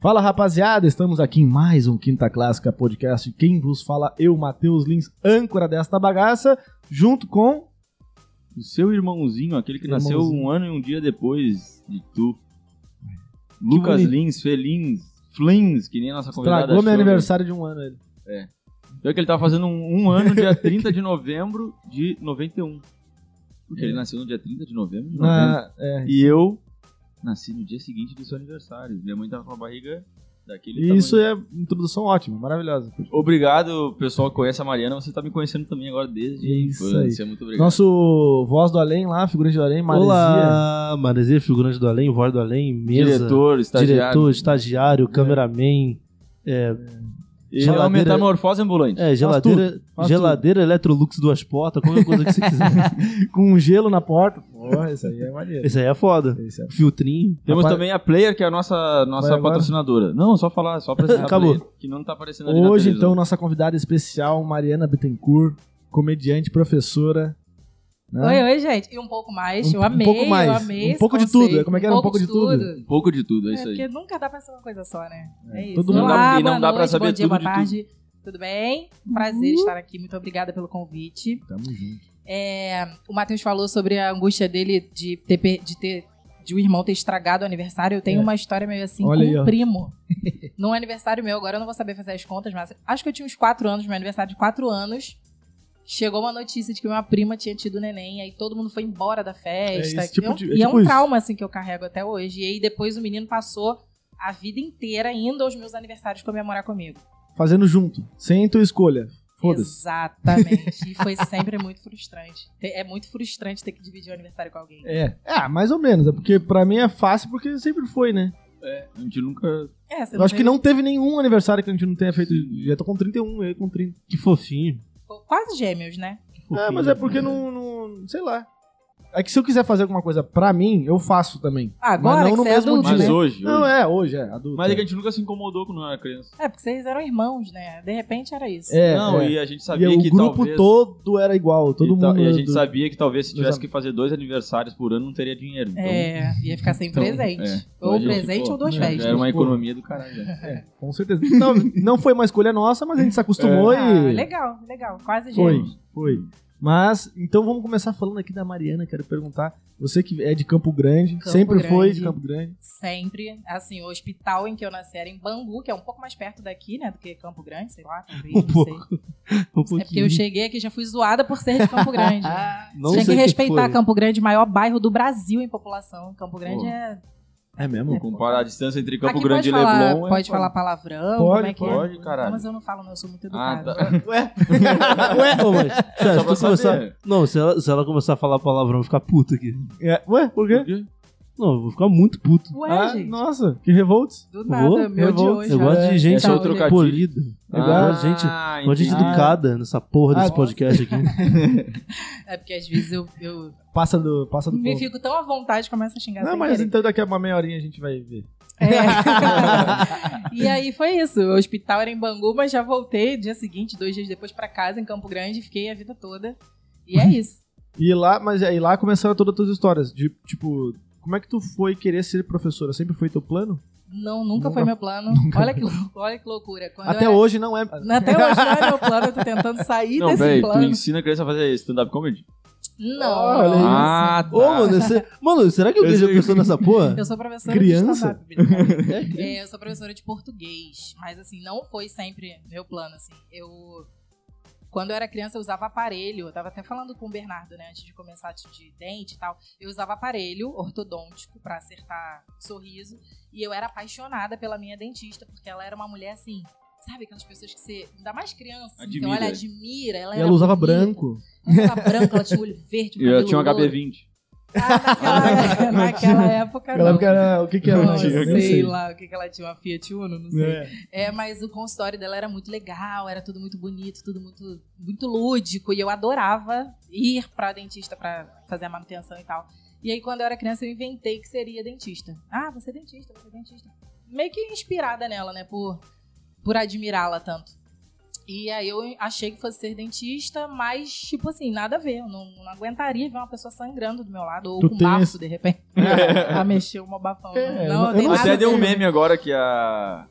Fala rapaziada, estamos aqui em mais um Quinta Clássica Podcast. Quem vos fala eu, Matheus Lins, âncora desta bagaça, junto com. O seu irmãozinho, aquele que nasceu Irmãozinho. É. um ano e um dia depois de tu. Lucas bonito. Lins, Felins, Flins, que nem a nossa convidada. Tipo, Estragou meu achou, né? aniversário de um ano ele. Pior que ele tá fazendo um, um ano, dia 30 de novembro de 91. Porque ele nasceu no dia 30 de novembro de 91. É. Na- é, E eu nasci no dia seguinte do seu aniversário. Minha mãe tava com a barriga daquele e tamanho. isso é introdução ótima, maravilhosa. tá Obrigado, pessoal que conhece a Mariana. Você tá me conhecendo também agora desde a Isso infância. Muito obrigado. Nosso voz do além lá, figurante do além, Maresia. Olá, Maresia, figurante do além, voz do além, mesa, diretor, Diretor, estagiário. estagiário, cameraman, é, Ele é uma Geladeira- metamorfose ambulante. é, geladeira, faz geladeira Electrolux duas portas, qualquer coisa que você quiser. Com um gelo na porta. Porra, isso aí é maneiro. Esse aí é foda. Esse é- Filtrinho. Temos Rapaz- também a Player, que é a nossa, Vai nossa agora? patrocinadora. Não, só falar, só apresentar a Acabou. Player, que não tá aparecendo ali na Hoje, televisão. então, nossa convidada especial, Mariana Bittencourt, comediante, professora. né? Oi, oi, gente. E um pouco mais. Um- eu amei, um pouco mais. eu amei. Um esse pouco de conceito. tudo, é como é que era? Um pouco de tudo. Um pouco de tudo, é É, isso aí. porque nunca dá pra ser uma coisa só, né? É, isso. todo mundo- Olá, E não boa dá pra noite, saber bom dia, tudo de boa tarde. Tudo bem? Prazer estar aqui. Muito obrigada pelo convite. Tamo junto. É, o Matheus falou sobre a angústia dele de ter, per- de ter- de um irmão ter estragado o aniversário. Eu tenho É. uma história meio assim Olha com aí, ó. um primo. Num aniversário meu, agora eu não vou saber fazer as contas, mas acho que eu tinha uns 4 anos, meu aniversário de 4 anos. Chegou uma notícia de que minha prima tinha tido neném, aí todo mundo foi embora da festa. É esse tipo Eu- de- é e é tipo um isso. trauma assim que eu carrego até hoje. E aí depois o menino passou a vida inteira indo aos meus aniversários comemorar comigo. Fazendo junto, sem tua escolha. Foda-se. Exatamente. E foi sempre muito frustrante. Te- É muito frustrante ter que dividir o aniversário com alguém. É. Ah, mais ou menos. É porque pra mim é fácil porque sempre foi, né? A gente nunca... É, você Eu acho que tem- não teve nenhum aniversário que a gente não tenha feito. Já tô com 31, eu com 30. Que fofinho. Pô, Quase gêmeos, né? Ah, mas é porque não, não- Sei lá. É que se eu quiser fazer alguma coisa pra mim, eu faço também. Ah, Agora não que no você é mesmo adulto, dia. Mas né? hoje, Não, hoje. é, hoje, é, adulto. Mas é que a gente nunca se incomodou quando era criança. É, porque vocês eram irmãos, né? De repente era isso. É, não, é. e a gente E sabia o que grupo talvez... todo era igual, todo e, mundo. ta- e a gente do- sabia que talvez se dos tivesse am- que fazer dois aniversários por ano, não teria dinheiro. Então, É, ia ficar sem Então, presente. é. Ou A gente, presente pô, ou duas né, já festas. Ah, era um- uma Pô. economia do caralho. né? É, com certeza. Não, não foi uma escolha nossa, mas a gente se acostumou Ah, e. legal, legal. Quase Foi, gêmeos. foi. Mas, então vamos começar falando aqui da Mariana. Quero perguntar. Você que é de Campo Grande, Campo sempre foi Grande. de Campo Grande. Sempre. Assim, o hospital em que eu nasci era em Bangu, que é um pouco mais perto daqui, né? Do que Campo Grande, sei lá. Talvez, Um não pouco. sei. Um É porque eu cheguei aqui e já fui zoada por ser de Campo Grande. né? Não Tinha que sei o respeitar foi. Campo Grande, maior bairro do Brasil em população. Campo Grande Pô. é. É mesmo? Comparar a distância entre Campo Aqui Grande pode e falar, Leblon... é Pode foda. falar palavrão? Pode, como é que pode, é? caralho. Não, mas eu não falo, não, eu sou muito Ah, educada. tá. Ué? Ué, ô, mas, sério, se pra tu começar... saber. Não, se ela, se ela começar a falar palavrão, eu vou ficar puto aqui. É, ué, por quê? Não, eu vou ficar muito puto. Ué, Ah, gente. nossa, que revolts. Do nada, Vou, meu eu de vou- hoje. Eu Já gosto é. de gente Essa é o Então, trocadilho. polida. Eu gosto de gente... Ah, Gosto de gente entendi. educada nessa porra desse Ah, podcast aqui. É porque às vezes eu, eu Passa do, passa do me ponto. fico tão à vontade começo a xingar Não, sem mas querer. então daqui a uma meia horinha a gente vai ver. É. e aí foi isso. O hospital era em Bangu, mas já voltei dia seguinte, dois dias depois pra casa em Campo Grande, fiquei a vida toda. E é isso. E lá, mas aí lá começaram todas as tuas histórias. De, tipo, como é que tu foi querer ser professora? Sempre foi teu plano? Não, nunca, Nunca- foi meu plano. Olha, que, lou- olha que loucura. Quando eu Até era- hoje não é. Até hoje não é meu plano, eu tô tentando sair Não, desse peraí, tu plano. ensina a criança a fazer stand-up comedy? Não, Olha não. isso. tá. Ah, Ô, mano, você- mano, será que eu Eu vejo a sei. pessoa nessa porra? Eu sou professora Criança? de stand-up, brincadeira. É, É, eu sou professora de português, mas assim, não foi sempre meu plano, assim. Eu quando eu era criança eu usava aparelho, eu tava até falando com o Bernardo, né, antes de começar de- de dente e tal. Eu usava aparelho ortodôntico pra acertar sorriso e eu era apaixonada pela minha dentista, porque ela era uma mulher assim, sabe aquelas pessoas que você, ainda mais criança, assim, Admira. é. você olha, admira, ela E era ela usava bonita, branco. Ela usava branco, ela tinha olho verde, um Eu cabelo tinha um louro. HB20. Ah, naquela, naquela época Aquela não. época era. O que que era? Não, Não, eu eu nem sei lá o que, que ela tinha, uma Fiat Uno, não sei. É. É. mas o consultório dela era muito legal, era tudo muito bonito, tudo muito, muito lúdico, e eu adorava ir pra dentista pra fazer a manutenção e tal. E aí, quando eu era criança, eu inventei que seria dentista. Ah, você é dentista, você é dentista. Meio que inspirada nela, né, por, por admirá-la tanto. E aí eu achei que fosse ser dentista, mas, tipo assim, nada a ver. Eu não, não aguentaria ver uma pessoa sangrando do meu lado, ou Tu com tem bafo, esse- de repente. a mexer uma bafão. né? É, eu não, não- tem eu não- nada Até a deu um ver. meme agora que a.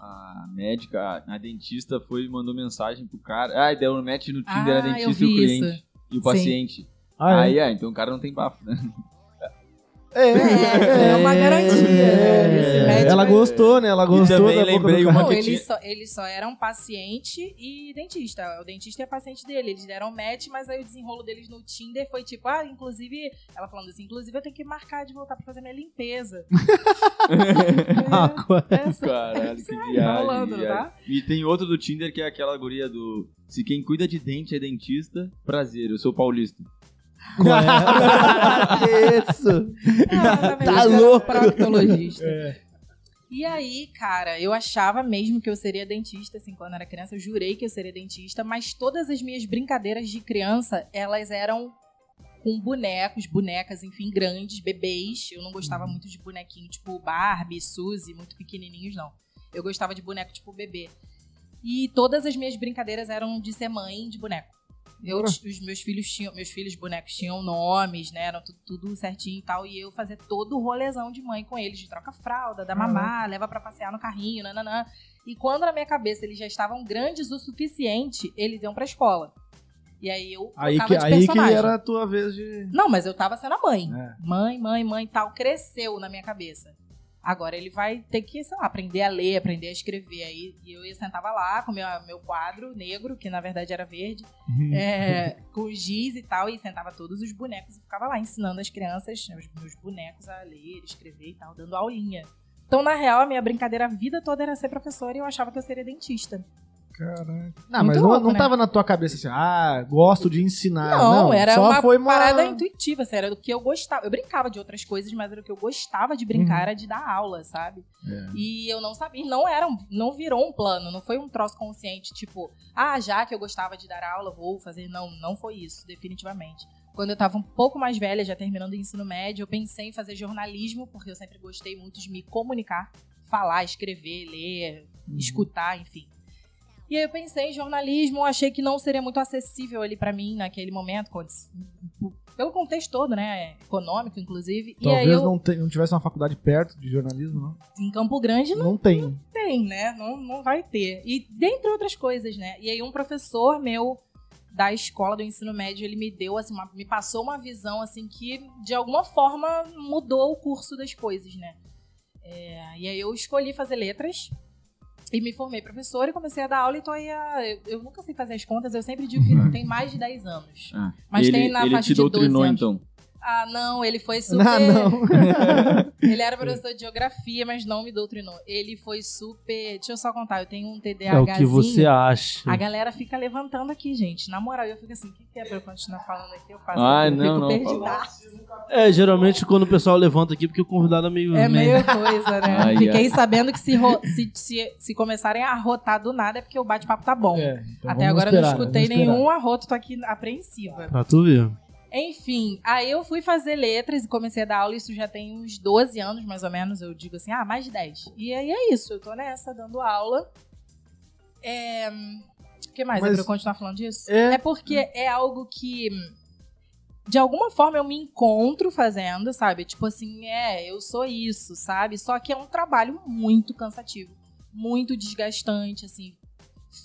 A médica, a- a dentista foi e mandou mensagem pro cara. Ah, deu um match no Tinder, Ah, a dentista e eu o vi isso. cliente. E o paciente. Ah, Aí, ah, então o cara não tem bafo, né? É, É, é uma garantia, né? Esse médico Ela é- gostou, né? Ela gostou. também da boca lembrei do uma cara. Não, que eles, tinha- só, eles só eram paciente e dentista. O dentista é paciente dele. Eles deram match, mas aí o desenrolo deles no Tinder foi tipo, ah, inclusive, ela falando assim, inclusive eu tenho que marcar de voltar pra fazer minha limpeza. Ah, qual é? É, Caralho, é sério, que tá viagem. rolando, viagem. tá? E tem outro do Tinder que é aquela guria do. Se quem cuida de dente é dentista, prazer, eu sou paulista. Qual é? Isso! Ah, tá vendo? Tá Eu era louco. proctologista. É. E aí, cara, eu achava mesmo que eu seria dentista, assim, quando era criança, eu jurei que eu seria dentista, mas todas as minhas brincadeiras de criança, elas eram com bonecos, bonecas, enfim, grandes, bebês. Eu não gostava muito de bonequinho tipo Barbie, Suzy, muito pequenininhos, não. Eu gostava de boneco tipo bebê. E todas as minhas brincadeiras eram de ser mãe de boneco. Eu, Ora. os meus filhos tinham, meus filhos bonecos tinham nomes, né? Eram tudo, tudo certinho e tal. E eu fazia todo o rolezão de mãe com eles, de troca fralda, dá mamar, leva pra passear no carrinho, nananã. E quando na minha cabeça eles já estavam grandes o suficiente, eles iam pra escola. E aí eu Aí, trocava que, de aí que personagem. era a tua vez de. Não, mas eu tava sendo a mãe. É. Mãe, mãe, mãe e tal. Cresceu na minha cabeça. Agora ele vai ter que, sei lá, aprender a ler, aprender a escrever. Aí e eu ia- sentava lá com meu, meu quadro negro, que na verdade era verde, é, com giz e tal, e sentava todos os bonecos e ficava lá ensinando as crianças, os meus bonecos, a ler, escrever e tal, dando aulinha. Então, na real, a minha brincadeira a vida toda era ser professora e eu achava que eu seria dentista. Caraca. Não, mas Muito não, louco, não né? tava na tua cabeça assim, ah, gosto de ensinar. Não, era Ah, só uma, foi uma parada intuitiva, assim, era do que eu gostava. Eu brincava de outras coisas, mas era o que eu gostava de brincar, Uhum. era de dar aula, sabe? É. E eu não sabia, e não era, um- não virou um plano, não foi um troço consciente, tipo, ah, já que eu gostava de dar aula, vou fazer. Não, não foi isso, definitivamente. Quando eu tava um pouco mais velha, já terminando o ensino médio, eu pensei em fazer jornalismo, porque eu sempre gostei muito de me comunicar, falar, escrever, ler, Uhum. escutar, enfim. E aí eu pensei em jornalismo, achei que não seria muito acessível ali pra mim naquele momento, quando- pelo contexto todo, né, econômico inclusive. e aí Talvez eu não, te- não tivesse uma faculdade perto de jornalismo, não. em Campo Grande não Não tem. tem, né? Não, não vai ter. E dentre outras coisas, né? E aí um professor meu da escola do ensino médio, ele me deu assim, uma- me passou uma visão assim que de alguma forma mudou o curso das coisas, né? É, e aí eu escolhi fazer letras e me formei professora e comecei a dar aula e tô aí a, eu, eu nunca sei fazer as contas, eu sempre digo que tem mais de 10 anos. Ah, Mas ele, tem na ele te faixa de 12 doutrinou, anos. então. Ah, não, ele foi super Ah, não. ele era professor de geografia, mas não me doutrinou. Ele foi super. Deixa eu só contar, eu tenho um É o TDAHzinho. que você acha. A galera fica levantando aqui, gente. Na moral, eu fico assim, o que, que é pra eu continuar falando aqui? Eu faço. Ah, eu não, fico não, perdida. É, geralmente quando o pessoal levanta aqui, porque o convidado é meio. É meio coisa, né? Ai, Fiquei sabendo que se, ro- se, se, se começarem a arrotar do nada é porque o bate-papo tá bom. É, então Até vamos agora eu esperar, não escutei vamos esperar. nenhum arroto, tô aqui apreensiva. Pra tu ver. Enfim, aí eu fui fazer letras e comecei a dar aula, isso já tem uns 12 anos, mais ou menos, eu digo assim, ah, mais de 10. E aí é isso, eu tô nessa, dando aula. É... O que mais? É Mas- pra eu continuar falando disso? É. porque é algo que, de alguma forma, eu me encontro fazendo, sabe? Tipo assim, é, eu sou isso, sabe? Só que é um trabalho muito cansativo, muito desgastante, assim,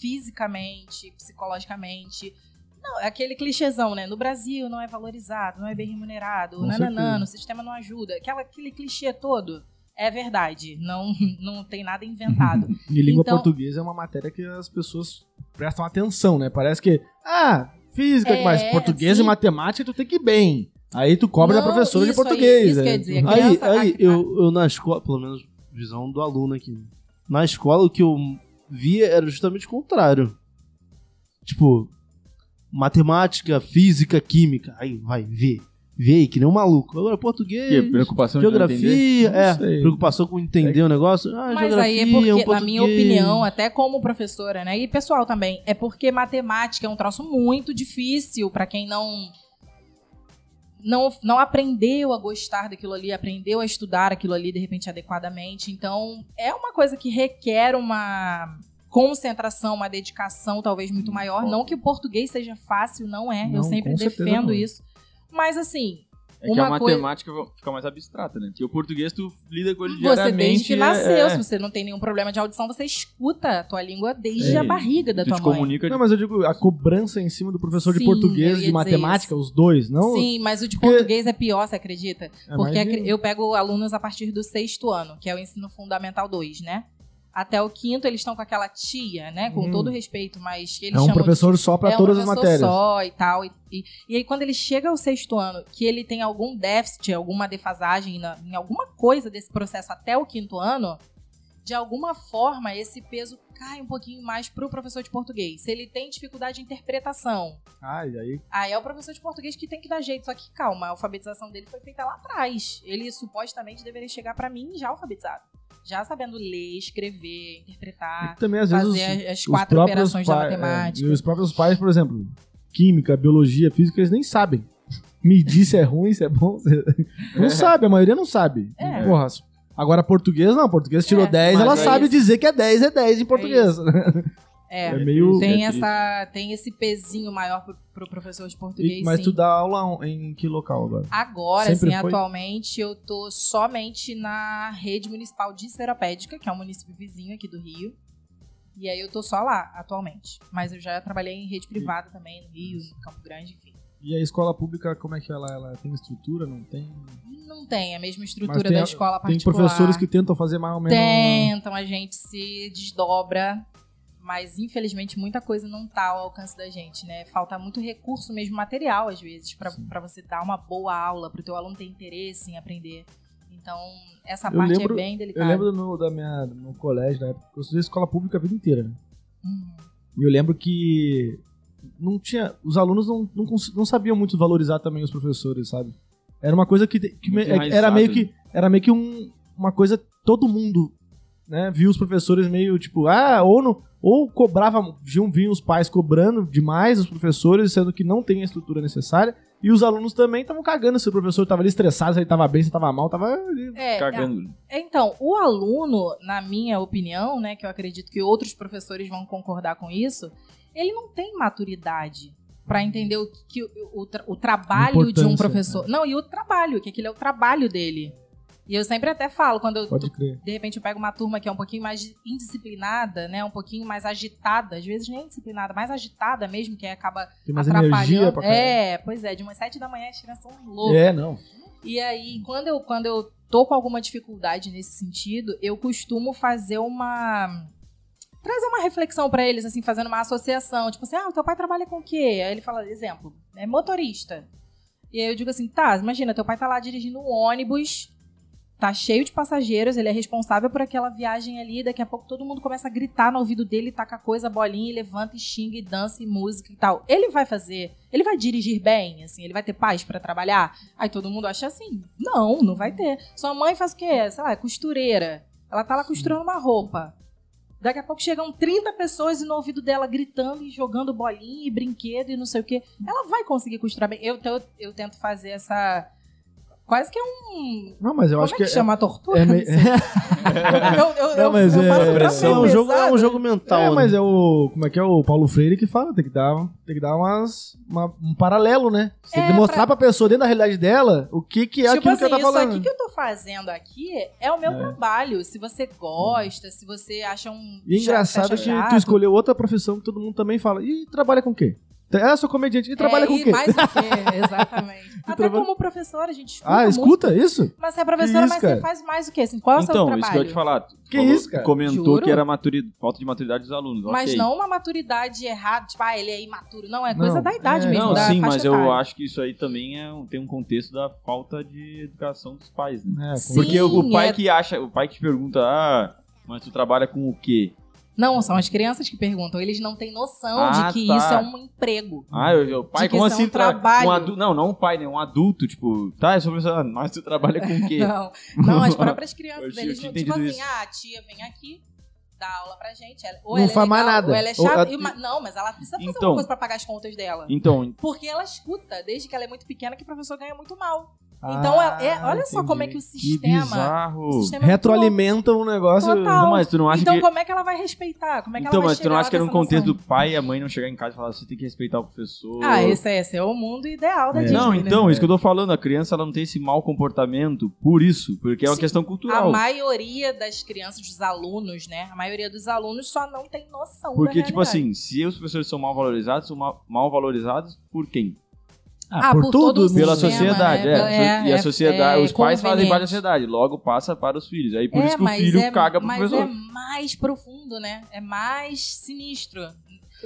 fisicamente, psicologicamente. Não, é aquele clichêzão, né? No Brasil não é valorizado, não é bem remunerado, Com nananã, certeza. o sistema não ajuda. Aquela, aquele clichê todo é verdade, não, não tem nada inventado. E língua Então- portuguesa é uma matéria que as pessoas prestam atenção, né? Parece que, ah, física, É, mas português sim. e matemática tu tem que ir bem. Aí tu cobra Não, da professora de isso aí, português. isso é. quer dizer, a Aí, criança- né? aí a- eu, eu na escola, pelo menos visão do aluno aqui. Na escola, o que eu via era justamente o contrário. Tipo, matemática, física, química. Aí vai, vê. Vê aí, que nem um maluco. Agora, Que é português, preocupação de não entender. geografia. Não É, sei. preocupação com entender o negócio. Ah, Mas geografia, aí é porque, um na minha português. opinião, até como professora, né? E pessoal também, é porque matemática é um troço muito difícil pra quem não não não aprendeu a gostar daquilo ali, aprendeu a estudar aquilo ali de repente adequadamente. Então, é uma coisa que requer uma concentração, uma dedicação talvez muito maior. Não que o português seja fácil, não é. Não, eu sempre com certeza defendo não. isso. Mas assim, É que a Uma coisa- matemática fica mais abstrata, né? Porque o português tu lida com ele você diariamente. desde que é- nasceu, é, se você não tem nenhum problema de audição, você escuta a tua língua desde É, a barriga da tu tua te mãe. comunica. Não, mas eu digo a cobrança em cima do professor de é- Sim, eu português, ia de matemática, os dois, não? Sim, mas o de Porque- português é pior, você acredita? É mais Porque de- acre- eu pego alunos a partir do sexto ano, que é o ensino fundamental 2, né? Até o quinto eles estão com aquela tia, né? Com Hum. todo respeito, mas que eles é um chamam de professor só para é um todas as professor matérias. só e tal. E, e- e aí, quando ele chega ao sexto ano, que ele tem algum déficit, alguma defasagem na- em alguma coisa desse processo até o quinto ano, de alguma forma esse peso cai um pouquinho mais pro professor de português. Se ele tem dificuldade de interpretação, Ai, aí. aí é o professor de português que tem que dar jeito. Só que calma, a alfabetização dele foi feita lá atrás. Ele supostamente deveria chegar pra mim já alfabetizado. Já sabendo ler, escrever, interpretar, E também às vezes os, fazer as os quatro próprios operações da pa- é, matemática. e os próprios pais, por exemplo, química, biologia, física, eles nem sabem. Medir se é ruim, se é bom. se- É. Não sabe, a maioria não sabe. É. Porra. Agora, português não, português tirou É, 10, mas ela é sabe isso. dizer que é 10, é 10 em português. É, É meio- tem, é triste. essa, tem esse pezinho maior pro, pro professor de português, E- mas sim. tu dá aula em que local agora? Agora, assim, sempre foi? atualmente, eu tô somente na rede municipal de Seropédica, que é um município vizinho aqui do Rio. E aí eu tô só lá, atualmente. Mas eu já trabalhei em rede privada também, no Rio, em Campo Grande, enfim. E a escola pública, como é que ela, ela tem estrutura? Não tem? Não tem a mesma estrutura tem da a- escola Tem particular. professores que tentam fazer mais ou menos. Tentam, a gente se desdobra. Mas, infelizmente, muita coisa não tá ao alcance da gente, né? Falta muito recurso mesmo material, às vezes, pra Sim. pra você dar uma boa aula, pro teu aluno ter interesse em aprender. Então, essa Eu parte lembro- é bem Eu delicada. lembro do meu, da minha, do meu colégio, da época, eu estudei escola pública a vida inteira, né? Hum. E eu lembro que não tinha, os alunos não, não, cons- não sabiam muito valorizar também os professores, sabe? Era uma coisa que, te- que me- é, Muito enraizado, era meio né? que era meio que um- uma coisa que todo mundo, né, viu os professores meio tipo, ah, ou não, ou cobrava, viam, viam os pais cobrando demais os professores, sendo que não tem a estrutura necessária, e os alunos também estavam cagando se o professor tava ali estressado, se ele tava bem, se tava mal, tava ali. É, Cagando. é, então, o aluno, na minha opinião, né, que eu acredito que outros professores vão concordar com isso, ele não tem maturidade pra entender o que, que o- o, tra- o trabalho de um Importância, né? professor. Não, e o trabalho, que aquilo é o trabalho dele. E eu sempre até falo, quando eu Pode crer. de repente eu pego uma turma que é um pouquinho mais indisciplinada, né? Um pouquinho mais agitada, às vezes nem indisciplinada, mais agitada mesmo, que aí acaba Tem mais energia atrapalhando. pra caralho. É, pois é, de umas sete da manhã as crianças são loucas. É, não. E aí, quando eu, quando eu tô com alguma dificuldade nesse sentido, eu costumo fazer uma. trazer uma reflexão pra eles, assim, fazendo uma associação. Tipo assim, ah, o teu pai trabalha com o quê? Aí ele fala, exemplo, é motorista. E aí eu digo assim, tá, imagina, teu pai tá lá dirigindo um ônibus, tá cheio de passageiros, ele é responsável por aquela viagem ali, daqui a pouco todo mundo começa a gritar no ouvido dele, taca coisa, bolinha, e levanta e xinga e dança e música e tal. Ele vai fazer, ele vai dirigir bem, assim, ele vai ter paz pra trabalhar? Aí todo mundo acha assim, não, não vai ter. Sua mãe faz o quê? Sei lá, é costureira. Ela tá lá costurando uma roupa. Daqui a pouco chegam 30 pessoas e no ouvido dela gritando e jogando bolinha e brinquedo e não sei o quê. Ela vai conseguir costurar bem. Eu, eu, eu tento fazer essa. Quase que é um. Não, mas eu Como acho é que, que chama a tortura? é meio- Não sei. eu, eu, Não, eu, mas eu é- faço pra É, pressão. ser um jogo, é pesado. um jogo mental. É, mas né? é o. Como é que é o Paulo Freire que fala? Tem que dar, tem que dar umas, uma- um paralelo, né? Você tem É, que mostrar pra... pessoa dentro da realidade dela o que, que é tipo aquilo assim, que ela tá isso falando. aqui que eu tô fazendo aqui é o meu trabalho. Se você gosta, se você acha um. E é engraçado acha que chato. tu escolheu outra profissão que todo mundo também fala. E trabalha com o quê? Ah, sou comediante. E trabalha É, com o e quê? Mais o quê? Exatamente. Até trabalha- como professora, a gente escuta. Ah, muito. escuta isso? Mas você é professora, Que isso, mas você cara? faz mais o quê? Assim, qual é o seu Então, trabalho? isso que eu ia te falar. Tu Que falou- isso, tu cara? comentou Juro. que era maturi- falta de maturidade dos alunos. Mas ok. não uma maturidade errada, tipo, ah, ele é imaturo. Não, é coisa Não, da idade é, mesmo. Não, da sim, faixa mas eu etária. acho que isso aí também é um- tem um contexto da falta de educação dos pais, né? É, Sim. Porque o, o pai é- que acha, o pai que te pergunta, ah, mas tu trabalha com o quê? Não, são as crianças que perguntam. Eles não têm noção Ah, de que tá. isso é um emprego. Ah, eu, eu- pai, De que como isso é um assim tra- trabalho. Um adu- não, não um pai, né? Um adulto, tipo, tá, eu sou professor, ah, mas tu trabalha com o quê? Não, não, as próprias Eu crianças, tinha- eu eles tinha não, tipo assim, entendido isso. ah, a tia vem aqui, dá aula pra gente, ela- ou Não ela é faz mais legal, nada. ou ela é Ou chata, a- e ma- não, mas ela precisa fazer Então. alguma coisa pra pagar as contas dela. Então, Porque ela escuta, desde que ela é muito pequena, que o professor ganha muito mal. Então, é- é- Ah, olha só como é que o entendi. Que sistema. bizarro. o sistema é muito Retroalimenta um negócio. Total. Não, mas tu não louco. acha Então, que... como é que ela vai respeitar? Como é que então, ela vai mas tu não chegar acha que era um nessa noção? contexto do pai e a mãe não chegar em casa e falar você tem que respeitar o professor? Ah, esse é, esse é o mundo ideal da É. Disney. Não, né? então, isso que eu tô falando, a criança ela não tem esse mau comportamento por isso, porque é uma Sim. questão A cultural. maioria das crianças, dos alunos, né? A maioria dos alunos só não tem noção Porque, da tipo realidade. assim, se os professores são mal valorizados, são mal, mal valorizados por quem? Ah, por todo o Pela Sistema, sociedade, né? é. É, E a é- sociedade, é os pais fazem conveniente. parte da sociedade, logo passa para os filhos. Aí por É, isso que o mas filho é- caga pro mas professor. é mais profundo, né? É mais sinistro.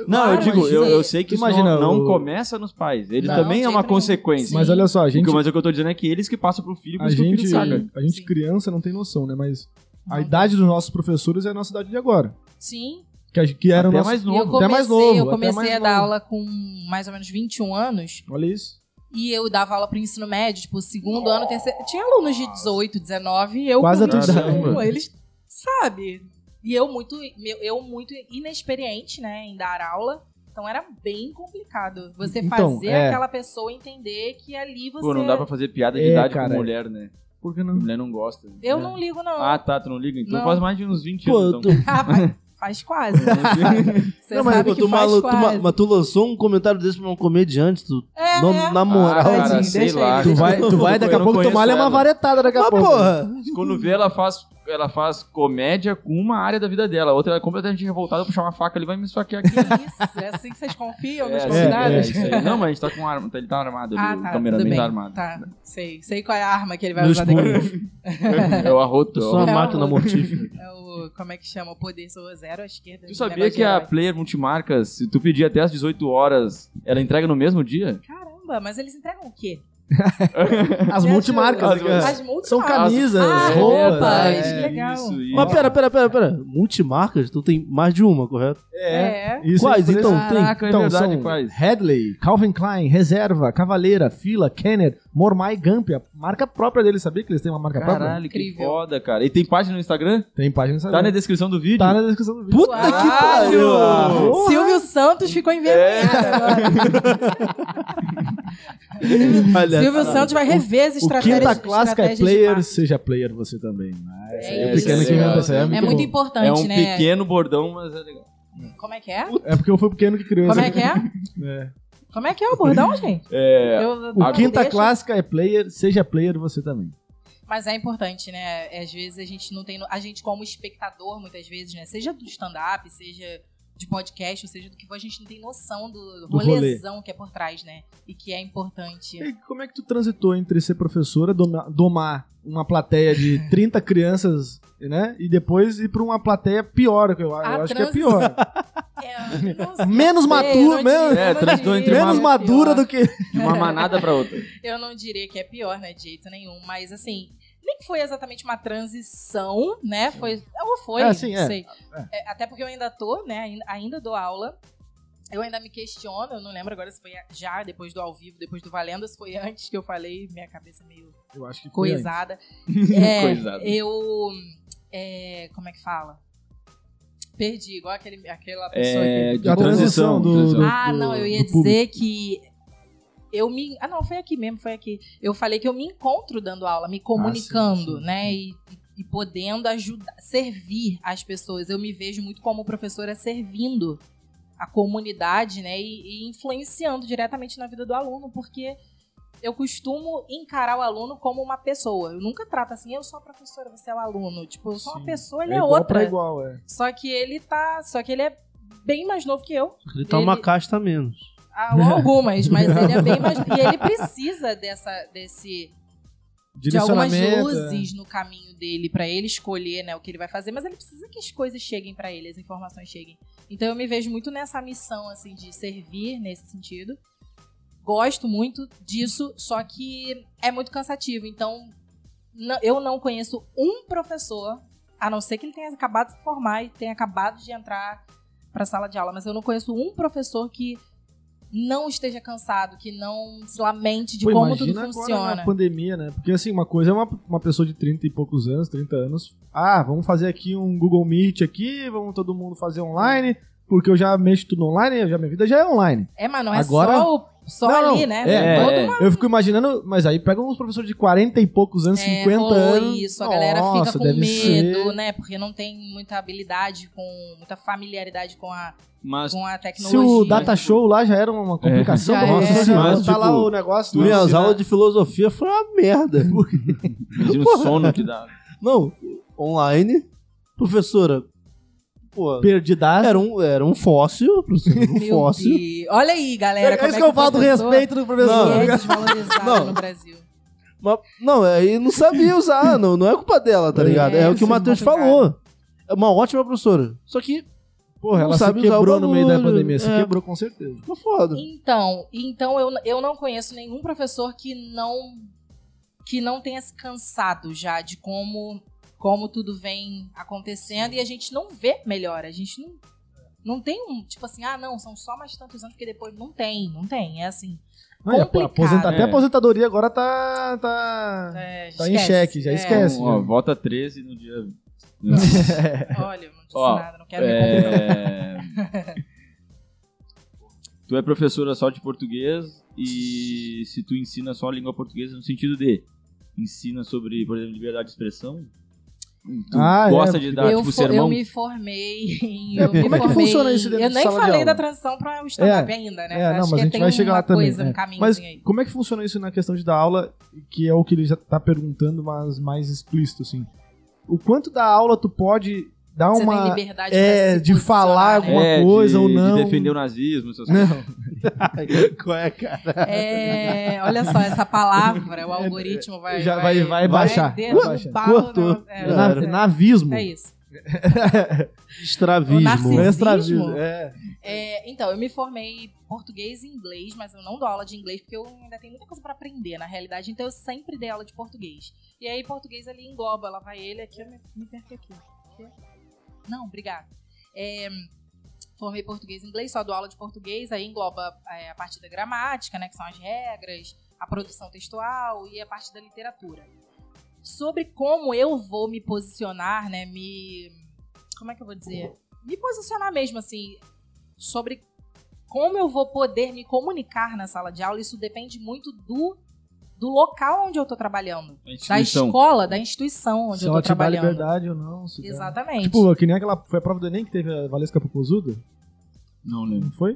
Não, eu Claro, digo, mas eu, isso eu é- sei que isso Imagina, não, não o- começa nos pais. Ele Não, também é de uma jeito nenhum. consequência. Mas Sim. olha só, a O que- gente, Mas o que eu tô dizendo é que eles que passam pro filho, por a isso que o gente, filho caga. a gente Sim. criança não tem noção, né? Mas a Não. idade dos nossos professores é a nossa idade de agora. Sim. Que, a, que era o Até é nosso... mais E eu novo. Até comecei, mais novo, eu até comecei mais a dar novo. aula com mais ou menos 21 anos. Olha isso. E eu dava aula pro ensino médio, tipo, segundo ano, terceiro. Tinha alunos de 18, 19, e eu Quase a com tua 21, idade. eles, sabe? E eu muito, meu- eu muito inexperiente, né, em dar aula. Então era bem complicado você Então, fazer é. aquela pessoa entender que ali você. Pô, não dá pra fazer piada de É, idade cara. com mulher, né? Por que A não? mulher não gosta. Eu É. não ligo, não. Ah, tá, tu não liga? Então Não. faz mais de uns 20 é, Pô, anos. eu tô- Então. Ah, faz, faz quase. Você Não, mas, sabe pô, que tu faz malu- tu ma- quase. mas tu lançou um comentário desse pra um comediante, tu, É, não- é. na moral. assim. Ah, cara, Tadinho, sei deixa lá. ele. Tu vai, tu vai daqui Eu a não pouco conheço tomar uma ela. varetada daqui a Ah, pouco. porra! Quando vê, ela faz, ela faz comédia com uma área da vida dela. A Outra, ela é completamente revoltada, puxar uma faca ali, vai me esfaquear aqui. Que isso? É assim que vocês confiam nos é, convidados? é, isso aí. Não, mas a gente tá com arma. Ele tá armado ali. Ah, o tá, tudo cameraman bem. tá armado. Tá, sei. Sei qual é a arma que ele vai Meus usar daqui. punhos. É o arroto. Eu é o sou uma Não. máquina mortífera. É o, como é que chama? O poder sou zero à esquerda. Tu esse sabia negócio que de a herói. Player Multimarcas, se tu pedir até as 18 horas, ela entrega no mesmo dia? Caramba, mas eles entregam o quê? As Você multimarcas. achou? né, cara? As multimarcas. São camisas, Ah, É roupas. verdade, que legal. Isso, isso. Mas pera, pera, pera, pera. Multimarcas? Tu tem mais de uma, correto? É. É. Isso Quais, aí, por então? exemplo, tem- Caraca, é Então, verdade, são quase. Headley, Calvin Klein, Reserva, Cavaleira, Fila, Kenner, Mormai, Gump. A marca própria deles, sabia que eles têm uma marca própria? Caralho, que Incrível. foda, cara. E tem página no Instagram? Tem página Tá na sabe? descrição do vídeo? Tá na descrição do vídeo. Puta que pariu! Caralho! Porra! Silvio Santos ficou envergonhado É. agora. Olha, tá. Silvio Santos vai rever as O estratégias. quinta clássica é estratégias de player, marketing. seja player você também. Ah, essa aí É é isso. pequeno que inventa, essa aí é É muito, É muito bom. importante, É um né? pequeno bordão, mas é legal. Como é que é? É porque eu fui o pequeno que criou Como é essa- que é? É. Como é que é o bordão, gente? É, Eu- eu- O quinta deixa- clássica é player, seja player você também. Mas é importante, né? Às vezes a gente não tem. no- A gente, como espectador, muitas vezes, né? Seja do stand-up, seja de podcast, ou seja do que for, a gente não tem noção do, Do rolê. rolezão que é por trás, né? E que é importante. E como é que tu transitou entre ser professora, doma- domar uma plateia de 30 crianças, né? E depois ir pra uma plateia pior, que eu, eu A acho que é transição. pior. É, não sei, Menos eu maduro, não diria- menos- É, eu não transitou entre diria Menos que é madura pior. do que. de uma manada pra outra. Eu não diria que é pior, né? De jeito nenhum. Mas assim, nem foi exatamente uma transição, né? Foi. Ou foi, É, sim, não é. sei. É, até porque eu ainda tô, né? Ainda, ainda dou aula. Eu ainda me questiono, eu não lembro agora se foi já, depois do ao vivo, depois do Valendo, se foi antes que eu falei, minha cabeça é meio Eu acho que foi antes. coisada. É, Coisada. Eu. é, como é que fala? Perdi, igual aquele, aquela pessoa que. É, de A transição do. do- Ah, do- não, eu ia do público. dizer que eu me. Ah, não, foi aqui mesmo, foi aqui. Eu falei que eu me encontro dando aula, me comunicando, Ah, sim, sim, né? E, e podendo ajudar, servir as pessoas. Eu me vejo muito como professora servindo a comunidade, né? E, e influenciando diretamente na vida do aluno, porque. Eu costumo encarar o aluno como uma pessoa. Eu nunca trato assim, eu sou a professora, você é o aluno. Tipo, eu sou uma Sim. pessoa, ele É é, igual pra outra. igual, é. Só que ele tá. Só que ele é bem mais novo que eu. Ele tá uma Ele- casta a menos. Ah, ou algumas, mas ele é bem mais. E ele precisa dessa, desse, de algumas Direcionamento, é. luzes no caminho dele pra ele escolher né, o que ele vai fazer, mas ele precisa que as coisas cheguem pra ele, as informações cheguem. Então eu me vejo muito nessa missão assim de servir nesse sentido. Gosto muito disso, só que é muito cansativo. Então não- eu não conheço um professor, a não ser que ele tenha acabado de se formar e tenha acabado de entrar pra sala de aula, mas eu não conheço um professor que não esteja cansado, que não se lamente de Pô, como tudo imagina Agora né, funciona. na pandemia, né? Porque assim, uma coisa é uma, uma pessoa de 30 e poucos anos, 30 anos. Ah, vamos fazer aqui um Google Meet aqui, vamos todo mundo fazer online, porque eu já mexo tudo online, eu já, minha vida já é online. É, mas não é Agora- só o só Não, ali, né? é, Todo é. mundo Eu fico imaginando, mas aí pega uns professores de 40 e poucos anos, é, 50 rolou anos. isso, a galera Nossa, fica com deve medo, ser. né? Porque não tem muita habilidade com, muita familiaridade com a, Mas com a Se tecnologia. o Data Show lá já era uma complicação É. da Já nossa é. senhora, Mas, tá lá tipo, o negócio. do Minhas né? ensino- aulas de filosofia foram uma merda. imagina o sono que dá. Não, online, professora, pô, Perdidas. era um, era um fóssil, professora, era um Meu fóssil. Deus. Olha aí, galera. como é o professor do professor. É desvalorizado Não. no Brasil. Mas, não, aí não sabia usar, não, não é culpa dela, tá É, ligado? É o que isso o é Matheus complicado. falou. É uma ótima professora. Só que Porra, ela Não se sabe usar o quebrou no meio da bagulho, pandemia. Se é. quebrou, com certeza. ficou foda. Então, então eu, eu não conheço nenhum professor que não que não tenha se cansado já de como como tudo vem acontecendo e a gente não vê melhora. A gente não não tem um, tipo assim, ah, não, são só mais tantos anos que depois não tem, não tem, é assim. Não, e a- Complicado. aposenta- Até É. a aposentadoria agora tá. tá... É, Tá em xeque, já esquece. Então, ó, já. vota 13 no dia. É, olha, não disse Ó, nada, não quero me complicar. É... tu é professora só de português e se tu ensina só a língua portuguesa no sentido de ensina sobre, por exemplo, liberdade de expressão, tu Ah, é, gosta de dar eu, tipo fo- eu sermão, me formei em. É, eu me como é que formei funciona isso em- dentro Eu de nem sala de falei aula? da transição para o stand-up ainda, né? É, Acho não, mas que a gente tem vai chegar uma lá também, coisa, é. um caminhozinho Mas aí. como é que funciona isso na questão de dar aula, que é o que ele já tá perguntando, mas mais explícito, assim. O quanto da aula tu pode dar Você tem uma. liberdade é, pra se de posicionar, falar né? alguma coisa É, de, ou não. de defender o nazismo, essas coisas. Não. Qual é, cara? É, olha só, essa palavra, o algoritmo vai. É, Já vai- vai baixar, vai derrubar baixar. o Cortou. negócio. É, É, na- é, navismo. é isso. O Estravismo. narcisismo. É. É, então, eu me formei em português e inglês, mas eu não dou aula de inglês porque eu ainda tenho muita coisa pra aprender, na realidade. Então eu sempre dei aula de português. E aí português ali engloba, lá vai ele aqui, eu me, me perco aqui. Não, obrigada. É, formei português e inglês, só dou aula de português, aí engloba é, a parte da gramática, né, que são as regras, a produção textual e a parte da literatura. Sobre como eu vou me posicionar, né, me... Como é que eu vou dizer? Me posicionar mesmo, assim, sobre como eu vou poder me comunicar na sala de aula, isso depende muito do, do local onde eu tô trabalhando. A Da instituição. escola, da instituição onde Se eu ela tô te dá trabalhando. liberdade ou não. se dá- Exatamente. Tipo, que nem aquela. Foi a prova do Enem que teve a Valesca Popozuda? Não né? lembro. Não foi?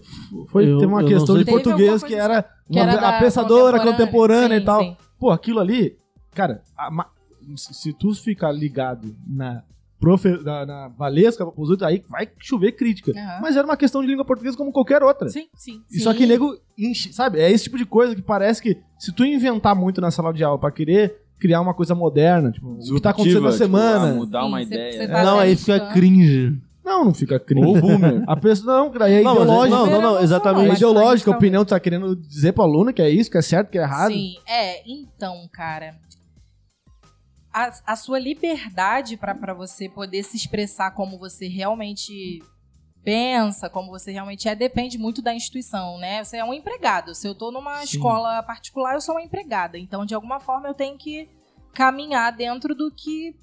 Foi, Eu- teve uma eu não questão sei. de Teve português alguma que coisa era, Que uma- era da a pensadora contemporânea sim, e tal. sim. Pô, aquilo ali, cara, a ma- se se tu ficar ligado na, profe, na, na Valesca Popozuda, aí vai chover crítica. Aham. Mas era uma questão de língua portuguesa como qualquer outra. Sim, sim. E só sim. que nego enche, sabe? É esse tipo de coisa que parece que se tu inventar muito na sala de aula pra querer criar uma coisa moderna, tipo, o que tá acontecendo na Disruptiva, tipo, semana. ah, mudar uma Sim, cê- ideia. cê tá- Não, aí fica cringe. Não, não fica crítico. Ou boomer. A pessoa não, cara, é Não, mas- ideológico. não, não, não, É exatamente. mas- ideológico, a talvez. opinião que tu tá querendo dizer pro aluno que é isso, que é certo, que é errado. Sim, é. Então, cara. A, a sua liberdade pra pra você poder se expressar como você realmente pensa, como você realmente é, depende muito da instituição, né? Você é um empregado. Se eu tô numa Sim. escola particular, eu sou uma empregada. Então, de alguma forma, eu tenho que caminhar dentro do que,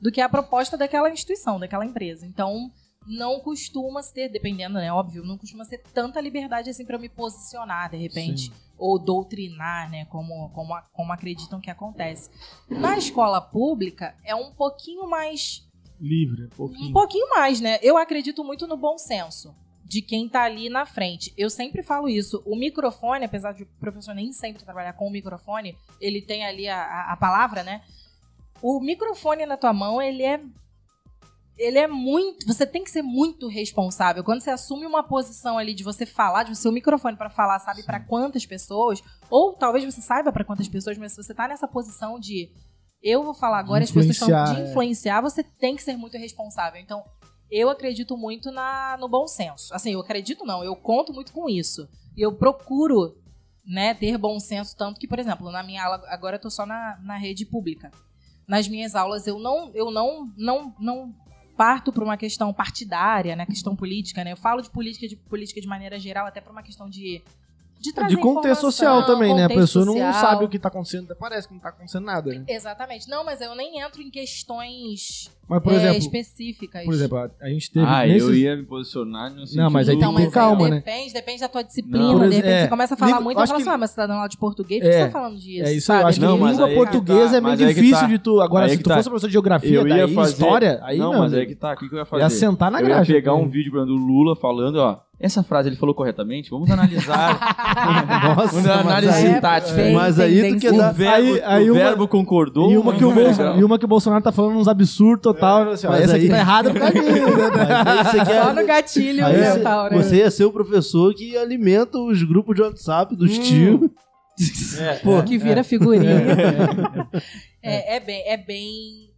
do que é a proposta daquela instituição, daquela empresa. Então, não costuma ter, dependendo, né? Óbvio, não costuma ser tanta liberdade assim pra eu me posicionar, de repente ou doutrinar, né, como, como, a- como acreditam que acontece. Na escola pública é um pouquinho mais, Livre, um um pouquinho. pouquinho mais, né? Eu acredito muito no bom senso de quem tá ali na frente. Eu sempre falo isso. O microfone, apesar de o professor nem sempre trabalhar com o microfone, ele tem ali a, a, a palavra, né? O microfone na tua mão, ele é ele é muito. Você tem que ser muito responsável. Quando você assume uma posição ali de você falar, de você ter o microfone pra falar, sabe pra quantas pessoas, ou talvez você saiba pra quantas pessoas, mas se você tá nessa posição de eu vou falar agora, as pessoas estão de Influenciar, é. influenciar, você tem que ser muito responsável. Então, eu acredito muito na, no bom senso. Assim, eu acredito não, eu conto muito com isso. E eu procuro, né, ter bom senso, tanto que, por exemplo, na minha aula, agora eu tô só na, na rede pública. Nas minhas aulas, eu não, eu não, não, não parto para uma questão partidária, né, questão política, né? Eu falo de política de política de maneira geral, até para uma questão de De trazer É De contexto informação, social também, né? A contexto pessoa não social. sabe o que tá acontecendo, até parece que não tá acontecendo nada. Né? Exatamente. Não, mas eu nem entro em questões Mas, por é, exemplo, específicas. por exemplo, a- a gente teve. Ah, nesses- eu ia me posicionar no sentido... mas aí tem então, que ter mas calma, aí né? depende, depende da tua disciplina. Não. Por de exe- repente é. você começa a falar Língua- muito eu e acho fala assim, que- ah, mas você tá dando aula de português, por É. que você tá falando disso? É isso aí, eu Sabe? acho que Não, mas língua aí- portuguesa é meio mas aí que difícil tá. de tu. Agora, Aí se que tu tá. fosse professor de geografia, Eu ia daí fazer- história, aí não, não. mas né? aí que tá, o que, que eu ia Ia fazer? sentar na eu ia graxa. pegar né? um vídeo por exemplo, do Lula falando, ó, essa frase ele falou corretamente, vamos analisar Nossa, Quando a é análise mas aí, sintática. bem mas aí tu quer tendencioso. o dar... verbo, Tá, Aí- aí o uma- verbo concordou. E uma, que o não. Bolso- e uma que o Bolsonaro tá falando uns absurdos É, total. Assim, ó, Mas essa aqui aí- tá errada por causa disso, né? Mas aí você quer... Só no gatilho Aí você- mental, né? Você ia ser o professor que alimenta os grupos de WhatsApp dos Hum. tios. Pô, que vira figurinha. É, é bem, é bem,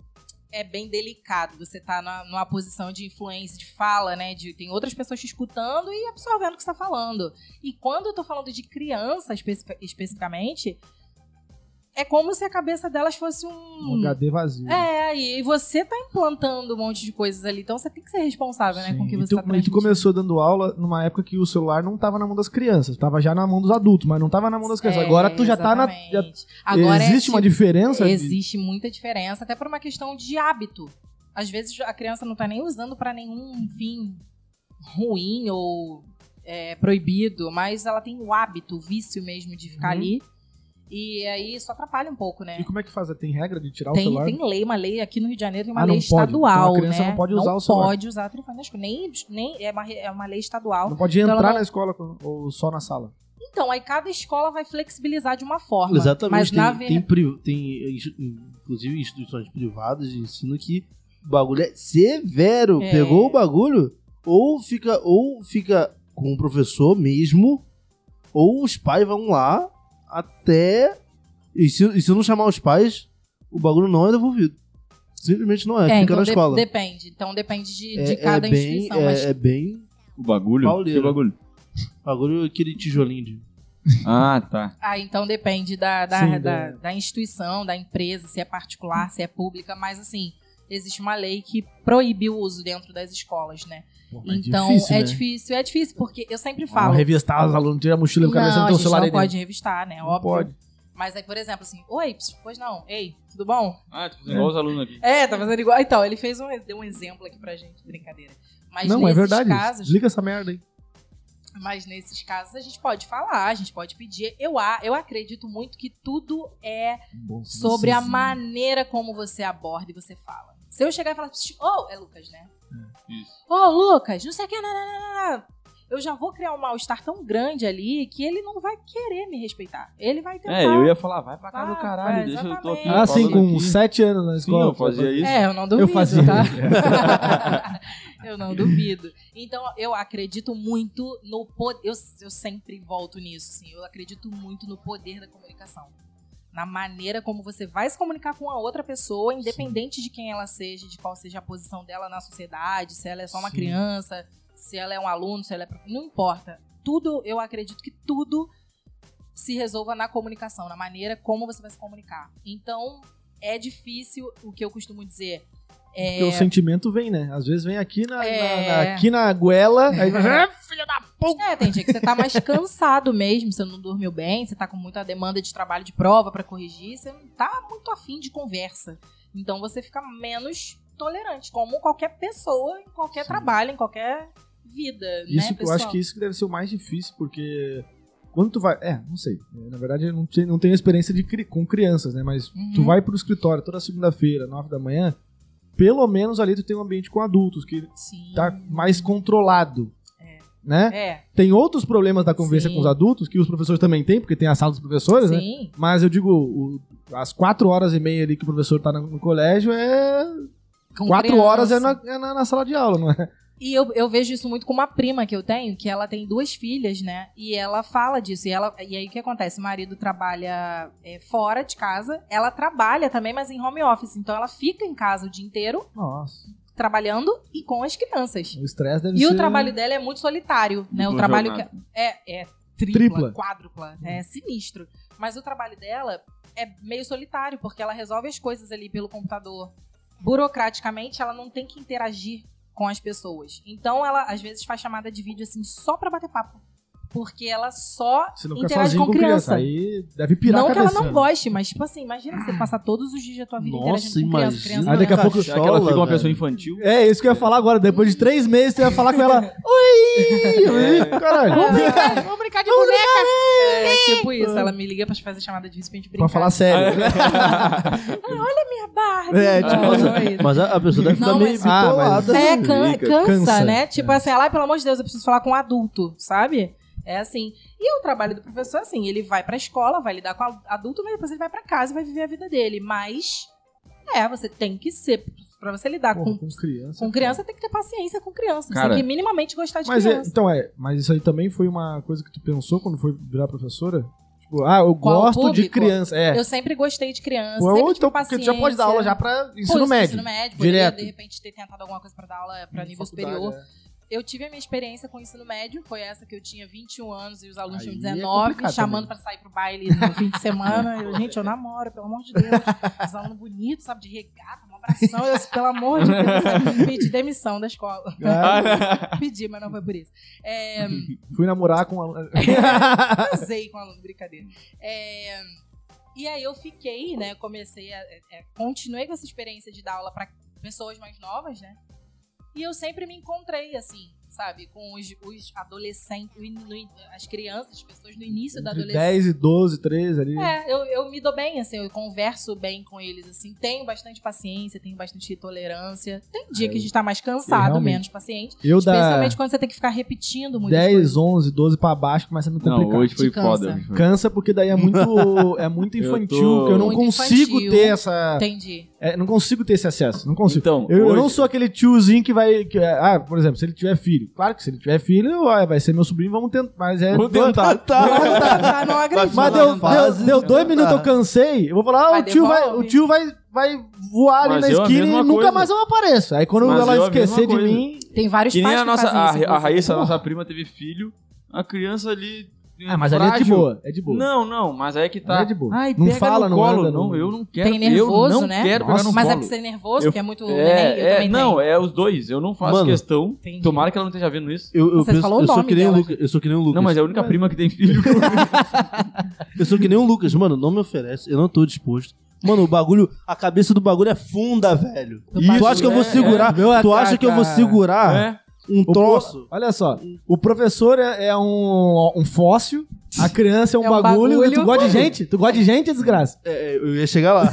é bem delicado. Você tá na- numa posição de influência, de fala, né? De, tem outras pessoas te escutando e absorvendo o que você tá falando. E quando eu tô falando de criança especifi- especificamente, é como se a cabeça delas fosse tá. Um um. HD vazio. É, e você tá implantando um monte de coisas ali, então você tem que ser responsável, né, com o que Sim. você e tu, tá e tu transmitindo. começou dando aula numa época que o celular não tava na mão das crianças, tava já na mão dos adultos, mas não tava na mão das crianças. É, Agora tu já exatamente. tá na. já- Agora é existe uma tipo- diferença? de- Existe muita diferença, até por uma questão de hábito. Às vezes a criança não tá nem usando para nenhum fim ruim ou é, proibido, mas ela tem o hábito, o vício mesmo de ficar Uhum. ali. E aí isso atrapalha um pouco, né? E como é que faz? Tem regra de tirar o Tem, celular? tem lei, uma lei aqui no Rio de Janeiro, tem uma Ah, não lei pode. estadual, Então a criança né? não pode usar o celular. pode usar o telefone nas costas. nem, nem é, uma, re- é uma lei estadual. Não pode Então entrar ela não- na escola com- ou só na sala. Então, aí cada escola vai flexibilizar de uma forma. Mas Exatamente. na tem, verdade. tem pri- tem, ins- inclusive, instituições privadas de ensino que o bagulho é severo. É. Pegou o bagulho, ou fica, ou fica com o professor mesmo, ou os pais vão lá até. E se, e se não chamar os pais, o bagulho não é devolvido. Simplesmente não é, fica então na de- escola. Depende. Então depende de, É- de cada é bem, instituição. é- mas é bem O bagulho? Pauleira. Que bagulho? Agora aquele tijolinho de. Ah, tá. Ah, então depende da, da, Sim, da, da- da instituição, da empresa, se é particular, se é pública, mas assim, existe uma lei que proíbe o uso dentro das escolas, né? Pô, mas então difícil, é né? difícil, é difícil, porque eu sempre Ah, falo. revistar os alunos, tira a mochila do cabeça não, do a teu gente celular não aí dentro. pode revistar, né? Não Óbvio. pode. Mas aí, por exemplo, assim, oi, ps, pois não, ei, tudo bom? Ah, tô fazendo igual os alunos aqui. É, tá fazendo igual. Então, ele fez um, deu um exemplo aqui pra gente, brincadeira. Mas Não, é nesses verdade. casos, Liga essa merda aí. Mas nesses casos a gente pode falar, a gente pode pedir. Eu, a- eu acredito muito que tudo é sobre a maneira como você aborda e você fala. Se eu chegar e falar, "Psiu, oh, é Lucas, né? Isso. Oh, Lucas, não sei o que, nananana", eu já vou criar um mal-estar tão grande ali que ele não vai querer me respeitar. Ele vai tentar. É, eu ia falar, vai pra casa Ah, do caralho, é, deixa eu tô aqui. exatamente. Ah, sim, falando com né? aqui. sete anos na Sim, escola. eu fazia isso. É, eu não duvido, fazia. tá? eu não duvido. Então, eu acredito muito no poder. Eu, eu sempre volto nisso, assim. Eu acredito muito no poder da comunicação. Na maneira como você vai se comunicar com a outra pessoa, independente de quem ela seja, de qual seja a posição dela na sociedade, se ela é só uma Sim. criança, se ela é um aluno, se ela é. prof- Não importa. Tudo, eu acredito que tudo se resolva na comunicação, na maneira como você vai se comunicar. Então, é difícil o que eu costumo dizer. É, Porque o sentimento vem, né? Às vezes vem aqui na, É. Né, na- na- aqui na goela, aí É, tem dia que você tá mais cansado mesmo, você não dormiu bem, você tá com muita demanda de trabalho de prova pra corrigir, você não tá muito afim de conversa. Então você fica menos tolerante, como qualquer pessoa, em qualquer Sim. trabalho, em qualquer vida, Isso, né, que eu pessoal? acho que isso que deve ser o mais difícil, porque quando tu vai. É, não sei. É, Na verdade, eu não tenho, não tenho experiência de, cri- com crianças, né? Mas Uhum. tu vai pro escritório toda segunda-feira, nove da manhã, pelo menos ali tu tem um ambiente com adultos, que Sim. tá mais controlado. Né? É, Tem outros problemas da convivência Sim. com os adultos, que os professores também têm, porque tem a sala dos professores, né? sim. Mas eu digo, o- as quatro horas e meia ali que o professor tá no, no colégio é. Com quatro criança. horas é, na, é na- na sala de aula, não é? E eu, eu vejo isso muito com uma prima que eu tenho, que ela tem duas filhas, né? E ela fala disso. E, ela, e aí o que acontece? O marido trabalha é, fora de casa, ela trabalha também, mas em home office. Então ela fica em casa o dia inteiro, Nossa, trabalhando e com as crianças. o estresse deve E ser. o trabalho dela é muito solitário, né? O Dupla trabalho que jornada. é, é tripla, Tripla. Uhum. quádrupla, é sinistro. Mas o trabalho dela é meio solitário, porque ela resolve as coisas ali pelo computador. Burocraticamente, ela não tem que interagir com as pessoas. Então, ela às vezes faz chamada de vídeo assim só pra bater papo. Porque ela só Se não ficar interage sozinho com com criança. criança. Aí deve pirar não a que ela cabeça. não goste, mas tipo assim, imagina você passar todos os dias da tua vida Nossa, interagindo com criança, né? imagina. né? criança. Aí daqui a criança. pouco- Será que ela fica uma velho. pessoa infantil? É, isso que eu ia falar agora. Depois de três meses, você ia falar com ela. Oi! Oi, Vamos Caralho. brincar, Ah, vamos brincar de boneca! É tipo isso, ela me liga pra fazer chamada de vídeo pra gente brincar. Ah. Pra falar É. sério. minha barba! É, tipo, Mas, mas a, a pessoa deve ficar Não, meio mas- Ah, bitolada. É, né? can- Fica, cansa, cansa. É. né? Tipo assim, ai, pelo amor de Deus, eu preciso falar com um adulto, sabe? É assim. E o trabalho do professor é assim, ele vai pra escola, vai lidar com a- adulto, mas depois ele vai pra casa e vai viver a vida dele. Mas, é, você tem que ser, pra você lidar Porra, com, com criança. com criança, tem que ter paciência com criança. Cara, você tem que minimamente gostar de Mas é- criança. então é, mas isso aí também foi uma coisa que tu pensou quando foi virar professora? Tipo, ah, eu Qual gosto de público? criança. É. Eu sempre gostei de criança, Ou sempre tive então, porque paciência. tu já pode dar aula já pra Pô, ensino isso, médio. Ensino médio, poderia, direto. de repente ter tentado alguma coisa pra dar aula pra nível Faculdade, superior. é. eu tive a minha experiência com o ensino médio, foi essa que eu tinha 21 anos e os alunos tinham Aí é 19, complicado chamando pra sair pro baile no fim de semana. Eu, gente, eu namoro, pelo amor de Deus. Os alunos bonitos, sabe, de regata, um abração. Eu, assim, pelo amor de Deus, sabe, pedi demissão da escola. é. Então, pedi, mas não foi por isso. É, Ah, Fui namorar com uma... casei com o aluno, brincadeira. É, e aí eu fiquei, né? Comecei a. é, é, continuei com essa experiência de dar aula para pessoas mais novas, né? E eu sempre me encontrei, assim, sabe, com os, os adolescentes, o in- no in- as crianças, as pessoas no início da entre adolescência. 10 e 12, 13 ali. É, eu, eu me dou bem, assim, eu converso bem com eles, assim, tenho bastante paciência, tenho bastante tolerância. Tem dia que a gente tá mais cansado, É, realmente- menos paciente. eu da Especialmente quando você tem que ficar repetindo muitas 10, coisas. 11, 12 pra baixo começa a me complicar. Não, hoje foi Te cansa. foda. hoje foi- Cansa porque daí é muito, é muito Eu infantil, tô- que eu não Muito consigo infantil. ter essa... Entendi. é, não consigo ter esse acesso, não consigo. Então, Eu, eu hoje- não sou aquele tiozinho que vai. que, ah, por exemplo, se ele tiver filho. Claro que se ele tiver filho, ah, vai ser meu sobrinho, vamos tentar. Mas é. Vou Tá. tentar. Pra Então tá, não né? agredir. Mas Vou deu, tentar. deu, deu dois minutos, eu cansei. Eu vou falar, ah, Vai, o tio vai, devolve. o tio vai, vai voar ali Mas na eu a esquina e mesma nunca coisa. mais eu apareço. Aí quando Mas ela eu a esquecer de mesma coisa. mim. Tem vários Que nem pais a nossa. que fazem A, isso, inclusive. a Raíssa, a nossa prima, teve filho. A criança ali. Ah, mas ali é de frágil. boa. É de boa. Não, não, mas aí que tá. É de boa. Ai, Não pega fala, no não colo. anda, não, não- eu não quero. Tem nervoso, eu não né? Quero Nossa, pegar no Mas é colo. pra ser nervoso, Eu- porque é muito neném, eu É, é, também não, tenho. é os dois. Eu não faço Mano. questão. Entendi. Tomara que ela não esteja vendo isso. Eu, eu Você penso, falou o eu sou nome que nem o dela, Lucas. Eu sou que nem o Lucas. Não, mas é a única prima que tem filho. Eu sou que nem o Lucas, mano. Não me oferece, eu não tô disposto. Mano, o bagulho, a cabeça do bagulho é funda, velho. tu acha que eu vou é, segurar? é, meu Tá, tu acha ataca. que eu vou segurar É. um O troço? pro- Olha só, o professor é, é um, um fóssil, a criança é um, É um bagulho, bagulho. e tu gosta de gente? Tu gosta de gente, desgraça? É, é, eu ia chegar lá.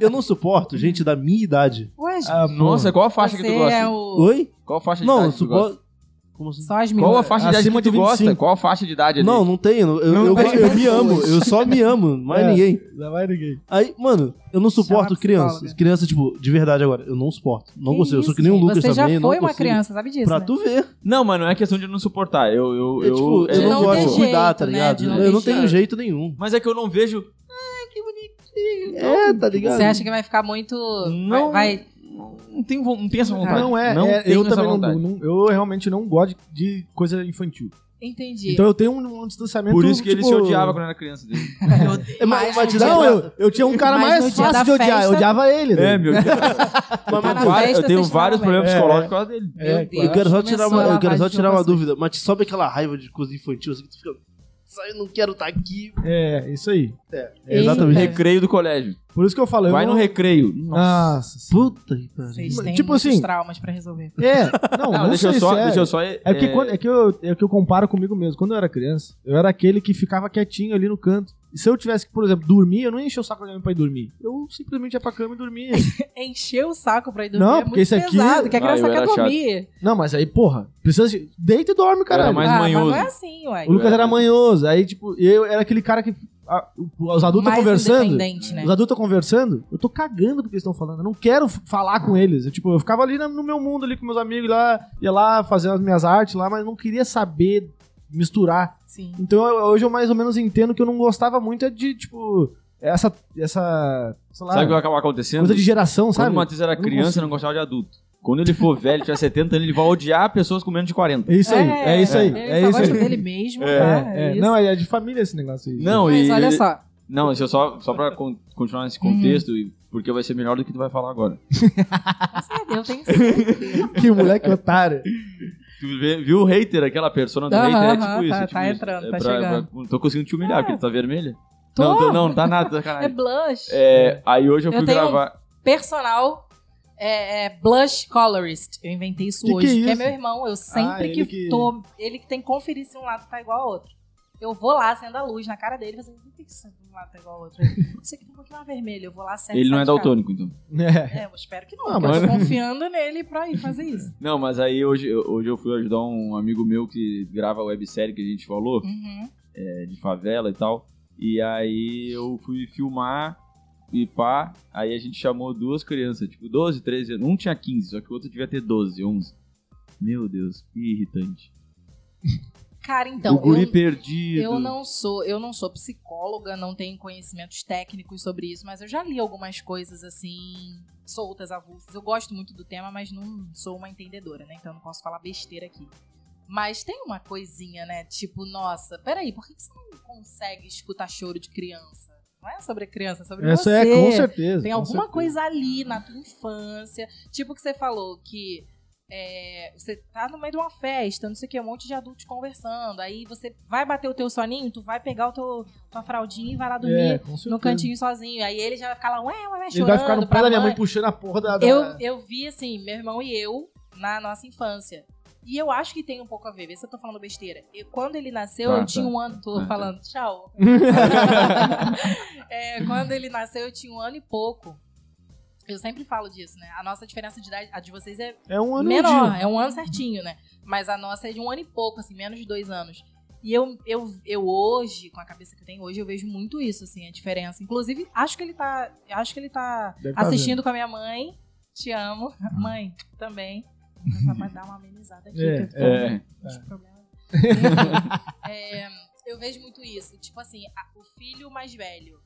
eu não suporto gente da minha idade. Ué, Ah, gente, Nossa, qual a faixa você que tu gosta? é o... Oi? Qual a faixa de Não, eu idade que tu gosta? suporto. Como assim? São as Qual a minhas. faixa de idade Acima que tu de gosta? 25. Qual a faixa de idade ali? Não, não tenho. Eu, Não eu, tem eu me pessoas. amo. Eu só me amo. Mais É. ninguém. Não vai ninguém. Aí, mano, eu não suporto Chama a psicóloga. crianças. Criança, tipo, de verdade agora. Eu não suporto. Não Que gostei. Eu sou isso, que nem o gente, Lucas Você já também. foi não uma consigo. criança, sabe disso, Pra né? tu ver. Não, mano, não é questão de não suportar. Eu, eu, É, eu, tipo, eu, é- não, não tem gosto de jeito, cuidar, tá né, ligado? de não eu não deixar. tenho jeito nenhum. Mas é que eu não vejo. É, tá ligado? Você acha que vai ficar muito... Não. Vai, vai- Não tem, vo- não tem essa vontade. Não é, é, tenho eu essa também não, vontade. não- Eu realmente não gosto de coisa infantil. Entendi. Então eu tenho um, um distanciamento. Por isso que ele se tipo, odiava quando era criança. dele. É, mas, mas te dá Não, uma- eu, eu tinha um cara Mas mais no dia fácil da de odiar. Eu festa- odiava ele. É, né? meu Deus. Eu Mas tenho, na vários- eu festa tenho vocês vários estavam problemas bem. psicológicos por causa dele. É, claro. Meu Eu quero só Começou tirar a uma, eu lavagem quero só de tirar uma roupa dúvida, mas sobe aquela raiva de coisa infantil, assim que tu fica. "Sai, Eu não quero estar aqui. É, isso aí. Eita. exatamente. Recreio do colégio. Por isso que eu falo. É. eu Vai no não... Ah, recreio. Nossa. Nossa. sim. Puta que pariu. Vocês têm tipo muitos assim- traumas pra resolver. É, não, Não, não deixa, sei eu só, se é. deixa eu só. É porque quando- é que, eu, é que eu comparo comigo mesmo. Quando eu era criança, eu era aquele que ficava quietinho ali no canto. E se eu tivesse que, por exemplo, dormir, eu não enchia o saco da minha mãe pra ir dormir. Eu simplesmente ia pra cama e dormia. Encher o saco pra ir dormir Não, é porque muito esse aqui- pesado, que a Ah, criança eu quer era chato. dormir. não, mas aí, porra, precisa de... Deita e dorme, caralho. era mais ah, manhoso. Mas não é assim, ué. O Lucas Eu era era- manhoso. Aí, tipo, eu era aquele cara que. a- o- os adultos Mais conversando. independente, né? Os adultos conversando, eu tô cagando porque eles estão falando. Eu não quero f- falar com eles. Eu, tipo, eu ficava ali na- no meu mundo ali com meus amigos lá, ia lá fazer as minhas artes lá, mas não queria saber misturar. Sim. Então eu- hoje eu mais ou menos entendo que eu não gostava muito é de, tipo, essa. essa. sei lá, Sabe o que vai acabar acontecendo? coisa de geração, Quando sabe? o Matheus era Eu não criança, consigo. não gostava de adulto. Quando ele for velho, tiver 70 anos, ele vai odiar pessoas com menos de 40. É isso aí, é, isso aí. Ele É, só isso gosta aí. dele mesmo, É, tá? é. isso. Não, é de família esse negócio aí. Não, Mas e- olha só, Uhum. Não, deixa eu só, só pra con- continuar nesse contexto, e- porque vai ser melhor do que tu vai falar agora. É eu tenho certeza. Que moleque otário. Tu vê- viu o hater, aquela persona do Aham, hater? É tipo aham, isso. tá- é tipo tá isso. entrando, É tá chegando. tô conseguindo te humilhar, porque tu tá vermelha. Tô. Não, tô- não, tá nada, É sacanagem. blush. É, aí hoje eu Eu fui tenho- um, gravar. Personal é, é, blush colorist. Eu inventei isso Que que hoje, é que é isso? meu irmão. Eu sempre ele que, que- tô. Ele que tem que conferir se um lado tá igual ao outro. Eu vou lá, acendo a luz na cara dele, fazendo, por que que esse um lado tá igual ao outro? Isso aqui tá um pouquinho mais vermelho. Eu vou lá, acendo Ele não é sai de casa. daltônico, então. É. É, eu espero que não. Ah, porque eu mas- tô confiando nele pra ir fazer isso. Não, mas aí hoje, eu- hoje eu fui ajudar um amigo meu que grava a websérie que a gente falou, Uhum. é, de favela e tal. E aí eu fui filmar e pá. Aí a gente chamou duas crianças, tipo 12, 13 anos. Um tinha 15, só que o outro devia ter 12, 11. Meu Deus, que irritante. Cara, então, o guri eu, perdido. eu não sou, eu não sou psicóloga, não tenho conhecimentos técnicos sobre isso, mas eu já li algumas coisas assim soltas, avulsas. Eu gosto muito do tema, mas não sou uma entendedora, né? Então não posso falar besteira aqui. Mas tem uma coisinha, né? Tipo, nossa, peraí, por que que você não consegue escutar choro de criança? Não é sobre a criança, é sobre Essa você. é, com certeza. Tem com alguma certeza. coisa ali na tua infância. Tipo que você falou que é, você tá no meio de uma festa, não sei o que, um monte de adultos conversando. Aí você vai bater o teu soninho, tu vai pegar o teu, tua fraldinha e vai lá É, dormir com certeza. no cantinho sozinho. Aí ele já vai ficar lá, ué, ué, ué, chorando. Ele vai ficar no pé pra da minha mãe mãe. puxando a porra da. da- Eu, eu vi, assim, meu irmão e eu na nossa infância. E eu acho que tem um pouco a ver, vê se eu tô falando besteira. Eu- quando ele nasceu, Tá, eu tá, tinha um ano, tô tá, tá. falando, tchau. É, quando ele nasceu, eu tinha um ano e pouco. Eu sempre falo disso, né? A nossa diferença de idade, a de vocês é É um ano e um menor, dia. é um ano certinho, né? Mas a nossa é de um ano e pouco, assim, menos de dois anos. E eu, eu, eu hoje, com a cabeça que eu tenho hoje, eu vejo muito isso, assim, a diferença. Inclusive, acho que ele tá. Acho que ele tá Deve tá Hum. assistindo com a minha mãe. Te amo. Mãe, também. Vou tentar dar uma amenizada aqui. É, que eu tô É, de problema. É, eu vejo muito isso. Tipo assim, a- o filho mais velho,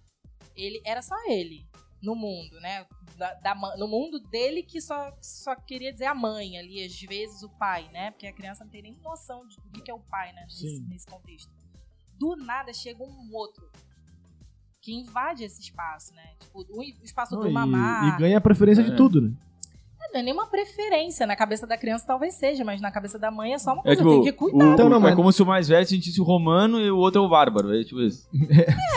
ele era só ele no mundo, né? Da- da ma- no mundo dele que só, só queria dizer a mãe ali, às vezes o pai, né? Porque a criança não tem nem noção de- do que que é o pai, né? Nesse, Sim. nesse contexto. Do nada chega um outro que invade esse espaço, né? Tipo, o o espaço Não, do e- mamar. e, ganha a preferência É. de tudo, né? Não é nenhuma preferência. Na cabeça da criança talvez seja, mas na cabeça da mãe é só uma é coisa. tipo, tem que cuidar. o- Então, não, é mas- como se o mais velho sentisse o romano e o outro é o bárbaro. É tipo isso.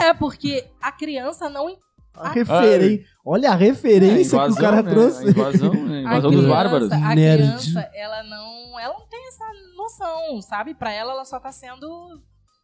É, porque a criança não. en- A Ah, referen- Olha a referência que o cara é. né? A trouxe. invasão, né? A A invasão dos bárbaros. criança, a Nerd. criança, ela não. Ela não tem essa noção, sabe? Pra ela, ela só tá sendo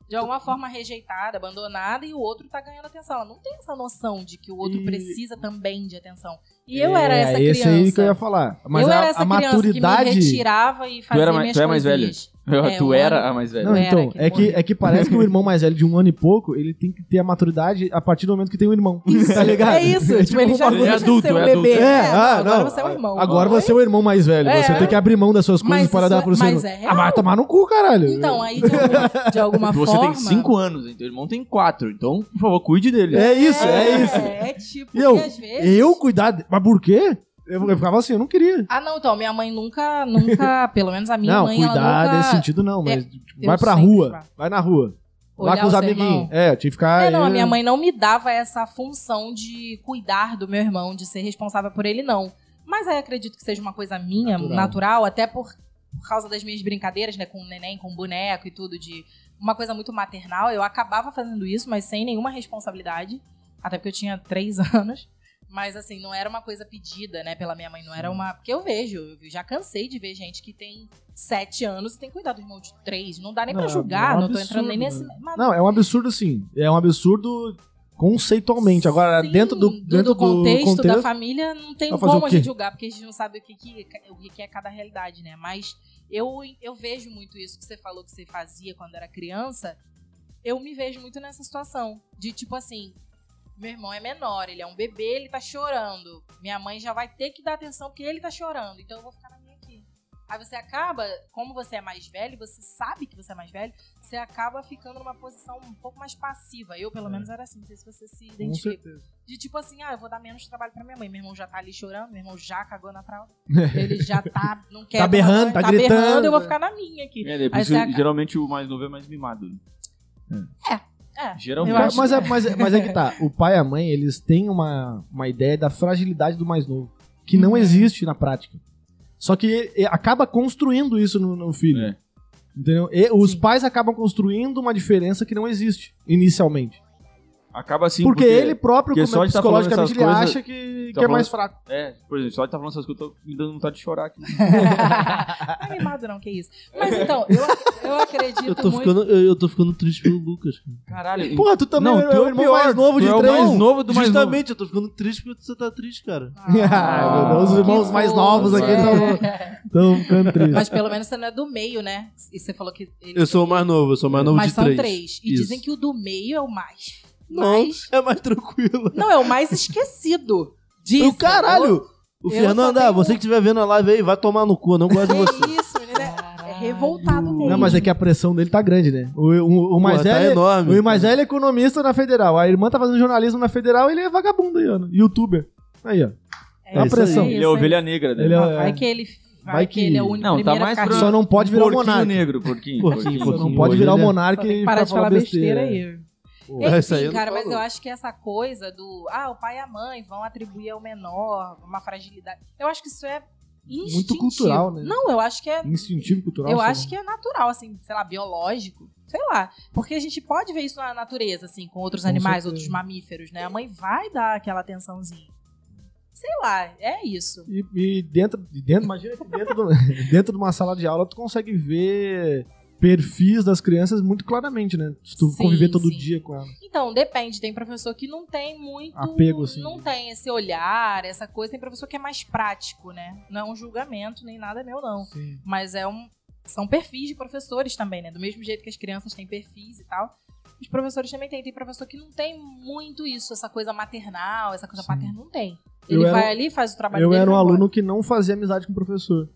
de alguma forma rejeitada, abandonada e o outro tá ganhando atenção. Ela não tem essa noção de que o outro E- precisa também de atenção. E eu era É, essa esse criança. aí que eu ia falar. Mas eu a, era essa a criança maturidade. que me retirava e fazia era mais- minhas tu é mais velha. coisinhas. É, tu um era ano. a mais velha. Não, Era então, que é que, morreu. é que parece que o irmão mais velho de um ano e pouco, ele tem que ter a maturidade a partir do momento que tem um irmão. tá ligado? É isso, tipo, ele já uma é deixa de adulto, ser um é bebê. adulto. É, ah, agora não. você é um irmão. Agora você é o irmão mais velho. É. Você tem que abrir mão das suas coisas Mas para isso dar pro seu mas irmão. é Ah, real. vai tomar no cu, caralho. Então, aí de alguma, de alguma Você forma. tem 5 anos, então teu irmão tem 4. Então, por favor, cuide dele. é isso, é, isso. É, é tipo, E eu- que às vezes. Eu cuidar. de- Mas por quê? Eu, eu ficava assim, eu não queria. Ah, não, então, minha mãe nunca, nunca, pelo menos a minha não, mãe, cuidar ela nunca É, nesse sentido não, mas tipo, eu vai pra sempre rua. falo. Vai na rua. olhar lá com os o seu irmão. amiguinhos. É, eu tinha que ficar. É, não, a eu- minha mãe não me dava essa função de cuidar do meu irmão, de ser responsável por ele, não. Mas aí acredito que seja uma coisa minha, natural, Natural. até por, por causa das minhas brincadeiras, né, com o neném, com o boneco e tudo, de uma coisa muito maternal. Eu acabava fazendo isso, mas sem nenhuma responsabilidade, até porque eu tinha três anos. Mas assim, não era uma coisa pedida, né, pela minha mãe, não era uma. Porque eu vejo, eu já cansei de ver gente que tem sete anos e tem que cuidar do irmão de três. Não dá nem Não, pra é um julgar, não tô entrando absurdo, nem nesse. Mas Não, é um absurdo sim. É um absurdo conceitualmente. Agora, Sim, dentro do, dentro do contexto, contexto, da família, não tem Vai fazer como o a quê? gente julgar, porque a gente não sabe o que, que- o que que é cada realidade, né? Mas eu, eu vejo muito isso que você falou que você fazia quando era criança. Eu me vejo muito nessa situação. De tipo assim, meu irmão é menor, ele é um bebê, ele tá chorando. Minha mãe já vai ter que dar atenção porque ele tá chorando. Então eu vou ficar na minha aqui. Aí você acaba, como você é mais velho, você sabe que você é mais velho, você acaba ficando numa posição um pouco mais passiva. Eu, pelo menos, era assim. Não sei se você se É. Com identifica. certeza. De tipo assim, ah, eu vou dar menos trabalho pra minha mãe. Meu irmão já tá ali chorando, meu irmão já cagou na fralda. Ele já tá, não quer. Tá tomar berrando, banho, tá berrando, gritando. eu vou ficar na minha aqui. É, né? Por Aí isso, você acaba- geralmente o mais novo é mais mimado. né? É. Geralmente. Eu acho mas, que é, mas, é, mas é que tá. O pai e a mãe, eles têm uma, uma ideia da fragilidade do mais novo, que não Uhum. existe na prática. Só que ele- ele acaba construindo isso no, no filho. É. Entendeu? E os Sim. pais acabam construindo uma diferença que não existe inicialmente. Acaba assim. porque, ele próprio, porque como só é, de tá falando psicologicamente, ele essas coisas- acha que, que tá é falando- mais fraco. É, por exemplo, só de tá falando essas coisas que eu tô me dando vontade de chorar aqui. Não é mimado, não, que isso. Mas então, eu, eu acredito Eu tô, Tá muito. ficando, eu, eu tô ficando triste pelo Lucas. cara. Caralho. Porra, tu também não, é tu é o o irmão pior, mais novo tu de é o três. mais novo do mais novo. Justamente, eu tô ficando triste porque você tá triste, cara. Ah, meu Deus, os que irmãos mais fofo, novos aqui então. é. Tão ficando triste. Mas pelo menos você não é do meio, né? E você falou que. ele- Eu sou o mais novo, eu sou o mais novo Mas de são três. três. E Isso. dizem que o do meio é o mais. Não, mais- é mais tranquilo. Não, é o mais esquecido. Dizem. o caralho! O eu Fernando, só ah, tenho- você que estiver vendo a live aí, vai tomar no cu, eu não gosto de você. Que isso, menino. É, é revoltado mesmo. Não, mas é que a pressão dele tá grande, né? O, o- o mais é- Porra, tá velho. enorme. o mais velho é economista na federal. A irmã tá fazendo jornalismo na federal ele é vagabundo aí, ó. Youtuber. Aí, ó. É dá isso pressão. aí, Ele isso é aí. ovelha negra, né? Ele é- Ah, vai que ele. Vai, Vai que, que- ele é o único. Não, tá primeiro mais a pra- cair. Só não pode virar o porquinho monarca. negro, porquinho. um Porquinho, Só não porquinho. pode Hoje, virar o né? Só monarca tem que e parar pra de falar besteira aí. aí. Pô, essa É, aí é Enfim, eu não cara, mas falo. eu acho que essa coisa do. Ah, o pai e a mãe vão atribuir ao menor uma fragilidade. Eu acho que isso é instintivo. cultural, né? Não, eu acho que é. Instintivo cultural. eu sei lá. acho que é natural, assim, sei lá, biológico. Sei lá. Porque a gente pode ver isso na natureza, assim, com outros Com animais, certeza. outros mamíferos, né? A mãe vai dar aquela atençãozinha. Sei lá, é isso. E, e dentro, e dentro, imagina que dentro, do- dentro de uma sala de aula tu consegue ver perfis das crianças muito claramente, né? Se tu Sim, conviver todo sim. dia com ela. Então, depende. Tem professor que não tem muito. Apego, assim. Não tem esse olhar, essa coisa. Tem professor que é mais prático, né? Não é um julgamento, nem nada meu, não. Sim. Mas é um. São perfis de professores também, né? Do mesmo jeito que as crianças têm perfis e tal. Os professores também têm. Tem professor que não tem muito isso, essa coisa maternal, essa coisa Sim. paterna, não tem. Eu Ele era vai um- ali, faz o trabalho Eu dele. era um vai embora. aluno que não fazia amizade com o professor.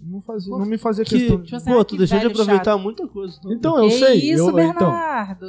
Não, fazia, não me fazia Que, questão. de- Tipo assim, pô, ah, tu que deixou de velho aproveitar muita coisa. né? Então, eu que sei. É Isso, eu, então, Bernardo!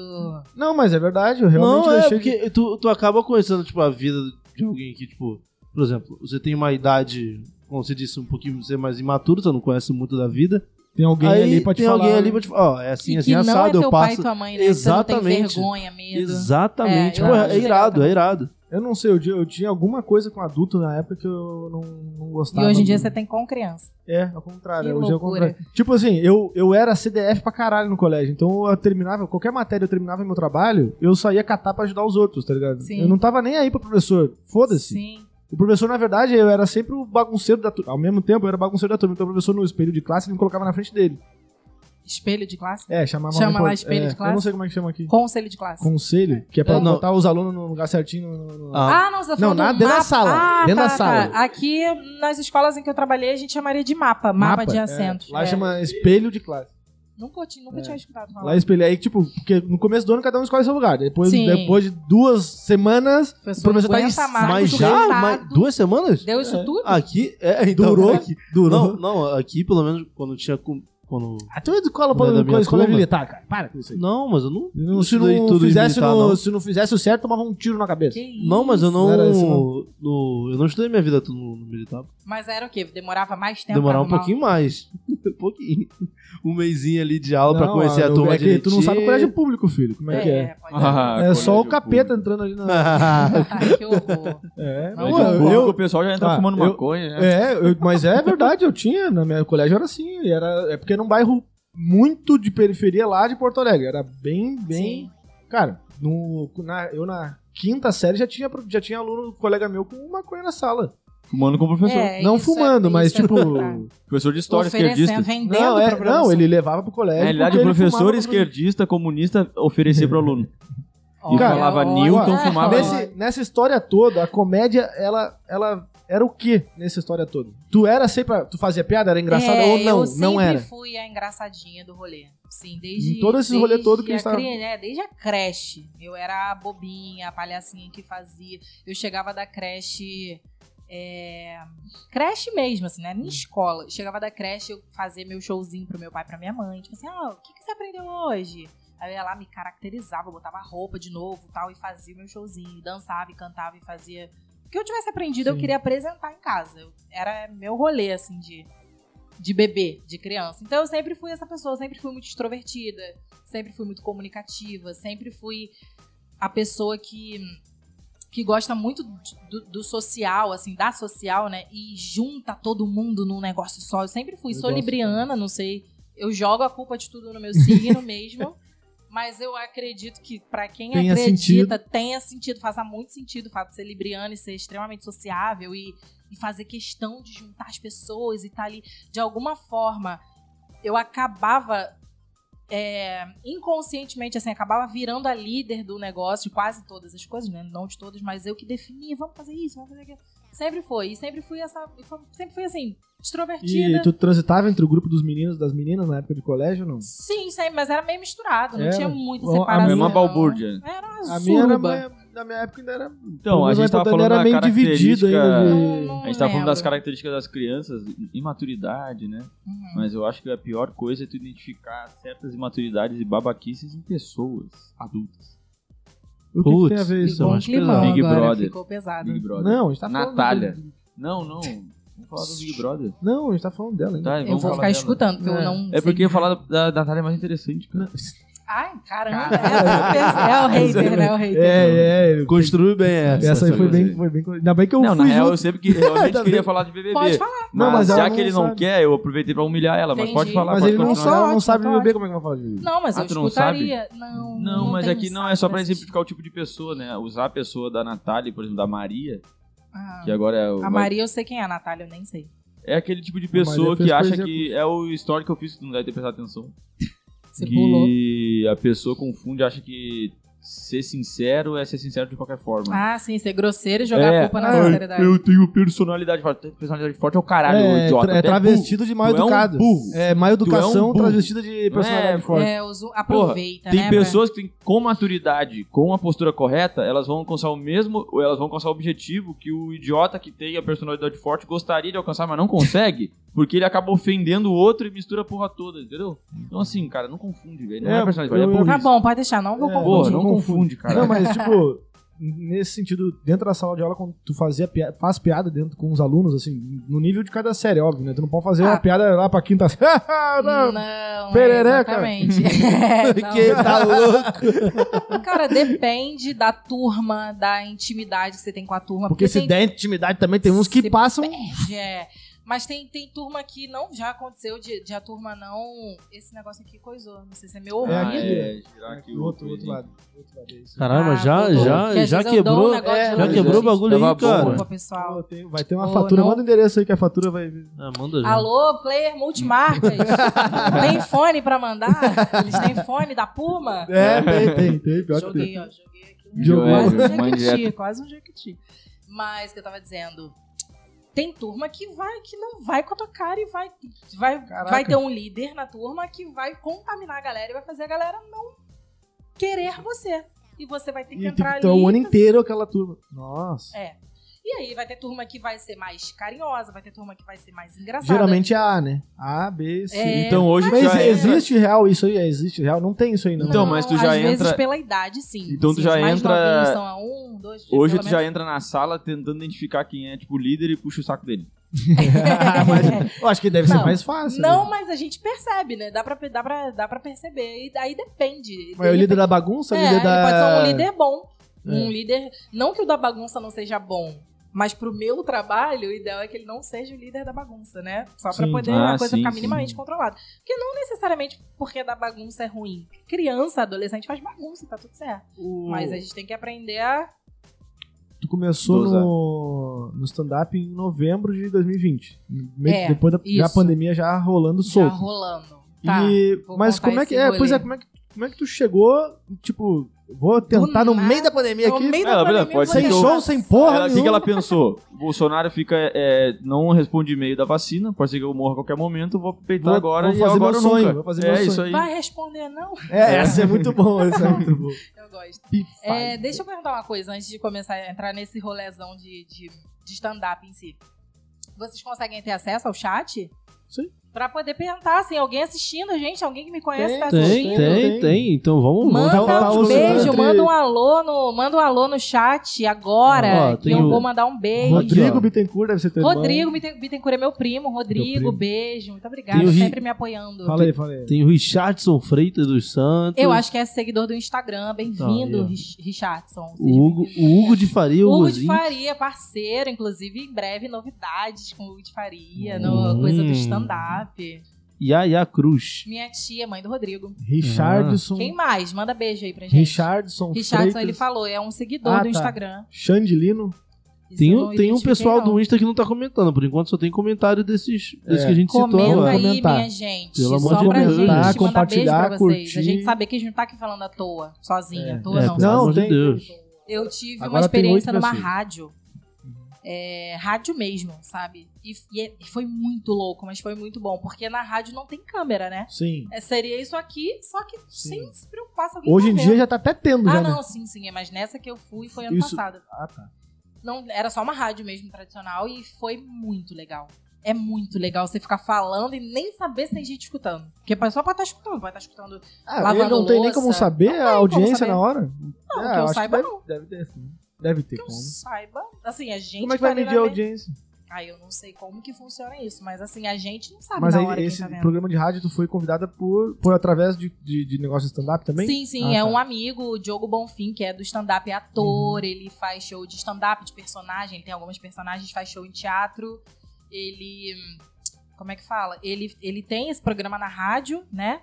Não, mas é verdade, eu realmente não, é deixei. porque tu, tu acaba conhecendo, tipo, a vida de alguém que, tipo, por exemplo, você tem uma idade, como você disse, um pouquinho você é mais imaturo, você não conhece muito da vida. Tem alguém Aí ali pra te tem falar. alguém ali pra te falar, ó, é assim, E assim, que não assado, é eu teu pai e passo. tua mãe, né? Você não tem Exatamente. vergonha, medo. Exatamente, É, eu pô, acho é irado, é irado. Eu não sei, eu, tinha- eu tinha alguma coisa com adulto na época que eu não, não E gostava. hoje em dia você tem com criança. É, ao contrário. Que hoje é ao loucura. contrário. Tipo assim, eu, eu era CDF pra caralho no colégio. Então eu terminava, qualquer matéria eu terminava meu trabalho, eu saía catar pra ajudar os outros, tá ligado? Sim. Eu não tava nem aí pro professor. Foda-se. Sim. O professor, na verdade, eu era sempre o bagunceiro da turma. Ao mesmo tempo, eu era bagunceiro da turma. Então o professor no espelho de classe ele me colocava na frente dele. Espelho de classe? É, chamava Chama pô, lá espelho é, de classe? Eu não sei como é que chama aqui. Conselho de classe. Conselho, que é pra É, não. botar os alunos no lugar certinho. no- no- no- Ah, não, você tá Não, falando nada do dentro da mapa. sala, Ah, dentro tá, da sala. tá. Aqui nas escolas em que eu trabalhei, a gente chamaria de mapa, mapa, de é. assentos. Lá é. chama espelho de classe. Nunca, ti- nunca É. tinha escutado falar. Lá espelho. Aí, tipo, porque no começo do ano cada um escolhe seu lugar. Depois, Sim. depois de duas semanas, professor, o professor tá em- Ah, mas já? Mas duas semanas? Deu isso tudo? Ah, Aqui, é, então, durou. aqui- durou. Não, não, aqui pelo menos quando tinha. com- Quando... Ah, tu é de cola pra Não é da escola, minha escola turma? militar, cara. Para com isso aí. Não, mas eu não. Não, se, estudei não tudo em fizesse militar, no- não. se não fizesse o certo, tomava um tiro na cabeça. Que Não, mas eu isso? não. Não era isso, no- eu não estudei minha vida toda no, no militar. Mas era o quê? Demorava mais tempo? Demorar pra um arrumar? pouquinho mais. um pouquinho. Um mêsinho ali de aula pra Não, conhecer a ah, turma é que Tu não sabe o colégio direitinho. público, filho. Como é, que é? É, pode ser. Ah, É só o colégio capeta entrando ali na. Ah, que horror. É, Mas pô, de um pouco eu, o pessoal já entra Ah, fumando eu- maconha, né? É, eu- mas é verdade, eu tinha. Na minha colégio era assim. Era, é porque era um bairro muito de periferia lá de Porto Alegre. Era bem, bem. Sim. Cara, no, na- eu na quinta série já tinha, pro- já tinha aluno, colega meu, com maconha na sala. Fumando com o professor. É, não isso fumando, é- mas isso é tipo. verdade. Professor de história, Oferecendo, esquerdista. rendendo Não, pra é, professor. não, ele levava pro colégio. Na realidade, porque É, ele professor fumava esquerdista, comunista, oferecia pro aluno. E Olha, falava olha. Newton, fumava- Nesse- nessa história toda, a comédia, ela, ela era o quê nessa história toda? Tu era sempre. a- Tu fazia piada, era engraçada É, ou não? Eu sempre Não era. fui a engraçadinha do rolê. Sim, desde. Em todo esse rolê desde todo que a a gente tava- cri- né, Desde a creche. Eu era a bobinha, a palhacinha que fazia. Eu chegava da creche. é, creche mesmo, assim, Hum. né? Minha escola. Eu Chegava da creche, eu fazia meu showzinho pro meu pai e pra minha mãe. Tipo assim, ah, o que, que você aprendeu hoje? Aí eu ia lá, me caracterizava, botava a roupa de novo tal, e fazia meu showzinho. Dançava e cantava e fazia. O que eu tivesse aprendido, eu Sim. queria apresentar em casa. Eu- Era meu rolê, assim, de de bebê, de criança. Então eu sempre fui essa pessoa, sempre fui muito extrovertida, sempre fui muito comunicativa, sempre fui a pessoa que que gosta muito do, do social, assim, da social, né? E junta todo mundo num negócio só. Eu sempre fui, Eu sou gosto libriana, não sei. Eu jogo a culpa de tudo no meu signo mesmo. Mas eu acredito que pra quem Tenha acredita, tenha sentido, faça muito sentido o fato de ser libriana e ser extremamente sociável e, e fazer questão de juntar as pessoas e estar ali. De alguma forma, eu acabava é, inconscientemente, assim, acabava virando a líder do negócio de quase todas as coisas, né? Não de todas, mas eu que definia, vamos fazer isso, vamos fazer aquilo. Sempre foi. E sempre fui essa. Sempre fui assim, extrovertida. E tu transitava entre o grupo dos meninos e das meninas na época de colégio ou não? Sim, sempre, mas era meio misturado, não Era. tinha muita Bom, a separação. É uma balbúrdia. Era uma A minha era, surba. mais- na minha época ainda era. Então, a gente tava Botânia falando da dividido característica... ainda. né? de- Não A gente tava falando das lembro. características das crianças, imaturidade, né? Uhum. Mas eu acho que a pior coisa é tu identificar certas imaturidades e babaquices em pessoas adultas. O que que, Putz. tem a ver isso? Bom, Ficou um acho pesado. climão Big agora, Brother. ficou pesado. Big Brother. Não, a gente tá falando. Natália. Não, não. Vamos falar do Big Brother. Não, a gente tá falando dela ainda. Tá, Eu vamos vou falar ficar dela. escutando, porque É. eu não. É sei. porque falar da, da Natália é mais interessante, cara. Ai, caramba. É, é o hater, né? É o hater. É, é. Construi bem essa. Essa aí essa foi eu bem, gostei. foi bem. Ainda bem que eu não, na fui real, junto. eu sempre que realmente Tá queria vendo? falar de BBB. Pode falar. Mas, Não, mas ela já não que ele não sabe. quer, eu aproveitei pra humilhar ela. Mas Entendi. pode falar, Mas pode ele não, continuar. sabe, Tá não ótimo, sabe tá beber ótimo. como é que vai fazer. Não, mas Ah, eu tu não escutaria. Não, Não, mas tem aqui não saco é só pra desse exemplificar o tipo de pessoa, né? Usar a pessoa da Natália, por exemplo, da Maria, tipo. Ah. que agora é o. A Maria eu sei quem é, a Natália eu nem sei. É aquele tipo de Maria pessoa fez que acha poesia que é o story que eu fiz, tu não deve ter prestado atenção. Você pulou. que a pessoa confunde, acha que ser sincero é ser sincero de qualquer forma. Ah, sim, ser grosseiro e jogar É. a culpa na Ah, sinceridade. Eu tenho personalidade forte. Personalidade forte é o caralho, é, idiota. tra- é Tu é travestido de mal Tu é um educado. burro. É, má Tu é um educação burro. travestida de personalidade É, forte. É, uso, aproveita, Tem né? pessoas que têm, com maturidade, com a postura correta, elas vão alcançar o mesmo, ou elas vão alcançar o objetivo que o idiota que tem a personalidade forte gostaria de alcançar, mas não consegue, porque ele acaba ofendendo o outro e mistura a porra toda, entendeu? É. Então assim, cara, não confunde, velho. Não é, É, personalidade eu- forte, é pra- Tá burrice. bom, pode deixar, não vou É, Porra, confundir. não confunde, cara. Não, mas tipo, nesse sentido, dentro da sala de aula, quando tu fazia piada, faz piada dentro com os alunos, assim, no nível de cada série, óbvio, né? Tu não pode fazer Ah. uma piada lá pra quinta série. Ah, não. Não, Perereca. exatamente. É, não. Que tá louco. Cara, depende da turma, da intimidade que você tem com a turma. Porque se tem der intimidade também, tem uns que Se passam. É, mas tem, tem turma que não já aconteceu de, de a turma não. Esse negócio aqui coisou. Não sei se é meu ouvido. Ah, aqui, é, girar aqui o outro, outro lado. outro lado, é isso. Caramba, Ah, já, voltou. já, Porque às já vezes eu dou quebrou. um negócio é, de já luz, quebrou o gente. bagulho aí, Tava bom, cara. Desculpa, pessoal. Pô, tem- vai ter uma Ô, fatura, não- manda o endereço aí que a fatura vai vir. Ah, manda já. Alô, player multimarcas. tem fone pra mandar? Eles têm fone da Puma? É, tem, tem, tem. Pior que tem. Joguei, ó. Joguei aqui. Jogou. Quase É, um mãe jequiti, direta. quase um jequiti. Mas o que eu tava dizendo. Tem turma que vai, que não vai com a tua cara e vai, vai, Caraca. vai ter um líder na turma que vai contaminar a galera e vai fazer a galera não querer você. E você vai ter que E tem então, entrar que ter ali. né? o ano inteiro aquela turma. Nossa. É. E aí vai ter turma que vai ser mais carinhosa, vai ter turma que vai ser mais engraçada. Geralmente é A, né? A, B, C. É, Então hoje Mas tu já entra- existe real isso aí? Existe real? Não tem isso aí, não. Então, mas tu já às vezes entra- pela idade, sim. Então tu Assim, já os mais entra- novinhos são a um, dois, Hoje pelo tu já entra na sala tentando identificar quem é, tipo, o líder e puxa o saco dele. menos- eu acho que deve ser Não. mais fácil. Não, né? mas a gente percebe, né? Dá pra, dá pra, dá pra perceber. E aí depende. Mas é o líder da bagunça, é, o líder ele da. pode ser um líder bom. É. Um líder. Não que o da bagunça não seja bom. Mas pro meu trabalho, o ideal é que ele não seja o líder da bagunça, né? Só pra Sim. poder Ah, a coisa sim, ficar sim. minimamente controlada. Porque não necessariamente porque da bagunça é ruim. Criança, adolescente faz bagunça, tá tudo certo. O- Mas a gente tem que aprender a. Tu começou Doze no, no stand-up em novembro de 2020. Meio que É, depois da já a isso. pandemia já rolando Já solto. rolando. Tá. e, vou mas contar como é que. esse É, pois é, rolê. como é que, como é que tu chegou? Tipo, vou tentar no nada, meio da pandemia no aqui. meio da Ela- pandemia, Ah, pode eu ser sem vou que eu- show, tentar. sem porra. Ela- O que, que nenhuma. ela pensou? O Bolsonaro fica, é, não responde e-mail da vacina, pode ser que eu morra a qualquer momento, vou peitar Vou- agora vou e fazer agora meu ou nunca. sonho, vou fazer meu é sonho. isso aí. Vai responder, não? É, essa é muito bom, essa é muito bom. Eu gosto. É, deixa eu perguntar uma coisa antes de começar a entrar nesse rolezão de, de, de stand-up em si. Vocês conseguem ter acesso ao chat? Sim. Pra poder perguntar, assim, alguém assistindo, gente, alguém que me conhece Tem, tá tem, assistindo. tem. Então vamos, Manda tá um usando beijo, entre- manda um alô no, alô, manda um alô no chat agora, Ó, que tem eu o- vou mandar um beijo. Rodrigo ó. Bittencourt deve ser teu irmão. Rodrigo Bitten- Bittencourt é meu primo. Rodrigo, primo. beijo. Muito obrigada, Tem o Ri- sempre me apoiando. Fala aí, fala aí. Tem o Richardson Freitas dos Santos. Eu acho que é seguidor do Instagram. Bem-vindo, Tá, é. Rich- Richardson. Seja O Hugo, bem-vindo. o Hugo de Faria, o Hugo de Hugozinho. Faria, parceiro, inclusive em breve novidades com o Hugo de Faria, no Hum. coisa do stand-up. Yaya Cruz. Minha tia, mãe do Rodrigo. Hum. Richardson. Quem mais? Manda beijo aí pra gente. Richardson. Richardson, Freitas, ele falou, é um seguidor Ah, do tá. Instagram. Xandilino. Isso Tem, eu um- não tem um identifiquei, pessoal não. do Insta que não tá comentando. Por enquanto só tem comentário desses, desses É. que a gente Comenta citou agora. aí, Comentar. minha gente. Pelo amor tá? só de pra Deus. gente. Comentar, Mandar beijo pra compartilhar, vocês. curtir. A gente saber que a gente não tá aqui falando à toa, sozinha. À toa É, não. pelo Não, amor de tem- Deus. Eu tive uma Agora tem experiência oito numa pessoas. rádio. É, rádio mesmo, sabe? E, e é- foi muito louco, mas foi muito bom. Porque na rádio não tem câmera, né? Sim. É, seria isso aqui, só que Sim. sem se preocupar se alguém Hoje tá em vendo. dia já tá até tendo, Ah, já, né? não, sim, sim. é, Mas nessa que eu fui foi ano Isso- passado. Ah, tá. Não, era só uma rádio mesmo, tradicional, e foi muito legal. É muito legal você ficar falando e nem saber se tem gente escutando. Porque só pode estar escutando, pode estar escutando. Ah, Lavando ele não tem nem louça. como saber Não a tem audiência como saber. na hora? Não, Ah, que eu acho saiba, deve, não. Deve ter, sim. Deve ter Que eu como. saiba. Assim, a gente. Como é que vai parando medir a na- audiência? Ah, eu não sei como que funciona isso, mas assim, a gente não sabe Mas na aí, hora esse quem tá vendo. programa de rádio, tu foi convidada por, por através de, de, de negócio de stand-up também? Sim, sim, Ah, é tá. Uhum. um amigo, o Diogo Bonfim, que é do stand-up, é ator, ele faz show de stand-up, de personagem, ele tem algumas personagens, faz show em teatro, ele... hum, Como é que fala? Ele, ele tem esse programa na rádio, né?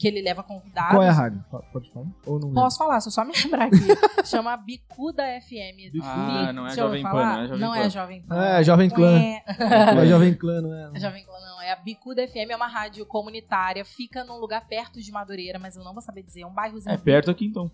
Que ele leva convidados. Qual é a rádio? Fa- Pode falar? Ou não? Posso falar, se eu só me lembrar aqui. Chama Bicuda FM. Ah, não é Já ouviu Jovem Pan, falar? não é Jovem não Pan. é Jovem Pan. lembro? É, Jovem Clã. É. É, Jovem Clã, não é? A Jovem Pan não, é a Bicuda FM, é uma rádio comunitária, fica num lugar perto de Madureira, mas eu não vou saber dizer, é um bairrozinho. É perto aqui então.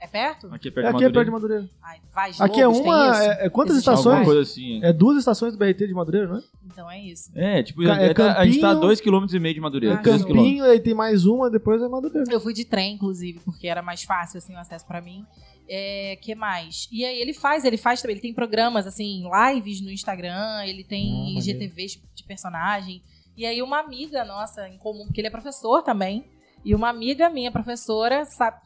É perto? Aqui é perto É, aqui de é Madureira. perto de Madureira. Ai, vai, Aqui é Lobos, tem uma. isso? é- é quantas Existe estações? Alguma coisa assim. É, É duas estações do BRT de Madureira, não é? Então é isso. É, tipo, Ca- é é- tá- a gente tá a Campinho- É, 2,5km de Madureira. Ah, dois Campinho. quilômetros. Campinho, aí tem mais uma, depois é Madureira. Eu fui de trem, inclusive, porque era mais fácil assim, o acesso pra mim. É, que mais? E aí ele faz, ele faz também, ele tem programas assim, lives no Instagram, ele Ah, tem maneiro. IGTVs de personagem. E aí uma amiga nossa em comum, porque ele é professor também, e uma amiga minha, professora, sa-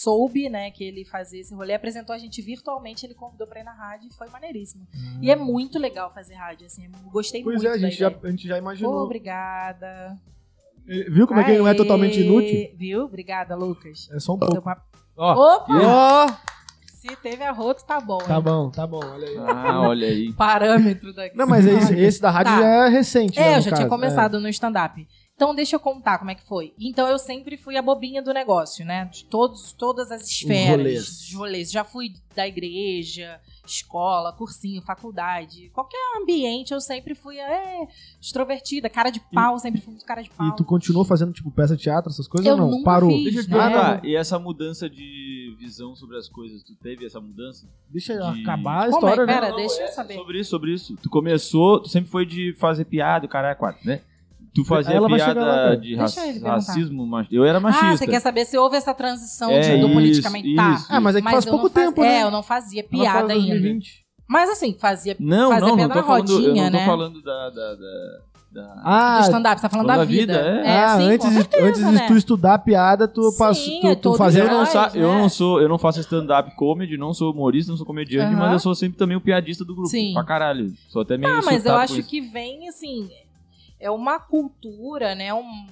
soube, né, que ele fazia esse rolê, apresentou a gente virtualmente, ele convidou pra ir na rádio e foi maneiríssimo. E é muito legal fazer rádio, assim, eu gostei Hum. Pois muito é, a da gente, já, ideia. a gente já Pô, imaginou. obrigada. Viu como é que ele não é Aê! totalmente inútil? Viu? Obrigada, Lucas. É só um pouco. Seu papo- Ó, Opa! Ó, Se teve arroto, tá bom. Tá hein? bom, tá bom, olha aí. Ah, olha aí. Parâmetro daqui. Não, mas é isso, esse da rádio Tá. já é recente, né, É, eu no já caso, tinha começado no stand-up. Então, deixa eu contar como é que foi. Então, eu sempre fui a bobinha do negócio, né? De todos, todas as esferas. rolês. os rolês. Já fui da igreja, escola, cursinho, faculdade. Qualquer ambiente, eu sempre fui é, extrovertida, cara de pau, sempre fui muito cara de é. pau. E tu continuou fazendo, tipo, peça de teatro, essas coisas Eu ou não? nunca Parou. fiz. Deixa eu te né? perguntar, e essa mudança de visão sobre as coisas, tu teve essa mudança? Deixa eu De- acabar a Como é? história, né? Pera, deixa eu é saber. Sobre isso, sobre isso. Tu começou, tu sempre foi de fazer piada, o caralho, é quatro, né? Tu fazia Ela vai piada chegar lá, cara. de Deixa raci- ele perguntar. racismo, mas eu era machista. Ah, você quer saber se houve essa transição É, de- do isso, politicamente tá? isso. Ah, mas é que faz eu pouco não fazia- tempo, né? É, eu não fazia Ela fala piada ainda. 2020. Mas assim, fazia Não, fazer não, não piada tô na falando, eu rodinha, não tô né? falando da... da, da- da- Ah, do stand-up, você tá falando da toda a vida. vida, é. É, ah, sim, com antes, de, certeza, antes de né? tu estudar a piada, tu, Sim, passou, é tu, tu todo fazia... eu não, nós, sa- eu né? não sou, eu não faço stand-up comedy, não sou humorista, não sou comediante, Aham. mas eu sou sempre também o piadista do grupo. Sim. Pra caralho. Sou até meio Ah, mas eu insultado com acho isso. que vem, assim, é uma cultura, né? Um,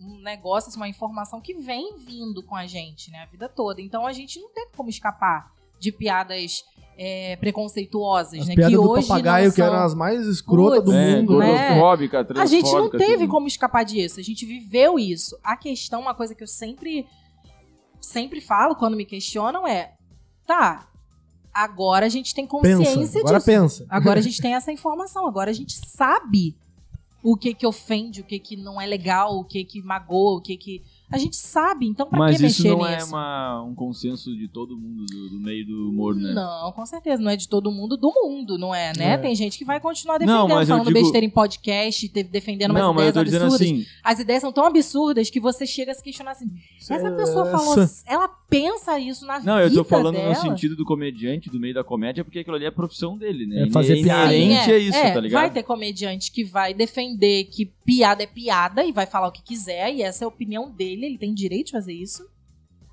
um negócio, assim, uma informação que vem vindo com a gente, né? A vida toda. Então a gente não teve como escapar de piadas é, preconceituosas, As né? piadas Que do hoje papagaio, não que são... eram as mais escrotas do Putz, é, mundo, né? né? gordofóbica, A gente não transfóbica, teve tudo. como escapar disso, a gente viveu isso. A questão, uma coisa que eu sempre sempre falo quando me questionam é: tá, agora a gente tem consciência Pensa, agora disso. pensa. Agora a gente tem essa informação, agora a gente sabe o que que ofende, o que que não é legal, o que que magoa, o que que a gente sabe, então pra Mas que isso mexer não é nisso? uma- um consenso de todo mundo do, do meio do humor, né? Não, com certeza. Não é de todo mundo do mundo, não é, né? É. Tem gente que vai continuar defendendo, Não, mas eu falando digo- besteira em podcast, te- defendendo umas Não, mas eu ideias tô dizendo absurdas. assim, As ideias são tão absurdas que você chega a se questionar assim. é Essa pessoa falou. assim, Ela pensa isso na vida. Não, eu tô falando dela? no sentido do comediante, do meio da comédia, porque aquilo ali é a profissão dele, né? É fazer Ele- piada. inerente Sim, é isso, tá ligado? Vai ter comediante que vai defender que piada é piada e vai falar o que quiser, e essa é a opinião dele, ele tem direito de fazer isso.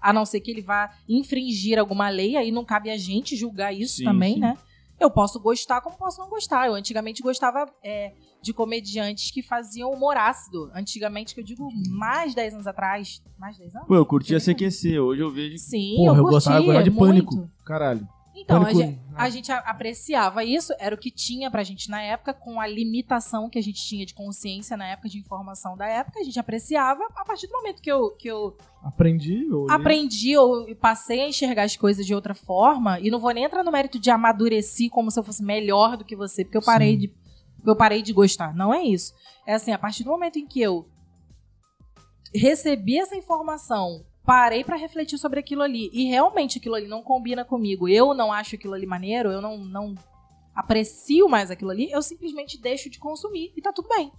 a não ser que ele vá infringir alguma lei, aí não cabe a gente julgar isso Sim, também, sim. né? Eu posso gostar como posso não gostar. Eu antigamente gostava é, de comediantes que faziam humor ácido. Antigamente, que eu digo mais 10 anos atrás. Mais 10 anos? Pô, eu curtia CQC, hoje eu vejo. Sim, Porra, eu eu curti, gostava agora de muito. Pânico. Caralho. Então, a é Pânico- gente, a gente a- apreciava isso, era o que tinha pra gente na época, com a limitação que a gente tinha de consciência na época, de informação da época, a gente apreciava a partir do momento que eu, que eu Aprendi, eu olhei. aprendi ou passei a enxergar as coisas de outra forma, e não vou nem entrar no mérito de amadureci como se eu fosse melhor do que você, porque eu parei Sim. de eu parei de gostar. Não é isso. É assim, a partir do momento em que eu recebi essa informação, parei pra refletir sobre aquilo ali e realmente aquilo ali não combina comigo, eu não acho aquilo ali maneiro, eu não não aprecio mais aquilo ali, eu simplesmente deixo de consumir e tá tudo bem.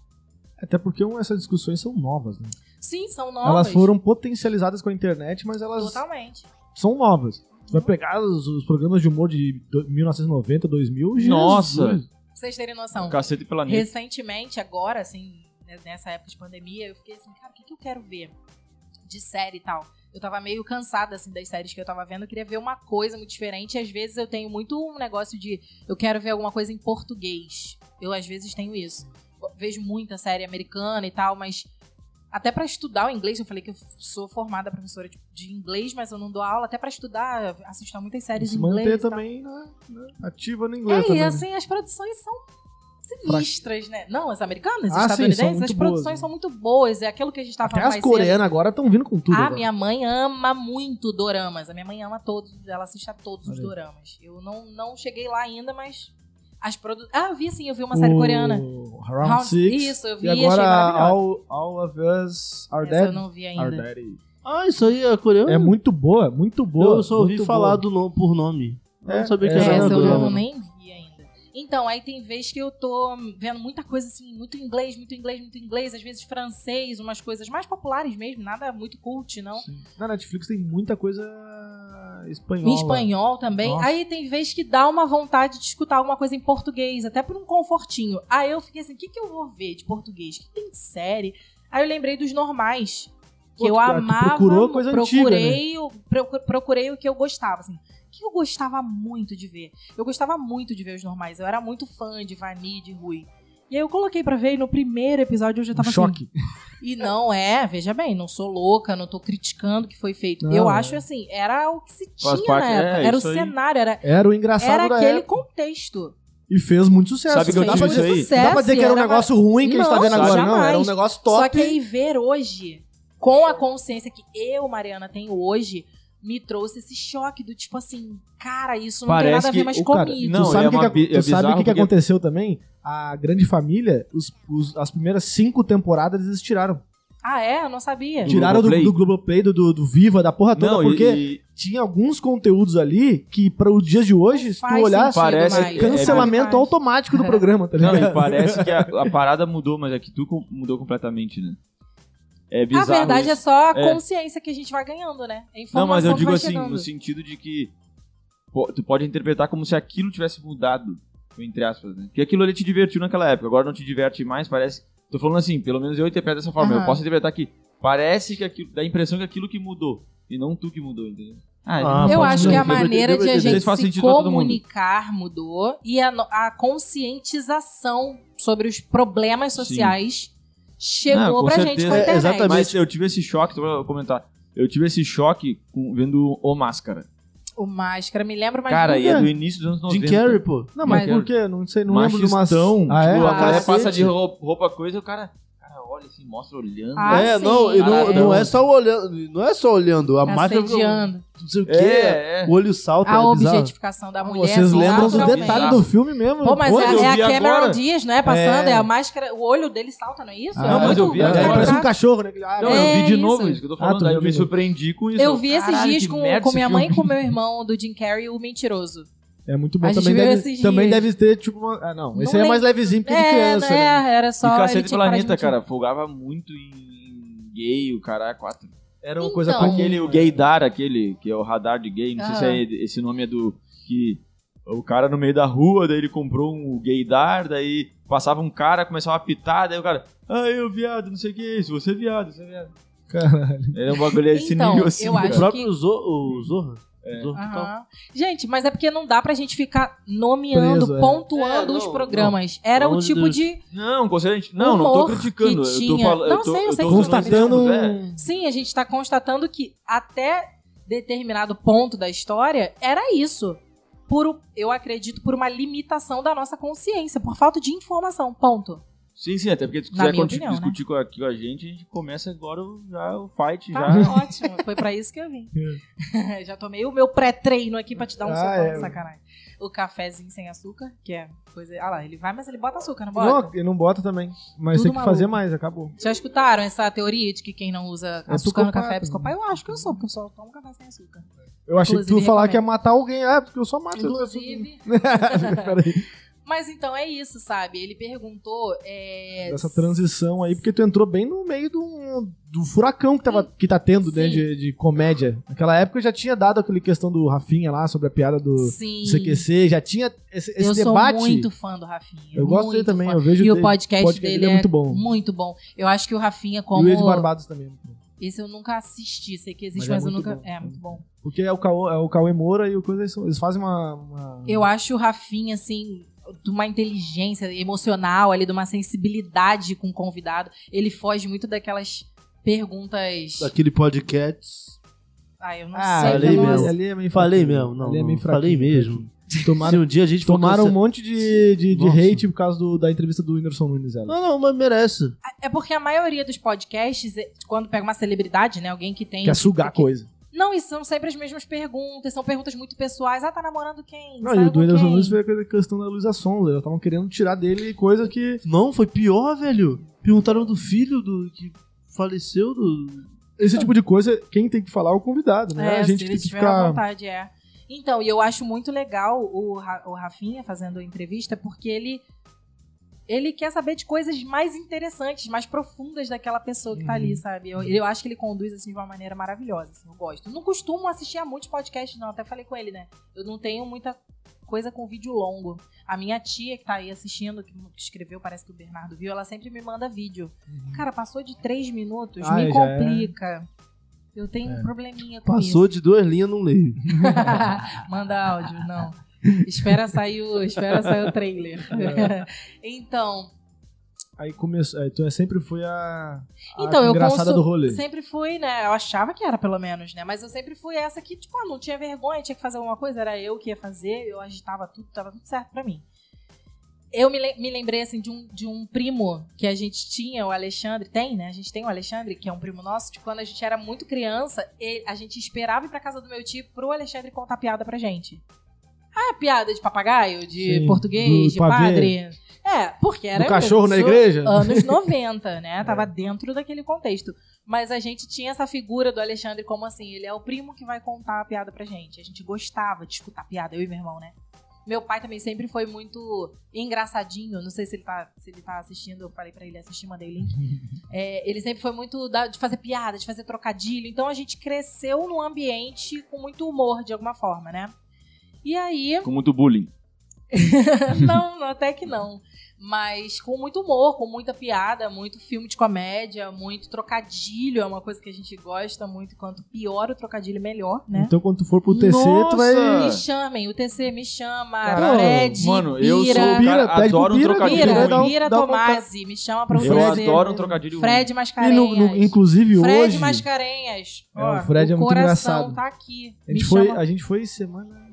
Até porque um, essas discussões são novas, né? Sim, são novas. Elas foram potencializadas com a internet, mas elas totalmente. são novas. Tu vai pegar os, os programas de humor de do- 1990, 2000, Jesus. Nossa! Pra vocês terem noção. Cacete pela Planeta. Recentemente, agora, assim, né, nessa época de pandemia, eu fiquei assim, cara, o que, que eu quero ver de série e tal? Eu tava meio cansada, assim, das séries que eu tava vendo. Eu queria ver uma coisa muito diferente. E às vezes eu tenho muito um negócio de... Eu quero ver alguma coisa em português. Eu, às vezes, tenho isso. Eu vejo muita série americana e tal, mas... Até pra estudar o inglês, eu falei que eu sou formada professora de- de inglês, mas eu não dou aula. Até pra estudar, eu assisto a muitas séries Se em inglês. manter e tal. também né, né, ativa no É, inglês também. e assim, as produções são sinistras, né? Não, as americanas, as Ah, sim, são estadunidenses, as muito produções boas, né? são muito boas. É aquilo que a gente tava Até falando as mais cedo. coreanas agora estão vindo com tudo. Ah, agora. minha mãe ama muito doramas. A minha mãe ama todos, ela assiste a todos os Olha aí. doramas. Eu não, não cheguei lá ainda, mas as produções... Ah, eu vi sim, eu vi uma série coreana. O Round Round- 6. Isso, eu vi, E achei agora é maravilhosa. All, All of Us Are Essa eu Dead. não vi Are ainda. Dead. Ah, isso aí é coreano? É muito boa, muito boa. Eu só ouvi muito falar boa. do nome por nome. Eu É, não sabia que é, era Essa eu Adorama. não, dorama. nem vi ainda. Então, aí tem vez que eu tô vendo muita coisa assim, muito inglês, muito inglês, muito inglês, às vezes francês, umas coisas mais populares mesmo, nada muito cult, não. Sim. Na Netflix tem muita coisa espanhola. Em espanhol também. Nossa. Aí tem vez que dá uma vontade de escutar alguma coisa em português, até por um confortinho. Aí eu fiquei assim, o que, que eu vou ver de português? O que tem de série? Aí eu lembrei dos normais. Pô, Que eu tu- tu amava. procurou coisa antiga, né? procurei, o- procu- procurei o que eu gostava. Assim. O que eu gostava muito de ver? Eu gostava muito de ver os normais. Eu era muito fã de Vani, de Rui. E aí eu coloquei pra ver e no primeiro episódio eu já Um tava assim, choque. e não é, veja bem, não sou louca, não tô criticando o que foi feito. Não, eu é. acho assim, era o que se tinha Faz parte, na época. é, era o isso aí. cenário, era, Era o engraçado era da aquele é época. contexto. E fez muito sucesso. Sabe que eu dá, tive pra Fez isso dizer, aí? dá pra dizer que era um era negócio ruim que a gente tá Não, vendo agora. jamais. Não, era um negócio top. Só que aí ver hoje, com a consciência que eu, Mariana, tenho hoje, me trouxe esse choque do tipo assim, cara, isso não tem Parece nada a ver que mais o cara- comigo. Não, tu sabe é o que uma que, bi- é tu sabe o que, que bizarro aconteceu também? A Grande Família, os- os- as primeiras cinco temporadas eles tiraram. Ah, é? Eu não sabia. Do tiraram do, Globoplay? do Globoplay, do, do, do Viva, da porra toda, Não, e- porque e tinha alguns conteúdos ali que, para os dias de hoje, Não se tu faz olhar, sentido parece- mais. é- é- cancelamento automático do programa, tá Não, ligado? e parece que a, a parada mudou, mas é que tu com- mudou completamente, né? É A bizarro. verdade isso. é só a É. consciência que a gente vai ganhando, né? A informação Não, mas eu que digo vai assim, chegando. no sentido de que pô, tu pode interpretar como se aquilo tivesse mudado, entre aspas, né? Porque aquilo ali te divertiu naquela época, agora não te diverte mais, parece. Tô falando assim, pelo menos eu interpreto dessa forma, Aham. eu posso interpretar que parece que aquilo, dá a impressão que aquilo que mudou, e não tu que mudou, entendeu? Ah, Eu pode acho ser. que a Eu vou entender, maneira eu vou de a entender. gente Vocês fazem se sentido pra todo mundo. comunicar mudou e a, no- a conscientização sobre os problemas Sim. sociais Não, chegou com pra gente certeza. com a É, internet. exatamente. Mas eu tive esse choque, tô pra comentar. Eu tive esse choque com- vendo O Máscara. O Máscara, me lembra, mas... Cara, e é nunca- do início dos anos 90. Jim Carrey, pô. Tipo, Não, mas Mas- por quê? Não sei, não lembro de uma... machistão. Ah, é? Tipo, a Ah, mulher cacete. passa de roupa, roupa coisa, o cara, cara olha assim, mostra olhando. Ah, é, sim. não, e não, Ah, não é. é só olhando, não é só olhando, a máscara assediando. não sei o quê, é, é. o olho salta, A é bizarro. objetificação da mulher. Vocês assim, lembram do naturalmente. detalhe do filme mesmo? Pô, mas Pô, eu é, é vi a Cameron agora. Dias, não é? Passando, É. é. a máscara, o olho dele salta, não é isso? Ah, É mas eu muito É. vi agora. caricato. Parece um cachorro, né? Ah, Não, não. eu vi de isso. novo isso que eu tô Ah, falando, tu aí eu viu me de novo. surpreendi com isso. Eu vi esses Caralho, dias que com, merda com esse minha mãe e filme. com meu irmão, do Jim Carrey, o Mentiroso. É muito bom. A gente Também viu deve, esses também dias. deve ter, tipo, uma... Ah, não. Não Esse aí é mais levezinho, porque é de É, criança. né? né? era só... E ele Cacete tinha que parar de Planeta, mentir. cara, folgava muito em gay, o cara, quatro. Era uma Então. coisa... pra Aquele, o gaydar, aquele, que é o radar de gay, não sei se Aham. é esse nome é do... que o cara no meio da rua, daí ele comprou um gaydar, daí passava um cara, começava a apitar, daí o cara, ah, eu viado, não sei o que, se você é viado, você é viado. Caralho. Era um bagulho desse Então, nível assim. eu cara. O acho próprio que- Zo- o Zorra. Zorra total. Aham. Gente, mas é porque não dá pra gente ficar nomeando, Preso, é. pontuando É, os não, programas. Era o Longe tipo dos- de. Não, conselho, a gente- não, não tô Humor criticando. que Eu tô tinha. falando. é. Não, eu tô, sei, eu eu sei tô que tá não Constatando criticando, velho. Uhum. um... Sim, a gente tá constatando que até determinado ponto da história era isso. Por, o- eu acredito por uma limitação da nossa consciência, por falta de informação. Ponto. Sim, sim, até porque se Na quiser minha conti- opinião, né? discutir com a- aqui com a gente, a gente começa agora o- já o fight Tá já. ótimo. Foi pra isso que eu vim. Já tomei o meu pré-treino aqui pra te dar um É. Ah, socão é. de sacanagem. O cafezinho sem açúcar, que é coisa. Ah lá, ele vai, mas ele bota açúcar, não bota? Não, ele não bota também. Mas Tudo tem que maluco. fazer mais, acabou. Já escutaram essa teoria de que quem não usa É açúcar no psicopata, café é né? psicopata? Eu acho que eu sou, porque eu só tomo café sem açúcar. Eu achei que tu ia Inclusive, falar recomendo. que ia matar alguém. Ah, porque eu só mato. né? Inclusive. Peraí, Mas então é isso, sabe? Ele perguntou. É, essa transição aí, porque tu entrou bem no meio do, do furacão que, tava, que tá tendo, né, Sim. de, de comédia. Naquela época eu já tinha dado aquela questão do Rafinha lá, sobre a piada do Sim. CQC, já tinha esse, esse eu debate. sou muito fã do Rafinha. Eu gosto dele muito também, fã. eu vejo E o dele- podcast, podcast dele dele é muito bom. Muito bom. Eu acho que o Rafinha, E o Ed como. Barbados também. é Esse eu nunca assisti, sei que existe, Mas mas, é eu muito nunca. bom. É, muito bom. Porque é o Cauê, é o Cauê Moura e o coisa, eles, são- eles fazem uma... uma- Eu acho o Rafinha, assim, de uma inteligência emocional ali, de uma sensibilidade com o convidado. Ele foge muito daquelas perguntas. Daquele podcast. Ah, eu não Ah, sei. falei eu não mesmo. assisto. ali é meio Falei fraquinho. mesmo, não. Ali é meio não, falei fraquinho. mesmo. Tomaram Se um dia a gente for Tomaram um cancelar- monte de, de, de Nossa. hate por causa do- da entrevista do Whindersson Nunes. Ela. Não, não, mas merece. É porque a maioria dos podcasts, é- quando pega uma celebridade, né? Alguém que tem. Quer sugar a coisa. Não, e são sempre as mesmas perguntas, são perguntas muito pessoais. Ah, tá namorando quem? Não, Saiu e o é com do Whindersson quem? Nunes foi a questão da Luísa Sonza. Eles estavam querendo tirar dele coisa que. Não, foi pior, velho. Perguntaram do filho do que faleceu do. Esse tipo de coisa, quem tem que falar é o convidado, né? Ah. É, a gente se tem eles que tiverem à ficar. vontade, é. Então, e eu acho muito legal o, Ra- o Rafinha fazendo a entrevista, porque ele. Ele quer saber de coisas mais interessantes, mais profundas daquela pessoa que tá ali, Uhum. sabe? Eu, eu acho que ele conduz assim de uma maneira maravilhosa, assim, eu gosto. Não costumo assistir a muitos podcasts, não. Até falei com ele, né? Eu não tenho muita coisa com vídeo longo. A minha tia que tá aí assistindo, que escreveu, parece que o Bernardo viu, ela sempre me manda vídeo. Cara, passou de três minutos, Uhum. Ah, me já é. complica. Eu tenho um probleminha com isso. Passou de duas linhas, não leio. Manda áudio, não. Espera sair o, espera sair o trailer. então, Aí começou. Aí, então sempre foi a. a então eu engraçada consu- do rolê. sempre fui, né? Eu achava que era pelo menos, né? Mas eu sempre fui essa que, tipo, ah, não tinha vergonha, tinha que fazer alguma coisa, era eu que ia fazer, eu agitava tudo, tava tudo certo pra mim. Eu me, le- me lembrei, assim, de um, de um primo que a gente tinha, o Alexandre, tem, né? A gente tem o Alexandre, que é um primo nosso, de quando a gente era muito criança, ele- a gente esperava ir pra casa do meu tio pro Alexandre contar piada pra gente. Ah, piada de papagaio, de Sim, português, do de pavê. padre. É, porque era... Ah, Do cachorro na isso- igreja? anos 90, né? Tava dentro daquele contexto. Mas a gente tinha essa figura do Alexandre como assim, ele é o primo que vai contar a piada pra gente. A gente gostava de escutar piada, eu e meu irmão, né? Meu pai também sempre foi muito engraçadinho. Não sei se ele tá, se ele tá assistindo, eu falei pra ele assistir, mandei o link. É, ele sempre foi muito da- de fazer piada, de fazer trocadilho. Então a gente cresceu num ambiente com muito humor, de alguma forma, né? E aí. Com muito bullying. não, até que não. Mas com muito humor, com muita piada, muito filme de comédia, muito trocadilho. É uma coisa que a gente gosta muito. Quanto pior o trocadilho, melhor, né? Então quando tu for pro TC, tu vai. Nossa! Me chamem, o TC me chama, Caralho, Fred, Mano, Bira, eu sou o Bira, cara, pede pro adoro um Bira, trocadilho Bira, Bira, dá um- ruim. Bira dá uma- Tomasi, me chama pra um Fred. Eu Fred, adoro um trocadilho ruim. Fred E Mascarenhas. no- no- inclusive Fred hoje. Mascarenhas. É, Ó, o Fred é muito coração engraçado. tá aqui. A gente, me foi, chama. a gente foi semana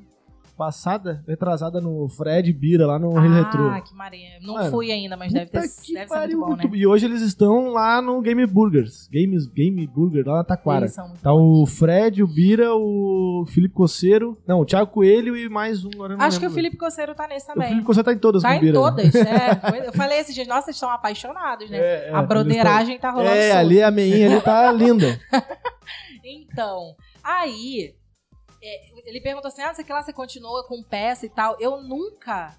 passada, retrasada no Fred Bira, lá no ah, Rio Retrô. que maria. Não Mano, fui ainda, mas Puta deve, ter, que deve ser pariu, muito bom, né? muito- E hoje eles estão lá no Game Burgers. Games, Game Burger, lá na Taquara. Eles são muito Tá o Fred, o Bira, o Felipe Coceiro. Não, o Thiago Coelho e mais um. Agora eu não Acho que o lembro. Felipe Coceiro tá nesse O também. Felipe Coceiro tá em todas Tá com o em Bira. todas, é. Eu falei esses dias, nossa, eles estão apaixonados, né? É, é, a broderagem tá eles tão- rolando É, solta. ali a meinha ali tá linda. Então, aí, é, ele perguntou assim, ah, sei que lá você continua com peça e tal. Eu nunca,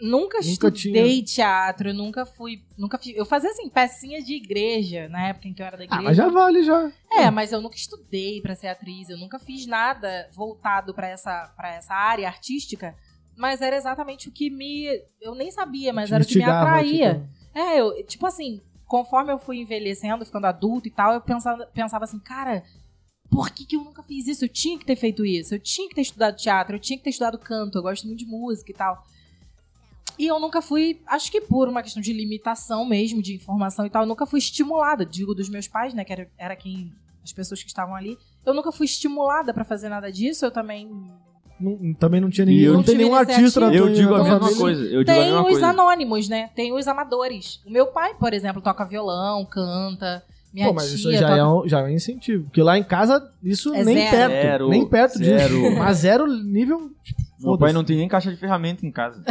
nunca, estudei teatro, eu nunca fui, nunca fiz. Eu fazia, assim, pecinhas de igreja, na época em que eu era da igreja. Ah, mas já vale, já. É, mas eu nunca estudei pra ser atriz, eu nunca fiz nada voltado pra essa, pra essa área artística, mas era exatamente o que me. Eu nem sabia, mas Te era o que me instigava, atraía. tipo, É, eu, tipo assim, conforme eu fui envelhecendo, ficando adulto e tal, eu pensava, pensava assim, cara, por que, que eu nunca fiz isso? Eu tinha que ter feito isso, eu tinha que ter estudado teatro, eu tinha que ter estudado canto, eu gosto muito de música e tal. E eu nunca fui, acho que por uma questão de limitação mesmo, de informação e tal, eu nunca fui estimulada, digo dos meus pais, né, que era, era quem, as pessoas que estavam ali, eu nunca fui estimulada pra fazer nada disso, eu também Não- também não tinha ninguém. eu- não tem nenhum Tive artista na né? Eu tua- digo na a tua mesma família. coisa. Eu digo a Tem mesma os coisa. anônimos, né? Tem os amadores. O meu pai, por exemplo, toca violão, canta. Minha Pô, mas tia isso já toca... é, um, já é um incentivo. Porque lá em casa, isso É nem zero. perto. Zero, nem perto zero. disso. Mas zero nível. Tipo, Meu pai foda-se. não tem nem caixa de ferramenta em casa.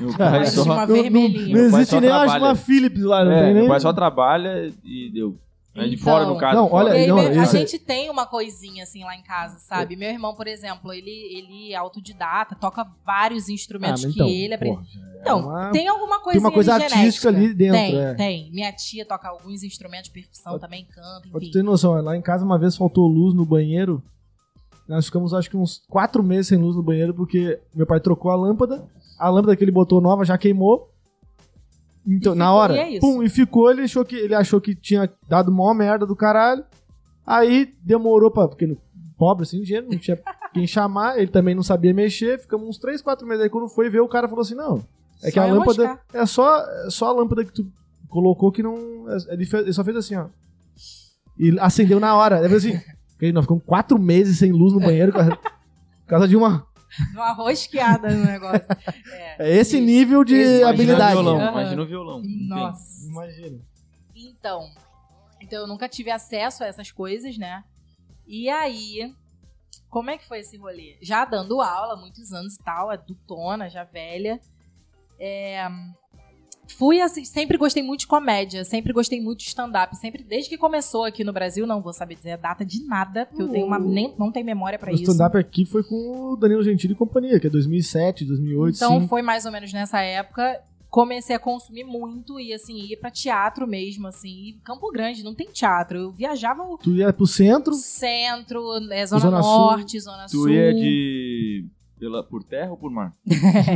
meu Ah, pai Existe só, uma Não- não- vermelhinha. Não, Meu pai existe só nem uma, trabalha. uma Philips lá. Não é, tem nem. meu pai só trabalha e deu. É de Então- fora, no caso. Não, fora. olha, E aí, não, é meu- a esse- gente tem uma coisinha assim lá em casa, sabe? Meu irmão, por exemplo, ele, ele é autodidata, toca vários instrumentos que ele aprendeu. Ah, porra, já é Então, uma- tem alguma coisa tem uma coisa artística ali dentro. Tem, é. tem. Minha tia toca alguns instrumentos, percussão também, canta, Pra tu enfim. ter noção, lá em casa uma vez faltou luz no banheiro. Nós ficamos acho que uns quatro meses sem luz no banheiro, porque meu pai trocou a lâmpada. A lâmpada que ele botou nova já queimou. Então, E na ficou, hora, e é isso. pum, e ficou, ele achou que ele achou que tinha dado mó merda do caralho. Aí demorou pra. Porque pobre, sem dinheiro, não tinha quem chamar, ele também não sabia mexer, ficamos uns três quatro meses. Aí quando foi ver, o cara falou assim: não, é Só que a eu lâmpada. moscar. É só, é só a lâmpada que tu colocou que não. é- Ele, fez- ele só fez assim, ó. E acendeu na hora. Deve assim. Porque nós ficamos quatro meses sem luz no banheiro por causa- por causa de uma. Deu uma rosqueada no negócio. É. É esse nível de Esse- habilidade. Imagina o violão. Aham. Imagina o violão. Não tem. Nossa. Imagina. Então, então eu nunca tive acesso a essas coisas, né? E aí, como é que foi esse rolê? Já dando aula, muitos anos e tal, adultona, já velha. É, fui assim, sempre gostei muito de comédia, sempre gostei muito de stand-up, sempre desde que começou aqui no Brasil, não vou saber dizer a data de nada, porque eu tenho uma nem, não tenho memória pra Uh. O É isso. stand-up aqui foi com o Danilo Gentili e companhia, que é 2007, 2008, Então é sim. foi mais ou menos nessa época. Comecei a consumir muito e assim, ir pra teatro mesmo, assim. E Campo Grande não tem teatro. Eu viajava o Tu ia pro centro, centro, é, zona, Zona Sul. norte, zona Tu sul. ia de. Pela, por terra ou por mar?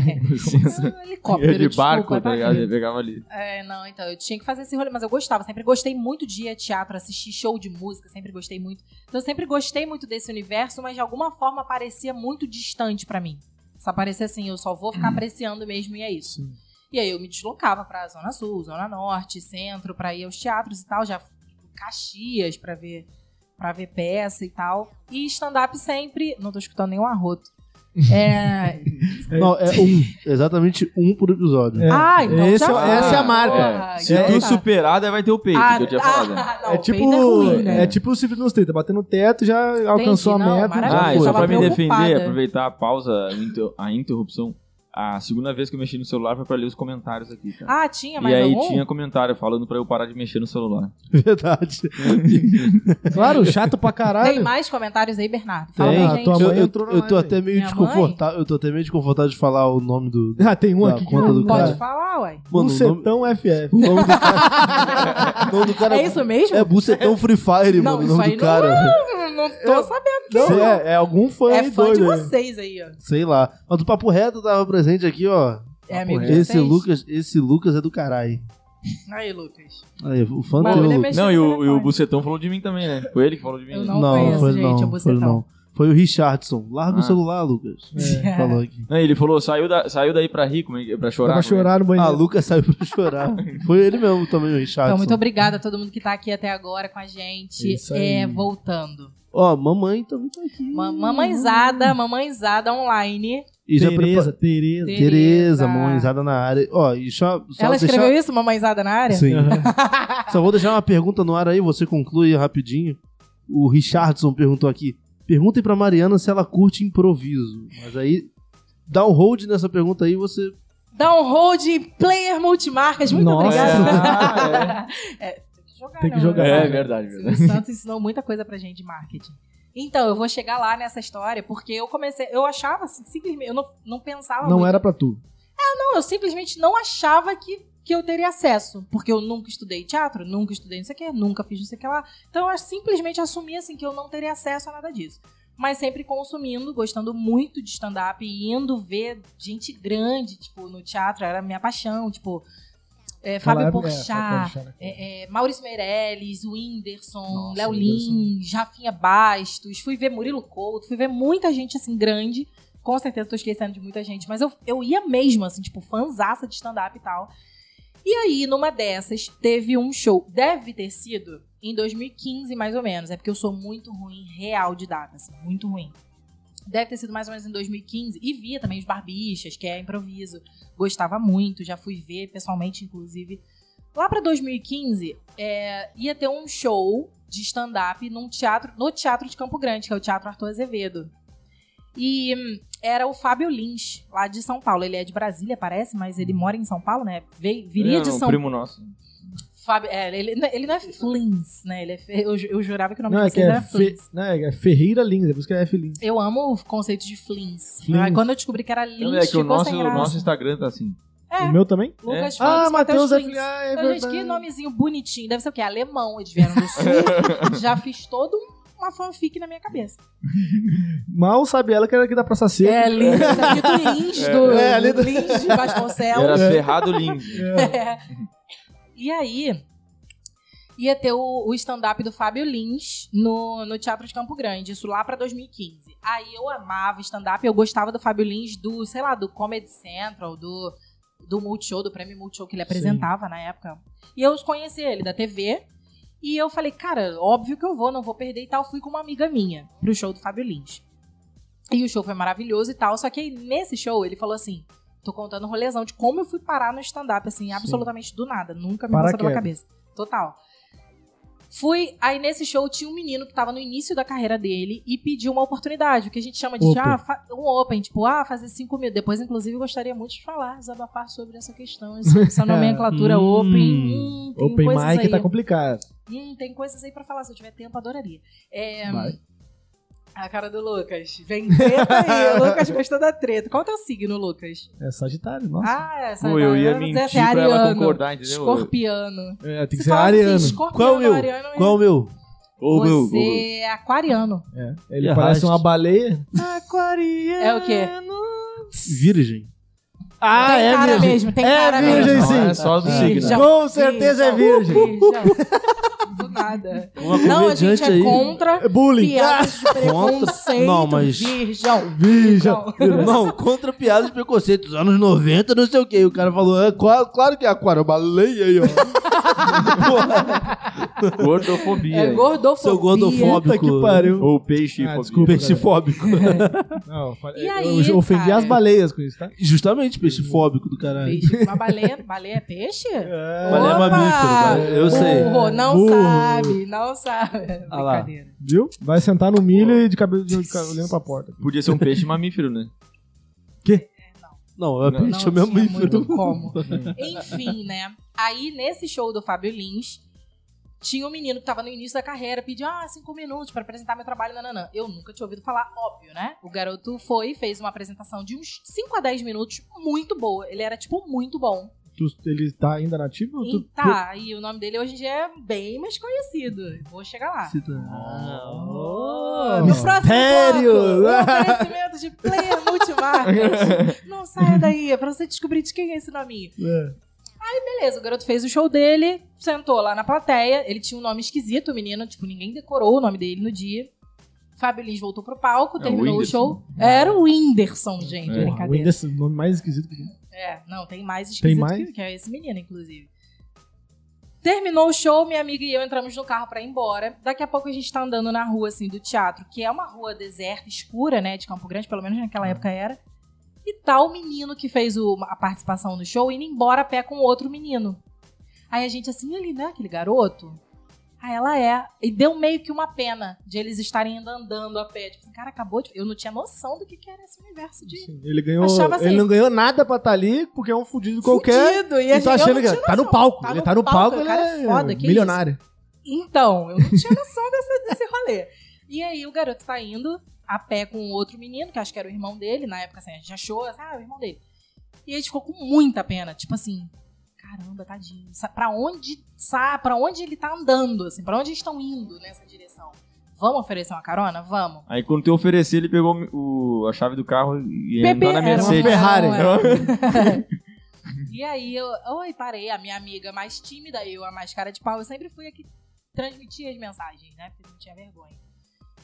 Ah, helicóptero, ia de barco, desculpa, tá ligado? Eu pegava ali. É, não, então, eu tinha que fazer esse rolê, mas eu gostava, sempre gostei muito de ir a teatro, assistir show de música, sempre gostei muito. Então, eu sempre gostei muito desse universo, mas de alguma forma parecia muito distante pra mim. Só parecia assim, eu só vou ficar apreciando mesmo e é isso. Uhum. Sim. E aí eu me deslocava pra Zona Sul, Zona Norte, Centro, pra ir aos teatros e tal, já fui em Caxias pra ver para ver peça e tal. E stand-up sempre, não tô escutando nenhum arroto. É, Não, é um. Exatamente um por episódio. É. Ah, então Esse já é- essa é a foi. marca. Porra, É, Se então tu tá. superar, daí vai ter o peito, que eu tinha falado. né? ah, não, é o tipo. peito é ruim, né? É tipo o Cifre nos 30, bateu no teto, já alcançou não, a meta. maravilha. um já Ah, foi. e só tava pra me preocupada. defender, aproveitar a pausa, a inter- a interrupção. A segunda vez que eu mexi no celular foi pra ler os comentários aqui, tá? Ah, tinha e mais aí algum? tinha comentário falando pra eu parar de mexer no celular. Verdade. Claro, chato pra caralho. Tem mais comentários aí, Bernardo? Fala Tem, pra a gente. tua Eu, mãe eu- entrou na Ah, eu tô live. até meio Minha desconfortável. Eu tô até meio desconfortável de falar o nome do. Ah, tem um Da aqui que conta eu- do Pode cara. falar, Um ué. Mano, o nome, Bucetão FF. o nome do cara. o nome do cara É isso mesmo? É Bucetão Free Fire, Não, mano. O isso nome aí do não- cara. Eu Não tô sabendo. Não, é, é algum fã É aí fã de doido aí. vocês aí, ó. Sei lá. Mas do Papo Reto tava presente aqui, ó. É amigo de Esse vocês? Lucas, esse Lucas é do caralho. Aí, Lucas. Aí, o fã Mas teu, ele é Lucas. mexeu Não, no e o, e o telefone. Bucetão falou de mim também, né? Foi ele que falou de mim. Eu né? não conheço, foi, gente, é não, você foi tá. não. Foi o Richardson. Larga Ah. o celular, Lucas. É. Falou aqui. Não, ele falou, saiu, da- saiu daí pra rir, como é que- pra Dá chorar. pra como é que- chorar no Ah, banheiro. Lucas saiu pra chorar. Foi ele mesmo também, o Richardson. Então, muito obrigada a todo mundo que tá aqui até agora com a gente. Isso aí. É, voltando. Ó, mamãe também tá aqui. Ma- mamãezada, mamãezada online. E já Tereza, prepara... Tereza. Tereza. Tereza, mamãezada na área. Ó, e só, só Ela deixar... escreveu isso, mamãezada na área? Sim. só vou deixar uma pergunta no ar aí, você conclui rapidinho. O Richardson perguntou aqui. Perguntem pra Mariana se ela curte improviso. Mas aí, dá um hold nessa pergunta aí, você... Download um player multimarcas. Muito Nossa. obrigada. É. tem que jogar, Tem que né, jogar. meu É irmão? verdade, Silvio verdade. Santos ensinou muita coisa pra gente de marketing. Então, eu vou chegar lá nessa história, porque eu comecei. Eu achava assim, simplesmente. Eu não, não pensava. Não muito. era pra tu. Não, eu simplesmente não achava que, que eu teria acesso. Porque eu nunca estudei teatro, nunca estudei não sei o que, nunca fiz não sei o que lá. Então eu simplesmente assumi assim que eu não teria acesso a nada disso. Mas sempre consumindo, gostando muito de stand-up e indo ver gente grande, tipo, no teatro, era a minha paixão, tipo. é, Fábio Ela é- É, Porchat, Porchat, né? é, é, Maurício Meirelles, o Whindersson, Nossa, Léo Whindersson. Lins, Rafinha Bastos, fui ver Murilo Couto, fui ver muita gente, assim, grande. Com certeza tô esquecendo de muita gente, mas eu, eu ia mesmo, assim, tipo, fanzaça de stand-up e tal. E aí, numa dessas, teve um show. Deve ter sido em 2015, mais ou menos. É porque eu sou muito ruim, real de data, assim, muito ruim. Deve ter sido mais ou menos em 2015. E via também os Barbichas, que é improviso. Gostava muito, já fui ver pessoalmente, inclusive. Lá pra 2015, é, ia ter um show de stand-up num teatro, no Teatro de Campo Grande, que é o Teatro Arthur Azevedo. E hum, era o Fábio Lins, lá de São Paulo. Ele é de Brasília, parece, mas ele mora em São Paulo, né? Veio- viria É, de um São primo nosso. Fábio, é, ele, ele não é Flins, né? Ele é Fe- eu, ju- eu jurava que o nome Não, de é que vocês é, era Fe- Flins. não, é Ferreira Lins, é por isso que é F Lins. Eu amo o conceito de Flins. Flins. Ah, Quando eu descobri que era Lins, é que ficou o nosso, sem o graça. nosso Instagram tá assim. É. O meu também? Lucas Flins, Ah, Matheus é Flins. Ah, é Então, gente, verdade. que nomezinho bonitinho. Deve ser o quê? Alemão, eles vieram do sul. Já fiz todo um- uma fanfic na minha cabeça. Mal sabe ela que era aqui da Praça Seca. É, Lins, ali do Lins, do, É, ali do- É, Lins de Vasconcelos. Era Ferrado Lins. É. E aí, ia ter o, o stand-up do Fábio Lins no, no Teatro de Campo Grande, isso lá pra 2015. Aí eu amava stand-up, eu gostava do Fábio Lins do, sei lá, do Comedy Central, do, do Multishow, do Prêmio Multishow que ele apresentava na época. E eu conheci ele da TV. E eu falei, cara, óbvio que eu vou, não vou perder e tal. Fui com uma amiga minha pro show do Fábio Lins. E o show foi maravilhoso e tal. Só que aí, nesse show, ele falou assim: tô contando um rolezão de como eu fui parar no stand-up, assim, absolutamente do nada. Nunca me passou pela cabeça. Total. Fui, aí nesse show tinha um menino que tava no início da carreira dele e pediu uma oportunidade, o que a gente chama de Open. ah, fa- um open, tipo, ah, fazer 5 mil. Depois, inclusive, eu gostaria muito de falar, desabafar sobre essa questão, essa essa nomenclatura Hum. open. Hum, tem Open coisas Mic aí. tá complicado. Hum, tem coisas aí pra falar, se eu tiver tempo, adoraria. É, Vai. a cara do Lucas. Vem treta aí. o Lucas gostou da treta. Qual é o teu signo, Lucas? É Sagitário, nossa. Ah, essa Pô, eu ia vamos mentir dizer assim, pra ela ariano, concordar, entendeu? Escorpiano. é, tem que Se ser fala assim, ariano. escorpiano, Qual eu? ariano, é- Qual o meu? Ô, meu, ô, meu. Você é aquariano. É, ele E parece arraste. uma baleia. Aquariano. É o quê? Virgem. Ah, tem cara virgem. mesmo, tem É cara virgem, mesmo. Não, sim. é só do Ah, signo. assim. já- Com certeza é Sim, virgem. já. Do nada. Uma Não, a gente comediante aí. é contra É Bullying. piadas de Contra? preconceito. Não, mas- Virgão. Virgem. Virgão. Não, contra piadas e preconceitos. Anos 90, não sei o quê. E o cara falou, ah, qua- claro que é aquário, eu baleia aí, ó. Porra, Gordofobia. É hein? gordofobia. seu Puta gordofóbico. que pariu. Ou peixe, Ah, fobia. desculpa. Peixefóbico. Não, eu falei- E eu- aí, eu ofendi cara? as baleias com isso, tá? Justamente, peixefóbico do caralho. Peixe. Uma baleia, baleia é peixe? É. Baleia é Opa! mamífero, baleia- eu sei. Burro, não Burro. sabe, não sabe. É Ah lá. Brincadeira. Viu? Vai sentar no milho e de cabelo de, de, ca- olhando pra porta. Podia ser um peixe mamífero, né? Não, é Não, peixe, é não tinha mamífero. muito como. Enfim, né? Aí, nesse show do Fábio Lins, tinha um menino que tava no início da carreira, pediu, ah, cinco minutos pra apresentar meu trabalho, nananã. Eu nunca tinha ouvido falar, óbvio, né? O garoto foi e fez uma apresentação de uns 5 a 10 minutos, muito boa. Ele era, tipo, muito bom. Tu- ele tá ainda nativo? E Tu- tá, e o nome dele hoje em dia é bem mais conhecido. Vou chegar lá. Oh, no próximo Mistério! bloco, um oferecimento de player multimarcas. Não saia daí, é pra você descobrir de quem é esse nominho. É. Beleza, o garoto fez o show dele, sentou lá na plateia. Ele tinha um nome esquisito, o menino, tipo, ninguém decorou o nome dele no dia. Fábio Lins voltou pro palco, É, terminou o Whindersson. show. Era o Whindersson, gente, É. Porra, o brincadeira. Whindersson, o um nome mais esquisito que tem. assim. É, não, tem mais esquisito Tem mais? Que, que é esse menino, inclusive. Terminou o show, minha amiga e eu entramos no carro pra ir embora. Daqui a pouco a gente tá andando na rua, assim, do teatro, que é uma rua deserta, escura, né, de Campo Grande, pelo menos Uhum. naquela época era. E tá o menino que fez o- a participação no show indo embora a pé com outro menino. Aí a gente assim, "E ali, né, aquele garoto? Aí ela é. E deu meio que uma pena de eles estarem ainda andando a pé. Tipo, cara, acabou de... Eu não tinha noção do que, que era esse universo de... Sim, Ele ganhou. Achava assim. Ele não ganhou nada pra estar ali, porque é um fudido qualquer. Fudido, e E a gente- tá eu achando não que. tinha Tá no noção. palco. ele tá no palco, o cara ele é foda, que milionário. Então, eu não tinha noção dessa- desse rolê. E aí o garoto tá indo a pé com outro menino, que acho que era o irmão dele, na época assim, a gente achou, assim, ah, o irmão dele. E a gente ficou com muita pena, tipo assim, caramba, tadinho, sa- pra onde, sa- pra onde ele tá andando, assim, pra onde eles estão indo nessa direção? Vamos oferecer uma carona? Vamos. Aí quando tu oferecer, ele pegou o- a chave do carro e entrou na era uma Mercedes. Ferrari. Ferrari. E aí eu, oi, parei, a minha amiga mais tímida, eu a mais cara de pau, eu sempre fui a que transmitia as mensagens, né? Porque não tinha vergonha.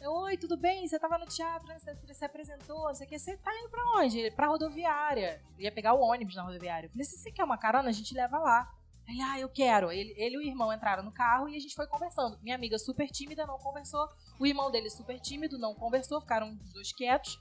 Eu, oi, tudo bem? Você tava no teatro, né? Você você se apresentou, não sei o que. Você tá indo pra onde? Ele, pra rodoviária. Eu ia pegar o ônibus na rodoviária. Eu falei, se você quer uma carona, a gente leva lá. Ele, ah, eu quero. Ele, ele e o irmão entraram no carro e a gente foi conversando. Minha amiga super tímida, não conversou. O irmão dele super tímido, não conversou. Ficaram os dois quietos.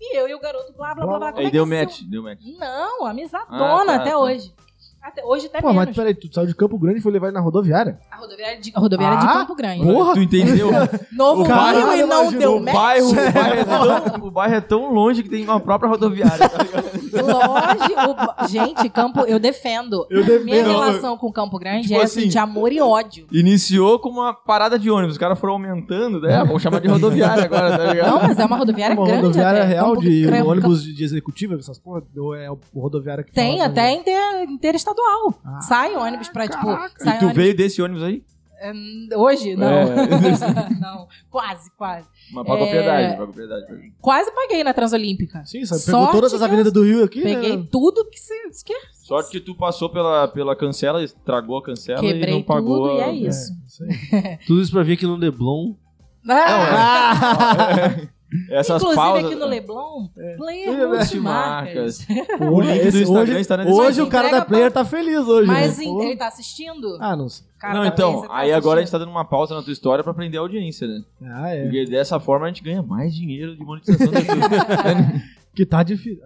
E eu e o garoto, blá, blá, blá, blá. Como é Aí que deu se- match, deu match. não, amizadona Ah, tá, até tá. hoje. Até, hoje até Pô, mas menos. peraí, tu é saiu de Campo Grande e foi levar ele na rodoviária? A rodoviária de, a rodoviária de Ah, Campo Grande. Porra! Tu entendeu? Novo o caralho, Rio e não imagina, deu o O match. bairro, o bairro é tão, o bairro é tão longe que tem uma própria rodoviária. tá ligado? Longe. o ba- Gente, Campo, eu defendo. Eu Minha defendo. relação com Campo Grande Tipo é assim, assim, de amor e ódio. Iniciou com uma parada de ônibus, os caras foram aumentando, né? Ah, Vamos chamar de rodoviária agora, tá É. Não, ligado? mas é uma rodoviária uma grande. rodoviária até. é um real Campo de Grande- ônibus de, de executiva, essas porra? Ou é o o rodoviária que Tem, fala, né? até inter, interestadual. Ah, sai ônibus pra, tipo... Sai E tu ônibus- veio desse ônibus aí? Hoje? Não. É. não. Quase, quase. Mas paga É. a piedade, paga a piedade. Quase paguei na Transolímpica. Sim, sabe? Sorte Pegou todas as que eu avenidas do Rio aqui, Peguei né? tudo que você... Que Sorte que tu passou pela, pela cancela, estragou a cancela Quebrei e não pagou. tudo e a- é isso. É, isso aí. Tudo isso pra vir aqui no Leblon. é. Essas Ah, Inclusive pausas. aqui no Leblon, É. player Player multimarcas. O link do Esse- Instagram hoje, está na hoje descrição. o cara Entrega da Player tá feliz hoje. Mas né? em- Pô. ele tá assistindo? Ah, não sei. Cara, não, tá então, bem, você tá aí agora a gente assistindo. tá dando uma pausa na tua história pra prender a audiência, né? Ah, é. Porque dessa forma a gente ganha mais dinheiro de monetização do YouTube. Que tá difícil.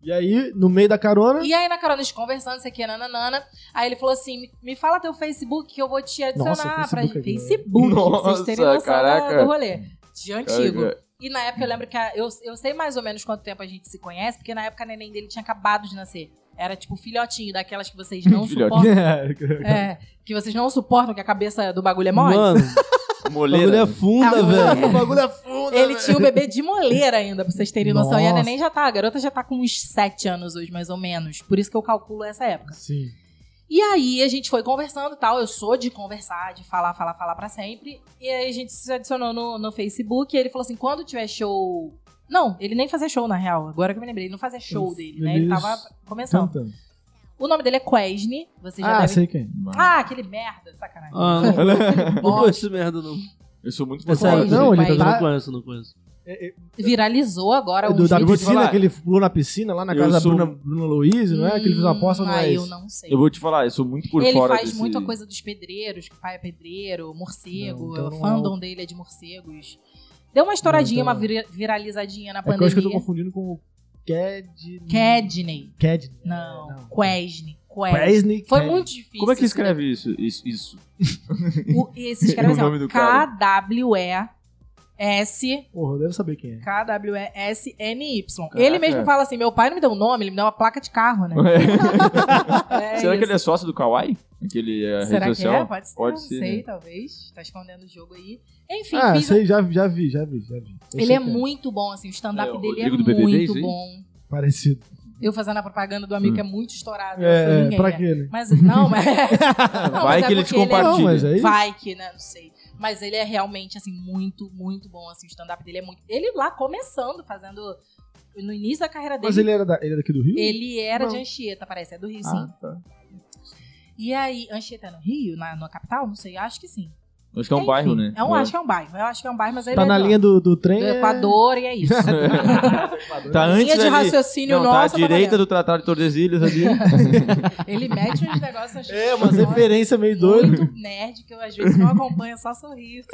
E aí, no meio da carona, E aí na carona, a gente conversando, isso aqui, nananana. Aí ele falou assim, "Me- me fala teu Facebook que eu vou te adicionar Nossa, pra Facebook gente. é grande. Facebook, pra vocês Nossa, terem noção caraca. da- do rolê. De antigo. Cara, E na época eu lembro que a- eu, eu sei mais ou menos quanto tempo a gente se conhece, porque na época a neném dele tinha acabado de nascer. Era tipo filhotinho, daquelas que vocês não Filhote. suportam. É. É, que vocês não suportam, que a cabeça do bagulho é mole. Mano, o bagulho Moleira. afunda, Ah, velho. é o bagulho afunda. Ele tinha o bebê de moleira ainda, pra vocês terem noção. E a Nossa. neném já tá, a garota já tá com uns 7 anos hoje, mais ou menos. Por isso que eu calculo essa época. Sim. E aí a gente foi conversando e tal. Eu sou de conversar, de falar, falar, falar pra sempre. E aí a gente se adicionou no, no Facebook. E ele falou assim: quando tiver show. Não, ele nem fazia show, na real. Agora que eu me lembrei, ele não fazia show dele, né? Ele Ele tava s- começando. Cantando. O nome dele é Quesne. Vocês já Então. Ah, devem. sei quem. Ah, aquele merda, sacanagem. Ah, não, não conheço esse merda, não. né? Eu sou muito É sério, conservador. não, não, ele eu tá- não conheço, não conheço. Viralizou agora É Do, um da eu vou te piscina, falar. que ele pulou na piscina, lá na Eu casa da sou- Bruna, Bruna Luiz, não é? Que ele fez uma aposta Hum, no ah, ex. eu não sei. Eu vou te falar, eu sou muito por ele fora faz desse... muito a coisa dos pedreiros, que o pai é pedreiro, morcego, Não, então não o é fandom dele é de morcegos. Deu uma estouradinha, Não, então uma vira- viralizadinha na É que eu acho que eu tô pandemia. confundindo com o Cad... Kedney. Cad... Não, É, não. Quesne. Quesne. Wesley É, Foi Cad- muito difícil. assim, né? Como é que escreve isso? Isso. isso? O, esse escreve O assim, nome ó, do cara. K-W-E-S... Porra, eu devo saber quem é. K-W-E-S-N-Y. Caraca. Ele mesmo fala assim: meu pai não me deu um nome, ele me deu uma placa de É carro, né? É Será que isso. ele é sócio do Kawaii? Aquele é, Será rede que é? social? Pode ser, Pode não ser, sei, né? talvez. Tá escondendo o jogo aí. Enfim, Ah, fiz um- sei, já, já vi, já vi, já vi. Eu Ele sei é quem muito bom, assim, o stand-up É, o dele é Rodrigo do BBB, isso muito aí? bom. Parecido. Eu fazendo a propaganda do amigo Hum. que é muito estourado, não sei É, ninguém pra é. quê, né? Mas não, mas. Não, Vai mas é que ele te porque ele é- Não, compartilha. mas aí... Vai que, né? Não sei. Mas ele é realmente, assim, muito, muito bom, assim, o stand-up dele é muito. Ele lá começando, fazendo. No início da carreira dele. Mas ele era, da- ele é era daqui do Rio? ele era Não. de Anchieta, parece, é do Rio, Ah, sim. tá. E aí, Anchieta é no Rio, na, na capital? Não sei, acho que sim. Acho que é um Enfim, bairro, né? É um, Acho que é um bairro, eu acho que é um bairro, mas ele Tá é na de lá, linha do, do trem. do é- Equador e é isso. Tá antes linha de ali. raciocínio Não, tá à nossa. tá direita valendo. do Tratado de Tordesilhas ali. Ele mete uns negócios. assim, É, umas referência meio doida. Muito nerd, que eu às vezes não acompanho, só sorriso.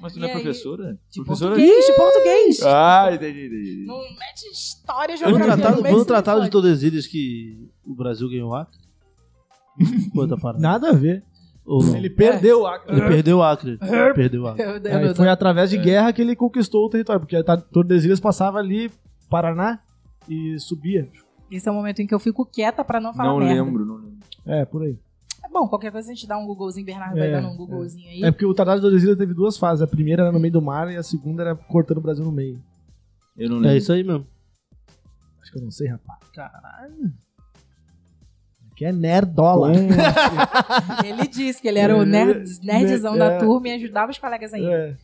Mas tu não E é aí? professora? De professora? português, de português. Ah, entendi, entendi. Não mete história, Foi no geografia. tratado, não foi no mete tratado de história. Tordesilhas que o Brasil ganhou o Acre? Pô, tá parado. Nada a ver. Ou não? Ele perdeu o Acre. Ele perdeu o Acre. Ele perdeu o Acre. Meu Deus, Aí meu foi Deus. através de É. guerra que ele conquistou o território, porque tá- Tordesilhas passava ali, Paraná, e subia. Esse é o momento em que eu fico quieta pra não falar Não merda. lembro, não lembro. É, por aí. É bom, qualquer coisa a gente dá um Googlezinho, Bernardo vai É, dando um Googlezinho aí. É porque o Tratado de Tordesilhas teve duas fases. A primeira era no meio do mar e a segunda era cortando o Brasil no meio. Eu não É lembro. isso aí mesmo. Acho que eu não sei, rapaz. Caralho. Que é nerdola. Ele disse que ele era o nerd, nerdzão É. da turma e ajudava os colegas ainda. É.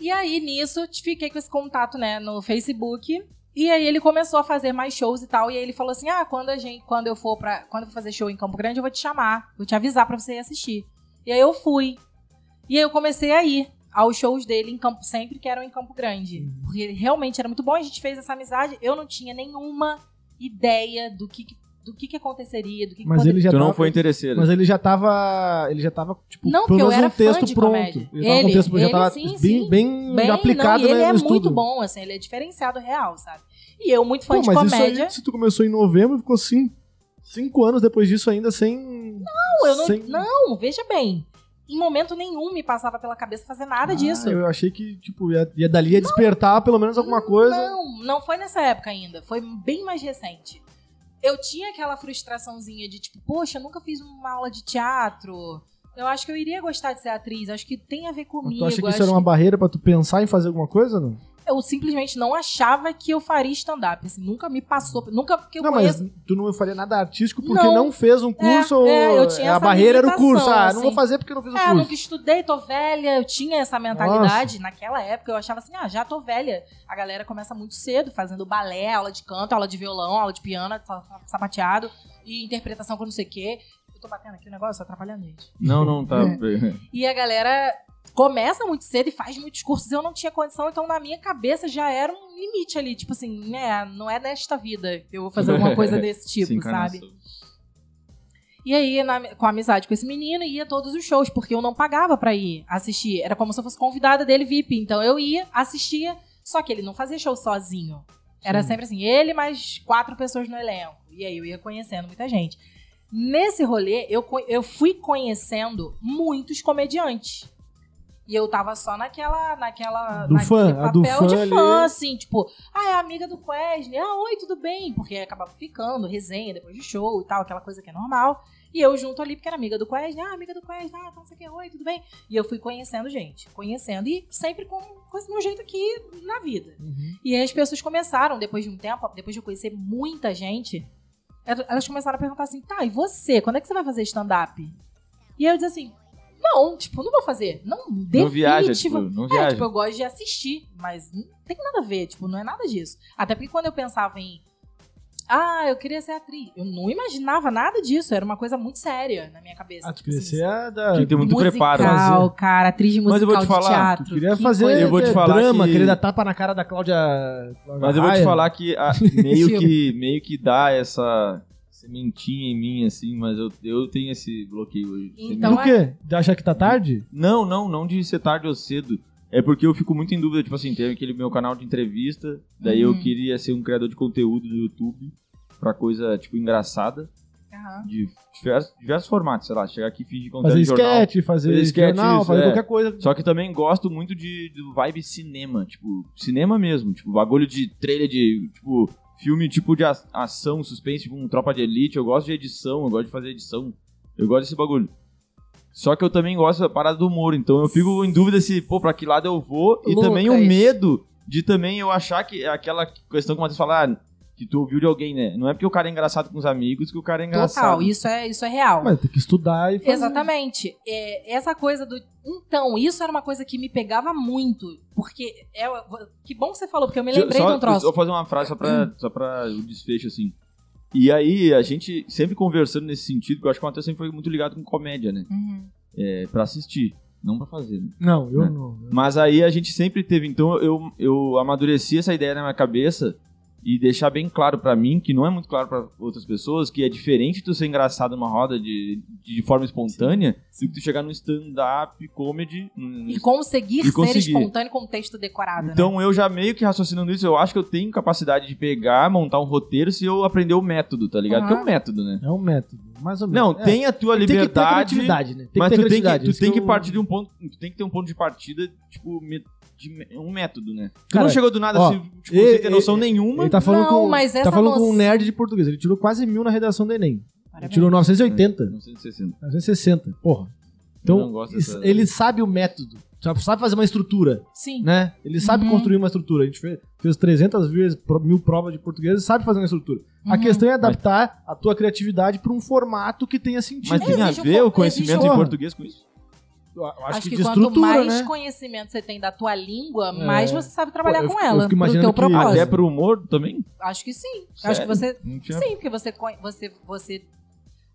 E aí, nisso, fiquei com esse contato, né, no Facebook. E aí ele começou a fazer mais shows e tal. E aí ele falou assim: Ah, quando a gente, quando eu for para, quando eu for fazer show em Campo Grande, eu vou te chamar, vou te avisar pra você ir assistir. E aí eu fui. E aí eu comecei a ir aos shows dele em Campo, sempre que eram em Campo Grande, Uhum. porque ele realmente era muito bom. A gente fez essa amizade. Eu não tinha nenhuma ideia do que, que- do que, que aconteceria, do que, que Mas ele já Tu tava, não foi interesseiro. Mas ele já tava. Ele já tava, tipo, pelo Não, porque eu menos um era fã texto de pronto. Ele comédia. tava com um Ele- texto já ele tava sim, bem, sim. bem, Bem, aplicado não, e né, ele é no estudo. muito bom, assim, ele é diferenciado real, sabe? E eu, muito fã Pô, de mas isso aí, comédia. se tu começou em novembro, ficou assim. Cinco anos depois disso, ainda sem. Não, Não, eu não, não, veja bem. Em momento nenhum me passava pela cabeça fazer nada disso. Ah, Eu achei que, tipo, ia, ia dali ia despertar pelo menos alguma coisa. Não, não foi nessa época ainda. Foi bem mais recente. Eu tinha aquela frustraçãozinha de tipo, poxa, eu nunca fiz uma aula de teatro. Eu acho que eu iria gostar de ser atriz. Acho que tem a ver Mas comigo. tu acha que isso acho era uma barreira pra tu pensar em fazer alguma coisa? Não, Eu simplesmente não achava que eu faria stand-up. assim, nunca me passou. Nunca porque eu não conheço. mas tu não faria nada artístico porque não, Não. fez um curso. ou é, eu tinha a essa barreira era o limitação, curso. Ah, não vou assim. fazer porque não fiz o É, eu curso. nunca estudei, tô velha. Eu tinha essa mentalidade. Naquela época eu achava assim, ah, já tô velha. A galera começa muito cedo, fazendo balé, aula de canto, aula de violão, aula de piano, sa- sapateado e interpretação com não sei o quê. Eu tô batendo aqui o negócio, atrapalhando gente. Não, não, tá. E a galera começa muito cedo e faz muitos cursos. Eu não tinha condição, então na minha cabeça já era um limite ali. Tipo assim, né, não é nesta vida que eu vou fazer alguma coisa desse Sem tipo, sabe? encarnação. E aí, na- com a amizade com esse menino, ia a todos os shows, porque eu não pagava pra ir assistir. Era como se eu fosse convidada dele VIP. Então eu ia, assistia, só que ele não fazia show sozinho. Era sempre assim, ele mais quatro pessoas no elenco. E aí eu ia conhecendo muita gente. Nesse rolê, eu, co- eu fui conhecendo muitos comediantes. E eu tava só naquela. naquela Do naquele fã, a do papel fã de ali. fã, assim, tipo, ah, é amiga do Wesley, ah, oi, tudo bem? Porque acabava ficando, resenha depois do show e tal, aquela coisa que é normal. E eu junto ali, porque era amiga do Quest, ah, amiga do Quest, ah, tá, não sei o que, oi, tudo bem? E eu fui conhecendo gente, conhecendo, e sempre com, com esse meu jeito aqui na vida. Uhum. E aí as pessoas começaram, depois de um tempo, depois de eu conhecer muita gente, el- elas começaram a perguntar assim, tá, e você, quando é que você vai fazer stand-up? E eu dizia assim, não, tipo, não vou fazer. Não, Não viaja, definitiva, tipo, não é, viaja. tipo, eu gosto de assistir, mas não tem nada a ver, tipo, não é nada disso. Até porque quando eu pensava em. Ah, eu queria ser atriz. Eu não imaginava nada disso. Era uma coisa muito séria na minha cabeça. Ah, tu tipo queria assim, ser a da. Tinha que ter muito musical, preparo. né? né? cara, atriz de musical Mas eu vou te falar, de teatro. Tu queria que fazer coisa- Eu vou te eh, falar drama, que- queria dar tapa na cara da Cláudia. Mas eu vou te Raia. falar que a- meio Sim. que meio que dá essa sementinha em mim, assim, mas eu, eu tenho esse bloqueio hoje. Então Do quê? De achar que tá tarde? Não, não, não de ser tarde ou cedo. É porque eu fico muito em dúvida, tipo assim, teve aquele meu canal de entrevista, daí Uhum. eu queria ser um criador de conteúdo no YouTube pra coisa, tipo, engraçada, Aham. de diversos, diversos formatos, sei lá, chegar aqui e fingir contar Fazer de jornal. esquete, fazer Fazer esquete, jornal, isso, fazer é. qualquer coisa. Só que também gosto muito de do vibe cinema, tipo, cinema mesmo, tipo, bagulho de trailer de, tipo, filme tipo de a- ação, suspense, tipo, um tropa de elite, eu gosto de edição, eu gosto de fazer edição. Eu gosto desse bagulho. Só que eu também gosto da parada do humor, então eu fico em dúvida se, pô, pra que lado eu vou e Lucas. também o medo de também eu achar que é aquela questão que vocês falaram, ah, que tu ouviu de alguém, né? Não é porque o cara é engraçado com os amigos que o cara é engraçado. Total, isso é, isso é real. Mas tem que estudar e fazer. Exatamente. É, essa coisa do. Então, isso era uma coisa que me pegava muito. Porque. É, que bom que você falou, porque eu me lembrei só, de um troço. Hum. Vou fazer uma frase só pra, só pra o desfecho, assim. E aí, a gente sempre conversando nesse sentido, porque eu acho que o Matheus sempre foi muito ligado com comédia, né? Uhum. É, pra assistir, não pra fazer. né? Não, eu Né? não. Mas aí a gente sempre teve, então eu, eu amadureci essa ideia na minha cabeça e deixar bem claro pra mim, que não é muito claro pra outras pessoas, que é diferente tu ser engraçado numa roda de, de forma espontânea do que tu chegar num stand-up comedy, num E conseguir E ser conseguir. espontâneo com um texto decorado, né? Então eu já meio que raciocinando isso, eu acho que eu tenho capacidade de pegar, montar um roteiro se eu aprender o método, tá ligado? Aham. Que é um método, né? É um método, mais ou menos. Não, É, tem a tua tem que ter liberdade, criatividade, né? Tem mas que ter tu tem que, criatividade. tu isso tem que eu- partir de um ponto, tu tem que ter um ponto de partida, tipo, me- de me- um método, né? Tu Cara, não chegou do nada ó, assim, tipo, sem ele- ter noção ele- nenhuma. Ele tá falando, Não, com, mas tá essa falando com um noção- nerd de português. Ele tirou quase mil na redação do Enem. Ele Parabéns. tirou 980, Não sei se você sente. 960. Porra. Eu não Então, gosto isso- dessa- ele sabe o método. sabe- Sabe fazer uma estrutura. Sim. né? Ele sabe Uhum. construir uma estrutura. A gente fez, fez 300 vezes, pro- mil provas de português e sabe fazer uma estrutura. A Uhum. questão é adaptar a tua criatividade para um formato que tenha sentido. Mas tem a Exige um ver fo- o conhecimento exige um- em português com isso? eu acho, É. Acho, que, que, de quanto estrutura, mais né? conhecimento você tem da tua língua, É. mais você sabe trabalhar Pô, eu com fico- eu ela. fico pro imaginando teu que- propósito. Até pro humor também? Acho que sim. Acho que Sério? você. Não tinha né? Sim, porque você, conhe- você, você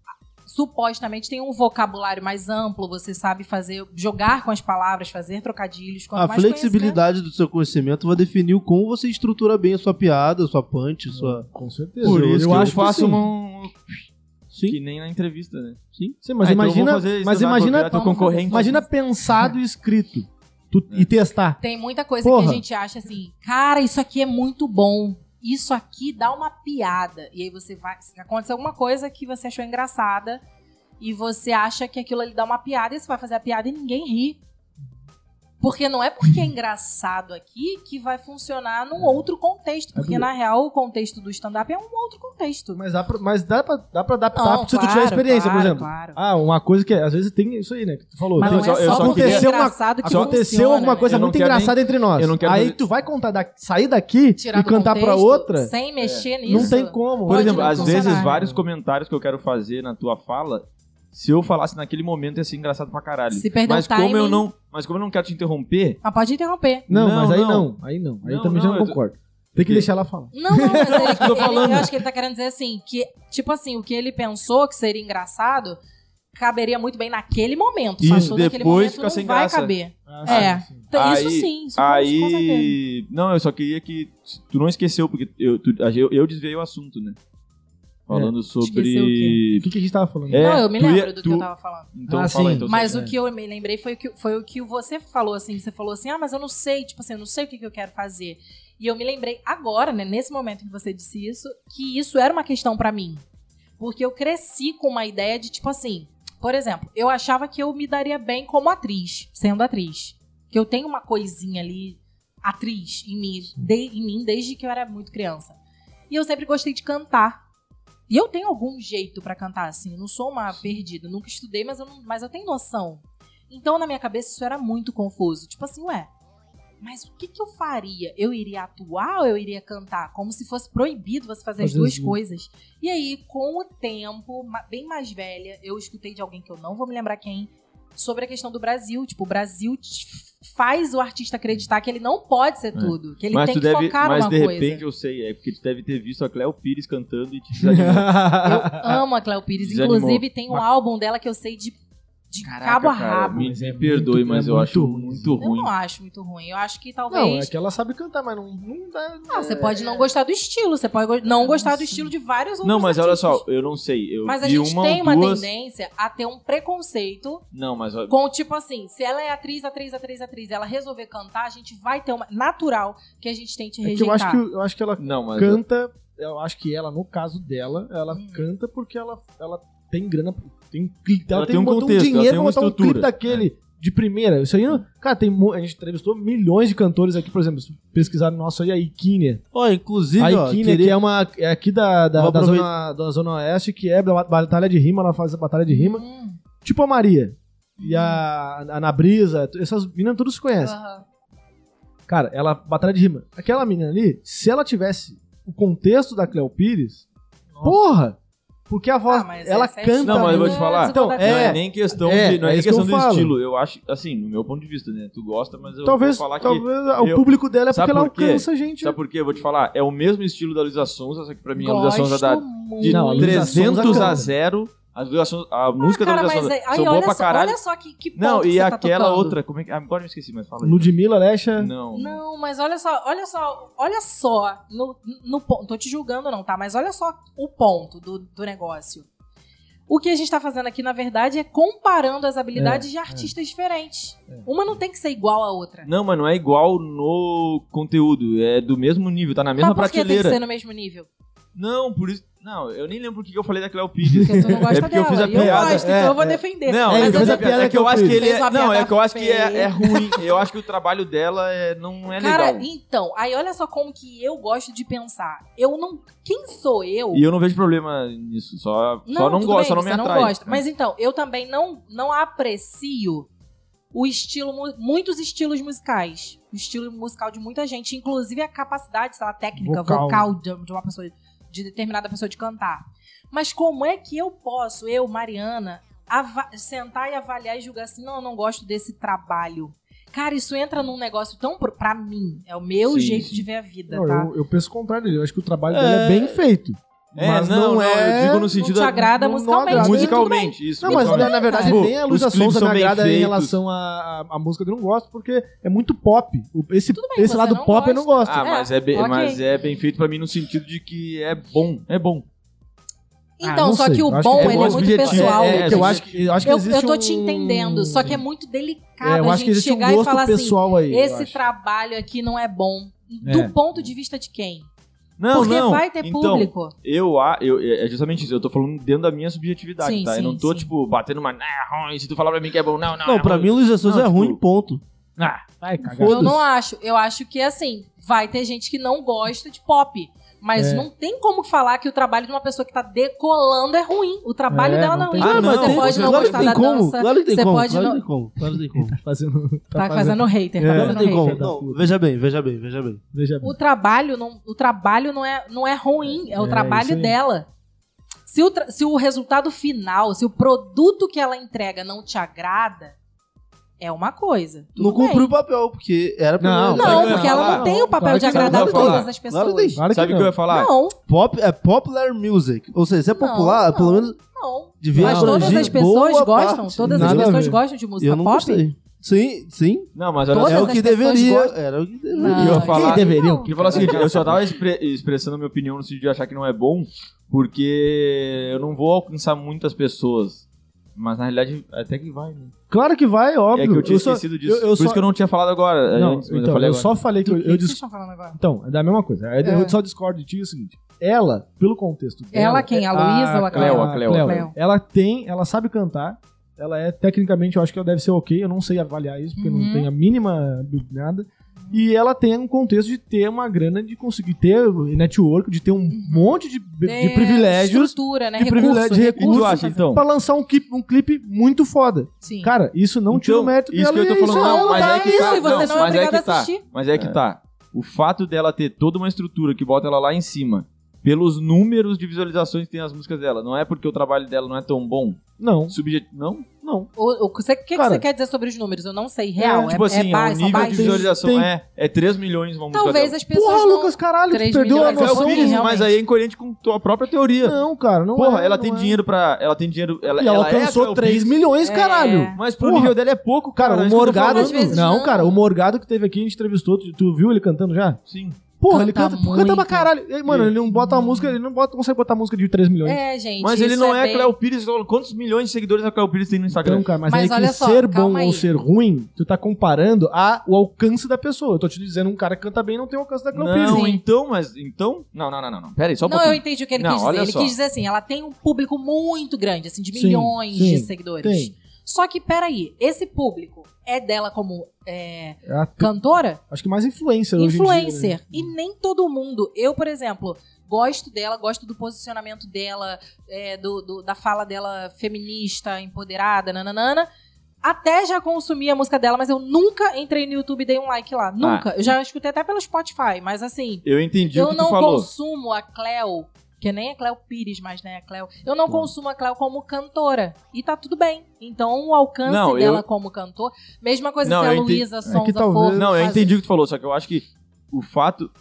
ah, supostamente tem um vocabulário mais amplo, você sabe fazer, jogar com as palavras, fazer trocadilhos. Quanto A mais flexibilidade do seu conhecimento vai definir o como você estrutura bem a sua piada, a sua punch, a sua. Ah, Com certeza. Por eu, isso eu que eu acho faço um- que sim. uma. Sim. Que nem na entrevista, né? Sim. Sim, mas imagina, mas imagina, teu teu Vamos fazer concorrente. concorrente. isso. imagina pensado e escrito Tu- e testar. Tem muita coisa que Porra. a gente acha assim, cara, isso aqui é muito bom. Isso aqui dá uma piada. E aí você vai. se Acontece alguma coisa que você achou engraçada e você acha que aquilo ali dá uma piada e você vai fazer a piada e ninguém ri. Porque não é porque é Uhum. engraçado aqui que vai funcionar É. num outro contexto. Porque, porque- na real, o contexto do stand-up é um outro contexto. Mas dá pra, mas dá pra, dá pra adaptar Não, se tu tiver Oh, claro, experiência, por claro, exemplo. claro. Ah, uma coisa que às vezes tem isso aí, né? Que tu falou. Mas Tem- não é eu só só porque é queria- engraçado que Aconteceu funciona, alguma né? coisa Eu não muito quero nem- engraçada entre nós. eu não quero aí fazer- tu vai contar da- sair daqui Tirar e do cantar pra contexto, outra, É. Sem mexer nisso. não tem como. Por Pode exemplo, não às funcionar. vezes vários comentários que eu quero fazer na tua fala, se eu falasse naquele momento ia ser engraçado pra caralho. Se perder mas o como eu timing- não, mas como eu não quero te interromper, Mas Ah, pode interromper. Não, Não, mas aí não. não. Aí não. Aí Não, também não, já eu não tô- concordo. Tem que Quê? deixar ela falar. Não, não, mas ele, tô ele- falando. eu acho que ele tá querendo dizer assim, que, tipo assim, o que ele pensou que seria engraçado caberia muito bem naquele momento. Isso, Passou daquele depois momento, fica não sem vai graça. caber. Ah, sim, sim. Então, Aí- isso sim, isso com- com certeza. aí, não, eu só queria que tu não esqueceu porque eu tu- eu, eu desviei o assunto, né? Falando É. Esqueceu o sobre O que, que a gente tava falando? É, não, eu me tu ia- lembro do que tu- eu tava falando. então Ah, fala sim. então. Mas certo. o que eu me lembrei foi o que, foi o que você falou, assim. Você falou assim, ah, mas eu não sei, tipo assim, eu não sei o que, que eu quero fazer. E eu me lembrei agora, né, nesse momento que você disse isso, que isso era uma questão pra mim. Porque eu cresci com uma ideia de, tipo assim, por exemplo, eu achava que eu me daria bem como atriz, sendo atriz. Que eu tenho uma coisinha ali, atriz, em mim, de- em mim desde que eu era muito criança. E eu sempre gostei de cantar. E eu tenho algum jeito pra cantar, assim. Eu não sou uma perdida. eu Nunca estudei, mas eu, não- mas eu tenho noção. Então, na minha cabeça, isso era muito confuso. Tipo assim, ué, mas o que, que eu faria? Eu iria atuar ou eu iria cantar? Como se fosse proibido você fazer as Fazer duas as duas. coisas. E aí, com o tempo, ma- bem mais velha, eu escutei de alguém que eu não vou me lembrar quem, sobre a questão do Brasil. Tipo, o Brasil te- faz o artista acreditar que ele não pode ser tudo. Que ele É. mas tem tu que deve, focar mas numa de coisa. repente eu sei, é porque tu deve ter visto a Cléo Pires cantando e te desanimou. Eu é amo a Cléo Pires. Desanimou. Inclusive, tem um álbum dela que eu sei de, de cabo a cara, rabo. Me, Mas é me perdoe, muito- mas é eu muito acho ruim. muito Eu ruim. não acho muito ruim. Eu acho que talvez. Não, é que ela sabe cantar, mas não, não dá. é, Ah, você pode não gostar do estilo, você pode go- não gostar do estilo de vários outros. Não, mas olha artistas. só, eu não sei. Eu Mas a vi gente uma tem ou uma duas. tendência a ter um preconceito Não, mas ó, com, tipo assim, se ela é atriz, atriz, atriz, atriz, ela resolver cantar, a gente vai ter uma. Natural que a gente tente É que eu rejeitar. acho que, eu acho que ela não, mas canta. Eu acho que ela, no caso dela, ela Hum. canta porque ela, ela tem grana. Tem, um cli- ela, Ela tem, tem um botar contexto, ela dinheiro tem pra uma botar um clipe estrutura. daquele de primeira. Isso aí, não- cara, tem, mo- a gente entrevistou milhões de cantores aqui, por exemplo, se pesquisaram nosso aí, a Ikine. Ó, inclusive, A ó, Ikine, queria- que é uma. É aqui da, da, Vou da, aproveitar- zona, da Zona Oeste, que é da Batalha de Rima, ela faz a Batalha de Rima. Hum, Tipo a Maria. E a, a Ana Brisa, t- essas meninas todas se conhecem. aham. Cara, ela batalha de rima. Aquela menina ali, se ela tivesse o contexto da Cleo Pires, porra! Porque a voz, Ah, mas ela essa é canta. Não, mas eu vou te falar. Então, não é é, nem questão é, de, não é é, nem isso que questão eu do falo. estilo. Eu acho, assim, no meu ponto de vista, né? Tu gosta, mas eu talvez, vou falar que. talvez o eu- público dela é Sabe porque ela por quê? alcança a gente. Sabe por quê? Eu vou te falar. É o mesmo estilo da Luísa Sonza, só que pra mim a Luísa Gosto Sonza dá muito. de Não, a Luísa Sonza 300 a canta. 0. A, Luísa Sonza- a Ah, música cara, da Luísa mas Sonza aí- aí são boa olha pra só- caralho. Olha só que, que ponto Não, que e você tá aquela tocando. outra, como é que. ah, Agora eu me esqueci, mas fala aí. Ludmilla, Alexa. Não. Não, mas olha só, olha só, olha só, no, no ponto, tô te julgando não, tá? Mas olha só o ponto do, do negócio. O que a gente tá fazendo aqui, na verdade, é comparando as habilidades É, de artistas diferentes. Uma não tem que ser igual à outra. Não, mas não é igual no conteúdo. É do mesmo nível, tá na mesma mas por que tem prateleira. que ser no mesmo nível? Não, por isso. Não, eu nem lembro o que que eu falei da Cleo Pires. Porque tu não gosta É porque eu dela. fiz a e eu piada, gosto, é, então eu vou é. defender. Não, ele mas é, eu fez a já- piada é que eu que eu acho fiz. que ele Fez uma é. Não, é piada que eu acho que é, feia. é ruim. Eu acho que o trabalho dela é, não é Cara, legal. então, aí olha só como que eu gosto de pensar. Eu não. Quem sou eu? E eu não vejo problema nisso. Só não, só não tudo gosto, bem, só não você me atrai. Não gosta. Mas então, eu também não, não aprecio o estilo, mu- muitos estilos musicais. O estilo musical de muita gente, inclusive a capacidade, sei lá, técnica, Vocal. né? vocal, de, de uma pessoa, de determinada pessoa de cantar. Mas como é que eu posso, eu, Mariana, ava- sentar e avaliar e julgar assim, não, eu não gosto desse trabalho. Cara, isso entra num negócio tão pro- pra mim, é o meu Sim, jeito sim. de ver a vida, Não, tá? eu, eu penso o contrário dele. Eu acho que o trabalho dele é bem feito. É, mas não, não, não, é... eu digo no Não sentido te agrada não- não musicalmente. agrada. tudo bem. musicalmente, isso. Não, é mas musicalmente. na, na verdade Tipo, nem a Luísa os clipes Sonza são me bem agrada em feitos. relação à, à- à música que eu não gosto, porque é muito pop. O- Esse, Tudo bem, esse você lado não pop eu não gosto. Ah, É, mas, é bem, ok. mas é bem feito pra mim no sentido de que é bom. É bom. Ah, Então, não só sei, que o eu acho que bom, é ele é bom muito subjetivo, pessoal. é, é, que eu acho que, eu acho que eu, existe eu tô te um- entendendo, só que é muito delicado É, eu a acho que gente existe um chegar e gosto falar assim, pessoal aí. eu esse acho. trabalho aqui não é bom. É. Do ponto de vista de quem? Não, Porque não. vai ter então, público. Eu, a- eu, é justamente isso. Eu tô falando dentro da minha subjetividade, Sim, tá? sim, eu não tô, sim. tipo, batendo uma... "Ah, é ruim, se tu falar pra mim que é bom, não, não. Não, é pra ruim." mim o Luiz Souza Não, é tipo, ruim, ponto. Ah, Ai, cagada. Eu Foda-se. não acho. Eu acho que assim, vai ter gente que não gosta de pop. Mas É. não tem como falar que o trabalho de uma pessoa que tá decolando é ruim. O trabalho É, dela não não, é tem ruim. como. Ah, você mas tem- pode não claro que gostar tem da como, dança. Claro que tem você como, pode claro não- que tem como, claro que tem como. Tá fazendo. Tá fazendo hater, É. tá Claro que fazendo tem como. hater. Não, veja bem, veja bem, veja bem. Veja bem. O trabalho não, o trabalho não, é, não é ruim, é É, o isso trabalho aí. dela. Se o, tra- se o resultado final, se o produto que ela entrega não te agrada, é uma coisa. Tudo não bem. cumpriu o papel, porque era pra Não, Sabe o que eu Não, ia porque ela falar? não tem o papel Claro de que não, agradar não, todas claro. Claro as pessoas. que tem. Claro que Sabe o não. que eu ia falar? Não, Pop, é popular music. Ou seja, se é Não, popular, não. pelo menos não. devia Mas abranger todas as pessoas boa gostam, parte. todas Nada as a pessoas ver. gostam de música Eu não pop. gostei. Sim, sim. Não, mas olha Todas é só. o as que pessoas deveria. gostam. Era o que Não, deveria. Eu ia isso falar- deveriam. Eu queria falar o seguinte, assim, eu só tava expre- expressando minha opinião no sentido de achar que não é bom, porque eu não vou alcançar muitas pessoas. Mas na realidade, até que vai, né? Claro que vai, óbvio. É que eu tinha só- esquecido disso. eu- eu Por só- isso que eu não tinha falado agora. Não, antes, então, mas eu, eu falei agora. só falei que eu, O que que eu vocês dis... estão falando agora? Então, é da mesma coisa. Eu- Eu É. só discordo de ti é o seguinte. Ela, pelo contexto dela... é, Ela quem? A Luísa ou a Cleo? A Cleo, a Cleo. Ela tem... Ela sabe cantar. Ela é, tecnicamente, eu acho que ela deve ser ok. Eu não sei avaliar isso, porque eu Uhum. não tenho a mínima nada. E ela tem um contexto de ter uma grana, de conseguir ter network, de ter um monte de, de É, privilégios Uhum. Estrutura, né? de Recurso. privilégio- de E tu Curso acha, então? pra lançar um clipe, um clipe muito foda. Sim. Cara, isso não tira o Então, mérito dela. isso que eu e tô é falando, isso. Não, não, mas dá é que isso, tá, e você não é mas é obrigado que a tá, assistir. mas é que tá. O fato dela ter toda uma estrutura que bota ela lá em cima, pelos números de visualizações que tem as músicas dela, não é porque o trabalho dela não é tão bom, Não, subjet... não? não. O, o que você- o que, que Cara. você quer dizer sobre os números? Eu não sei. Real, é, tipo assim, é, ba- o são nível de baixos? visualização Tem- é, é 3 milhões uma música Talvez dela. as pessoas Porra, não... Lucas, caralho, tu Três perdeu a milhões, Mas é noção. o que dizem, de- realmente. mas aí é incoerente com tua própria teoria. Não, cara, não Porra, é, ela não tem é. dinheiro pra... Ela tem dinheiro... Ela, E ela ela é a alcançou Cleo 3 Pires, milhões, É. caralho. Mas pro Porra. nível dela é pouco, cara. Cara, é o isso que eu tô Morgado. Às vezes Não, não. cara, o Morgado que teve aqui, a gente entrevistou. Tu, tu viu ele cantando já? falando. Sim. Porra, Canta ele canta, muito. canta pra caralho. E, mano, ele não bota a música, ele não bota, consegue botar a música de 3 milhões. É, gente. Mas ele isso não é, bem- a Cleo Pires. Quantos milhões de seguidores a Cleo Pires tem no Instagram? Então, cara, mas, Mas aí olha que só, ser bom calma ou aí. ser ruim, tu tá comparando a, o alcance da pessoa. Eu tô te dizendo, um cara que canta bem não tem o alcance da Cleo Pires. Não, Sim. então, mas então. Não, não, não, não, não. Pera aí, só um Não, eu pouquinho. entendi o que ele Não, quis dizer. olha Ele só. quis dizer assim, ela tem um público muito grande, assim, de Sim, milhões sim, de seguidores. Tem. Só que, peraí, esse público é dela como é, É a- cantora? acho que mais influencer, hoje em dia. né? Influencer. E nem todo mundo. Eu, por exemplo, gosto dela, gosto do posicionamento dela, é, do, do- da fala dela feminista, empoderada, nananana. Até já consumi a música dela, mas eu nunca entrei no YouTube e dei um like Ah. lá. Nunca. Eu já escutei até pelo Spotify, mas assim. Eu entendi o Eu que tu não falou. consumo a Cleo, que nem a Cleo Pires, mas né, a Cleo. Eu Hum. não consumo a Cleo como cantora. E tá tudo bem. Então o alcance Não, eu- dela como cantor. Mesma coisa Não, se a eu entendi- Luísa Sonza talvez- for. Não, eu fazer- entendi o que tu falou, só que eu acho que o fato.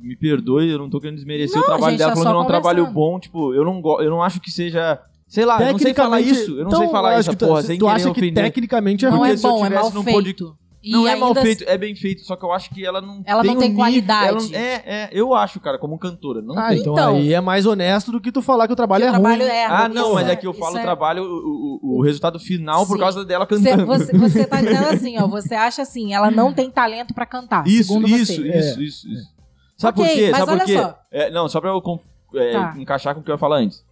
Me perdoe, eu não tô querendo desmerecer Não, o trabalho gente, dela, tá falando só que é um trabalho conversando. bom, tipo, eu não, go- eu não acho que seja. Sei lá, Ah, eu não sei falar Tecnicamente- isso. Eu não Então, sei falar eu isso, acho que porra, tu, sem tu querer acha que ofender. tecnicamente é Não ruim. é porque se eu bom, é tivesse mal num feito. podcast- E não é mal ainda- feito, é bem feito, só que eu acho que ela não Ela tem não tem um nível- qualidade. ela não- é, é, eu acho, cara, como cantora. Não Ah, tem. então, Então. aí é mais honesto do que tu falar que o trabalho é o trabalho ruim. é. Ah, não, isso mas é que eu isso falo o é- trabalho, o, o- o resultado final por Sim. causa dela Cê- cantando. Você, você tá dizendo assim, ó. Você acha assim, ela não tem talento pra cantar. Isso, segundo isso, você. É. isso, isso, isso. Sabe Ok, por quê? mas Sabe olha por quê? só. É, não, só pra eu com- é, Tá. encaixar com o que eu ia falar antes.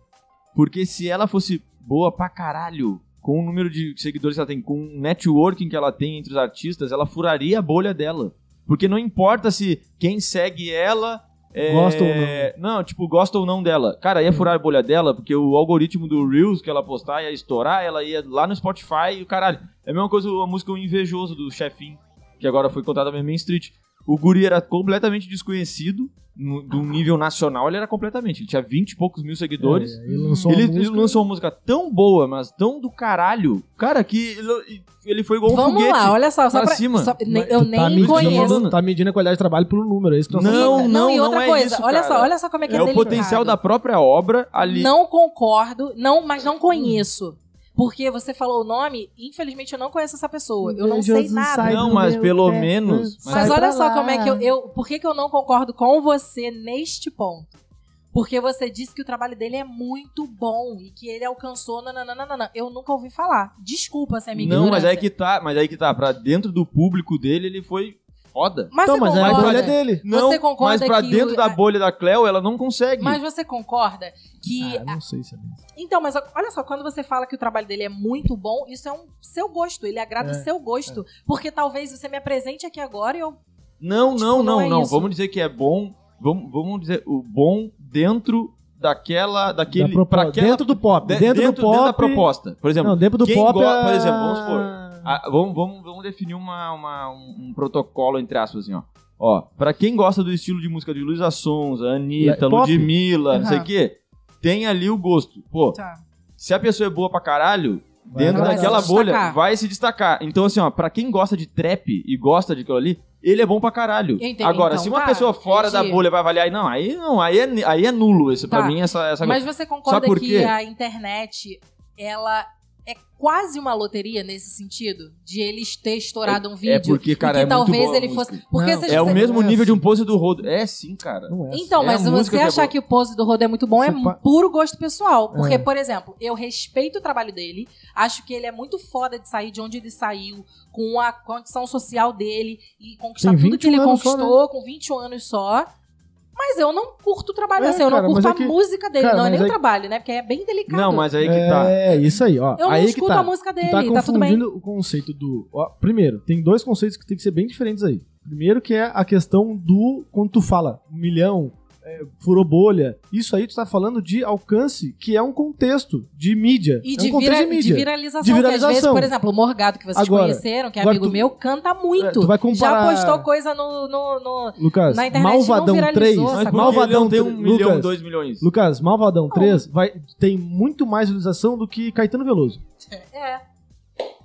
Porque se ela fosse boa pra caralho, com o número de seguidores que ela tem, com o networking que ela tem entre os artistas, ela furaria a bolha dela. Porque não importa se quem segue ela. é, Gosta ou não. tipo, gosta ou não dela. Cara, ia furar a bolha dela, porque o algoritmo do Reels que ela postar ia estourar, ela ia lá no Spotify e o caralho. É a mesma coisa a música O Invejoso do Chefinho, que agora foi contada pela Main Street. O guri era completamente desconhecido, no- de um nível nacional, ele era completamente. Ele tinha 20 e poucos mil seguidores. É, ele lançou ele, uma ele música- lançou uma música tão boa, mas tão do caralho. Cara, que ele, ele foi igual um Vamos foguete. lá, olha só. só pra pra, cima. só- nem- Mas eu tu tá nem medindo- conheço. Tá medindo a qualidade de trabalho pelo número, é isso que nós Não, estamos falando. e não, outra não é coisa, isso, olha cara. só, olha só como é que é, É o delicado. potencial da própria obra ali. Não concordo, não, mas não conheço. Porque você falou o nome, infelizmente eu não conheço essa pessoa. Eu não sei Invejoso nada. sai Não, do mas meu pelo pé, menos- hum, mas- sai Mas pra olha só lá. como é que eu, eu. Por que, que eu não concordo com você neste ponto? Porque você disse que o trabalho dele é muito bom e que ele alcançou. Nananana. Eu nunca ouvi falar. Desculpa se é minha Não, mas ignorância. aí que tá, mas aí que tá, pra dentro do público dele, ele foi foda. Mas Então, você mas é a concorda? bolha dele. Não, Você concorda mas pra que dentro o- da bolha da Cleo, ela não consegue. Mas você concorda que. Ah, não sei se é mesmo. Então, mas olha só, quando você fala que o trabalho dele é muito bom, isso é um seu gosto. Ele agrada É, o seu gosto. Porque talvez você me apresente aqui agora e eu. Não, Tipo, não, não não, é não. isso. Vamos dizer que é bom. Vamos, vamos dizer o bom dentro daquela, Da daquele, propo- pra aquela- Dentro do pop. de- dentro, do pop. da proposta. Por exemplo, Não, dentro do quem pop. gosta- é- por exemplo, vamos supor, ah, vamos, vamos, vamos definir uma, uma- um, um protocolo entre aspas assim, ó. Ó, para quem gosta do estilo de música de Luísa Sonza, Anitta, É pop. Ludmilla, não sei o Aham. quê, tem ali o gosto. Pô, se a pessoa é boa pra caralho, Vai dentro lá. Ela vai daquela se bolha, destacar. vai se destacar. Então, assim, ó, pra quem gosta de trap e gosta de aquilo ali, ele é bom pra caralho. Entendi, Agora, então se uma tá, pessoa fora da entendi. bolha vai avaliar, não, aí não, aí é, aí é nulo. Esse, Pra Tá. mim, essa, essa Mas você Sabe concorda por quê? que a internet, ela é quase uma loteria nesse sentido? De eles ter estourado um vídeo. é porque, cara, e é que muito talvez boa a ele música. fosse. Porque Não, se É o você- mesmo Não é nível de um assim. pose do rodo. É sim, cara. Não é essa. Então, É mas a música que você é achar boa. que o pose do Rodo é muito bom é Você pa- puro gosto pessoal. Porque, É. por exemplo, eu respeito o trabalho dele, acho que ele é muito foda de sair de onde ele saiu, com a condição social dele e conquistar Tem tudo que 21 ele anos só, né? conquistou com 21 anos só. Mas eu não curto o trabalho, É, assim, eu cara, não mas curto é a que- música dele, cara, não é mas nem é o que- trabalho, né? Porque é bem delicado. Não, mas aí que tá. É, isso aí, ó. Eu não aí que escuto tá. a música dele, tá tá, tudo bem. confundindo o conceito do. ó, primeiro, tem dois conceitos que tem que ser bem diferentes aí. Primeiro, que é a questão do. Quando tu fala um milhão, é, furou bolha, isso aí tu tá falando de alcance, que é um contexto de mídia. E é de, um contexto vira- de mídia. de viralização. De Que às vezes, viralização. por exemplo, o Morgado, que vocês Agora- conheceram, que é agora amigo tu- meu, canta É, tu muito. vai comparar. Já postou coisa no- no- no, Lucas, Na internet não Malvadão viralizou, 3. Mas Mas sacou? Malvadão Malvadão tem um 3, milhão, Lucas, dois milhões. Lucas, Malvadão 3 vai, tem muito mais visualização do que Caetano Veloso. É.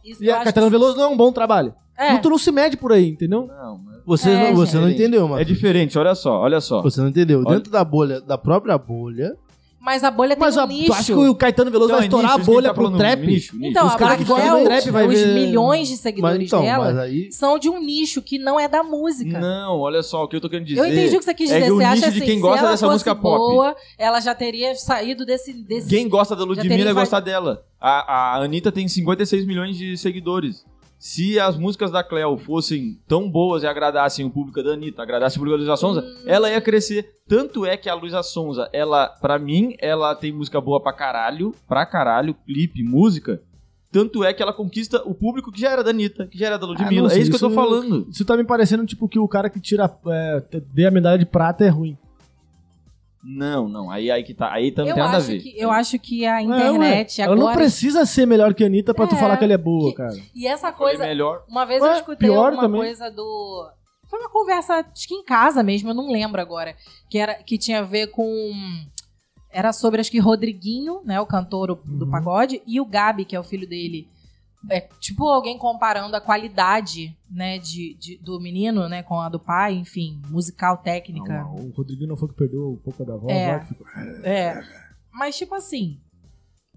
Isso E eu a acho Caetano que- Veloso não é um bom trabalho. É. Não, Tu não se mede por aí, entendeu? Não, mas- Você, É, não, você gente. não entendeu, mano. É diferente, olha só, olha só. Você não entendeu. Olha- Dentro da bolha, da própria bolha, Mas a bolha Mas tem um a- tu nicho. acha que o Caetano Veloso Então, vai é estourar nicho, a isso que bolha tá pro falando, trap? nicho, nicho. Então, os a caras que gostam Gabriel, do trap vai os ver- milhões de seguidores mas então, dela mas aí é- são de um nicho que não é da música. Não, olha só, o que eu tô querendo dizer. Eu entendi o que você quis é dizer. que o você nicho acha de assim, quem se gosta ela dessa fosse música é pop. boa, ela já teria saído desse... desse... Quem gosta da Já Ludmilla teria vai gostar dela. A, a Anitta tem 56 milhões de seguidores. Se as músicas da Cleo fossem tão boas e agradassem o público da Anitta, agradassem o público da Luísa Sonza, Hum. ela ia crescer. Tanto é que a Luísa Sonza, ela, pra mim, ela tem música boa pra caralho, pra caralho, clipe, música. Tanto é que ela conquista o público que já era da Anitta, que já era da Ludmilla. não é sei, isso que eu tô isso- falando. Isso tá me parecendo tipo que o cara que tira é, dê a medalha de prata é ruim. Não, não, aí, aí que tá. Aí tá, não eu, tem nada a acho ver. que, eu acho que a Não, é, internet Ela não agora... precisa ser melhor que a Anitta pra tu É, falar que ela é boa, cara. E essa Falei coisa... melhor. Uma vez eu Ué, escutei pior uma também. coisa do. Foi uma conversa, acho que em casa mesmo, eu não lembro agora. Que, era, que tinha a ver com. Era sobre, acho que Rodriguinho, né? O cantor do Uhum. pagode, e o Gabi, que é o filho dele. É, tipo, alguém comparando a qualidade, né, de, de- do menino, né, com a do pai, enfim, musical, técnica. Não, o Rodrigo não foi que perdeu um pouco da voz. É. lá, que ficou- É. Mas, tipo assim,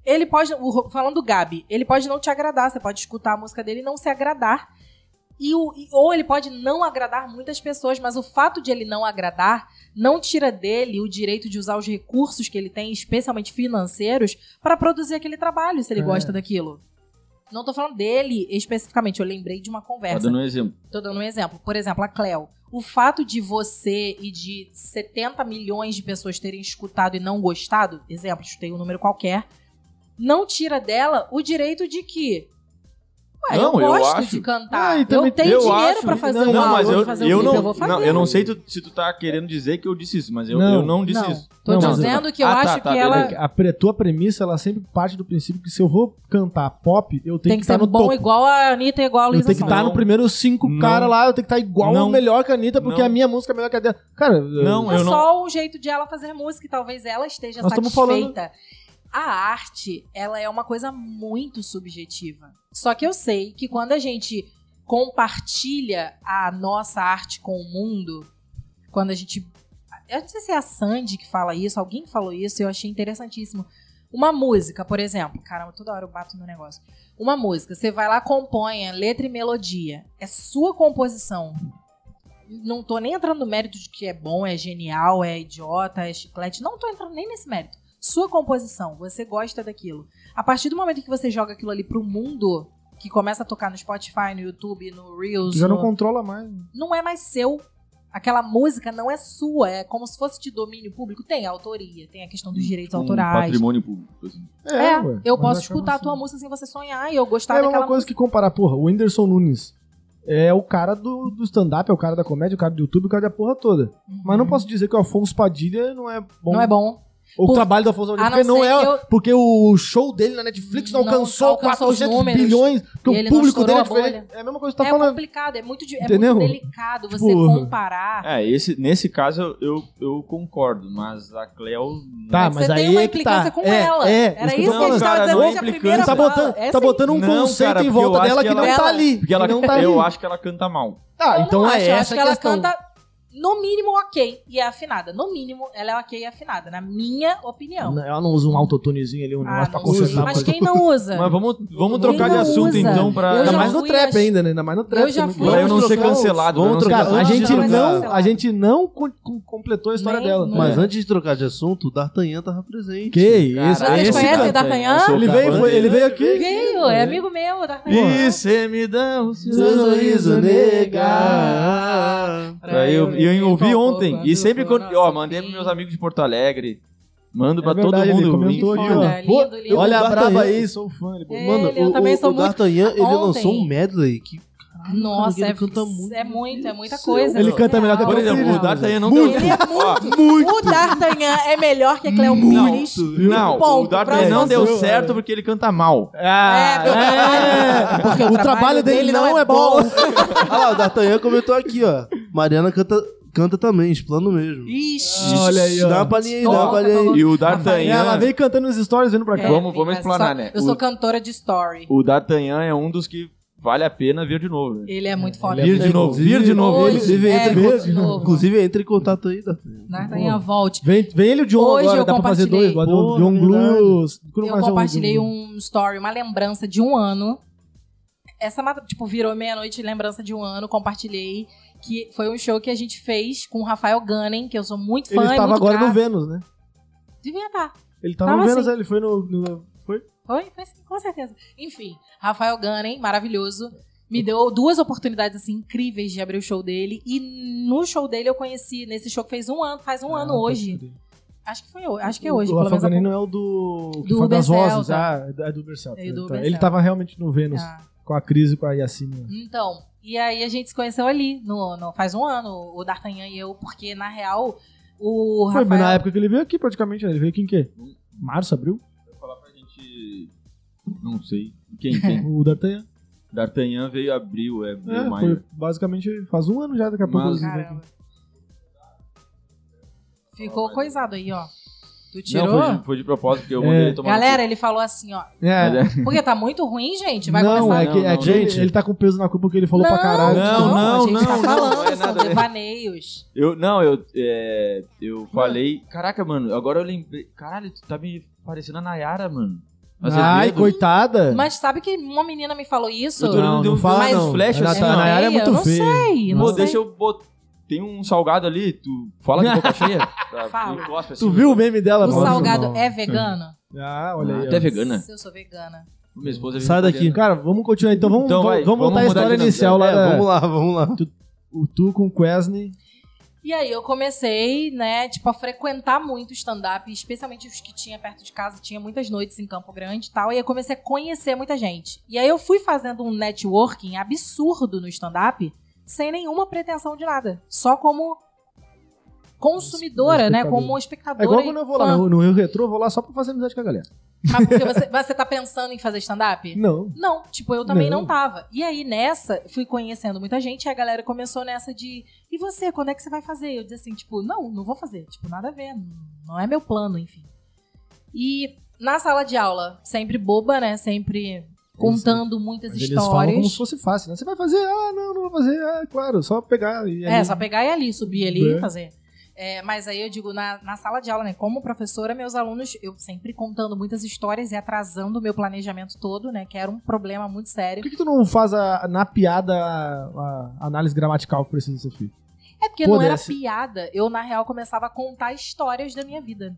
ele pode. o Ro- Falando do Gabi, ele pode não te agradar. Você pode escutar a música dele e não se agradar. E o, e- ou ele pode não agradar muitas pessoas, mas o fato de ele não agradar não tira dele o direito de usar os recursos que ele tem, especialmente financeiros, para produzir aquele trabalho, se ele É. gosta daquilo. Não tô falando dele especificamente, eu lembrei de uma Tá conversa. dando um exemplo. Tô dando um exemplo. Por exemplo, a Cleo. O fato de você e de 70 milhões de pessoas terem escutado e não gostado, exemplo, chutei um número qualquer, não tira dela o direito de que Ué, Não, eu eu gosto acho- de cantar. Ah, e também Tá, eu tenho tá eu dinheiro acho- pra fazer Não, uma não, aula mas de eu, fazer um eu clipe, não, eu vou fazer. não, eu não sei tu- se tu tá querendo dizer que eu disse isso, mas eu Não. eu não disse Não. isso. Tô Não, mas- dizendo que eu Ah, tá, acho tá, que beleza. ela É que A, pre- tua premissa, ela sempre parte do princípio que se eu vou cantar pop, eu tenho tem que que estar ser no bom topo. igual a Anitta e igual a Eu Luísa tenho que tá Sonza. estar no primeiro cinco Não. cara lá, eu tenho que estar igual Não. ou melhor que a Anitta, porque Não. a minha música é melhor que a dela. Cara, Não, é eu não. só o jeito de ela fazer música e talvez ela esteja Nós estamos satisfeita. A arte, ela é uma coisa muito subjetiva. Só que eu sei que quando a gente compartilha a nossa arte com o mundo, quando a gente. Eu não sei se é a Sandy que fala isso, alguém falou isso, eu achei interessantíssimo. Uma música, por exemplo, caramba, toda hora eu bato no negócio. Uma música, você vai lá, compõe a letra e melodia. É sua composição não tô nem entrando no mérito de que é bom, é genial, é idiota, é chiclete. Não tô entrando nem nesse mérito. Sua composição, você gosta daquilo. A partir do momento que você joga aquilo ali pro mundo, que começa a tocar no Spotify, no YouTube, no é Reels, tu já não no- controla mais. não é mais seu. Aquela música não é sua, é como se fosse de domínio público. Tem a autoria, tem a questão dos direitos um é autorais. patrimônio público. assim. É, ué, eu mas posso acaba escutar a assim. tua música sem você sonhar e eu É gostar a mesma daquela coisa que comparar, porra, o Whindersson Nunes é o cara do, do stand-up, é o cara da comédia, o cara do YouTube, o cara da porra toda. música. Mas não posso dizer que o Afonso Padilha não é bom. Não é bom. O Por- trabalho do Afonso Padilha, A porque não não ser é... que eu- Porque o show dele na Netflix não Não alcançou, alcançou os 400 números. bilhões, porque Ele o não público dele é estourou a diferente. É a mesma coisa que tu tá é falando. complicado, é muito, de- é Entendeu? muito delicado você Tipo- comparar. É, esse, nesse caso eu, eu concordo, mas a Cleo. não- Tá, É que mas você aí tem uma é que tá. implicância com é, ela. É, Era que eu isso tô que a gente falando. tava cara, dizendo não desde a implicando. primeira tá Essa fala. botando, É Essa é tá assim. aí- botando um Não, conceito cara, em porque volta eu acho dela que que, ela- não tá ali. Porque ela, que não tá eu ali. acho que ela canta mal. Tá, Eu não então acho, é eu essa acho que ela questão. canta no mínimo ok e é afinada. No mínimo, ela é ok e afinada, na minha opinião. Não, Ela não usa um autotonezinho ali, um Ah, negócio pra não usa. consertar. mas quem não usa? Mas vamos, vamos Não trocar de usa. assunto então pra. Eu Ainda já mais no fui trap ach- ainda, né? Ainda mais no trap. Eu já também. fui Pra eu não ser trocar os- cancelado. pra eu Vamos não ser trocar. cancelado. A Vamos gente trocar. não, a gente não con- con- completou a história Nem- dela. não. Mas É. antes de trocar de assunto, o D'Artagnan tava presente. Que isso? Vocês esse conhecem cara. D'Artagnan? Eu sou Ele veio, foi- ele veio aqui. Veio, é amigo meu, da E cê me dá o seu sorriso, nega. Ah, nega. Pra eu, um e eu ouvi ontem. E sempre quando. Ó, mandei pros meus amigos de Porto Alegre. Mando pra É verdade, todo ele mundo. comentou enfio. aqui, ó. Olha, Pô, lindo, lindo. Olha a D'Artagnan. braba aí, sou fã. ele- É, Mano, ele- eu o, também sou o, o muito- D'Artagnan, ele Ontem- lançou um medley que Nossa, Ele é, canta muito. é muito, é muita coisa. Ele é canta melhor que a surreal. Por exemplo, o Muito. D'Artagnan não Ele tem. é muito. muito O D'Artagnan é melhor que a Cleo Pires. Não, Ponto, o D'Artagnan próximo não deu assunto. certo porque ele canta mal. É, porque o trabalho- porque O trabalho dele não é bom. Ah lá, o D'Artagnan comentou aqui, ó. Mariana canta, canta também, explano mesmo. Ixi. Olha aí, ó. Dá uma palhinha aí, dá Toca, uma palhinha aí. toca. E É, o Ela D'Artagnan. veio cantando nos stories vindo pra cá. É. Vamos- vamos mas explanar, só- né? Eu sou O- cantora de story. O D'Artagnan é um dos que vale a pena ver de novo. né? Ele é muito foda. Vir de novo, vir de novo. Hoje, Inclusive, é, entre, vou de novo. né? inclusive, entre em contato aí, D'Artagnan. D'Artagnan, volte. Vem, vem ele e o John Hoje agora, eu dá pra fazer dois. compartilhei. John Pô, John verdade. Blues. Como Eu fazer um- compartilhei um story, uma lembrança de um ano. Essa, mata- tipo, virou meia-noite, lembrança de um ano. Compartilhei. Que foi um show que a gente fez com o Rafael Gunning, que eu sou muito fã. Ele e estava muito agora grata. no Vênus, né? Devia tá. estar. Ele tava, Tava no Vênus, é, sim. ele foi no. no- Foi? Foi, foi sim, com certeza. Enfim, Rafael Gunning, maravilhoso. Me deu duas oportunidades assim incríveis de abrir o show dele. E no show dele eu conheci, nesse show que fez um ano, faz um ano Ah, hoje. pode crer. Acho que foi hoje. Acho que é hoje, O pelo Rafa menos. a- Ganino é o do. que Do fala das Uber vozes. Celta. Ah, é do Uber Celta. É do Tá. Uber Ele Celta. tava realmente no Vênus, Ah. com a Cris e com a Yasmin. Então, e aí a gente se conheceu ali, no, no- faz um ano, o D'Artagnan e eu, porque na real o Foi Rafael. na época que ele veio aqui, praticamente. né? Ele veio aqui em quê? Março, abril? Vou falar pra gente. Não sei. Quem, quem? O D'Artagnan. D'Artagnan veio abril, é, abril, É, maio. foi basicamente faz um ano já, daqui a pouco. Mas- ele veio aqui. Caramba. Ficou coisado aí, ó. Tu Não, tirou? foi de, foi de propósito, porque eu É. mandei ele tomar. no cu. Galera, ele falou assim, ó. É. Mas é- Porque tá muito ruim, gente. Vai não, começar é que, é Não, que não, ele- não. ele tá com peso na culpa porque ele falou pra caralho. Não, desculpa. não, a gente tá não, falando, não é são nada a ver. devaneios. Eu, não, eu, é, eu falei. Caraca, mano, agora eu lembrei. Caralho, tu tá me parecendo a Nayara, mano. Azevedo. Ai, coitada. Mas sabe que uma menina me falou isso? É. Eu tô olhando, Não, deu não um fala flash não. flash Ela assim, tá ó. na área feia, muito eu não feia. sei, eu não Pô, sei. deixa eu botar. Tem um salgado ali, tu fala de boca cheia? Tá, Fala. eu gosto, assim, Tu viu o meme dela? O mano? salgado Não. é vegano? Ah, olha aí. Ah, tu é ó. vegana? Se eu sou vegana. Minha esposa é Sai daqui. Cara, vegetariana. vamos continuar então. Vamos, Então vai, vamos, vamos voltar vamos a mudar história de nome. inicial lá. É, da- vamos lá, vamos lá. O Tu com o Quesney. E aí eu comecei, né, tipo, a frequentar muito stand-up, especialmente os que tinha perto de casa, tinha muitas noites em Campo Grande e tal, e eu comecei a conhecer muita gente. E aí eu fui fazendo um networking absurdo no stand-up, sem nenhuma pretensão de nada, só como consumidora, tá né, Espectadora. como espectadora. É igual e quando eu vou lá fã. no, no Rio Retrô, eu vou lá só pra fazer amizade com a galera. Mas Ah, porque você, você tá pensando em fazer stand-up? Não. Não, tipo, eu também não. Não. tava. E aí, nessa, fui conhecendo muita gente, e a galera começou nessa de, e você, quando é que você vai fazer? Eu disse assim, tipo, não, não vou fazer, tipo, nada a ver, não é meu plano, enfim. E na sala de aula, sempre boba, né, sempre contando muitas É Mas eles falam como histórias. se fosse fácil, né? Você vai fazer? Ah, não, não vou fazer. Ah, claro, só pegar e É, aí- só pegar e ali, subir ali e É. fazer. É, mas aí eu digo, na, na sala de aula, né? Como professora, meus alunos, eu sempre contando muitas histórias e atrasando o meu planejamento todo, né? Que era um problema muito sério. Por que, que tu não faz a- na piada a, a análise gramatical que precisa ser feita? É porque não era Pudesse. piada. Eu, na real, começava a contar histórias da minha vida.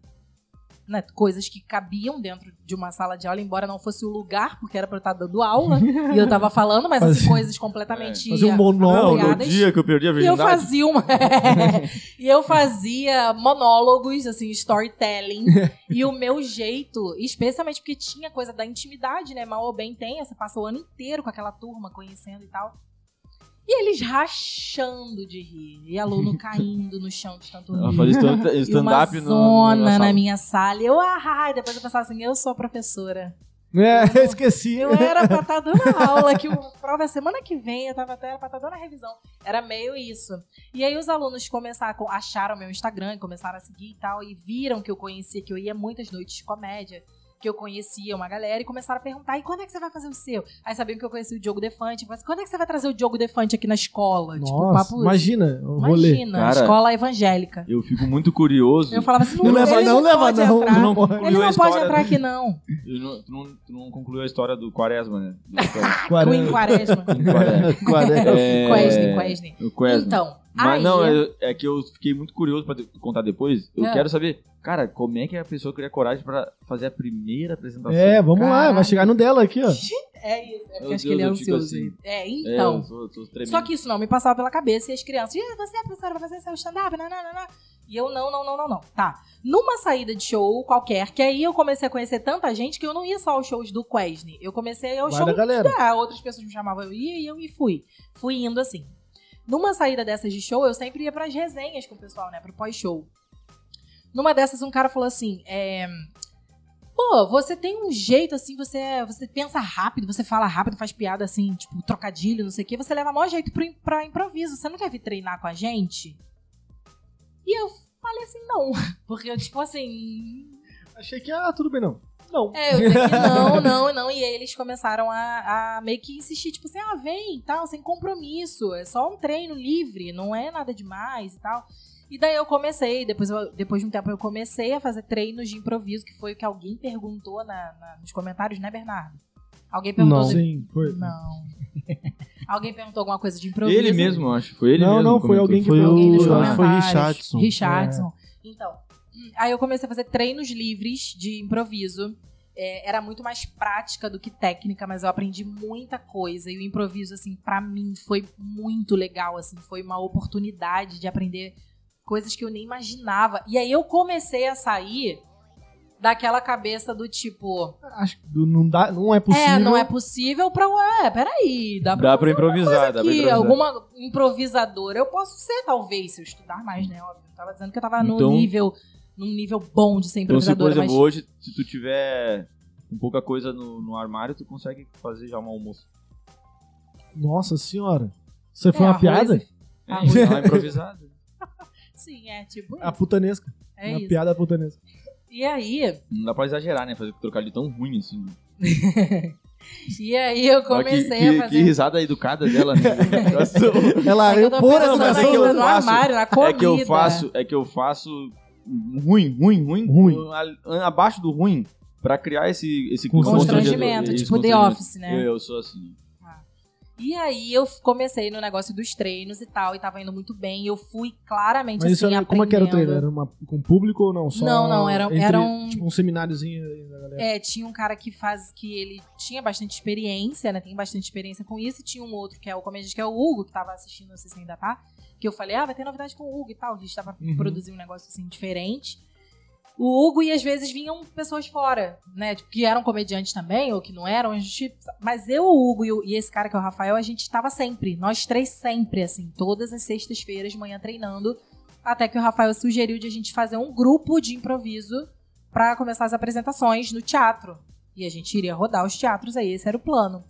Né, coisas que cabiam dentro de uma sala de aula, embora não fosse o lugar, porque era pra eu estar dando aula. e eu tava falando, mas assim, Fazia- coisas completamente. Fazer um Não, monólogo. no Obrigadas. dia que eu perdi a E eu virgindade. fazia uma. e eu fazia monólogos, assim, storytelling. e o meu jeito, especialmente porque tinha coisa da intimidade, né? Mal ou bem tem, você passa o ano inteiro com aquela turma conhecendo e tal. E eles rachando de rir. E aluno caindo no chão de tanto Ela rir. fazia stand- E uma stand-up no- zona na na sala. minha sala. E eu, ah, ah, e depois eu pensava assim, eu sou a professora. É, esqueci. Eu era pra estar dando aula, que o prova é semana que vem, eu tava até era pra estar dando a revisão. Era meio isso. E aí os alunos começaram, com- acharam meu Instagram, e começaram a seguir e tal, e viram que eu conhecia, que eu ia muitas noites de comédia, que eu conhecia uma galera, e começaram a perguntar, e quando é que você vai fazer o seu? Aí sabiam que eu conhecia o Diogo Defante, mas quando é que você vai trazer o Diogo Defante aqui na escola? Tipo, Nossa, assim. imagina o rolê. imagina, Cara, escola evangélica. Eu fico muito curioso. Eu falava assim, não, Não leva ele não, não, leva pode não. entrar. não pode. Concluiu Ele a não pode história entrar do- aqui, não. Eu não- tu, não, tu não concluiu a história do Quaresma, né? Da história. Queen Quaresma. Do Quaresma. Quaresma. É, Quesne, Quesne. o Quaresma. Então, Mas aí... não, eu- é que eu fiquei muito curioso pra te- contar depois. Eu Ah. quero saber, cara, como é que a pessoa cria coragem pra fazer a primeira apresentação? É, vamos lá, vai Caralho. chegar no dela aqui, ó. É isso, é Meu porque acho que ele é Deus, eu fico ansioso. assim. hein? É, É, então... eu sou, sou tremendo. Só que isso não me passava pela cabeça e as crianças, "Ih, você é professora, vai fazer seu stand-up, não, não, não, não." E eu, não, não, não, não, não. Tá. Numa saída de show qualquer, que aí eu comecei a conhecer tanta gente que eu não ia só aos shows do Quesne. Eu comecei aos Vai da shows galera. Ah, outras pessoas me chamavam, eu ia e eu e fui. Fui indo assim. Numa saída dessas de show, eu sempre ia pras resenhas com o pessoal, né? Pro pós-show. Numa dessas, um cara falou assim: é, Pô, você tem um jeito assim, você, é- você pensa rápido, você fala rápido, faz piada assim, tipo, trocadilho, não sei o quê. Você leva maior jeito pro, im- pra improviso. Você não quer vir treinar com a gente? E eu falei assim, não. Porque eu, tipo assim, Achei que, ah, tudo bem, não. Não. é, eu disse que não, não, não. E aí eles começaram a, a meio que insistir, tipo assim, ah, vem e tal, sem compromisso. É só um treino livre, não é nada demais e tal. E daí eu comecei, depois, eu- depois de um tempo eu comecei a fazer treinos de improviso, que foi o que alguém perguntou na- na- nos comentários, né, Bernardo? Alguém perguntou. Não. de- Sim, foi. Não. alguém perguntou alguma coisa de improviso. né? Ele mesmo, eu acho. Foi ele Não, mesmo. não, que foi comentou. alguém que Foi Alguém nos Eu acho perguntou. que comentários. foi Richardson. É. Richardson. Então, aí eu comecei a fazer treinos livres de improviso. É, era muito mais prática do que técnica, mas eu aprendi muita coisa. E o improviso, assim, pra mim foi muito legal, assim. Foi uma oportunidade de aprender coisas que eu nem imaginava. E aí eu comecei a sair daquela cabeça do tipo... Acho que não, dá, não é possível. É, não é possível pra... É, peraí, dá pra Dá pra improvisar, dá pra que improvisar. alguma improvisadora eu posso ser, talvez, se eu estudar mais, né? Óbvio. Eu tava dizendo que eu tava Então- num nível. Num nível bom de ser Então, se, por improvisadora, exemplo, mas. hoje, se tu tiver com pouca coisa no, no armário, tu consegue fazer já um almoço. Nossa senhora. Você foi uma arroz piada? e- É, Arroz. dá uma improvisada. Sim, é tipo. A Isso. putanesca. É Ah, uma isso. piada putanesca. E aí. Não dá pra exagerar, né? Fazer trocadilho tão ruim assim. E aí eu Olha que- comecei que, a que fazer. risada educada dela, né? Negócio- Ela É que eu tô pôr pensando essa é que eu ainda no faço- armário, na comida. É que eu faço, é que eu faço ruim, ruim, ruim, Ruim. a- a- abaixo do ruim pra criar esse esse clima Constrangimento, constrangedor, esse tipo The constrangimento. Office, né? Eu, eu sou assim. E aí eu comecei no negócio dos treinos e tal, e tava indo muito bem. Eu fui claramente Mas isso assim, era, como é que era o treino? aprendendo. Era uma, com público ou não? Só Não, não, era- entre- era um- Tipo um semináriozinho né, aí da galera. É, tinha um cara que faz que ele tinha bastante experiência, né? Tem bastante experiência com isso, e tinha um outro que é o comediante, que é o Hugo, que tava assistindo, não sei se ainda tá, que que eu falei, ah, vai ter novidade com o Hugo e tal. A gente tava Uhum. produzindo um negócio assim diferente. O Hugo e às vezes vinham pessoas fora, né? tipo, que eram comediantes também, ou que não eram. A gente... Mas eu, o Hugo e, o- e esse cara que é o Rafael, a gente tava sempre, nós três sempre, assim, todas as sextas-feiras de manhã treinando. Até que o Rafael sugeriu de a gente fazer um grupo de improviso pra começar as apresentações no teatro. E a gente iria rodar os teatros aí, esse era o plano.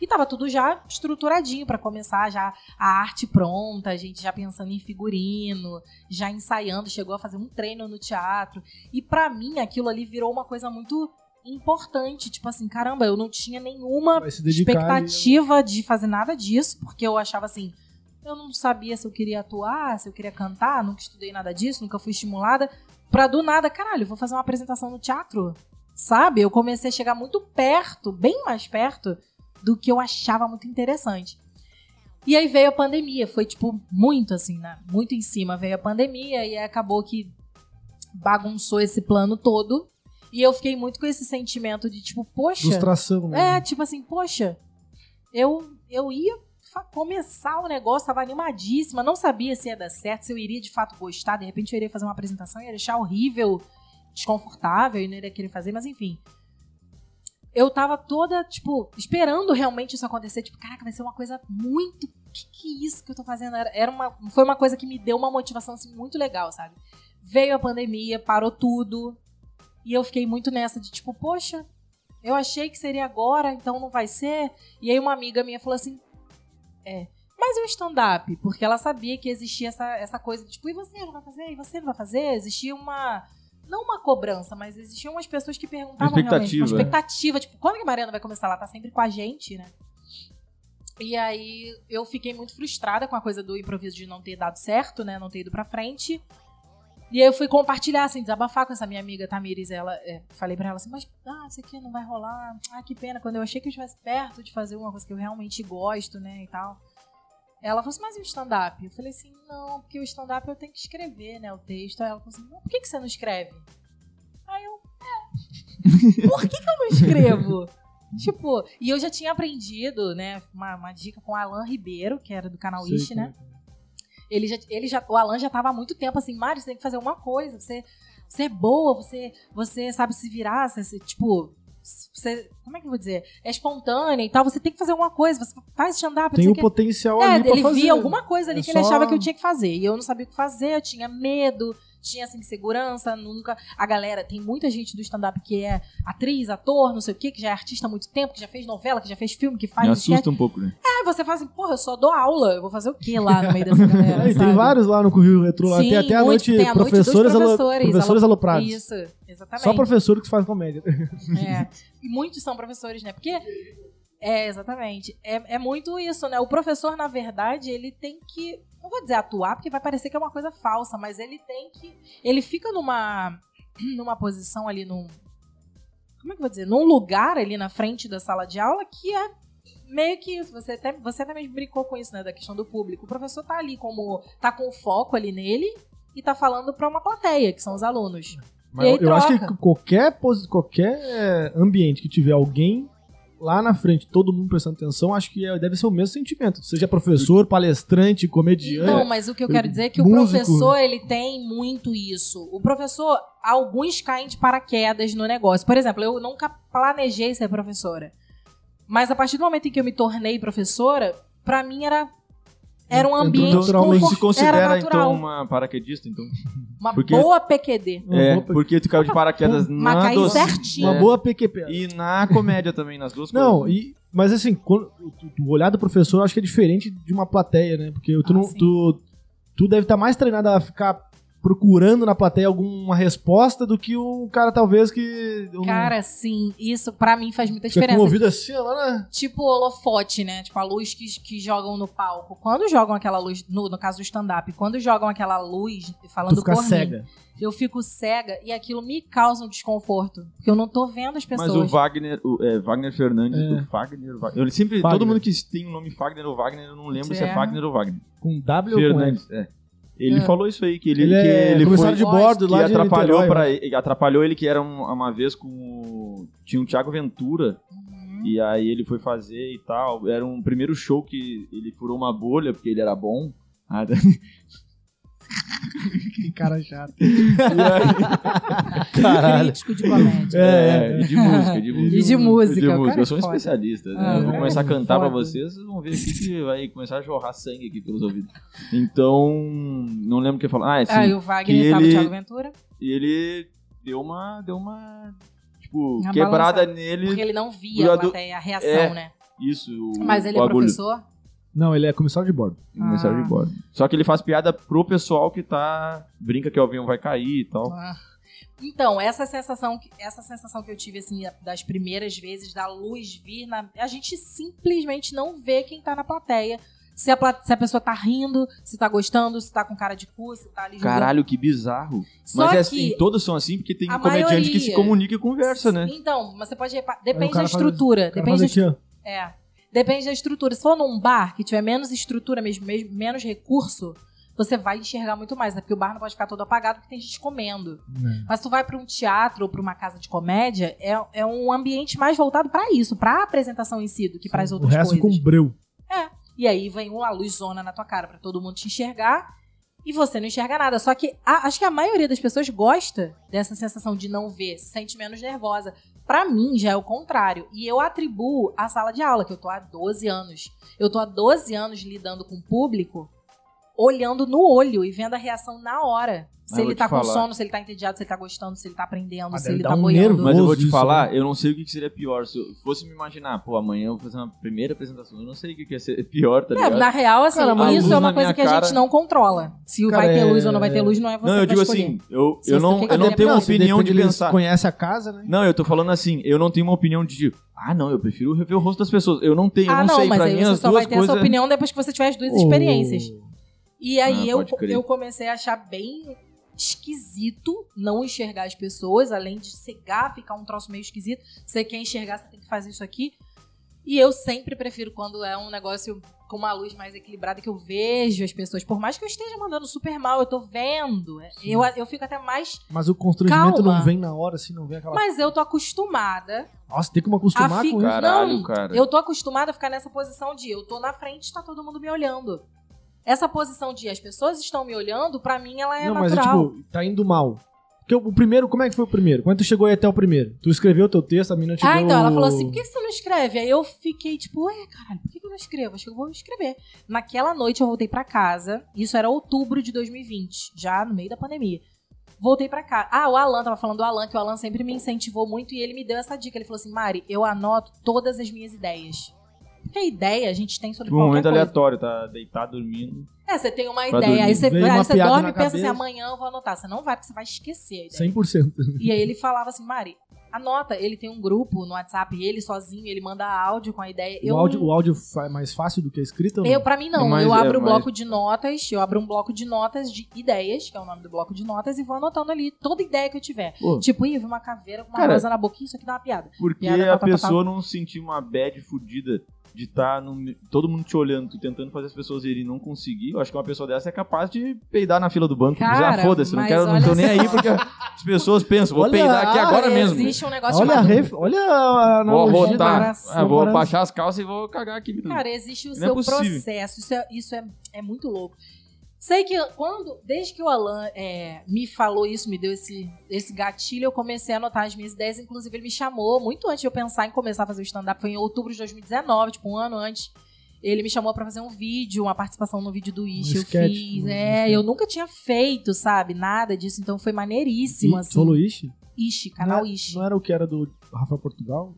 E tava tudo já estruturadinho pra começar, já a arte pronta, a gente já pensando em figurino, já ensaiando, chegou a fazer um treino no teatro. E pra mim aquilo ali virou uma coisa muito importante, tipo assim, caramba, eu não tinha nenhuma Vai se dedicar expectativa de fazer nada disso, porque eu achava assim, eu não sabia se eu queria atuar, se eu queria cantar, nunca estudei nada disso, nunca fui estimulada. Pra do nada, caralho, eu vou fazer uma apresentação no teatro, sabe? Eu comecei a chegar muito perto, bem mais perto do que eu achava muito interessante. E aí veio a pandemia, foi tipo muito assim, né? Muito em cima veio a pandemia e aí acabou que bagunçou esse plano todo. E eu fiquei muito com esse sentimento de tipo, poxa, Ilustração, né? é, tipo assim, poxa, eu, eu ia fa- começar o negócio, tava animadíssima, não sabia se ia dar certo, se eu iria de fato gostar, de repente eu iria fazer uma apresentação e ia deixar horrível, desconfortável e não iria querer fazer, mas enfim. Eu tava toda, tipo, esperando realmente isso acontecer, tipo, caraca, vai ser uma coisa muito. Que que é isso que eu tô fazendo? Era, era uma, foi uma coisa que me deu uma motivação assim, muito legal, sabe? Veio a pandemia, parou tudo. E eu fiquei muito nessa de tipo, poxa, eu achei que seria agora, então não vai ser. E aí uma amiga minha falou assim: É, mas e o stand-up? Porque ela sabia que existia essa, essa coisa, tipo, e você não vai fazer? E você não vai fazer? Existia uma. Não uma cobrança, mas existiam umas pessoas que perguntavam realmente. Uma Expectativa, né? expectativa, tipo, quando que a Mariana vai começar? Ela tá sempre com a gente, né? E aí eu fiquei muito frustrada com a coisa do improviso de não ter dado certo, né? Não ter ido pra frente. E aí eu fui compartilhar, assim, desabafar com essa minha amiga Tamires. Ela, é, falei pra ela assim, mas ah, isso aqui não vai rolar. Ah, que pena. Quando eu achei que eu estivesse perto de fazer uma coisa que eu realmente gosto, né, e tal. Ela falou assim, mas e o stand-up? Eu falei assim, não, porque o stand-up eu tenho que escrever, né, o texto. Aí ela falou assim, "Não, por que, que você não escreve? Aí eu, é. Por que, que eu não escrevo? tipo, e eu já tinha aprendido, né, uma, uma dica com o Alan Ribeiro, que era do canal Sei Ish, como né? é que ele já, ele já, o Alan já tava há muito tempo assim, Mário, você tem que fazer alguma coisa, você, você é boa, você, você sabe se virar, você, você, tipo, você, como é que eu vou dizer? É espontânea e tal, você tem que fazer alguma coisa, você faz stand-up, Tem o não sei o quê. potencial É, ali pra ele fazer. via alguma coisa ali É que ele só- achava que eu tinha que fazer. E eu não sabia o que fazer, eu tinha medo, tinha essa insegurança, nunca. A galera, tem muita gente do stand-up que é atriz, ator, não sei o quê, que já é artista há muito tempo, que já fez novela, que já fez filme, que faz. Me esquece. assusta um pouco, né? Ah, você fala assim, porra, eu só dou aula, eu vou fazer o quê lá no meio dessa galera? Ah, e tem sabe? vários lá no Rio Retro. lá. Sim, tem até a muito. noite Tem a noite dos professores, alo- professores, professores aloprados. Isso, exatamente. Só professor que faz comédia. É. E muitos são professores, né? Porque. É, exatamente. É, é muito isso, né? O professor, na verdade, ele tem que. Não vou dizer atuar, porque vai parecer que é uma coisa falsa, mas ele tem que. Ele fica numa. numa posição ali, num. Como é que eu vou dizer? Num lugar ali na frente da sala de aula que é meio que isso. Você até, você até mesmo brincou com isso, né? Da questão do público. O professor tá ali como. tá com o foco ali nele e tá falando pra uma plateia, que são os alunos. Mas E aí eu eu acho que troca. qualquer, posi- qualquer é, ambiente que tiver alguém lá na frente, todo mundo prestando atenção, acho que é- deve ser o mesmo sentimento. Seja professor, palestrante, comediante. Então, mas o que eu quero dizer é que o Músico. professor, ele tem muito isso. O professor, alguns caem de paraquedas no negócio. Por exemplo, eu nunca planejei ser professora. Mas a partir do momento em que eu me tornei professora, pra mim era era um Entrou ambiente naturalmente. confort- se considera, era então, natural. uma paraquedista, então. uma porque- boa PQD. Uma É, boa pe- porque tu caiu de paraquedas Mas na caí doce certinho. uma é. boa PQP. e na comédia também, nas duas Não, coisas. e, mas assim, quando, o olhar do professor eu acho que é diferente de uma plateia, né? Porque tu, Ah, não, sim. tu, tu deve estar mais treinado a ficar procurando na plateia alguma resposta do que um cara talvez que... Um, Cara, sim, isso pra mim faz muita fica com diferença. o ouvido assim, ó, lá, né? tipo holofote, né? Tipo a luz que, que jogam no palco. Quando jogam aquela luz, no, no caso do stand-up, quando jogam aquela luz, Tu falando fica por mim, cega. eu fico cega e aquilo me causa um desconforto. Porque eu não tô vendo as Mas o pessoas. Wagner, o, é, Wagner Fernandes, É. o Wagner, Wagner- eu sempre, Wagner. todo mundo que tem o nome Wagner ou Wagner, eu não lembro se é É. Wagner ou Wagner. Com W ou com F? Fernandes, é. Ele É. falou isso aí, que ele, Ele que é ele comissário de foi- bordo que lá de atrapalhou, Niterói, pra, né? ele- atrapalhou ele que era um- uma vez com o, tinha um Thiago Ventura Uhum. e aí ele foi fazer e tal era um primeiro show que ele furou uma bolha porque ele era bom Ah, tá. Que cara chato. Caralho. Crítico de comédia. É, é. e de música, de música. E de música, o cara Eu sou um é foda. especialista, né? Ah, eu vou é começar a cantar pra foda. vocês, vocês vão ver aqui que vai começar a jorrar sangue aqui pelos ouvidos. Então, não lembro o que eu ia falar. Ah, é sim. Ah, e o Wagner Que tava o ele- Thiago Ventura, E ele deu uma, deu uma, tipo, Uma quebrada balançada. nele. porque ele não via o a adu- plateia, a reação, É. né? Isso, o, Mas ele o é agulho. professor? Não, ele é comissário de bordo. O comissário Ah. de bordo. Só que ele faz piada pro pessoal que tá, brinca que o avião vai cair e tal. Ah. Então, essa sensação, que- essa sensação que eu tive, assim, das primeiras vezes, da luz vir na. A gente simplesmente não vê quem tá na plateia. Se a, pla- se a pessoa tá rindo, se tá gostando, se tá com cara de cu, se tá ali jogando. Caralho, que bizarro. Só Mas é que, assim, todos são assim, porque tem a comediante que se maioria- comunica e conversa, né? Então, mas você pode reparar. o Depende da cara faz- estrutura. O cara Depende faz da aqui, ó. É. Depende da estrutura. Se for num bar que tiver menos estrutura, mesmo, mesmo- menos recurso, você vai enxergar muito mais, né? Porque o bar não pode ficar todo apagado porque tem gente comendo. Mas tu vai pra um teatro ou pra uma casa de comédia, é, é um ambiente mais voltado pra isso, pra apresentação em si, do que pras O outras resto coisas. com breu. E aí vem uma luzona na tua cara pra todo mundo te enxergar e você não enxerga nada. Só que a- acho que a maioria das pessoas gosta dessa sensação de não ver, se sente menos nervosa. Pra mim já é o contrário. E eu atribuo a sala de aula, que eu tô há 12 anos. Eu tô há 12 anos lidando com o público, olhando no olho e vendo a reação na hora. Mas Se eu vou ele te tá com falar. sono, se ele tá entediado, se ele tá gostando, se ele tá aprendendo, Mas se deve ele dar tá um boiando. nervo. Mas eu vou te Nervoso isso, falar, né? eu não sei o que que seria pior. Se eu fosse me imaginar, pô, amanhã eu vou fazer uma primeira apresentação, eu não sei o que que ia ser pior, tá É, ligado? na real, assim, Cara, mas a luz isso é na uma coisa minha que a gente cara- não controla. Se Cara, vai ter é- luz ou não vai ter luz, não é você não, eu que vai digo escolher. assim, eu, Se eu você não, quer que eu não ele tenho uma aprenda. opinião de Depende, ele pensar. conhece a casa, né? Não, eu tô falando assim, eu não tenho uma opinião de, ah, não, eu prefiro rever o rosto das pessoas. Eu não tenho, eu ah, não, não, sei. mas pra aí mim você as só duas vai ter coisas... é Oh. essa opinião depois que você tiver as duas Ô, experiências. E aí Ah, eu, pode crer. eu comecei a achar bem esquisito não enxergar as pessoas, além de cegar, ficar um troço meio esquisito. Você quer enxergar, você tem que fazer isso aqui. E eu sempre prefiro quando é um negócio com uma luz mais equilibrada que eu vejo as pessoas. Por mais que eu esteja mandando super mal, eu tô vendo. É, Eu, eu fico até mais. Mas o constrangimento Calma. não vem na hora, assim, não vem aquela. Mas eu tô acostumada Nossa, tem como acostumar A com ficar- isso. Caralho, Não, cara. Eu tô acostumada a ficar nessa posição de eu tô na frente, tá todo mundo me olhando. Essa posição de as pessoas estão me olhando, pra mim ela é não, mas natural. tipo, tá indo mal. Porque o primeiro, como é que foi o primeiro? Quando tu chegou aí até o primeiro? Tu escreveu teu texto, a menina te ah, deu... então ela falou assim: por que você não escreve? Aí eu fiquei tipo, ué, caralho, por que que eu não escrevo? Acho que eu vou escrever. Naquela noite eu voltei pra casa, isso era outubro de 2020, já no meio da pandemia. Voltei pra casa. Ah, o Alan, tava falando do Alan, que o Alan sempre me incentivou muito e ele me deu essa dica. Ele falou assim: Mari, eu anoto todas as minhas ideias. Porque a ideia a gente tem sobre Um qualquer momento coisa. aleatório, tá deitado, dormindo. É, você tem uma Pra ideia, aí dormir. você, Vem uma aí você piada dorme na e pensa assim, cabeça. amanhã eu vou anotar. Você não vai, porque você vai esquecer a ideia. 100%. E aí ele falava assim, Mari, anota, ele tem um grupo no WhatsApp, ele sozinho, ele manda áudio com a ideia. eu, O áudio, não- o áudio fa- é mais fácil do que a escrita? ou não? eu pra mim não, Mas eu é, abro um mas- bloco de notas, eu abro um bloco de notas de ideias, que é o nome do bloco de notas, e vou anotando ali toda ideia que eu tiver. Pô. Tipo, ih, eu vi uma caveira com uma Cara- rosa na boquinha, isso aqui dá uma piada. Porque Piada, a tá, tá, tá, pessoa não sentir uma bad fudida de estar todo mundo te olhando, tu tentando fazer as pessoas irem e não conseguir. Eu acho que uma pessoa dessa é capaz de peidar na fila do banco. e dizer, ah, Cara, foda-se, não mas quero, não olha tô nem só. aí porque as pessoas pensam, vou Olha, peidar aqui ah, agora mesmo. Existe um negócio Olha a, chamado... ref... Olha a Vou analogia. rotar. da- arrotar, comparação. ah, vou Comparação. baixar as calças e vou cagar aqui. Hum. Cara, existe o Não é seu possível. processo. Isso, é, isso é, é muito louco. Sei que quando, desde que o Alan é, me falou isso, me deu esse, esse gatilho, eu comecei a anotar as minhas ideias. Inclusive, ele me chamou muito antes de eu pensar em começar a fazer o stand-up. Foi em outubro de 2019, tipo, um ano antes. Ele me chamou pra fazer um vídeo, uma participação no vídeo do Ish. eu sketch, fiz. um é, sketch. eu nunca tinha feito, sabe? Nada disso. Então foi maneiríssimo, Ih, assim. Falou Ishi? Ishi, canal não, é- Ishi. não era o que era do Rafael Portugal?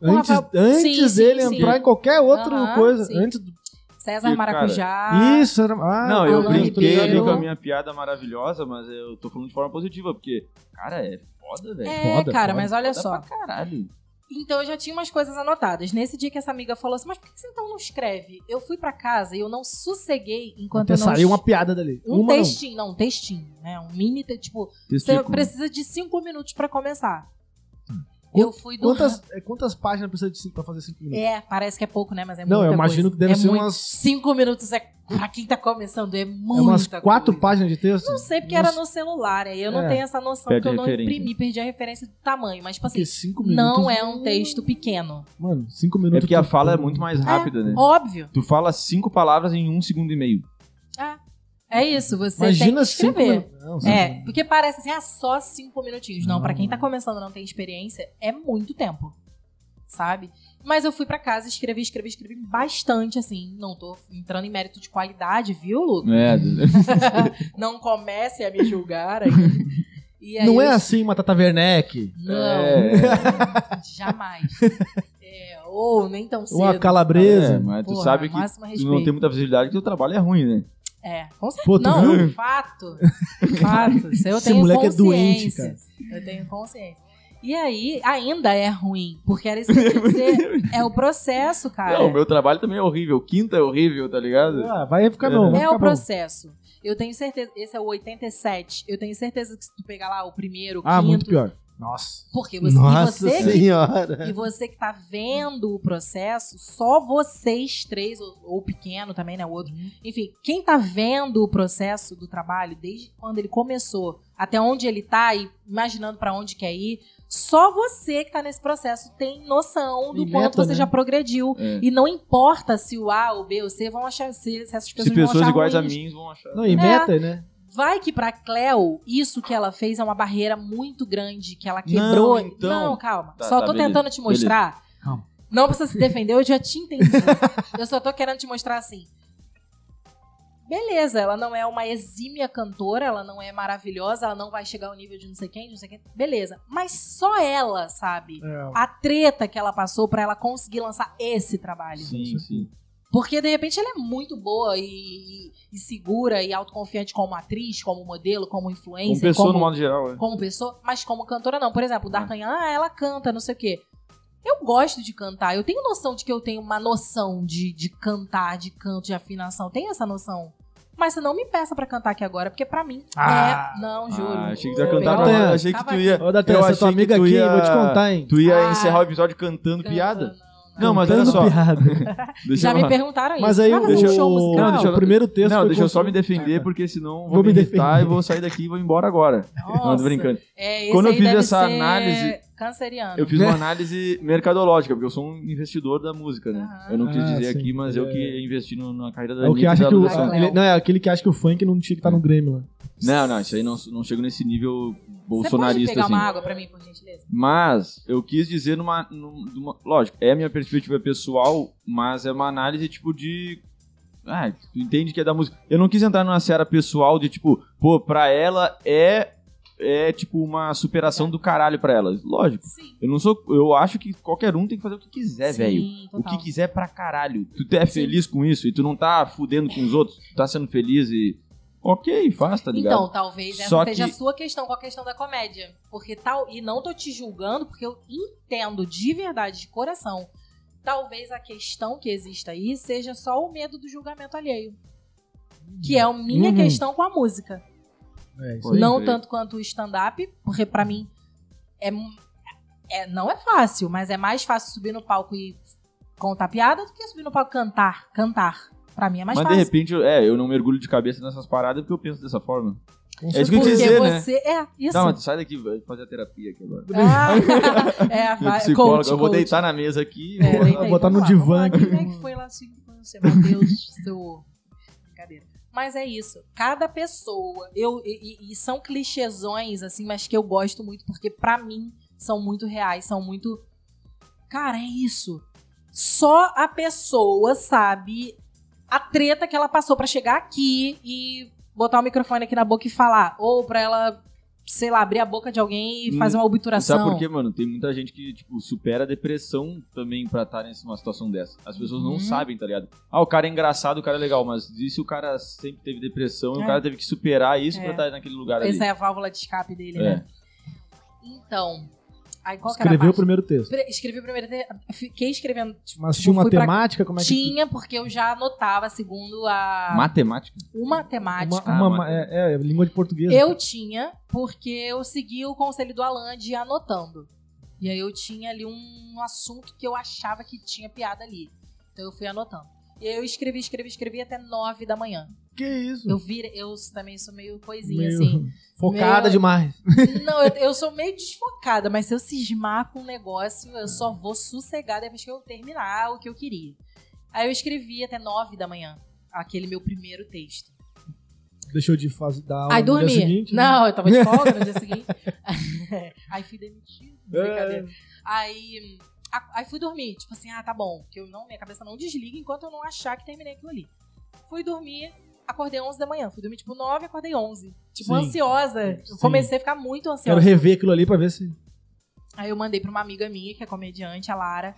O Antes, Rafael- Sim, antes sim, dele sim. entrar em qualquer outra Aham, coisa. sim. Antes do... César E, cara, Maracujá. Isso, era. Ah, não, eu Alan brinquei ali Ribeiro. com a minha piada maravilhosa, mas eu tô falando de forma positiva, porque, cara, é foda, velho. É, Foda, cara, foda, mas olha Foda só. pra caralho. Então eu já tinha umas coisas anotadas. Nesse dia que essa amiga falou assim, mas por que você então não escreve? Eu fui pra casa e eu não sosseguei enquanto Até eu não... saiu uma piada dali. uma Um não. textinho, não. um textinho, né? Um mini, te- tipo, você Testículo. precisa de cinco minutos pra começar. Hum. Qu- Eu fui do... Quantas, é, quantas páginas precisa de cinco pra fazer cinco minutos? É, parece que é pouco, né? Mas é Não, eu muita imagino coisa. que deve É ser muito. umas- Cinco minutos é... Pra quem tá começando, é muita É umas quatro coisa. páginas de texto? Não tipo sei, porque Nossa, era no celular, aí eu não É. tenho essa noção Perde que eu não referência. imprimi, perdi a referência do tamanho. Mas, tipo assim, porque cinco minutos. não é um texto pequeno. Mano, cinco minutos. É porque a fala é muito mais. mais rápida, né? Óbvio. Tu fala cinco palavras em um segundo e meio. É. É isso, você tem que Imagina cinco escrever. minu- Não, cinco É, minutos. porque parece assim, ah, só cinco minutinhos. Não, Não, pra quem tá não. começando e não tem experiência, é muito tempo, sabe? Mas eu fui pra casa, escrevi, escrevi, escrevi bastante, assim. Não tô entrando em mérito de qualidade, viu, Lu? É, não comece a me julgar aí. E aí Não é eu- assim, Matata Werneck. Não, É. jamais. É, ou nem tão cedo. Ou a calabresa. é, mas tu Porra, sabe que máximo tu respeito. não tem muita visibilidade que teu trabalho é ruim, né? É, com certeza. Pô, tu não, viu? fato. Fato. Isso eu Esse tenho moleque é doente, consciência. Eu tenho consciência. E aí, ainda é ruim, porque era isso que eu ia dizer. é o processo, cara. Não, o meu trabalho também é horrível. Quinta é horrível, tá ligado? Ah, vai ficar bom. vai é ficar o bom. processo. Eu tenho certeza, esse é o 87. Eu tenho certeza que se tu pegar lá o primeiro, o Ah, quinto, muito pior. Nossa. porque você, e Nossa você que senhora. E você que tá vendo o processo, só vocês três, ou, ou o pequeno também, né? O outro. Enfim, quem tá vendo o processo do trabalho, desde quando ele começou, até onde ele tá e imaginando pra onde quer ir, só você que tá nesse processo tem noção do E quanto meta, você né? já progrediu. É. E não importa se o A ou B ou C vão achar, se, se essas pessoas, Se pessoas vão achar iguais ruins. a mim vão achar. Não, e É. meta, né? Vai que pra Cleo, isso que ela fez é uma barreira muito grande, que ela Não, quebrou. então. Não, calma. Tá, tá, só tô beleza, tentando te mostrar. Calma. Não precisa se defender, eu já te entendi. eu só tô querendo te mostrar assim. Beleza, ela não é uma exímia cantora, ela não é maravilhosa, ela não vai chegar ao nível de não sei quem, de não sei quem. Beleza. Mas só ela sabe É. a treta que ela passou pra ela conseguir lançar esse trabalho. Sim, sim. Porque de repente ela é muito boa e, e- e segura e autoconfiante como atriz, como modelo, como Como influencer, pessoa É. como, no modo geral, é. como pessoa, mas como cantora não. Por exemplo, o D'Artagnan, ah, ela canta, não sei o quê. Eu gosto de cantar, eu tenho noção de que eu tenho uma noção de, de cantar, de canto, de afinação, tenho essa noção. Mas você não me peça pra cantar aqui agora, porque pra mim Ah. é. Não, juro. Ah, achei que tu ia Eu cantar peguei- Natan, pra... Achei que tava tu ia... Ô, Datena, Eu essa achei tua que amiga tu aqui, ia- vou te contar, hein? Tu ia Ah. encerrar o episódio cantando piada? cantando. Não, mas olha Cantando só. piada. Deixa Já eu me perguntaram isso. Mas aí vai o, fazer um show musical? Não, deixa eu- o primeiro texto Não, foi deixa eu só me construído- defender, porque senão vou, Vou me me irritar defender. e vou sair daqui e vou embora agora. Não, tô Nossa. brincando. É, esse Quando eu aí fiz deve essa ser análise, Canceriano. Eu fiz Né? uma análise mercadológica, porque eu sou um investidor da música, né? Aham. Eu não quis Ah, dizer sim. aqui, mas eu É. que investi no- na carreira da É o que Anitta e acha da que o, Luísa Sonza. Cleo. ele- não, é aquele que acha que o funk não tinha que estar no Grêmio lá. Não, não, isso aí não, não chego nesse nível Você pode bolsonarista, pegar assim. uma água pra mim, por gentileza? Mas eu quis dizer numa, num- numa- Lógico, é a minha perspectiva pessoal, mas é uma análise tipo de. Ah, tu entende que é da música. Eu não quis entrar numa seara pessoal de tipo, pô, pra ela é. É tipo uma superação É. do caralho pra ela. Lógico. Sim. Eu não sou. Eu acho que qualquer um tem que fazer o que quiser, Sim, velho. O total. que quiser pra caralho. Tu é Sim. feliz com isso e tu não tá fudendo com os outros, tu tá sendo feliz e. Ok, faz, tá ligado? Então, talvez essa Só seja que- a sua questão com a questão da comédia. Porque tal. E não tô te julgando, porque eu entendo de verdade, de coração. Talvez a questão que exista aí seja só o medo do julgamento alheio. Que é a minha Uhum. questão com a música. É, Foi. não Sim. tanto quanto o stand-up, porque pra mim é, mu- é- não é fácil, mas é mais fácil subir no palco e contar piada do que subir no palco e cantar, cantar. Pra mim é mais Mas de fácil. repente, eu- é, eu não mergulho de cabeça nessas paradas porque eu penso dessa forma. É isso que eu ia porque dizer, né? você é isso. Não, mas sai daqui, vai fazer a terapia aqui agora. Ah, é, Meu vai, psicólogo, coach, eu vou coach. deitar na mesa aqui. É, vou- deita aí, botar no vamos lá, divã vamos lá. aqui. Como é que foi lá assim com você? Meu Deus, seu. Brincadeira. Mas é isso. Cada pessoa. Eu, e, e- e são clichêsões, assim, mas que eu gosto muito, porque pra mim são muito reais, são muito. Cara, é isso. Só a pessoa sabe a treta que ela passou pra chegar aqui e botar o microfone aqui na boca e falar. Ou pra ela, sei lá, abrir a boca de alguém e Hum, fazer uma obturação. Sabe por quê, mano? Tem muita gente que, tipo, supera a depressão também pra estar numa situação dessa. As pessoas não Uhum. sabem, tá ligado? Ah, o cara é engraçado, o cara é legal, mas e se o cara sempre teve depressão e É. o cara teve que superar isso É. pra estar naquele lugar ali? Essa é a válvula de escape dele, É. né? Então. Aí qual que era Escreveu a o parte? primeiro texto. Pre- Escrevi o primeiro. te- Fiquei escrevendo. tipo, Mas tinha uma fui pra- temática, como é que... Tinha, porque eu já anotava, segundo é a. Matemática? Uma Uma, temática. uma- Ah, mas- é, é, língua de português. Eu tinha, porque eu segui o conselho do Alan de ir anotando. E aí eu tinha ali um assunto que eu achava que tinha piada ali. Então eu fui anotando. E aí eu escrevi, escrevi, escrevi até nove da manhã. Que isso? Eu vi, eu também sou meio coisinha, Hum. Meio assim. Focada Meio- demais. Não, eu, eu sou meio desfocada, mas se eu cismar com um negócio, eu só vou sossegar depois que eu terminar o que eu queria. Aí eu escrevi até nove da manhã, aquele meu primeiro texto. deixou de fazer, dar aula Aí Ah, no dia dormi. seguinte, né? não, eu tava de folga no dia seguinte. aí fui demitido. É. Brincadeira. Aí, a- aí fui dormir. Tipo assim, ah, tá bom. Que eu não, minha cabeça não desliga enquanto eu não achar que terminei aquilo ali. Fui dormir, acordei 11 da manhã. Fui dormir tipo 9, acordei 11. Tipo, Sim. ansiosa. Eu Sim. comecei a ficar muito Quero ansiosa. rever aquilo ali pra ver se. Aí eu mandei pra uma amiga minha, que é comediante, a Lara,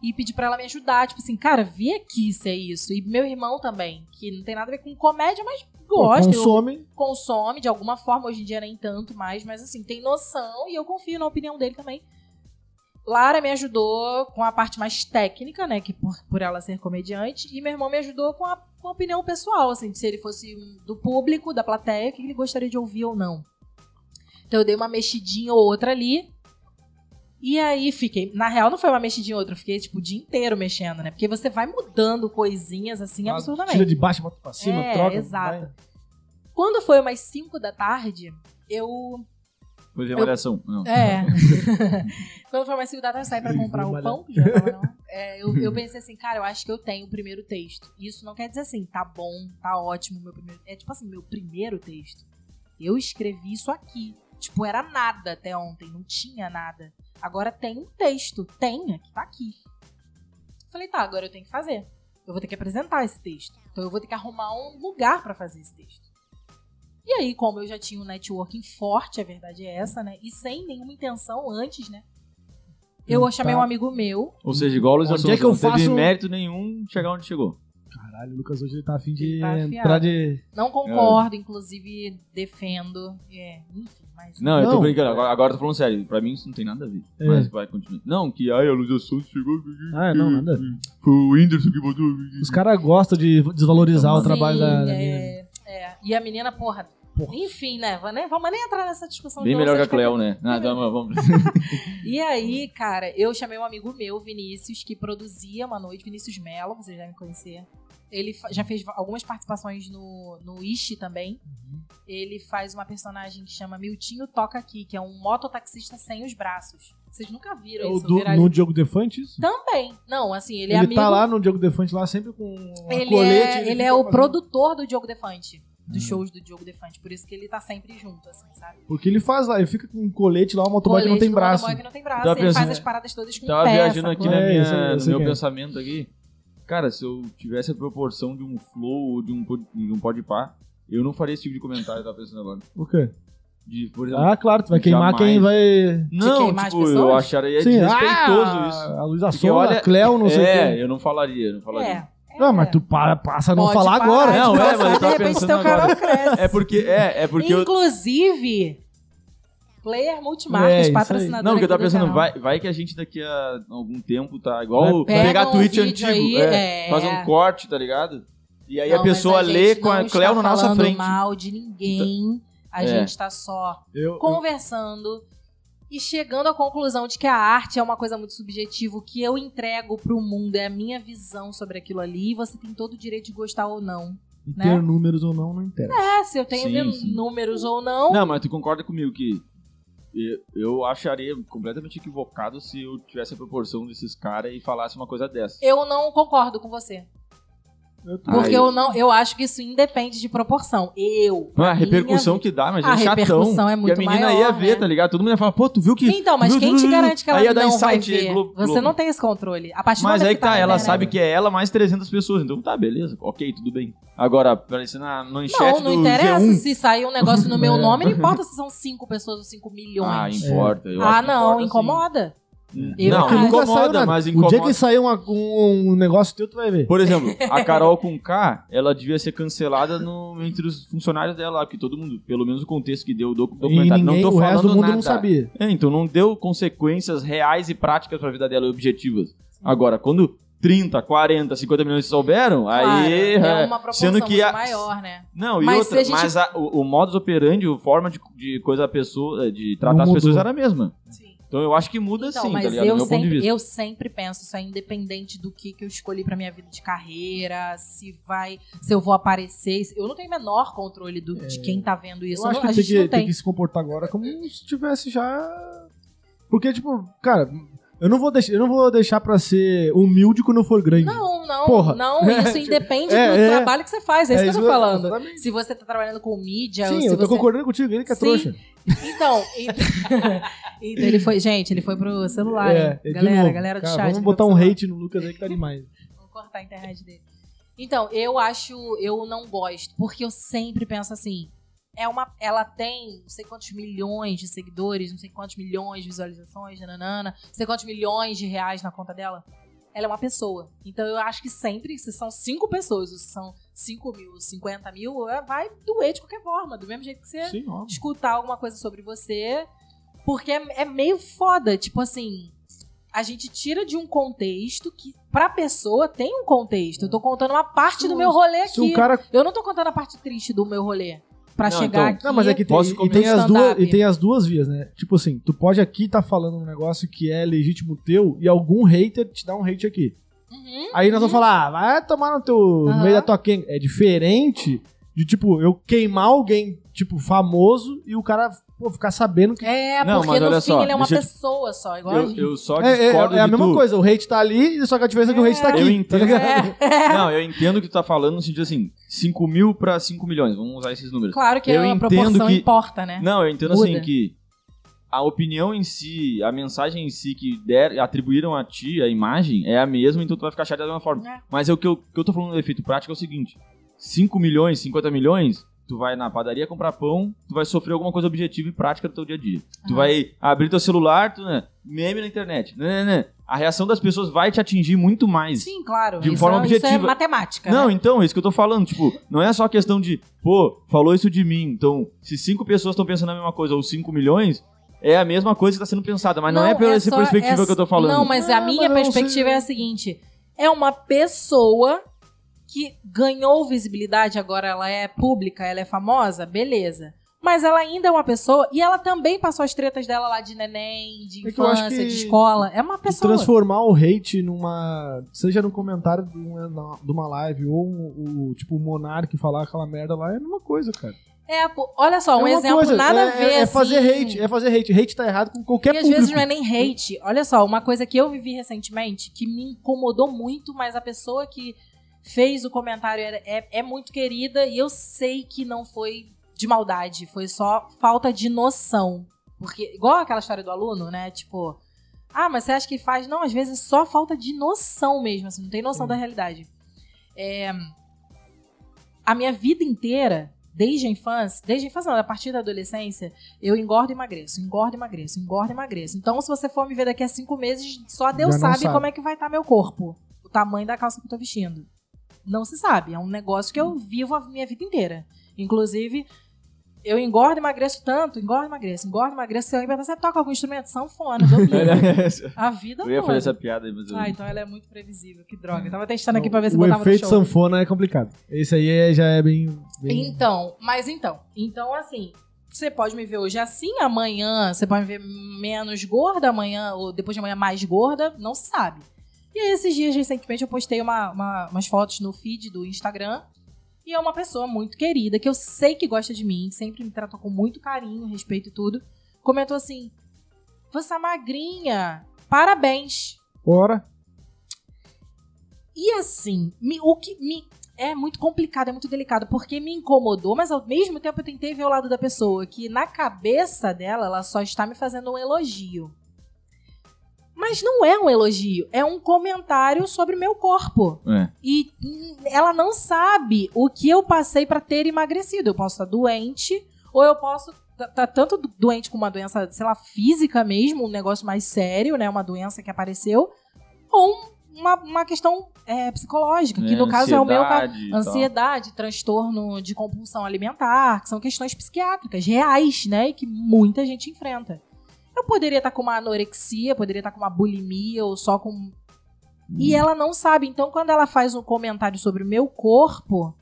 e pedi pra ela me ajudar. Tipo assim, cara, vê aqui se é isso. E meu irmão também, que não tem nada a ver com comédia, mas gosta. eu- Consome. consome de alguma forma, hoje em dia nem tanto mais, mas assim, tem noção e eu confio na opinião dele também. Lara me ajudou com a parte mais técnica, né, que por, por ela ser comediante, e meu irmão me ajudou com a, com a opinião pessoal, assim, de se ele fosse um- do público, da plateia, o que ele gostaria de ouvir ou não. Então eu dei uma mexidinha ou outra ali. E aí fiquei, na real não foi uma mexidinha ou outra, eu fiquei tipo o dia inteiro mexendo, né? Porque você vai mudando coisinhas assim absurdamente. Tira de baixo, bota pra cima, É, troca. exato. vai. Quando foi umas 5 da tarde, eu. Foi de avaliação. Não. É. Quando foi assim umas 5 da tarde, eu saí pra comprar o pão, que já tava na hora. É, eu, eu pensei assim, cara, eu acho que eu tenho o primeiro texto. E Isso não quer dizer assim, tá bom, tá ótimo, meu primeiro. É tipo assim, meu primeiro texto. Eu escrevi isso aqui. Tipo, era nada até ontem, não tinha nada. Agora tem um texto, tem, que tá aqui. Falei, tá, agora eu tenho que fazer. Eu vou ter que apresentar esse texto. Então eu vou ter que arrumar um lugar pra fazer esse texto. E aí, como eu já tinha um networking forte, a verdade é essa, né? E sem nenhuma intenção antes, né? Eu Tá. chamei um amigo meu. Ou seja, igual o Luiz Onde Assunção, é que eu não teve faço- mérito nenhum chegar onde chegou. Caralho, o Lucas hoje ele tá afim de Ele tá afiado. entrar de. Não concordo, inclusive defendo. É, enfim, mas. Não, eu Não. tô brincando. Agora, agora eu tô falando sério. Pra mim isso não tem nada a ver. É. Mas vai continuar. Não, que ai, o Luiz Assunção chegou. Ah, Hum. não, nada. Foi o Whindersson que botou. Os caras gostam de desvalorizar o Sim, trabalho da. da menina. é, é. E a menina, porra. Porra. Enfim, né? Vamos nem, vamos nem entrar nessa discussão Bem de melhor que a vocês, Cleo, né? Ah, então vamos. E aí, cara, eu chamei um amigo meu, Vinícius, que produzia uma noite, Vinícius Mello, vocês devem conhecer. Ele fa- já fez va- algumas participações no, no Ishi também. Uhum. Ele faz uma personagem que chama Miltinho Toca Aqui, que é um mototaxista sem os braços. Vocês nunca viram O isso? do- viralizou? no Diogo Defante, isso? Também. Não, assim, ele, Ele, é amigo. tá lá no Diogo Defante, lá sempre com uma ele colete. é, ele fica é o fazendo- Uhum. produtor do Diogo Defante. Dos shows do Diogo Defante. Por isso que ele tá sempre junto, assim, sabe? Porque ele faz lá, ele fica com um colete lá, um motoboy que não Colete tem do braço. Tá motoboy que não tem braço. Tava ele faz pensando- as paradas todas com Tava peça. viajando aqui na É, minha- isso aí, eu no sei meu que é. pensamento aqui. Cara, se eu tivesse a proporção de um flow ou de um, pod- de um podpar, eu não faria esse tipo de comentário, eu tava pensando agora. O quê? De, por exemplo, Ah, claro, tu vai queimar Jamais. quem vai. não, queimar as tipo, eu pessoas? acharia desrespeitoso ah, isso. A Luiz Porque Assola, olha- a Cleo, não sei o é, quê. eu não falaria, eu não falaria. É, é. Não, mas tu para, passa a não Pode falar parar agora. de Não, é, passar, mas eu tava de repente pensando teu canal agora. cresce. É porque, é, é porque eu. Inclusive, player É, multimarcas, isso aí. patrocinador. Não, porque eu tava aqui do pensando, canal. vai, vai que a gente daqui a algum tempo tá igual Pega pegar um tweet vídeo antigo, aí, é, é. fazer um corte, tá ligado? E aí Não, a mas pessoa gente lê com a não Cleo está na nossa falando frente. mal de ninguém. A É. gente tá só Eu- eu- conversando e chegando à conclusão de que a arte é uma coisa muito subjetiva. O que eu entrego pro mundo é a minha visão sobre aquilo ali. E você tem todo o direito de gostar ou não. e né? ter números ou não, não interessa. É, se eu Sim, tenho sim. números ou não. Não, mas tu concorda comigo que eu, eu acharia completamente equivocado se eu tivesse a proporção desses caras e falasse uma coisa dessa. Eu não concordo com você. Eu tô- É, Porque Ai. eu não, eu acho que isso independe de proporção. Eu. Mas a repercussão minha que dá, mas A é chatão. repercussão é que muito a menina maior, ia ver, né? tá ligado? Todo mundo ia falar, pô, tu viu que. Então, mas tu viu- quem te garante que ela Aí ia dar não vai insight, ver? Globo- Você Globo. não tem esse controle. A partir do Mas momento né, aí que tá, na ela internet- sabe que é ela mais 300 pessoas, então tá, beleza, ok, tudo bem. Agora, aparecendo na manchete Não, não do interessa G1. se sair um negócio no meu É. nome, não importa se são 5 pessoas ou 5 Ah, milhões. importa. eu é um Ah, acho que não, importa, sim. incomoda. Eu Não, acho. Nunca saiu incomoda, nada. mas O dia incomoda. que sair uma- um, um negócio teu, tu vai ver. Por exemplo, a Carol com K, ela devia ser cancelada no- entre os funcionários dela, porque todo mundo, pelo menos o contexto que deu o docu- E documentário, ninguém, não tô o resto falando do mundo nada. não sabia. É, então não deu consequências reais e práticas pra vida dela e objetivas. Agora, quando 30, 40, 50 milhões souberam, Claro, aí. é é, uma proporção sendo que muito a- maior, né? Não, e Mas se outra, a gente- mas a- o, o modus operandi, a forma de, de coisa a pessoa, eh, de tratar Não as mudou. pessoas era a mesma. Sim. Então eu acho que muda Então, sim, mas tá ligado? eu, Do meu ponto de sempre, vista. eu sempre penso, isso é independente do que, que eu escolhi pra minha vida de carreira, se vai, se eu vou aparecer. se- Eu não tenho o menor controle do- de quem tá vendo isso. É. Eu acho não- que a tem gente que, não tem tem. que se comportar agora como se tivesse já. Porque, tipo, cara, Eu não vou deixar, eu não vou deixar pra ser humilde quando eu for grande. Não, não, Porra. não. Isso independe É, do é. trabalho que você faz, é isso que eu tô isso- falando. exatamente. Se você tá trabalhando com mídia, Sim, ou se eu tô você... concordando contigo, ele que é Sim, trouxa. Então, ent- então ele foi, gente, ele foi pro celular, hein? É, de Galera, novo. galera do Cara, chat. Vamos ele foi botar pro um celular. hate no Lucas aí que tá demais. Vou cortar a internet dele. Então, eu acho, eu não gosto, porque eu sempre penso assim, é uma, ela tem não sei quantos milhões de seguidores, não sei quantos milhões de visualizações, nanana, não sei quantos milhões de reais na conta dela. Ela é uma pessoa. Então eu acho que sempre, se são cinco pessoas, ou se são cinco mil, cinquenta mil, é- vai doer de qualquer forma. Do mesmo jeito que você Sim, ó. escutar alguma coisa sobre você, porque é, é meio foda, tipo assim, a gente tira de um contexto que pra pessoa tem um contexto. Eu tô contando uma parte Se do um- meu rolê Se um aqui. cara. Eu não tô contando a parte triste do meu rolê pra Não, chegar então- aqui. Não, mas é que tem, Posso e, comentar? tem as Stand-up. duas, e tem as duas vias, né? Tipo assim, tu pode aqui tá falando um negócio que é legítimo teu e algum hater te dá um hate aqui. Uhum. Aí nós vamos falar, ah, vai tomar no teu no Aham. meio da tua quenga. É diferente de, tipo, eu queimar alguém, tipo, famoso e o cara pô, ficar sabendo que. É, Não, porque mas no olha fim só, ele é uma deixa eu te- pessoa só, igual a Eu, gente. eu só É, é, discordo é a de mesma tu. coisa, o hate tá ali, só que a diferença é que o hate tá aqui. Eu tá entendo. ligado? É, Não, eu entendo o que tu tá falando no sentido assim, 5 mil pra 5 milhões, vamos usar esses números. claro que Eu a entendo proporção que- importa, né? Não, eu entendo Muda. assim que a opinião em si, a mensagem em si que der, atribuíram a ti, a imagem, é a mesma, então tu vai ficar chateado da mesma forma. É. Mas é o que eu, que eu tô falando do efeito prático é o seguinte: 5 milhões, 50 milhões, tu vai na padaria comprar pão, tu vai sofrer alguma coisa objetiva e prática do teu dia a dia. Tu Ah. vai abrir teu celular, tu, né, meme na internet. Né, né, né. A reação das pessoas vai te atingir muito mais. Sim, claro. De isso, forma é- Isso é objetiva. matemática. Não, né? então, é isso que eu tô falando. Tipo, não é só questão de, pô, falou isso de mim. Então, se cinco pessoas estão pensando a mesma coisa, ou cinco milhões, é a mesma coisa que tá sendo pensada. Mas não, é pela essa só- perspectiva é- que eu tô falando. Não, mas Ah, a minha mas eu não perspectiva sei. é a seguinte: é uma pessoa que ganhou visibilidade, agora ela é pública, ela é famosa, beleza. Mas ela ainda é uma pessoa e ela também passou as tretas dela lá de neném, de É que eu acho infância, que- de escola. É uma pessoa. transformar o hate numa. Seja num comentário de uma, de uma live ou um- o, tipo o Monark falar aquela merda lá é a mesma coisa, cara. É, pô, olha só, é um uma exemplo coisa, nada é, a ver. É, é fazer assim. hate, é fazer hate. Hate tá errado com qualquer E às público. vezes não é nem hate. Olha só, uma coisa que eu vivi recentemente que me incomodou muito, mas a pessoa que fez o comentário era- é, é muito querida e eu sei que não foi de maldade, foi só falta de noção. Porque, igual aquela história do aluno, né? Tipo, ah, mas você acha que faz? Não, às vezes é só falta de noção mesmo, assim, não tem noção Sim. da realidade. É, a minha vida inteira, desde a infância, desde a infância, não, a partir da adolescência, eu engordo e emagreço, engordo e emagreço, engordo e emagreço. Então, se você for me ver daqui a cinco meses, só Deus Já não sabe, sabe. como é que vai estar meu corpo. O tamanho da calça que eu tô vestindo. Não se sabe. É um negócio que eu vivo a minha vida inteira. Inclusive, eu engordo e emagreço tanto, engordo e emagreço, engordo e emagreço. Se eu perguntar, você toca algum instrumento? Sanfona, domina. A vida É, eu ia toda. fazer essa piada aí, mas eu... Ah, então ela é muito previsível. Que droga. Eu tava testando aqui pra ver se o botava no efeito show. né? sanfona é complicado. Esse aí é- já é bem. bem- Então, mas então. Então, assim, você pode me ver hoje assim, amanhã você pode me ver menos gorda, amanhã, ou depois de amanhã mais gorda, não se sabe. E aí, esses dias, recentemente, eu postei uma- uma- umas fotos no feed do Instagram. E é uma pessoa muito querida, que eu sei que gosta de mim, sempre me tratou com muito carinho, respeito e tudo. Comentou assim: Você é magrinha, parabéns. Ora. E assim, me- o que me é muito complicado, é muito delicado, porque me incomodou, mas ao mesmo tempo eu tentei ver o lado da pessoa, que na cabeça dela ela só está me fazendo um elogio. Mas não é um elogio, é um comentário sobre meu corpo. É. E hum, ela não sabe o que eu passei pra ter emagrecido. Eu posso estar doente, ou eu posso estar tanto do- doente com uma doença, sei lá, física mesmo, um negócio mais sério, né? Uma doença que apareceu, ou um- uma, uma questão é, psicológica, que É, no caso é o meu caso. ansiedade e tal. Ansiedade, transtorno de compulsão alimentar, que são questões psiquiátricas reais, né? E que muita gente enfrenta. Eu poderia estar com uma anorexia, poderia estar com uma bulimia ou só com. Hum. E ela não sabe. Então, quando ela faz um comentário sobre o meu corpo,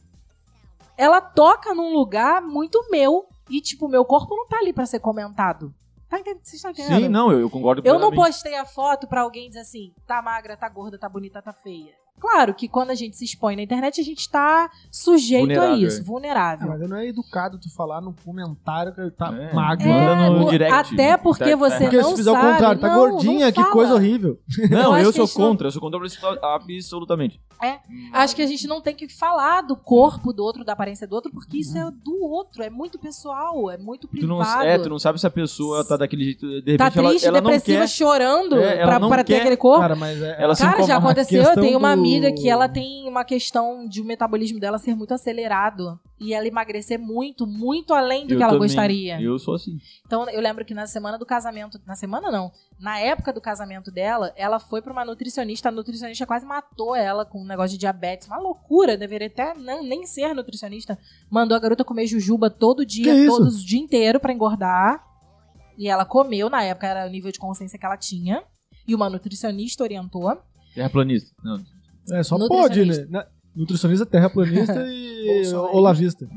ela toca num lugar muito meu. E, tipo, meu corpo não tá ali pra ser comentado. Tá entendendo? Vocês estão entendendo? Sim, não, eu, eu concordo Eu não plenamente. postei a foto pra alguém dizer assim, tá magra, tá gorda, tá bonita, tá feia. Claro que quando a gente se expõe na internet, a gente está sujeito a Vulnerável, isso, é. Ah, vulnerável. mas não é educado tu falar no comentário que tá É. magro. Manda É, no o- direct. até porque Tá- você Porque não se fizer o sabe, contrário, tá não, gordinha, não que fala. coisa horrível. Eu Não, acho eu que sou a gente não- contra, eu sou contra a absolutamente. É, Hum. Acho que a gente não tem que falar do corpo do outro, da aparência do outro, porque isso é do outro, é muito pessoal, é muito Tu não, privado. é, tu não sabe se a pessoa tá daquele jeito. De repente tá ela, triste, ela não depressiva, quer. chorando É, ela pra, não pra ter quer. aquele corpo. Cara, mas é. Ela se Cara, já incomoda. aconteceu. A Eu questão tenho uma do- amiga que ela tem uma questão de o metabolismo dela ser muito acelerado. E ela emagrecer muito, muito além do Eu que ela também. gostaria. Eu sou assim. Então, eu lembro que na semana do casamento. Na semana não. Na época do casamento dela, ela foi pra uma nutricionista. A nutricionista quase matou ela com um negócio de diabetes. Uma loucura. Deveria até não- nem ser nutricionista. Mandou a garota comer jujuba todo dia, Que isso? todos o dia inteiro pra engordar. E ela comeu, na época era o nível de consciência que ela tinha. E uma nutricionista orientou. Terraplanista. Não. É, só pode, Nutricionista. né? Na- Nutricionista, terraplanista e Bolsonarista. olavista.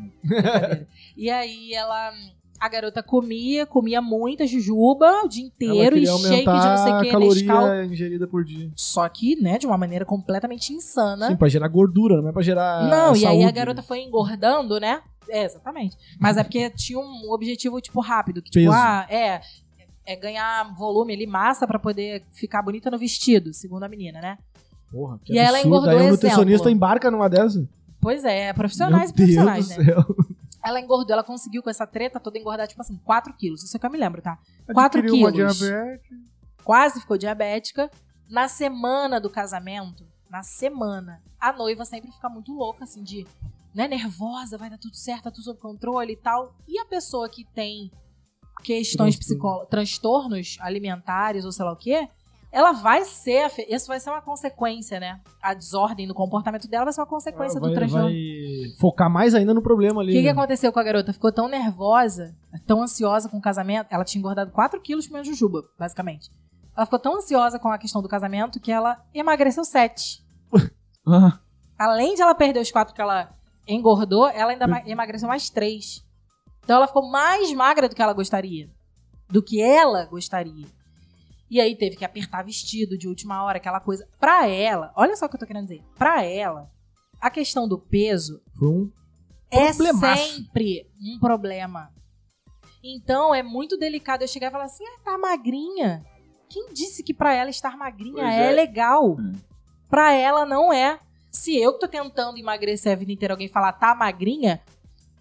E aí ela. A garota comia, comia muita jujuba o dia inteiro e ela shake de queria não sei aumentar o a que, caloria Nescau. ingerida por dia. Só que, né, de uma maneira completamente insana. Sim, pra gerar gordura, não é pra gerar não, e aí saúde, a né? garota foi engordando, né? É, exatamente. Mas é porque tinha um objetivo, tipo, rápido. Que, tipo, Peso. ah, é, é ganhar volume ali, massa, pra poder ficar bonita no vestido, segundo a menina, né? Porra, que E ela absurdo. engordou, Aí o exemplo. nutricionista embarca numa dessas. Pois é, Meu profissionais e profissionais, Deus né? do céu. Ela engordou, ela conseguiu com essa treta toda engordar, tipo assim, 4 quilos. Isso é que eu me lembro, tá? 4 Adquiriu uma quilos. diabetes. quase ficou diabética. Na semana do casamento, na semana, a noiva sempre fica muito louca, assim, de né, nervosa, vai dar tudo certo, tá tudo sob controle e tal. E a pessoa que tem questões Transtorno. psicó transtornos alimentares ou sei lá o quê, ela vai ser, afe- isso vai ser uma consequência, né? A desordem no comportamento dela vai ser uma consequência do vai, transtorno. vai focar mais ainda no problema O ali. que, que né? aconteceu com a garota? Ficou tão nervosa, tão ansiosa com o casamento. Ela tinha engordado 4 quilos comendo jujuba, basicamente. Ela ficou tão ansiosa com a questão do casamento que ela emagreceu 7. Ah, Além de ela perder os 4 que ela engordou, ela ainda ma- emagreceu mais 3. Então ela ficou mais magra do que ela gostaria. Do que ela gostaria. E aí teve que apertar vestido de última hora, aquela coisa. Pra ela, olha só o que eu tô querendo dizer. Pra ela, a questão do peso Foi um é Problemaço. sempre Uhum. um problema. Então é muito delicado eu chegar e falar assim: ah, tá magrinha. Quem disse que pra ela estar magrinha Pois é, é. legal? Hum. Pra ela não é. Se eu que tô tentando emagrecer a vida inteira, alguém falar tá magrinha,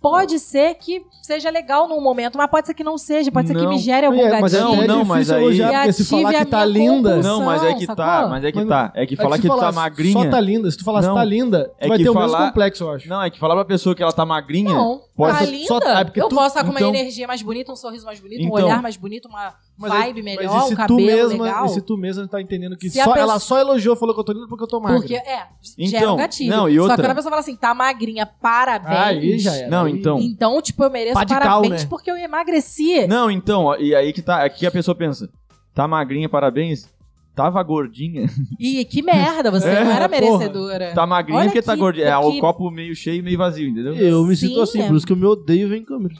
pode ser que seja legal num momento, mas pode ser que não seja, pode ser que Não. me gere algum É, mas é gatilho. Não, até não, mas difícil aí- elogiar, porque se Reative falar a que tá minha linda. compulsão. não, mas é que Sacou? tá, mas é que Mas- tá. É que É falar se que tu tá falar Só magrinha. tá linda. Se tu falasse Não. tá linda, tu É vai que ter o mesmo falar- complexo, eu acho. Não, é que falar pra pessoa que ela tá magrinha. Não, Pode tá ser- linda. só- ah, porque eu tu- posso estar com então- uma energia mais bonita, um sorriso mais bonito, um Então- olhar mais bonito, uma aí- vibe melhor, mas e se tu um cabelo mesma, legal. E se tu mesma tá entendendo que Se a só, pessoa- ela só elogiou, falou que eu tô linda porque eu tô magra. Porque, é, gera Então, um gatilho. não, e Só outra- que quando a pessoa fala assim, tá magrinha, parabéns. Aí já era. Não, Aí- então. Então, tipo, eu mereço Pá de cal, parabéns né? porque eu emagreci. Não, então, ó, e aí que tá. Aqui a pessoa pensa: tá magrinha, parabéns. Tava gordinha. E que merda, você É, não porra. era merecedora. Tá magrinha Olha porque tá que- gordinha. É que- o copo meio cheio e meio vazio, entendeu? Eu me Sim, sinto assim, é. por isso que eu me odeio ver em câmera.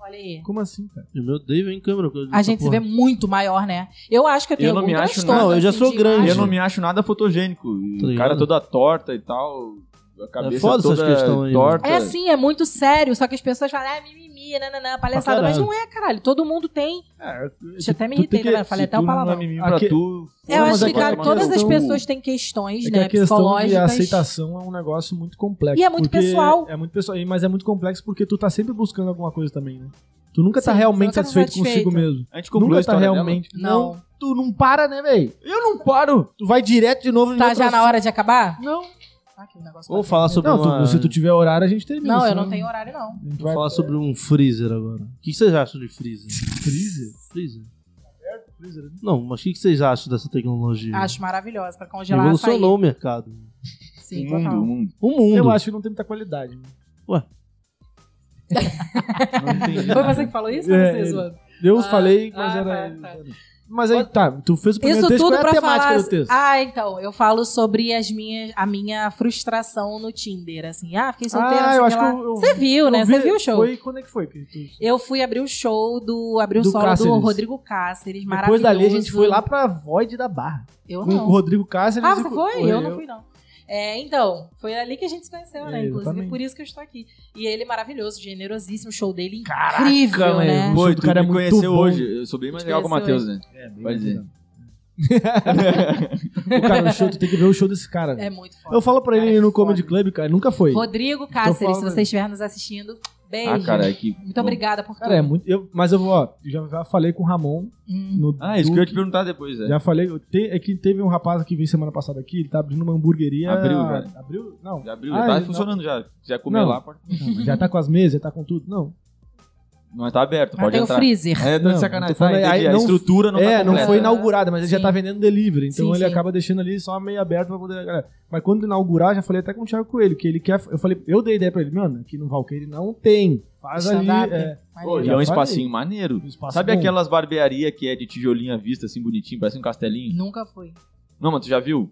Olha aí. Como assim, cara? Eu me odeio ver em câmera. por causa A dessa gente se porra. vê muito maior, né? Eu acho que eu tenho Eu não algum me acho transtorno, nada. Eu já assim, sou de grande. imagem. Eu não me acho nada fotogênico. E Tá o ligado? cara é toda torta e tal. É A cabeça foda essas toda questões aí, né? torta. É sim, é muito sério. Só que as pessoas falam, ah, mimimi, nananã, palhaçada. Pra Mas caralho. não é, caralho. Todo mundo tem. Deixa eu até me É, tu tem irritei, que- né? Falei Se até o tu não palavrão. é mimimi pra Aque- tu, Eu Mas acho é que, que é cara, uma todas as questão- pessoas têm questões, É que né? a questão de Psicológicas. aceitação é um negócio muito complexo. E é muito porque pessoal. É muito pessoal. e- Mas é muito complexo porque tu tá sempre buscando alguma coisa também, né? Tu nunca tá Sim, realmente nunca tá satisfeito, satisfeito. consigo mesmo. A gente conclui a Nunca tá história dela? realmente. Não. Tu não para, né, velho? Eu não paro! Tu vai direto de novo em Tá outra já na hora de acabar? Não. Ah, que negócio Vou tá falar aqui. sobre Não, tu- uma... se tu tiver horário, a gente termina. Não, eu senão não tenho horário, não. a gente Vou vai- falar sobre um freezer agora. O que que vocês acham de freezer? freezer? Freezer. Não, mas o que que vocês acham dessa tecnologia? Acho maravilhosa pra congelar a açaí. Revolucionou o mercado. Sim, mundo, total. mundo. O mundo. Eu acho que não tem muita qualidade. né? Não entendi Foi nada. você que falou isso? É, ou você, ele- zoando? Eu Ah, falei, mas ah, era. tá, Mas aí, tá, tu fez o primeiro Isso texto, tudo qual é pra a temática falar. do texto? Ah, então, eu falo sobre as minhas, a minha frustração no Tinder, assim. Ah, fiquei solteira, Ah, eu não sei acho o que que lá. eu- eu- Você viu, eu né? vi- Você viu o show? Foi, quando é que foi? que tu- Eu fui abrir o show do. Abri o Do solo do Cáceres. Rodrigo Cáceres, Depois maravilhoso. dali a gente foi lá pra Void da Barra. Eu Com o não. Rodrigo Cáceres. Ah, e você com- foi? Eu não fui, não. É, então, foi ali que a gente se conheceu, né? É, Inclusive, exatamente. por isso que eu estou aqui. E ele é maravilhoso, generosíssimo, o show dele Caraca, incrível, mas né? o show Pô, do tu cara é me muito conheceu bom. hoje. Eu sou bem mais Te legal que o conheceu Matheus, né? É, bem Pois é. O cara, o show, tu tem que ver o show desse cara. né? É muito foda. Eu falo pra ele Cara, é no foda. Comedy Club, cara, ele nunca foi. Rodrigo Cáceres, se falando. você estiver nos assistindo, beijo. Ah, cara, é que... Muito obrigada por Cara, é tudo. muito. eu- mas eu vou, ó, já, já falei com o Ramon Hum. no. Ah, isso que eu ia te Duque. perguntar depois, é. Já falei. eu te- é que teve um rapaz que veio semana passada aqui, ele tá abrindo uma hamburgueria. Abriu já. Abriu? Não. Já abriu, Ah, já tá ele- funcionando já. Se quiser comer Não. lá, pode... não, Já tá com as mesas, já tá com tudo. Não. Mas tá aberto, Mas pode Ah, tem o entrar. freezer. É, não, Não, de tô sacanagem. Tá, falando, entendi. aí a não- estrutura não é, tá não completa. foi inaugurada, mas ele já Sim. tá vendendo delivery, então Sim, ele sim. acaba deixando ali só meio aberto pra poder. galera. Mas quando inaugurar, já falei até com o Thiago Coelho, que ele quer. Eu falei, eu dei ideia pra ele, mano, aqui no Valqueire não tem. Faz ali. Stand-up. É, Pô, Eu e já é um falei. espacinho maneiro. um espaço Sabe bom. aquelas barbearias que é de tijolinho à vista, assim, bonitinho, parece um castelinho? Nunca fui. Não, mas tu já viu?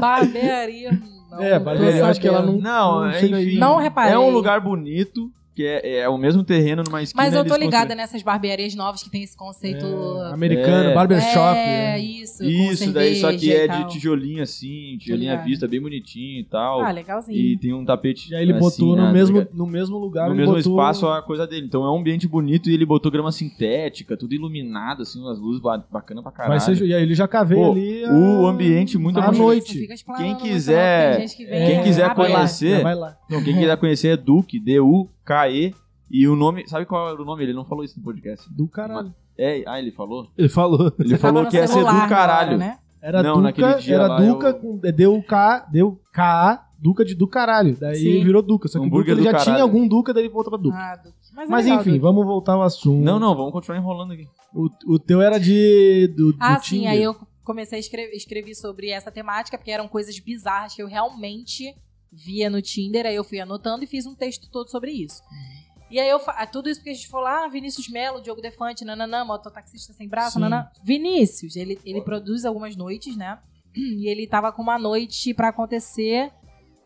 Barbearia. Não, É, tô barbearia, eu acho que ela sabendo. não- Não, não é, chega aí. enfim. Não reparei. É um lugar bonito, que é, é o mesmo terreno numa esquina. Mas eu tô eles ligada nessas barbearias novas que tem esse conceito. É, americano, É. barbershop. É, é. isso. com construíram- Isso, daí só que cerveja é de e tal. Tá tijolinho, assim, tijolinho à ligado. vista, bem bonitinho e tal. Ah, legalzinho. e tem um tapete. E aí ele assim, botou né, no, tá mesmo, ligado? no mesmo lugar. no ele mesmo botou- espaço a coisa dele. Então é um ambiente bonito e ele botou grama sintética, tudo iluminado, assim, umas luzes ba- bacana pra caralho. Vai ser, e aí ele já cavei Pô, ali. o a- ambiente muito à bonito. noite. Isso, fica explanando Quem muito, não. quiser- Tem gente que vem, quem é, quiser abre lá. conhecer- Já vai lá. Não, quem quiser conhecer é Duque, D-U-K-E. E o nome. Sabe qual era o nome? Ele não falou isso no podcast. Do caralho. É, ah, ele falou? Ele falou. Ele Você tava falou no que ia ser celular do na caralho. hora, né? Era Não, naquele Duca, dia era lá Duca eu- com. é, Deu K, deu K, Duca de do caralho. Daí Sim. virou Duca. Só que Duca, Hambúrguer ele do já caralho. tinha algum Duca, daí ele voltou pra Duca. Ah, do- Mas, é Mas legal, enfim, do- vamos voltar ao assunto. Não, não, vamos continuar enrolando aqui. O, o teu era de. Do, do Ah, sim, Tinder. aí eu comecei a escrever, escrevi sobre essa temática, porque eram coisas bizarras que eu realmente via no Tinder, aí eu fui anotando e fiz um texto todo sobre isso. Uhum. E aí eu fa- ah, tudo isso porque a gente falou, ah, Vinícius Melo, Diogo Defante, nananã, mototaxista sem braço, Sim. nananã. Vinícius, ele, ele produz algumas noites, né? E ele tava com uma noite pra acontecer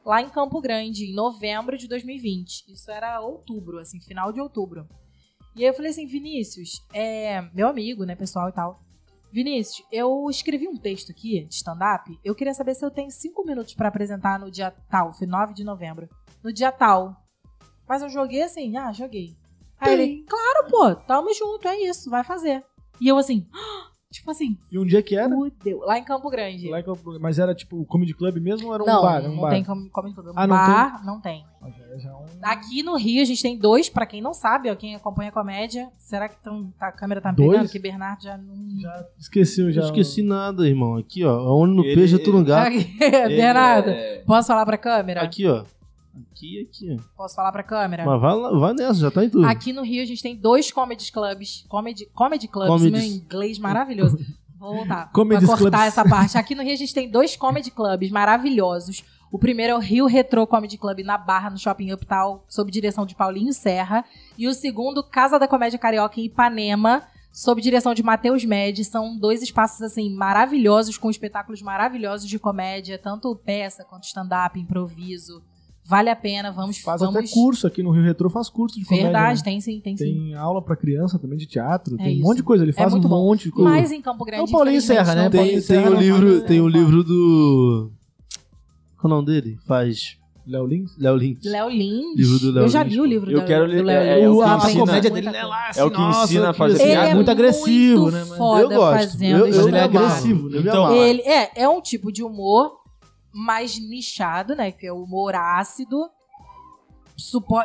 lá em Campo Grande, em novembro de 2020. Isso era outubro, assim, final de outubro. E aí eu falei assim, Vinícius, é meu amigo, né, pessoal e tal. Vinícius, eu escrevi um texto aqui de stand-up. Eu queria saber se eu tenho cinco minutos pra apresentar no dia tal, foi 9 de novembro. No dia tal. Mas eu joguei assim, ah, joguei. Aí ele, claro, pô, tamo junto, é isso, vai fazer. E eu assim, "Ah", tipo assim, E um dia que era? fudeu. Lá em Campo Grande. Lá que eu- Mas era tipo o Comedy Club mesmo ou era um não, bar? Era um não bar. tem como, como incluir. Um Ah, não bar, não tem. Ah, já- já é um- Aqui no Rio a gente tem dois, pra quem não sabe, ó, quem acompanha a comédia. Será que tão, tá- a câmera tá me Dois? pegando? Que Bernardo já não. Já esqueceu, já. Eu esqueci nada, irmão. Aqui, ó. Aonde no Ele- peixe é tudo no gato. Bernardo, É, posso falar pra câmera? Aqui, ó. Aqui e aqui. ó. Posso falar pra câmera? Mas vai, lá- vai nessa, já tá em tudo. É. Aqui no Rio a gente tem dois comedy clubs. Comedy, comedy clubs, Comedies. meu inglês maravilhoso. Vou voltar. Comedies Vou cortar clubs. essa parte. Aqui no Rio a gente tem dois comedy clubs maravilhosos. O primeiro é o Rio Retro Comedy Club na Barra, no Shopping Uptown, sob direção de Paulinho Serra. E o segundo, Casa da Comédia Carioca em Ipanema, sob direção de Matheus Med. São dois espaços, assim, maravilhosos, com espetáculos maravilhosos de comédia, tanto peça quanto stand-up, improviso. Vale a pena, vamos Faz vamos... até curso aqui no Rio Retrô, faz curso de comédia. Verdade, né? tem sim, tem sim. Tem aula pra criança também de teatro, É tem um isso. monte de coisa. Ele faz um muito bom. monte de coisa. Mas em Campo Grande. É o Paulinho infelizmente, Serra, né? não Tem- pode. Tem, tem Serra o não livro, né? faz- né, tem o livro do. Qual é o nome dele? Faz. Léo Lins? Léo Lins. Léo Lins. Livro do Léo eu já Lins, li o livro Eu do, quero do ler- Léo é, Lins. é o Eu que aprendi ensina- a comédia muita coisa. é o que ensina a fazer Ele Ele é é muito agressivo, né? mano? Foda eu gosto. fazendo eu, isso. eu Mas ele é me amarro, agressivo, né? Eu me Então, amarro. Ele é, é um tipo de humor mais nichado, né? Que é o humor ácido. Supo...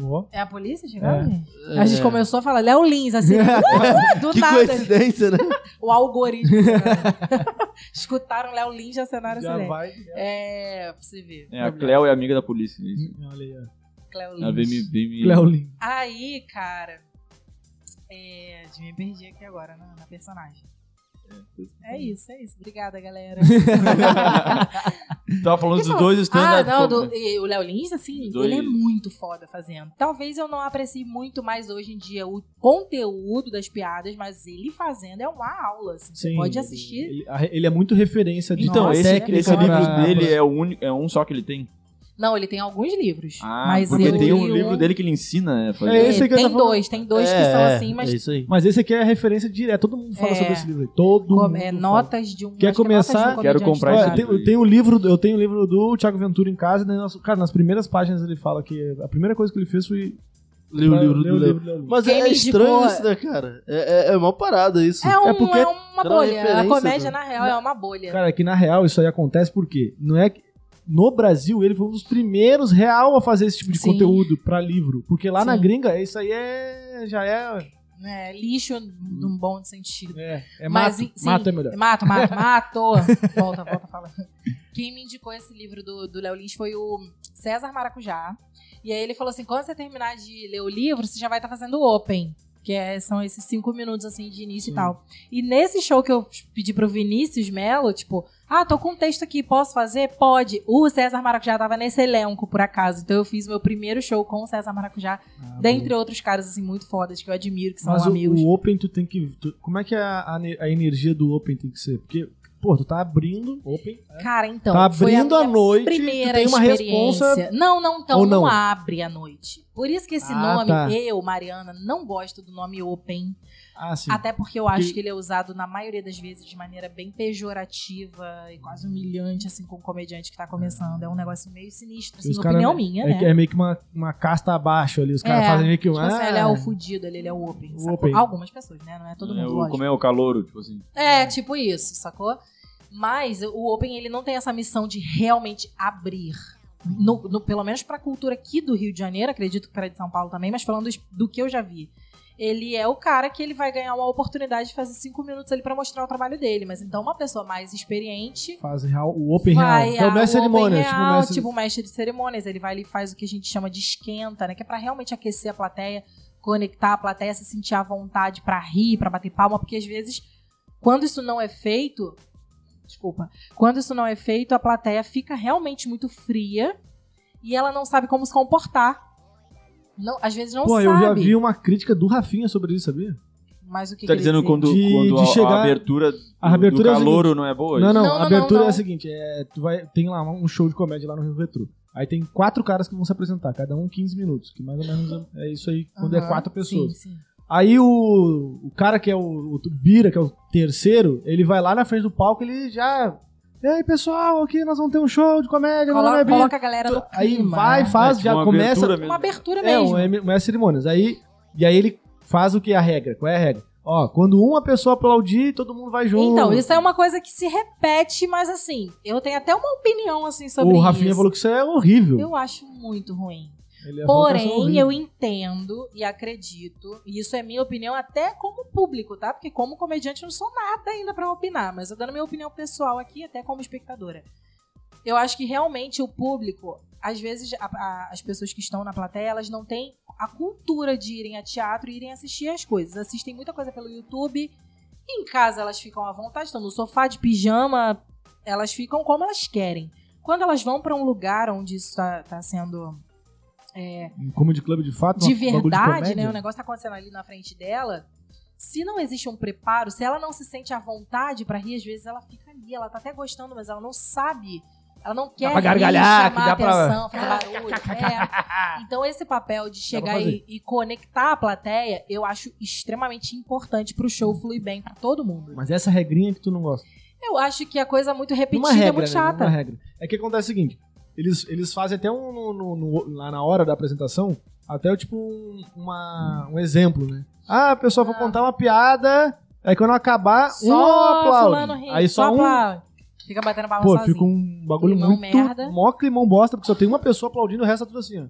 Ó. É a polícia chegando? É. A gente começou a falar Léo Lins, assim, do Que nada. coincidência, né? O algoritmo. cara. Escutaram Léo Lins e acenaram essa Já ideia. vai. É, pra você ver. é, a Cleo é amiga da polícia. é isso. Olha aí, ó. Cléo Ela vem me. Vem me... Léo Lins. Aí, cara. É, de me perdi aqui agora na, na personagem. É isso, é isso. Obrigada, galera. Tava falando dos dois ah, stand-up. não, do- comedy. e o Léo Lins, assim, Os dois. ele é muito foda fazendo. Talvez eu não aprecie muito mais hoje em dia o conteúdo das piadas, mas ele fazendo é uma aula, assim. Você Sim, pode ele- assistir. Ele, a- ele é muito referência de Então, Nossa, esse, técnica esse livro é- pra- dele é o único, é um só que ele tem. Não, ele tem alguns livros. Ah, mas porque eu tem um li livro dele que ele ensina né, a fazer. É esse aí que eu tem tava falando. dois, tem dois que É, são é, assim, mas É isso aí. Mas esse aqui é a referência direta. Todo mundo fala É. sobre esse livro aí. Todo com- mundo. é, fala. notas de um. Hum. Quer acho que é começar? notas de um Quero comediante comprar Olha, esse notável. tem- eu, tenho o livro, eu tenho o livro do Thiago Ventura em casa, né? Nossa, cara, nas primeiras páginas ele fala que a primeira coisa que ele fez foi Lê o pra- livro ler do Leo. ler o livro. Mas Quem é, me estranho indicou- isso, né, cara? É, é, é uma parada isso. É, um, É porque é uma Então, era uma bolha. A referência, né? comédia, na real, é uma bolha. Cara, que na real isso aí acontece porque não é que- no Brasil ele foi um dos primeiros real a fazer esse tipo de Sim. conteúdo pra livro, porque lá na Sim. gringa isso aí é já é É, lixo hum. num bom sentido. é, é Mas, mato, sim. mato é melhor. Mato, mato, mato. volta, volta, fala. Quem me indicou esse livro do, do Léo Lins foi o César Maracujá. E aí ele falou assim: quando você terminar de ler o livro, você já vai estar fazendo o open. Que é- são esses cinco minutos assim de início e Hum. tal. E nesse show que eu pedi pro Vinícius Melo, tipo, ah, tô com um texto aqui, posso fazer? Pode. O César Maracujá tava nesse elenco, por acaso. Então eu fiz meu primeiro show com o César Maracujá, dentre outros caras assim muito fodas que eu admiro, que são Tá Mas o, amigos. o Open tu tem que tu- como é que a, a, ne- a energia do Open tem que ser? Porque pô, tu tá abrindo Open, Cara, então, tá foi a abrindo minha a, noite, tu primeira tem uma experiência. responsa Não, não, então, Ou não? não? abre à noite. Por isso que esse Ah, nome, tá. eu, Mariana, não gosto do nome Open. Ah, sim. Até porque eu acho Porque- que ele é usado, na maioria das vezes, de maneira bem pejorativa e quase humilhante, assim, com o comediante que tá começando. É um negócio meio sinistro, assim, Os cara- opinião minha, É, né? que é meio que uma, uma casta abaixo ali. Os caras É, fazem meio que um. Tipo assim, ah, ele é o fudido, ele, ele é o open, O sacou? open. Algumas pessoas, né? Não é todo mundo, É, o, lógico. como é o calouro, tipo assim. É, tipo isso, sacou? Mas o Open ele não tem essa missão de realmente abrir. No- no- pelo menos pra cultura aqui do Rio de Janeiro, acredito que para de São Paulo também, mas falando es- do que eu já vi. Ele é o cara que ele vai ganhar uma oportunidade de fazer cinco minutos ali pra mostrar o trabalho dele. Mas então uma pessoa mais experiente Faz real, o Open vai Real. É ao o mestre Open cerimônia. Real, Tipo, o mestre... tipo o mestre de cerimônias. Ele vai ali e faz o que a gente chama de esquenta, né? Que é pra realmente aquecer a plateia, conectar a plateia, se sentir à vontade pra rir, pra bater palma, porque às vezes, quando isso não é feito. Desculpa. Quando isso não é feito, a plateia fica realmente muito fria e ela não sabe como se comportar. Não, às vezes não Pô, sabe. eu já vi um uma crítica do Rafinha sobre isso, sabia? Mas o que tá que ele dizendo dizia? quando, De- quando de a, chegar- a abertura do, a abertura é do o calouro não é boa? Não, não, Não, não, a abertura é não, a não. seguinte: é, tu vai, tem lá um show de comédia lá no Rio Retro. Aí tem quatro caras que vão se apresentar, cada um 15 minutos, que mais ou menos é isso aí, quando é Aham, quatro pessoas. Sim, sim. Aí o, o cara que é o, o Bira, que é o terceiro, ele vai lá na frente do palco ele já. E aí, pessoal, aqui nós vamos ter um show de comédia, meu nome é Coloca, Bira. coloca a galera no clima. Aí vai, né? faz, É, tipo já uma começa. abertura mesmo. Uma abertura É, mesmo. o M- mestre de cerimônias. Aí, e aí ele faz o que? A regra. Qual é a regra? Ó, quando uma pessoa aplaudir, todo mundo vai junto. Então, isso é uma coisa que se repete, mas assim, eu tenho até uma opinião assim sobre O Rafinha isso. falou que isso é horrível. Eu acho muito ruim. Ele falou que isso é Porém, horrível. eu entendo e acredito, e isso é minha opinião até como público, tá? Porque como comediante eu não sou nada ainda pra opinar, mas eu dando minha opinião pessoal aqui, até como espectadora. Eu acho que realmente o público, às vezes a- a- as pessoas que estão na plateia, elas não têm a cultura de irem a teatro e irem assistir as coisas. Assistem muita coisa pelo YouTube, em casa elas ficam à vontade, estão no sofá de pijama, elas ficam como elas querem. Quando elas vão pra um lugar onde isso tá, tá sendo Um comedy club de fato, de um bagulho verdade, comédia. né? O negócio tá acontecendo ali na frente dela. Se não existe um preparo, se ela não se sente à vontade pra rir, às vezes ela fica ali, ela tá até gostando, mas ela não sabe. Ela não quer pra rir, gargalhar, chamar que dá pra- atenção, fazer barulho. É. Então, esse papel de chegar fazer. e, e conectar a plateia, eu acho extremamente importante pro show fluir bem pra todo mundo. Mas essa regrinha que tu não gosta. Eu acho que a coisa muito repetida Uma regra, é muito né? chata. Uma regra. É que acontece o seguinte: eles, eles fazem até um. no- no- no- lá na hora da apresentação, até tipo um, uma- um exemplo, né? Ah, pessoal, vou Ah. contar uma piada. Aí quando acabar, um Só fulano aplaude. rir, Aí só, um aplaude. Fica batendo palma Pô, sozinho. fica um bagulho Climão muito merda. mó climão bosta, porque só tem uma pessoa aplaudindo, o resto é tudo assim, ó.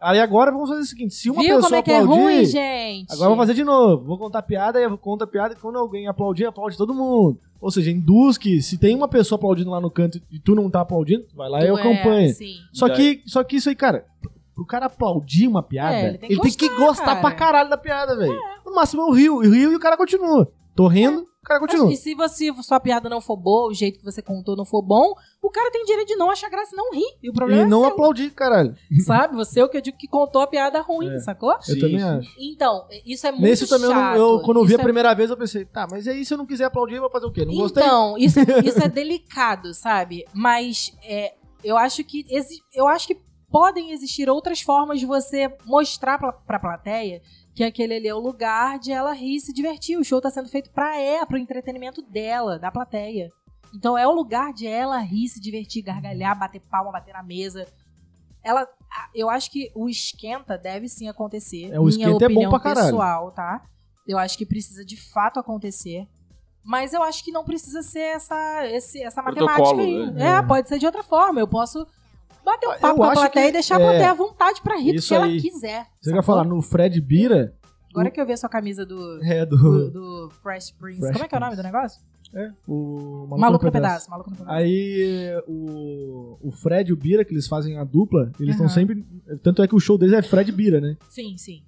Aí agora vamos fazer o seguinte, se uma Viu pessoa como é que é aplaudir, ruim, gente? agora eu vou fazer de novo. Vou contar piada, aí eu conto a piada e quando alguém aplaudir, aplaude todo mundo. Ou seja, induz que se tem uma pessoa aplaudindo lá no canto e tu não tá aplaudindo, vai lá e eu Tu é, acompanha. sim. Só Daí- que, só que isso aí, cara, pro cara aplaudir uma piada, É, ele ele tem tem que, que gostar, cara. É. pra caralho da piada, velho. No máximo eu rio, eu rio e o cara continua. Tô rindo, o cara continua. E se você, sua piada não for boa, o jeito que você contou não for bom, o cara tem direito de não achar graça e não rir. E o problema E não é aplaudir, caralho. seu, sabe? Você é o que eu digo que contou a piada ruim, É. sacou? eu também acho. Então, isso é muito Nesse também, eu não- chato. eu, quando eu vi Isso é a primeira vez, eu pensei, tá, mas aí se eu não quiser aplaudir, eu vou fazer o quê? Não gostei? Então, isso, isso é delicado, sabe? Mas é, eu acho que exi- eu acho que podem existir outras formas de você mostrar pra, pra plateia que aquele ali é o lugar de ela rir e se divertir. O show tá sendo feito pra ela, pro entretenimento dela, da plateia. Então é o lugar de ela rir, se divertir, gargalhar, bater palma, bater na mesa. Ela, a- eu acho que o esquenta deve sim acontecer. É, o minha esquenta é bom opinião pra caralho. pessoal, tá? Eu acho que precisa de fato acontecer. Mas eu acho que não precisa ser essa, esse- essa matemática Protocolo, aí. né? É, pode ser de outra forma. Eu posso bater um Eu papo com a acho plateia que- e deixar é. a plateia à vontade pra rir do Isso que ela aí. quiser. Você sacou? quer falar no Fred Bira? Agora que eu vi a sua camisa do, É, do, do. do Fresh Prince. Fresh Como é que é o nome do negócio? É, o Maluco, Maluco no no pedaço. Maluco no pedaço. Aí o, o Fred e o Bira, que eles fazem a dupla, eles estão Aham. sempre. Tanto é que o show deles é Fred e Bira, né? Sim, sim.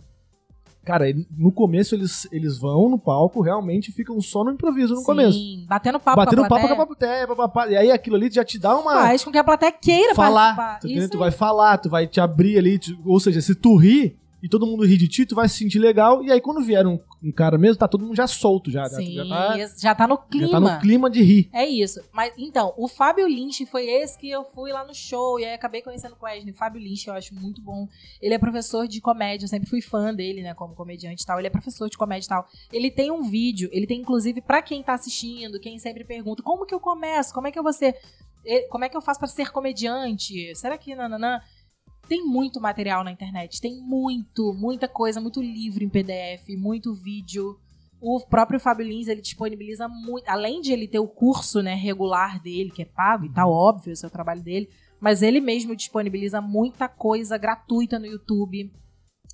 Cara, ele- no começo eles, eles vão no palco, realmente ficam só no improviso no sim, começo. Batendo papo Batendo com a papo com plateia. a plateia, papapá, e aí aquilo ali já te dá uma. Faz com que a plateia queira falar. participar. Tá Tu, Isso tu aí. vai falar, tu vai te abrir ali. tu- ou seja, se tu rir e todo mundo rir de ti, tu vai se sentir legal. E aí quando vier um, um cara mesmo, tá todo mundo já solto já. Sim, já, tu já tá, esse- já tá no clima. já tá no clima de rir. É isso. Mas então, o Fábio Lynch foi esse que eu fui lá no show e aí acabei conhecendo o Wesley. Fábio Lynch eu acho muito bom. Ele é professor de comédia, eu sempre fui fã dele, né, como comediante e tal. Ele é professor de comédia e tal. Ele tem um vídeo, ele tem inclusive pra quem tá assistindo, quem sempre pergunta: "Como que eu começo? Como é que eu vou ser eh, como é que eu faço pra ser comediante? Será que nananã? Tem muito material na internet, tem muito, muita coisa, muito livro em PDF, muito vídeo. O próprio Fábio Lins, ele disponibiliza muito, além de ele ter o curso, né, regular dele, que é pago e tal, óbvio, esse é o trabalho dele, mas ele mesmo disponibiliza muita coisa gratuita no YouTube.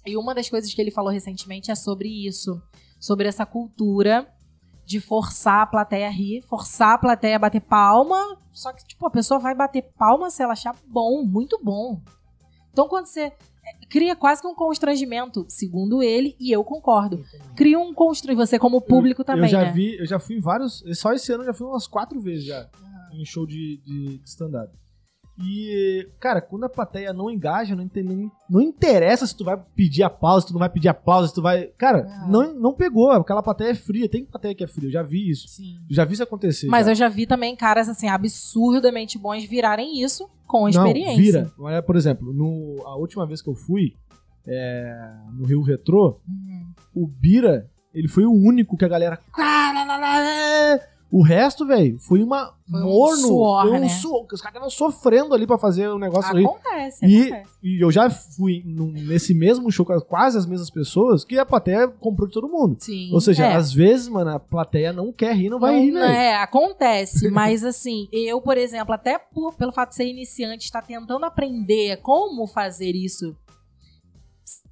E uma das coisas que ele falou recentemente é sobre isso, sobre essa cultura de forçar a plateia a rir, forçar a plateia a bater palma, só que tipo, a pessoa vai bater palma se ela achar bom, muito bom. Então quando você eh, cria quase que um constrangimento, segundo ele, e eu concordo. Cria um constrangimento, você como público também, eu já né? vi, eu já fui em vários. Só esse ano eu já fui umas quatro vezes já. Ah. Em show de, de, de stand-up. E, cara, quando a plateia não engaja, não, ente- não- não interessa se tu vai pedir aplauso, se tu não vai pedir aplauso, se tu vai. Cara, Ah. não, não pegou. Aquela plateia é fria, tem plateia que é fria, eu já vi isso. Sim. Já vi isso acontecer. Mas já. eu já vi também caras assim absurdamente bons virarem isso com experiência. Não, vira. Mas, Por exemplo, no, a última vez que eu fui é, no Rio Retrô, Uhum. o Bira, ele foi o único que a galera. O resto, velho, foi uma Foi um morno. suor, foi um né? Ah, suor, que Os caras estavam sofrendo ali pra fazer o negócio aí. Acontece, E- acontece. E eu já fui num- nesse mesmo show com quase as mesmas pessoas que a plateia comprou de todo mundo. Sim. Ou seja, é. às vezes, mano, a plateia não quer rir, não vai Não- rir, né? não- velho. É, acontece, mas assim, eu, por exemplo, até por- pelo fato de ser iniciante, estar tentando aprender como fazer isso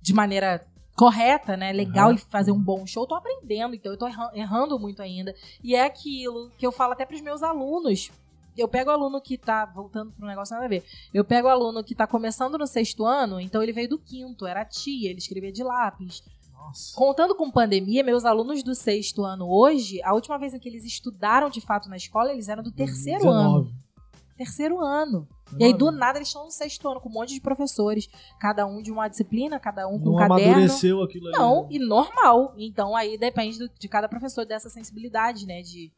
de maneira correta, né, legal Aham. e fazer um bom show, eu tô aprendendo, então eu tô erra- errando muito ainda. E é aquilo que eu falo até pros meus alunos. Eu pego o aluno que tá voltando pro negócio nada a ver. Eu pego o aluno que tá começando no sexto ano, então ele veio do quinto, era a tia, ele escrevia de lápis. Nossa. Contando com pandemia, meus alunos do sexto ano hoje, a última vez em que eles estudaram de fato na escola, eles eram do terceiro ano. 19, Terceiro ano. E aí, do 19. nada, eles estão no sexto ano com um monte de professores, cada um de uma disciplina, cada um com Não um caderno. amadureceu aquilo ali. Não, né? e normal. Então aí depende do- de cada professor dessa sensibilidade, né? De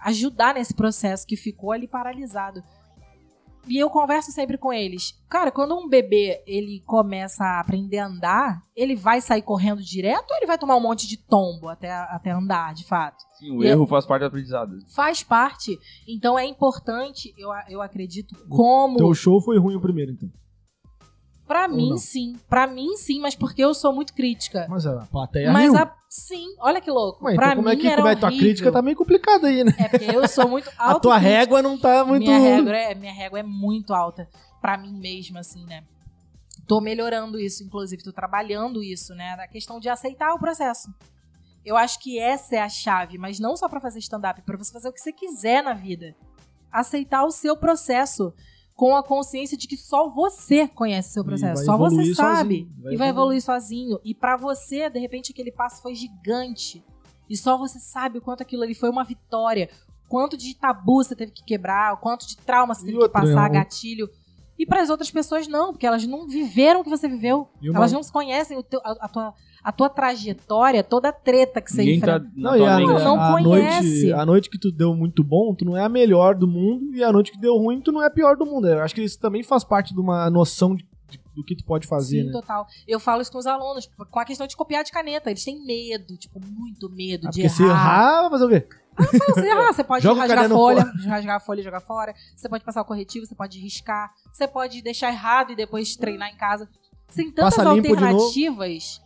ajudar nesse processo que ficou ali paralisado. E eu converso sempre com eles. Cara, quando um bebê ele começa a aprender a andar, ele vai sair correndo direto ou ele vai tomar um monte de tombo até, até andar, de fato? Sim, o E- erro faz parte do aprendizado. Faz parte. Então é importante, eu, a- eu acredito, como. Teu show foi ruim o primeiro, então. Pra Ou mim, não? sim. Pra mim, sim, mas porque eu sou muito crítica. Mas É a plateia mas riu. a- Sim, olha que louco. Ué, pra então como mim é que era como é que tua horrível. crítica tá meio complicada aí, né? É porque eu sou muito alta. A tua régua não tá muito. Minha régua, é, minha régua é muito alta pra mim mesma, assim, né? Tô melhorando isso, inclusive, tô trabalhando isso, né? A questão de aceitar o processo. Eu acho que essa é a chave, mas não só pra fazer stand-up, é pra você fazer o que você quiser na vida. Aceitar o seu processo com a consciência de que só você conhece o seu E processo, Hum, vai só você evoluir sabe sozinho, vai e vai evoluir. evoluir sozinho. E pra você, de repente, aquele passo foi gigante. E só você sabe o quanto aquilo ali foi uma vitória, quanto de tabu você teve que quebrar, o quanto de trauma você E teve outra, que passar, é um- gatilho. E para as outras pessoas não, porque elas não viveram o que você viveu. E uma- Elas não se conhecem o teu- a, a tua, a tua trajetória, toda a treta que você Ninguém tá enfrenta. na Não, tua e a, língua. Não, não a noite, conhece. a noite que tu deu muito bom, tu não é a melhor do mundo, e a noite que deu ruim, tu não é a pior do mundo. Eu acho que isso também faz parte de uma noção de, de do que tu pode fazer, Sim, né? total. Eu falo isso com os alunos, tipo, com a questão de copiar de caneta. Eles têm medo, tipo, muito medo Ah, de porque se errar, vai fazer o quê? Não, você, ah, você pode Joga o rasgar a caderno folha, rasgar a folha e jogar fora. Você pode passar o corretivo, você pode riscar. Você pode deixar errado e depois treinar em casa. Tem tantas Passa limpo de novo. alternativas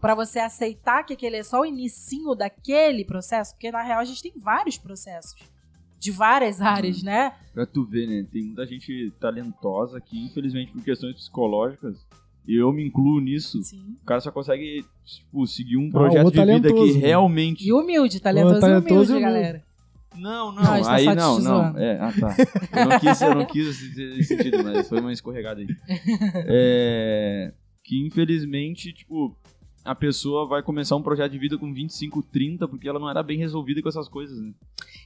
pra você aceitar que aquele é só o inicinho daquele processo, porque na real a gente tem vários processos de várias áreas, né? Pra tu ver, né? Tem muita gente talentosa que, infelizmente, por questões psicológicas, e eu me incluo nisso, Sim. o cara só consegue, tipo, seguir um Ah, projeto o de vida que talentoso, né? realmente. E humilde, talentoso, talentoso e humilde, e tá é humilde. galera. Não, não, Não, a gente tá aí só te não, não. zoando. É, ah, tá. Eu não quis, eu não quis esse, esse sentido, mas foi uma escorregada aí. É, que infelizmente, tipo, a pessoa vai começar um projeto de vida com 25, 30, porque ela não era bem resolvida com essas coisas, né?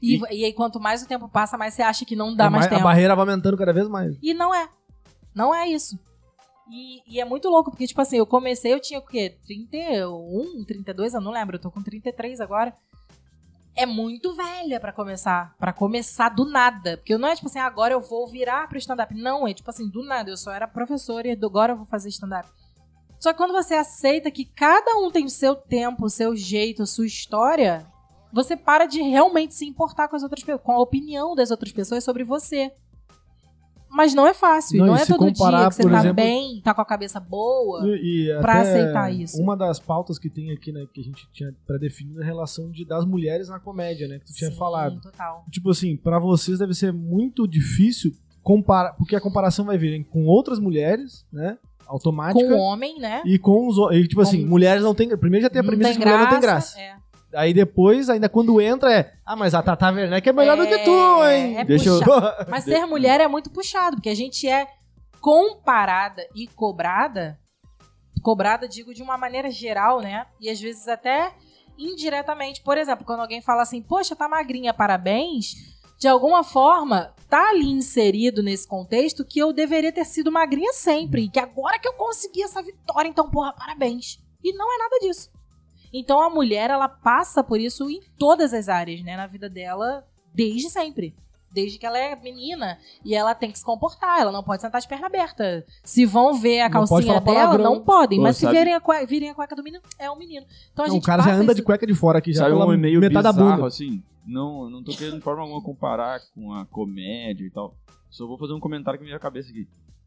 E, e aí, quanto mais o tempo passa, mais você acha que não a, dá mais ma- a tempo. barreira vai aumentando cada vez mais. E não é. Não é isso. E, e é muito louco, porque, tipo assim, eu comecei, eu tinha o quê? 31, 32, eu não lembro, eu tô com 33 agora. É muito velha pra começar. pra começar do nada. Porque não é tipo assim, agora eu vou virar pro stand-up. Não, é tipo assim, do nada. Eu só era professora e agora eu vou fazer stand-up. Só que quando você aceita que cada um tem o seu tempo, o seu jeito, a sua história, você para de realmente se importar com as outras pe- com a opinião das outras pessoas sobre você. Mas não é fácil, Não, não, e é se todo dia comparar, que você por tá exemplo- bem, tá com a cabeça boa. E, e Pra até aceitar isso. Uma das pautas que tem aqui, né, que a gente tinha pré-definido é a relação de, das mulheres na comédia, né? Que tu tinha Sim, falado. Total. tipo assim, pra vocês deve ser muito difícil comparar, porque a comparação vai vir com outras mulheres, né? Com Automática. o homem, né? e com os ho- e, tipo assim, Com- mulheres não tem, primeiro já tem a premissa de que mulher não tem graça. é. Aí depois, ainda quando entra é, ah, mas a Tata Werneck é melhor do que tu, É, hein? é Deixa eu... Mas ser mulher é muito puxado, porque a gente é comparada e cobrada. Cobrada, digo, de uma maneira geral, né? E às vezes até indiretamente. Por exemplo, quando alguém fala assim, poxa, tá magrinha, parabéns. De alguma forma, tá ali inserido nesse contexto que eu deveria ter sido magrinha sempre. E que agora que eu consegui essa vitória, então, porra, parabéns. E não é nada disso. Então a mulher, ela passa por isso em todas as áreas, né? Na vida dela, desde sempre desde que ela é menina e ela tem que se comportar, ela não pode sentar de perna aberta. Se vão ver a Não pode calcinha falar dela, palavrão. não podem, Pô, mas sabe- se virem a, cueca, virem a cueca do menino, é um menino. Então a Não, gente o cara já passa anda de isso- cueca de fora aqui, já Sabe pela um e-mail metade da bizarro, bunda. assim? Não, não tô querendo de forma alguma comparar com a comédia e tal. Só vou fazer um comentário que me veio à cabeça aqui.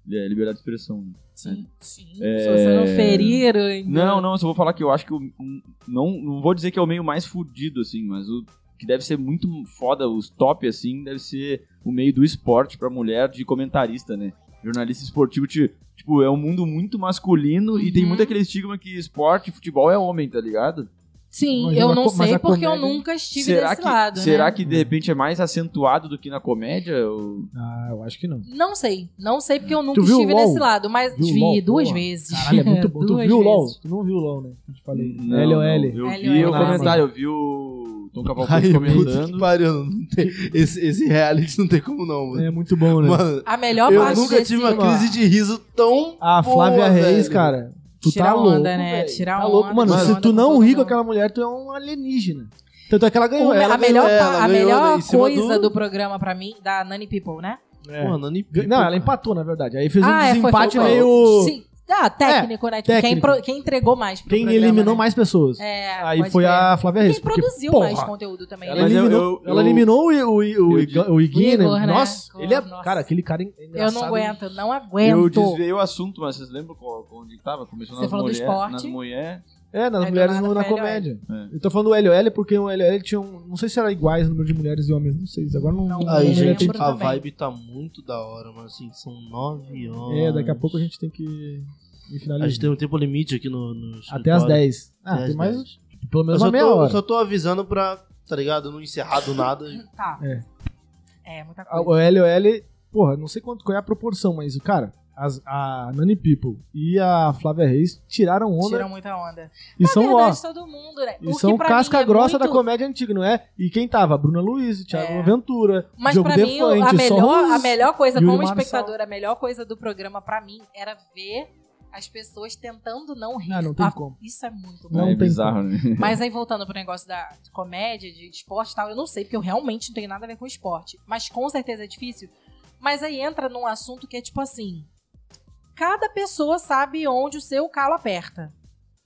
É, liberdade de expressão. né? Sim, sim. Se você não ferir. ainda- Não, não, eu só vou falar que eu acho que o, um- não, não vou dizer que é o meio mais fudido, assim, mas o que deve ser muito foda, os top, assim, deve ser o meio do esporte pra mulher de comentarista, né? Jornalista esportivo, ti- tipo, é um mundo muito masculino e tem Uhum. muito aquele estigma que esporte, futebol é homem, tá ligado? Sim, Mas eu uma não co- mas sei a porque eu comédia- nunca estive será desse que, lado. será né? que de repente é mais acentuado do que na comédia? Ou... Ah, eu acho que não. Não sei, não sei porque eu nunca viu estive o LOL? desse lado, mas Viu o vi LOL? duas Porra, vezes. Caralho, é muito bom. tu Duas viu o LOL? vezes. Tu não viu o LOL, né? Eu te falei. Não, LOL. não, Eu vi LOL, o Ah, não. comentário, eu vi o Tom Cavalcante Ai, puta que comentando. pariu, não tem- esse, esse reality não tem como não, mano. É muito bom, né? Mano, A melhor eu parte nunca desse- tive uma crise de riso tão A Ah, Flávia boa, Reis, velho. cara. Tu Tira tá onda, louco, né? velho. Tira tá onda, louco, mano. tira Se onda tu com não todo ri com mundo. aquela mulher, tu é um alienígena. Tanto é que ela ganhou. O- ela né, a melhor, ganhou, pa- ela a ganhou melhor em cima coisa do- do programa pra mim, da Nani People, né? ganhou- Pô, é. não, Não, ela empatou, na verdade. Aí fez um é, foi, desempate foi, foi. meio. É, Sim. Ah, técnico, né? Tipo, Quem, técnico. pro- quem entregou mais pro Quem programa, eliminou né? mais pessoas. É, Aí pode foi crer. a Flávia Quem Reis. porque, produziu porra, mais conteúdo também, Ela é né? Mas eu- eliminou, eu- ela eu- eliminou o, o, o, o, eu- o Iguinha, né? Igor, né? Nossa, ele é. Nossa. Cara, aquele cara. é Eu engraçado. não aguento, não Eu aguento. desviei o assunto, mas vocês lembram qual- onde tava? Começou Você nas falou do mulheres. esporte. Nas mulheres. É, nas Aí do mulheres nada no- na foi LOL. comédia. É. Eu tô falando do LOL porque o LOL tinha um. Não sei se era iguais o número de mulheres e homens, não sei. Agora não. Não, é não Aí, Eu gente, lembro a também. vibe tá muito da hora, mas assim, são nove horas. É, daqui a pouco a gente tem que ir A gente finalizar. tem um tempo limite aqui no. no Até às escritório. 10. Ah, Até tem às mais 10. pelo Eu menos só uma meia tô, hora. só tô avisando pra, tá ligado? Não encerrar do nada. Tá. É. É, muita A- coisa. O LOL, porra, não sei quanto, qual é a proporção, mas, cara, as- a Nani People e a Flávia Reis tiraram onda Tiram muita onda. e Na são, verdade, ó, todo mundo, né? O e que são pra casca mim é grossa da muito- comédia antiga, não é? E quem tava? Bruna Luiz, Thiago É. Ventura, Mas Diogo pra mim, o- a Defante, melhor, só a uns- melhor coisa Yuri como Marçal. espectador, a melhor coisa do programa pra mim era ver as pessoas tentando não rir. Ah, não tem Ah, como. Isso é muito bom. Não é tem bizarro, né? Mas aí voltando pro negócio da de comédia, de esporte e tal, eu não sei, porque eu realmente não tenho nada a ver com esporte. Mas com certeza é difícil. Mas aí entra num assunto que é tipo assim. cada pessoa sabe onde o seu calo aperta.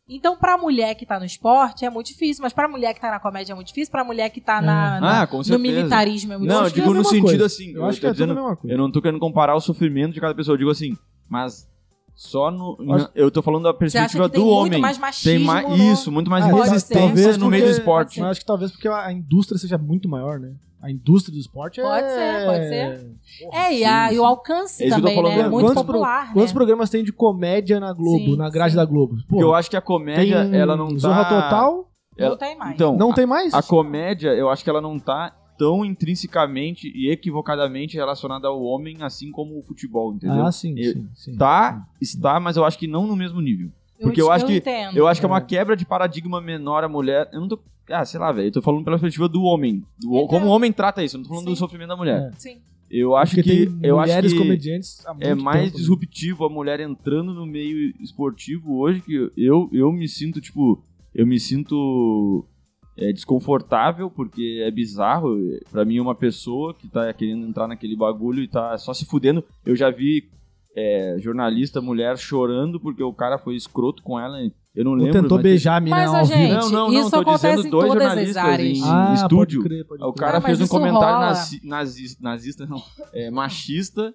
Então, pra mulher que tá no esporte é muito difícil, mas pra mulher que tá na comédia é muito difícil, pra mulher que tá na, É. na- ah, com no certeza. militarismo é muito Não, eu acho que é difícil. a mesma digo no sentido coisa. assim. Eu acho tô que é tudo dizendo- a mesma coisa. Eu não tô querendo comparar o sofrimento de cada pessoa. Eu digo assim, mas só no. Acho- na- eu tô falando da Você acha perspectiva que tem do muito homem. mais machismo? Tem mais. no- Isso, muito mais Ah, pode resistência ser. no meio do Talvez esporte. Mas acho que talvez porque a a indústria seja muito maior, né? A indústria do esporte Pode é... ser, pode ser. É, e, Sim, a- e sim. o alcance É isso que eu tô também, né? falando. É muito Quantos pro- popular, Quantos né? programas tem de comédia na Globo, Sim, na grade sim. da Globo? Pô, Porque eu acho que a comédia, tem ela não tá. Zorra Total? ela- Não tem mais. Então, Não a- tem mais? A comédia, eu acho que ela não tá tão intrinsecamente e equivocadamente relacionada ao homem, assim como o futebol, entendeu? Ah, sim, Eu- sim, sim. Tá, está, mas eu acho que não no mesmo nível. porque eu acho que- entendo. Eu acho que é uma quebra de paradigma menor a mulher. Eu não tô. Ah, sei lá, velho. Eu tô falando pela perspectiva do homem. Do ho- Então. como o homem trata isso. Eu não tô falando do Sim. sofrimento da mulher. É. Sim. Eu acho Porque que. tem Eu acho mulheres que comediantes há é muito mais tempo, né? disruptivo a mulher entrando no meio esportivo hoje que eu, eu me sinto, tipo. Eu me sinto. é, desconfortável, porque é bizarro. Pra mim, uma pessoa que tá querendo entrar naquele bagulho e tá só se fudendo. Eu já vi é, jornalista mulher chorando porque o cara foi escroto com ela. Eu não Ou lembro. tentou mas- beijar a mina Mas, ao ó, vivo. gente, Não, não, não, isso tô acontece dizendo em dois todas as jornalistas áreas. em- Ah, estúdio. Pode crer, pode O crer. cara Ah, mas fez um isso comentário rola. nazi, nazista, nazista não, é, machista,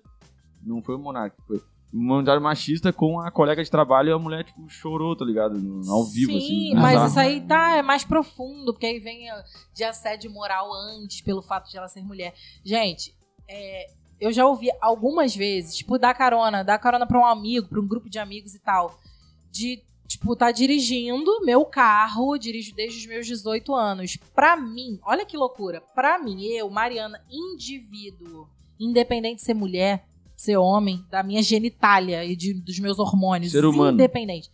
não foi o Monark, foi um comentário machista com a colega de trabalho e a mulher, tipo, chorou, tá ligado? No- Ao vivo, Sim, assim. mas bizarro. isso aí tá, é mais profundo, porque aí vem a- de assédio moral antes, pelo fato de ela ser mulher. Gente, é, eu já ouvi algumas vezes, tipo, dar carona, dar carona pra um amigo, pra um grupo de amigos e tal, de, tipo, tá dirigindo meu carro, dirijo desde os meus 18 anos. Pra mim, olha que loucura, pra mim, eu, Mariana, indivíduo, independente de ser mulher, ser homem, da minha genitália e de- dos meus hormônios, Ser humano. independente.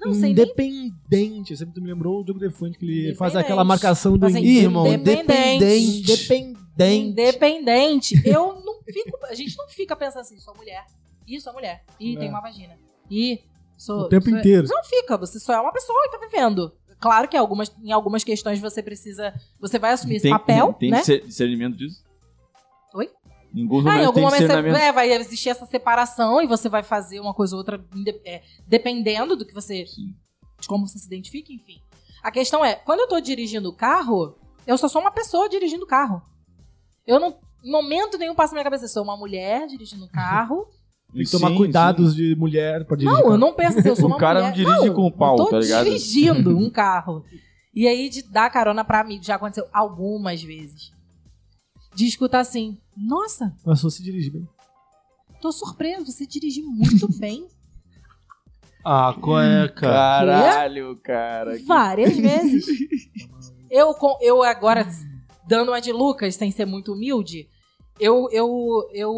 Não sei nem Independente. Sempre tu me lembrou o Diogo Defante que ele faz Independente. aquela marcação do Faz assim, início. Irmão, Independente. independente. Independente. Independente. Eu não fico. A gente não fica pensando assim, sou mulher. Ih, sou mulher. Ih, É. tem uma vagina. Ih, sou. O tempo sou- inteiro. Não fica, você só é uma pessoa e tá vivendo. Claro que algumas, em algumas questões você precisa. Você vai assumir esse papel, tem né? discer- discernimento disso? Oi? Em alguns Ah, em momentos algum tem momento você, discernimento. é, vai existir essa separação e você vai fazer uma coisa ou outra inde- é, dependendo do que você Sim. de como você se identifica, enfim. A questão é, quando eu tô dirigindo o carro, eu só sou uma pessoa dirigindo o carro. Eu não, em momento nenhum passa na minha cabeça, eu sou uma mulher dirigindo o carro. Tem que tomar Sim, cuidados de mulher pra dirigir. Não, eu não penso assim, eu sim. sou O uma cara mulher. não dirige com o pau, eu tô tá ligado? dirigindo um carro. E aí, de dar carona pra amigo, já aconteceu algumas vezes. De escutar assim, nossa, Mas só se dirigir bem. tô surpreso, você dirige muito bem. Ah, qual Hum, é, Tá. cara? Caralho, cara. que- Várias vezes. eu, com- eu agora, dando uma de Lucas, sem ser muito humilde, eu, eu, eu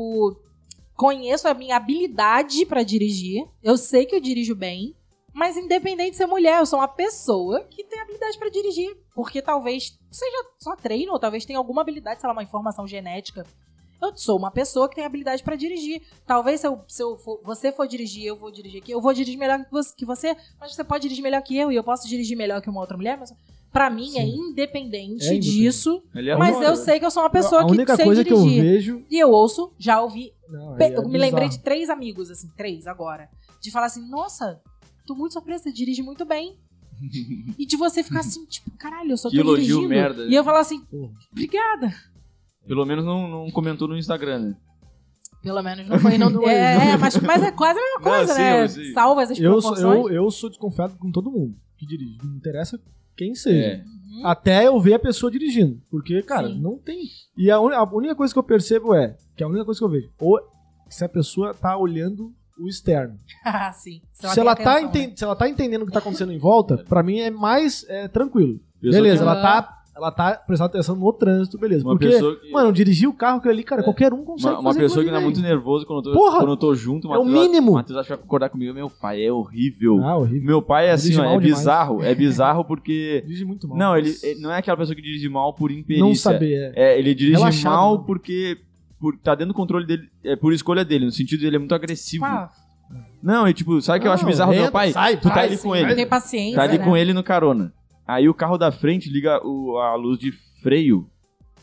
conheço a minha habilidade pra dirigir. Eu sei que eu dirijo bem. Mas independente de ser mulher, eu sou uma pessoa que tem habilidade pra dirigir. Porque talvez seja só treino, ou talvez tenha alguma habilidade, sei lá, uma informação genética. Eu sou uma pessoa que tem habilidade pra dirigir. Talvez se, eu, se eu for- você for dirigir, eu vou dirigir aqui. Eu vou dirigir melhor que você- que você, mas você pode dirigir melhor que eu e eu posso dirigir melhor que uma outra mulher. Mas pra mim é Sim. independente É independente. disso. Ele é Mas louco, eu velho. sei que eu sou uma pessoa a que única sei coisa dirigir. que eu vejo. E eu ouço, já ouvi. Não, pe- aí é eu me lembrei de bizarro. três amigos, assim, três agora, de falar assim: nossa, tô muito surpresa, você dirige muito bem. e de você ficar assim, tipo, caralho, eu só Que tô elogio dirigindo. merda. né? E eu falar assim, Porra. obrigada. Pelo menos não, não comentou no Instagram, né? Pelo menos não foi. Não, Não é é, é, mas, mas é quase a mesma Não, coisa, sim, né? eu sei. Salva as Eu sou, proporções. eu, eu sou desconfiado com todo mundo que dirige. Não interessa quem seja. É. Uhum. Até eu ver a pessoa dirigindo. Porque, cara, Sim. não tem. E a, un- a única coisa que eu percebo é. Que a única coisa que eu vejo. Ou se a pessoa tá olhando o externo. ah, sim. Se ela, tem tá atenção, né? enten- se ela tá entendendo o que tá acontecendo em volta, pra mim é mais é, tranquilo. Pessoa beleza, que- ela tá, ela tá prestando atenção no trânsito, beleza. Uma Porque, pessoa que- mano, dirigir o carro que ali, cara, É. qualquer um consegue Uma, uma fazer pessoa aquilo que tá ali, muito velho. nervoso quando eu tô, Porra! quando eu tô junto. É o Matheus- mínimo. Matheus acha que vai concordar comigo. Meu pai é horrível. Ah, horrível. Meu pai é assim, Dirige ó, é mal demais. bizarro. É bizarro porque... Dirige muito mal. Não, ele, ele não é aquela pessoa que dirige mal por imperícia. Não saber. é. É, ele dirige Relaxado, mal né? porque... Por, tá dentro do controle dele, é por escolha dele, no sentido dele é muito agressivo. Ah, Não, e tipo, sabe o que eu acho Não, bizarro do meu entra, pai? Sai, Tu tá vai, ali sim, com vai. ele. tem paciência. Tá ali né? com ele no carona. Aí o carro da frente liga o- a luz de freio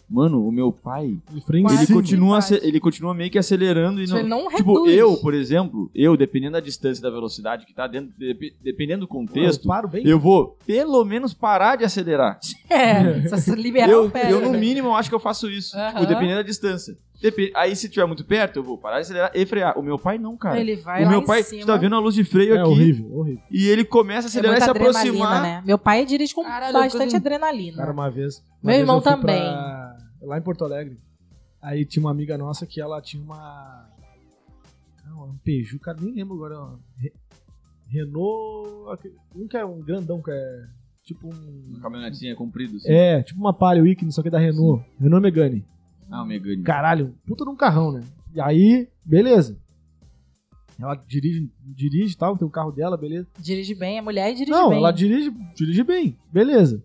Mano, o meu pai, Em frente, Quase ele sim. continua, ace- empate. ele continua meio que acelerando e Tipo, é não, ele não Tipo, reduz. eu, por exemplo, eu, dependendo da distância e da velocidade que tá dentro, dep- dependendo do Eu contexto, paro bem. eu vou pelo menos parar de acelerar. É, só se liberar Eu, o pé. né? eu, no mínimo, acho que eu faço isso. Tipo, Aham. dependendo da distância. Depe- Aí, se tiver muito perto, eu vou parar de acelerar e frear. O meu pai não, cara. Ele vai o lá meu em pai, cima. tu tá vendo a luz de freio É aqui horrível, horrível. e ele começa a É acelerar e muita se adrenalina, aproximar. né? Meu pai dirige com Caralho, bastante coisa- adrenalina. Cara, uma vez. Meu uma vez irmão eu fui também. pra- Lá em Porto Alegre. Aí tinha uma amiga nossa que ela tinha uma. Cara, um Peugeot, cara, nem lembro agora. ó. Re- Renault. aquele- Um que é um grandão, que é. Tipo um. Uma caminhonetinha comprida, assim. É, tipo uma Palio Weekend, só que é da Renault. Renault Megane. Ah, o Megane. Caralho, um puta de um carrão, né? E aí, beleza. Ela dirige, dirige e tal, tem o carro dela, beleza. Dirige bem, a mulher dirige Não, bem. ela dirige, dirige bem, beleza.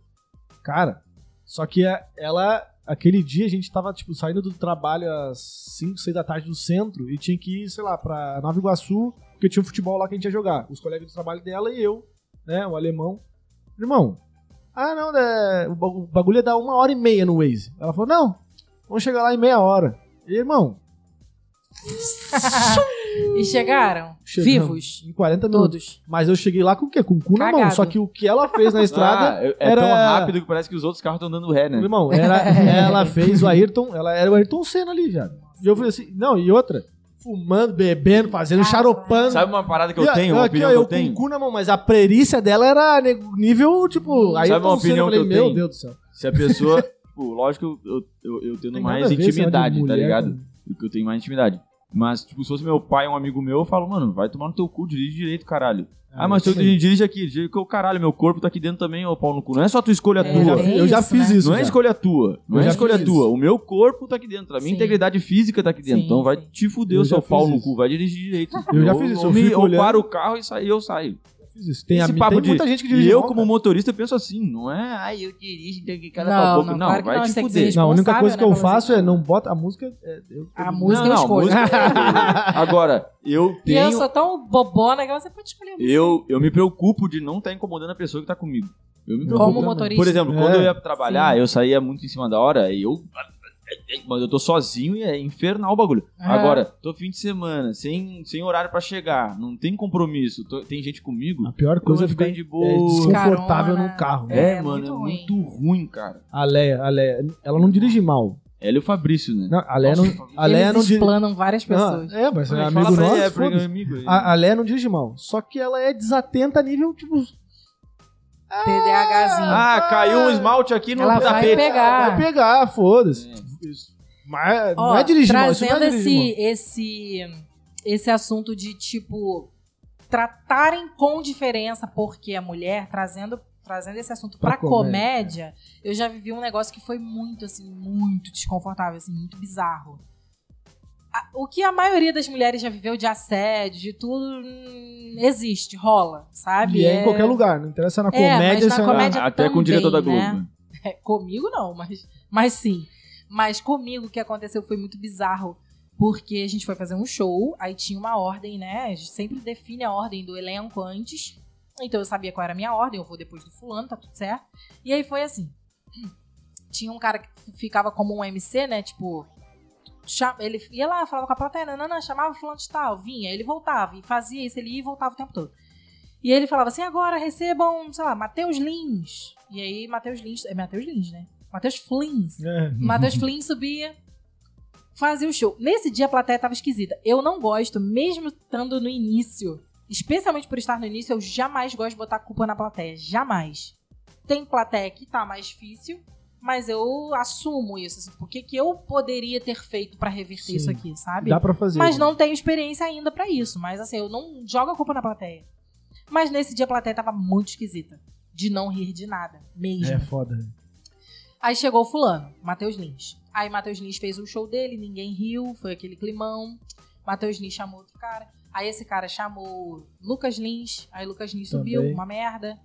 Cara, só que a- ela, aquele dia a gente tava, tipo, saindo do trabalho às 5, 6 da tarde do centro e tinha que ir, sei lá, pra Nova Iguaçu, porque tinha um futebol lá que a gente ia jogar. Os colegas do trabalho dela e eu, né, o alemão. Irmão, ah, não, né, o ba- o bagulho ia dar uma hora e meia no Waze. Ela falou, não, vamos chegar lá em meia hora. E, irmão, e chegaram Chegamos. vivos, em 40 minutos. todos. Mas eu cheguei lá com o quê? Com o cu na mão. Cagado. Só que o que ela fez na estrada... Ah, é era- tão rápido que parece que os outros carros estão dando ré, né? É. Meu Irmão, era, ela fez o Ayrton, ela era o Ayrton Senna ali já. E eu falei assim, não, e outra, fumando, bebendo, fazendo, charopando. Sabe uma parada que eu E a- tenho, uma aqui, opinião ó, que eu eu tenho? Com o cu na mão, mas a prerícia dela era ne- nível, tipo, Ayrton Sabe uma Senna. opinião eu falei, que eu meu tenho? Deus do céu. Se a pessoa. tipo, lógico, eu, eu, eu tendo Tem mais nada a ver esse negócio de intimidade, mulher, tá ligado? cara. Porque eu tenho mais intimidade. Mas, tipo, se fosse meu pai, um amigo meu, eu falo, mano, vai tomar no teu cu, dirige direito, caralho. Ah, mas eu isso aí. dirige aqui, dirige que o caralho, meu corpo tá aqui dentro também, ô pau no cu. Não é só tua escolha É, eu já, tua. bem eu já isso, fiz né? isso. Não é já. escolha tua. Não Eu é já escolha fiz tua. O meu corpo tá aqui dentro. A minha Sim. integridade física tá aqui dentro. Sim, então vai sim. te fuder, Eu o já seu fiz pau no isso. cu. Vai dirigir direito. Eu já fiz isso, eu me- fico olhando. paro o carro e saio, eu saio. Eu fiz isso. Tem, Esse ami- papo tem de- muita gente que dirige E eu, mal, como cara. motorista, eu penso assim, não é, ai, eu dirijo, então que cara pra Não, boca. não, Não, claro que vai não, te isso é que fuder. existe. Não, a única responsável, coisa que eu né, pra você faço é falar. não bota a música. é, eu- A música eu não, escolho. música é Agora, eu E eu tenho. sou tão bobona que você pode escolher a música. Eu, eu me preocupo de não estar incomodando a pessoa que tá comigo. Eu me preocupo. Como também. motorista. Por exemplo, É. quando eu ia trabalhar, eu saía muito em cima da hora e eu. Mas eu tô sozinho e é infernal o bagulho. Ah. Agora, tô fim de semana, sem, sem horário pra chegar, não tem compromisso, tô- tem gente comigo. A pior coisa é eu vou ficar de é, boa. desconfortável Carona. num carro. né? É, É, mano, muito é ruim. muito ruim, cara. A Leia, a Leia, ela não dirige mal. Ela e o Fabrício, né? Não, a Leia Nossa, não, o Fabrício- a Leia Eles não dirige. explanam várias pessoas. Ah, é, mas é Fala amigo pra nosso. ele, é, pra foda-se. ele, Ah, é amigo. ele- a, a Leia não dirige mal. Só que ela é desatenta a nível, tipo. TDAHzinho. Ah, caiu um esmalte aqui no Ela vai tapete. pegar. Vai pegar, foda-se. Isso. Mas Ah. É. Ó, não é dirigir mal, isso não trazendo é dirigir mal. esse, esse, esse assunto de, tipo, tratarem com diferença porque é mulher, trazendo, trazendo esse assunto Pra pra, comédia, eu já vivi um negócio que foi muito, assim, muito desconfortável, assim, muito bizarro. A- O que a maioria das mulheres já viveu de assédio, de tudo, hum, existe, rola, sabe? E é em qualquer lugar, não interessa na comédia. mas na isso é- comédia- Ah, Até com o também, diretor da Globo. né? É, comigo não, mas, mas sim. Mas comigo o que aconteceu foi muito bizarro. Porque a gente foi fazer um show, aí tinha uma ordem, né? A gente sempre define a ordem do elenco antes. Então eu sabia qual era a minha ordem, eu vou depois do fulano, tá tudo certo. E aí foi assim. Tinha um cara que ficava como um MC, né? Tipo. cha- Ele ia lá, falava com a plateia, nanana, chamava o fulano de tal, vinha, ele voltava, e fazia isso, ele ia e voltava o tempo todo. E ele falava assim: agora recebam, sei lá, Matheus Lins. E aí, Matheus Lins. É Matheus Lins, né? Matheus Flins. É. Matheus Flynn subia, fazia o show. Nesse dia a plateia tava esquisita. Eu não gosto, mesmo estando no início, especialmente por estar no início, eu jamais gosto de botar culpa na plateia. Jamais. Tem plateia que tá mais difícil, mas eu assumo isso. Assim, o que, que eu poderia ter feito pra reverter Sim. isso aqui, sabe? Dá pra fazer. Mas não tenho experiência ainda pra isso. Mas assim, eu não jogo a culpa na plateia. Mas nesse dia a plateia tava muito esquisita. De não rir de nada. Mesmo. É foda. Aí chegou o fulano, Matheus Lins. Aí Matheus Lins fez o show dele, ninguém riu, foi aquele climão. Matheus Lins chamou outro cara. Aí esse cara chamou Lucas Lins. Aí Lucas Lins subiu, Também. uma merda.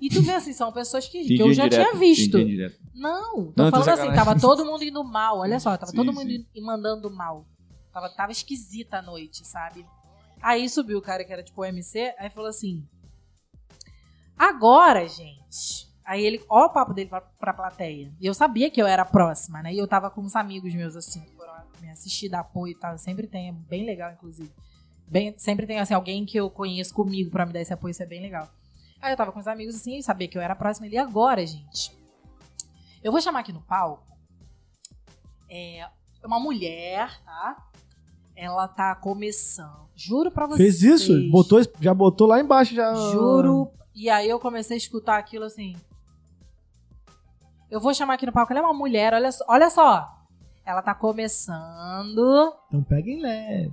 E tu vê assim, são pessoas que, que Entendi eu já direto, tinha visto. entendi direto. Não, tô Não, tô falando assim, sacanagem. tava todo mundo indo mal. Olha só, tava Sim, todo mundo sim. indo- mandando mal. Tava, tava esquisita a noite, sabe? Aí subiu o cara que era tipo o MC, aí falou assim: Agora, gente, Aí ele, ó o papo dele pra, pra plateia. E eu sabia que eu era a próxima, né? E eu tava com uns amigos meus, assim, que foram me assistir, dar apoio e tal. Eu sempre tem, é bem legal, inclusive. Bem, sempre tem, assim, alguém que eu conheço comigo pra me dar esse apoio, isso é bem legal. Aí eu tava com os amigos, assim, e sabia que eu era a próxima. Ele, e agora, gente? Eu vou chamar aqui no palco é, uma mulher, tá? Ela tá começando. Juro pra vocês. Fez isso? Botou, es- já botou lá embaixo, já. Juro. E aí eu comecei a escutar aquilo assim. Eu vou chamar aqui no palco. Ela é uma mulher, olha só. Olha só. Ela tá começando. Então peguem leve.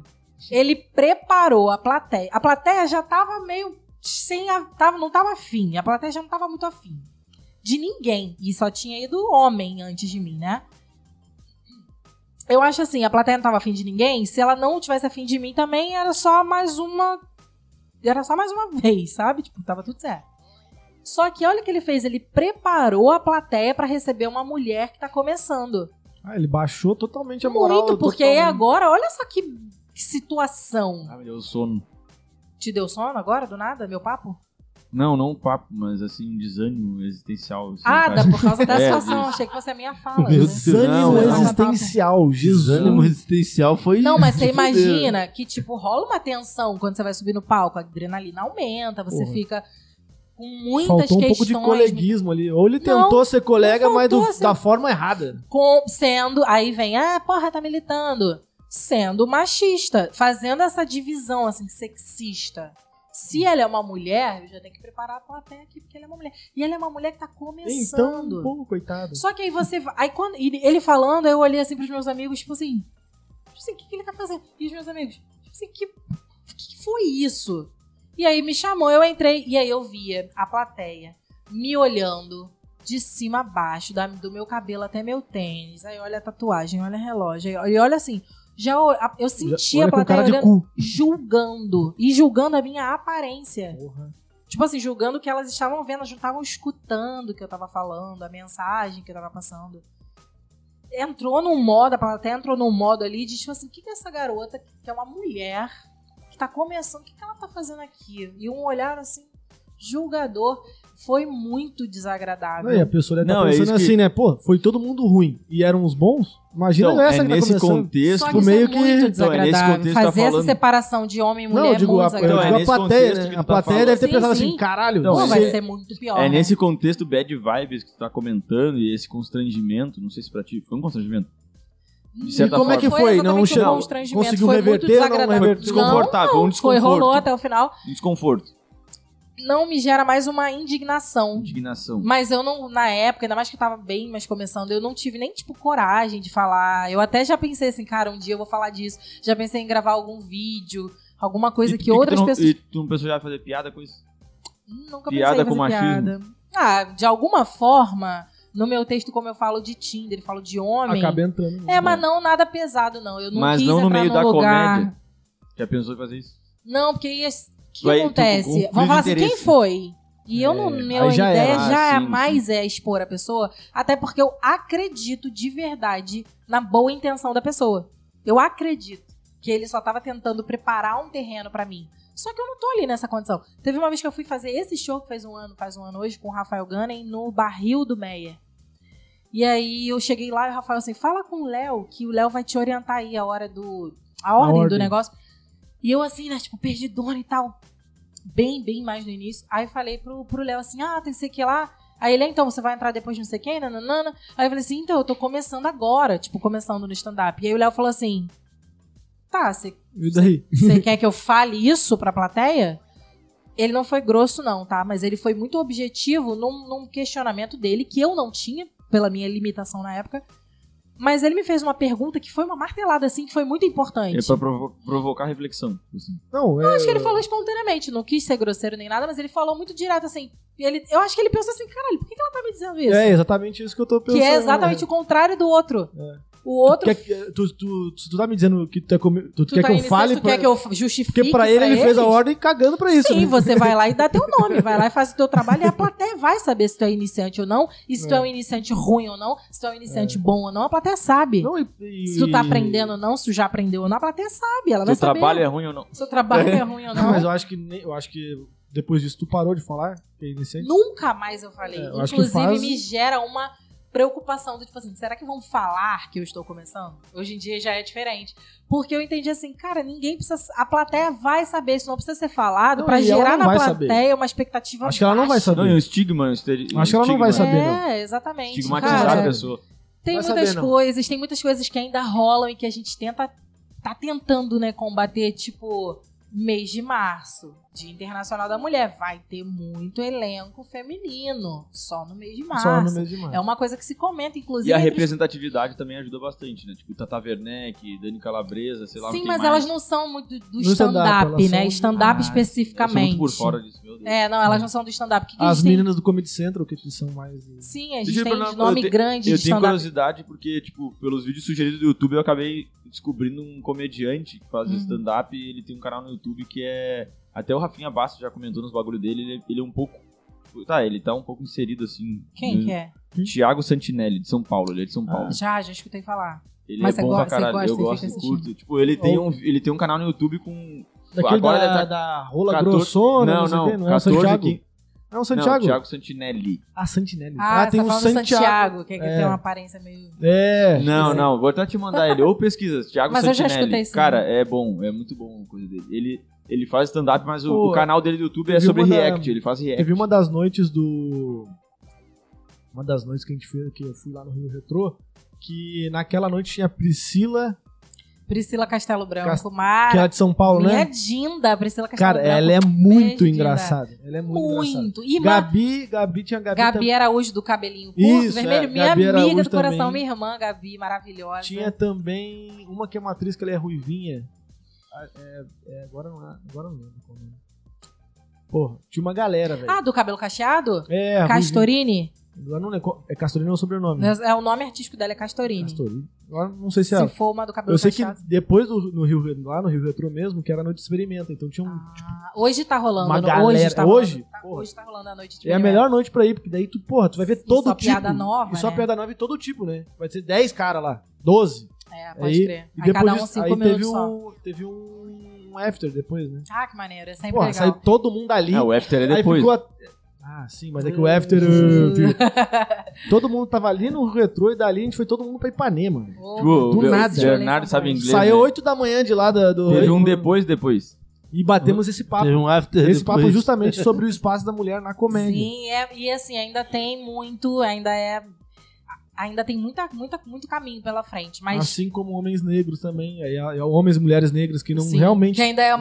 Ele preparou a plateia. A plateia já tava meio sem. A, tava, não tava afim. A plateia já não tava muito afim. De ninguém. E só tinha ido homem antes de mim, né? Eu acho assim, a plateia não tava afim de ninguém. Se ela não tivesse afim de mim também, era só mais uma. Era só mais uma vez, sabe? Tipo, tava tudo certo. Só que olha o que ele fez. Ele preparou a plateia pra receber uma mulher que tá começando. Ah, ele baixou totalmente a moral. Muito, porque aí totalmente. agora, olha só que que situação. Ah, me deu sono. Te deu sono agora, do nada, meu papo? Não, não um papo, mas assim, um desânimo existencial. assim, ah, cara. dá por causa da É, situação. isso. Achei que fosse a minha fala. Meu né? Deus. Desânimo Não, não. existencial, Jesus. Então, Desânimo existencial um foi. Não, mas de você fuder. imagina que, tipo, rola uma tensão quando você vai subir no palco. A adrenalina aumenta, você Porra. fica com muitas Faltou um questões. né? pouco de coleguismo ali. Ou ele Não, tentou ser colega, não mas do- faltou, assim. da forma errada. com- sendo. Aí vem, ah, porra, tá militando. Sendo machista, fazendo essa divisão, assim, sexista. Hum. Se ela é uma mulher, eu já tenho que preparar a plateia aqui, porque ela é uma mulher. E ela é uma mulher que tá Então, começando. pô, coitado. Só que aí você. va- Aí quando. e Ele falando, aí eu olhei assim pros meus amigos, tipo assim. Tipo assim, o que, que ele tá fazendo? E os meus amigos, tipo assim, que, que foi isso? E aí me chamou, eu entrei, e aí eu via a plateia me olhando de cima a baixo, da- do meu cabelo até meu tênis. Aí olha a tatuagem, olha o relógio, aí, e olha assim. Já, o- a- eu senti Olha a com plateia cara de olhando, cu. julgando. E julgando a minha aparência. Porra. Tipo assim, julgando o que elas estavam vendo, elas não estavam escutando o que eu tava falando, a mensagem que eu tava passando. Entrou num modo, a plateia entrou num modo ali de tipo assim, o que que é essa garota, que é uma mulher, que tá começando, o que que ela tá fazendo aqui? E um olhar assim, julgador, foi muito desagradável. Não, e a pessoa deve Não, tá é pensando isso que- assim, né? Pô, foi todo mundo ruim e eram os bons? Imagina Então, essa é que tá nesse começando. contexto. Só tipo, que meio isso é muito que- desagradável. Não, é nesse contexto que tá Fazer essa falando- separação de homem e mulher Não, eu é digo, a, muito eu desagradável. digo Então, é a nesse plateia, contexto né? que A tu tá plateia falando. deve ter Sim, pensado sim. assim, caralho. Então, Pô, esse- é vai ser muito pior. É né? nesse contexto bad vibes que tu tá comentando e esse constrangimento, não sei se pra ti foi um constrangimento. de certa E como é que forma. foi? exatamente Não um chegou- constrangimento, conseguiu foi reverter, muito não desagradável. reverteu? Desconfortável, Não, um Foi, desconforto. rolou até o final. Um desconforto, Não me gera mais uma indignação. indignação. Mas eu não, na época, ainda mais que eu tava bem mais começando, eu não tive nem, tipo, coragem de falar. Eu até já pensei assim, cara, um dia eu vou falar disso. Já pensei em gravar algum vídeo, alguma coisa E que, tu- outras tu não, pessoas. Hum, E tu não pensou já fazer piada com isso? Nunca Piada pensei em com fazer piada. Ah, de alguma forma, no meu texto, como eu falo de Tinder, eu falo de homem. Acaba entrando. É, mas não nada pesado, não. Eu não Mas quis não no entrar meio da lugar. comédia. Já pensou em fazer isso? Não, porque ia- o que Vai, tu- com acontece? conflito Vamos falar assim, de quem interesse. foi? E eu, não, É, minha aí já ideia era. já Ah, é sim, mais é expor a pessoa, até porque eu acredito de verdade na boa intenção da pessoa. Eu acredito que ele só tava tentando preparar um terreno pra mim. Só que eu não tô ali nessa condição. Teve uma vez que eu fui fazer esse show que fez um ano, faz um ano hoje, com o Rafael Gunning no barril do Meyer. E aí eu cheguei lá e o Rafael assim, fala com o Léo, que o Léo vai te orientar aí a hora do. A ordem, do ordem. negócio. E eu assim, né, tipo, perdidona e tal. Bem, bem mais no início. Aí eu falei pro, pro Léo assim, ah, tem sei que lá. Aí ele, então, você vai entrar depois de não sei quem, nananana. Aí eu falei assim, então, eu tô começando agora, tipo, começando no stand-up. E aí o Léo falou assim, tá, você E daí? você quer que eu fale isso pra plateia? Ele não foi grosso, não, tá? Mas ele foi muito objetivo num, num questionamento dele, que eu não tinha, pela minha limitação na época. Mas ele me fez uma pergunta que foi uma martelada, assim, que foi muito importante. É pra provo- provocar reflexão. assim. Não, é. Eu acho que ele falou espontaneamente, não quis ser grosseiro nem nada, mas ele falou muito direto, assim. E ele, eu acho que ele pensou assim, caralho, por que que ela tá me dizendo isso? É né? exatamente isso que eu tô pensando. que é exatamente o contrário do outro. É. O Tu outro, quer que- eh, tu, tu, se tu tá me dizendo que tu, é comi- tu tu quer tá que eu indo em fale. sexto, pra- quer que eu justifique Porque pra ele ele fez a eles? ordem cagando pra isso. Sim, né? você vai lá e dá teu nome, vai lá e faz o teu trabalho e a plateia vai saber se tu é iniciante ou não, e se tu é um iniciante ruim ou não, se tu é um iniciante bom ou não, a plateia sabe. Não, e- e- Se tu tá aprendendo ou não, se tu já aprendeu ou não, a plateia sabe, ela Teu vai saber. trabalho é ruim ou não? Se o trabalho é ruim ou Não, não. mas eu acho que nem- eu acho que Depois disso, tu parou de falar? Que é iniciante? Nunca mais eu falei. É, eu acho que Inclusive, faz- me gera uma preocupação do tipo assim, será que vão falar que eu estou começando? Hoje em dia já é diferente. Porque eu entendi assim, cara, ninguém precisa. A plateia vai saber, isso não precisa ser falado Não, pra e ela gerar não na vai plateia saber. uma expectativa. Acho que ela não vai baixa. Não, e saber. um estigma. Um estere- um Acho que ela não estigma, vai saber, não. É, exatamente. Estigmatizar Cara, a pessoa. Tem Vai muitas saber, não. coisas, tem muitas coisas que ainda rolam e que a gente tenta tá tentando, né, combater, tipo, mês de março, Dia Internacional da Mulher, vai ter muito elenco feminino só no mês de março. Só no mês de É março. uma coisa que se comenta, inclusive. E a entre- representatividade também ajuda bastante, né? Tipo, Tata Werneck, Dani Calabresa, sei lá. Sim, quem mas mais. elas não são muito No do é stand-up, stand-up, elas né? são- Stand-up Ah, Eu sou especificamente. muito por fora disso, meu Deus. É, não, elas não são do stand-up. O que, que a As gente tem? meninas do Comedy Central, que eles são mais. Sim, a Deixa gente eu tem perguntar- de nome eu te- grande Eu de tenho stand-up. curiosidade porque, tipo, pelos vídeos sugeridos do YouTube, eu acabei descobrindo um comediante que faz Uhum. stand-up e ele tem um canal no YouTube que é. Até o Rafinha Bastos já comentou nos bagulho dele, ele, ele é um pouco. Tá, ele tá um pouco inserido assim. Quem que é? Tiago Santinelli, de São Paulo, ele é de São Paulo. Já, já escutei falar. ele é mas você bom gosta- pra caralho, você eu gosta, gosto, você fica curto. Tipo, ele tem, um, ele tem um canal no YouTube com. Daquele Agora da, ele tá- da rola 14 grossona, não, Não, sei o não, quê, não é o 14 Santiago? que- É o Não, Santiago? Tiago Santinelli. Ah, Santinelli. Ah, tem tá o falando Santiago. do Santiago, que, é que É. tem uma aparência meio. É. Não, não, vou até te mandar ele. Ou pesquisa, Thiago Mas eu já Santinelli. escutei né? sim. Cara, é bom, é muito bom a coisa dele. Ele, ele faz stand-up, mas o, Pô, o canal dele do YouTube é teve sobre uma da- react, ele faz react. Teve uma das noites do. Uma das noites que a gente fez, que eu fui lá no Rio Retrô, que naquela noite tinha a Priscila, Priscila Castelo Branco, Cas- Mara. que era de São Paulo, né? Minha Dinda, Priscila Castelo Cara, Branco. ela é muito Beijo, engraçada. Ela é muito, engraçada. muito. E Ma- Gabi, Gabi tinha Gabi, também. Gabi Araújo do cabelinho curto, Isso, vermelho. é, Minha Gabi amiga Araújo do coração, também. minha irmã, Gabi, maravilhosa. Tinha também uma que é uma atriz que ela é ruivinha. Ah, é- é, agora não, é- agora não lembro qual nome. Porra, tinha uma galera, velho. Ah, do cabelo cacheado? é, ruivinha. Castorini? Agora não lembro. qual- É Castorini é o sobrenome. É, o nome artístico dela é Castorini. Castorini. Agora não sei se é. Se for uma do cabelo Eu sei que cacheado. depois do, no Rio, lá no Rio Retro mesmo, que era a noite de experimento. Então tinha um, Ah, hoje tá rolando. uma não? galera. Hoje tá Hoje? rolando. Tá- Porra. hoje tá rolando a noite de é a mulher. melhor noite pra ir, porque daí tu, porra, tu vai ver E todo só tipo. piada nova, E só né? piada nova e todo tipo, né? Vai ser 10 caras lá, 12. É, pode Aí, crer. e Aí depois cada um disso- cinco aí teve minutos só. um, teve um after depois, né? Ah, que maneiro. É sempre Porra, legal. saiu todo mundo ali. É, o after é aí depois. ficou. a- Ah, sim, mas é que o after. Hum. uh, viu? todo mundo tava ali no retrô e dali a gente foi todo mundo pra Ipanema. velho. Oh, Tipo, o Do Be- nada. Bernardo sabe inglês. Saiu né? 8 da manhã de lá da- do. Teve um depois, depois. E batemos esse papo. Teve um after Esse depois. papo justamente sobre o espaço da mulher na comédia. Sim, é- e assim, ainda tem muito, ainda é. Ainda tem muita, muita, muito caminho pela frente. Mas Assim como homens negros também. Aí, há- há homens e mulheres negras que não sim, que realmente ainda é,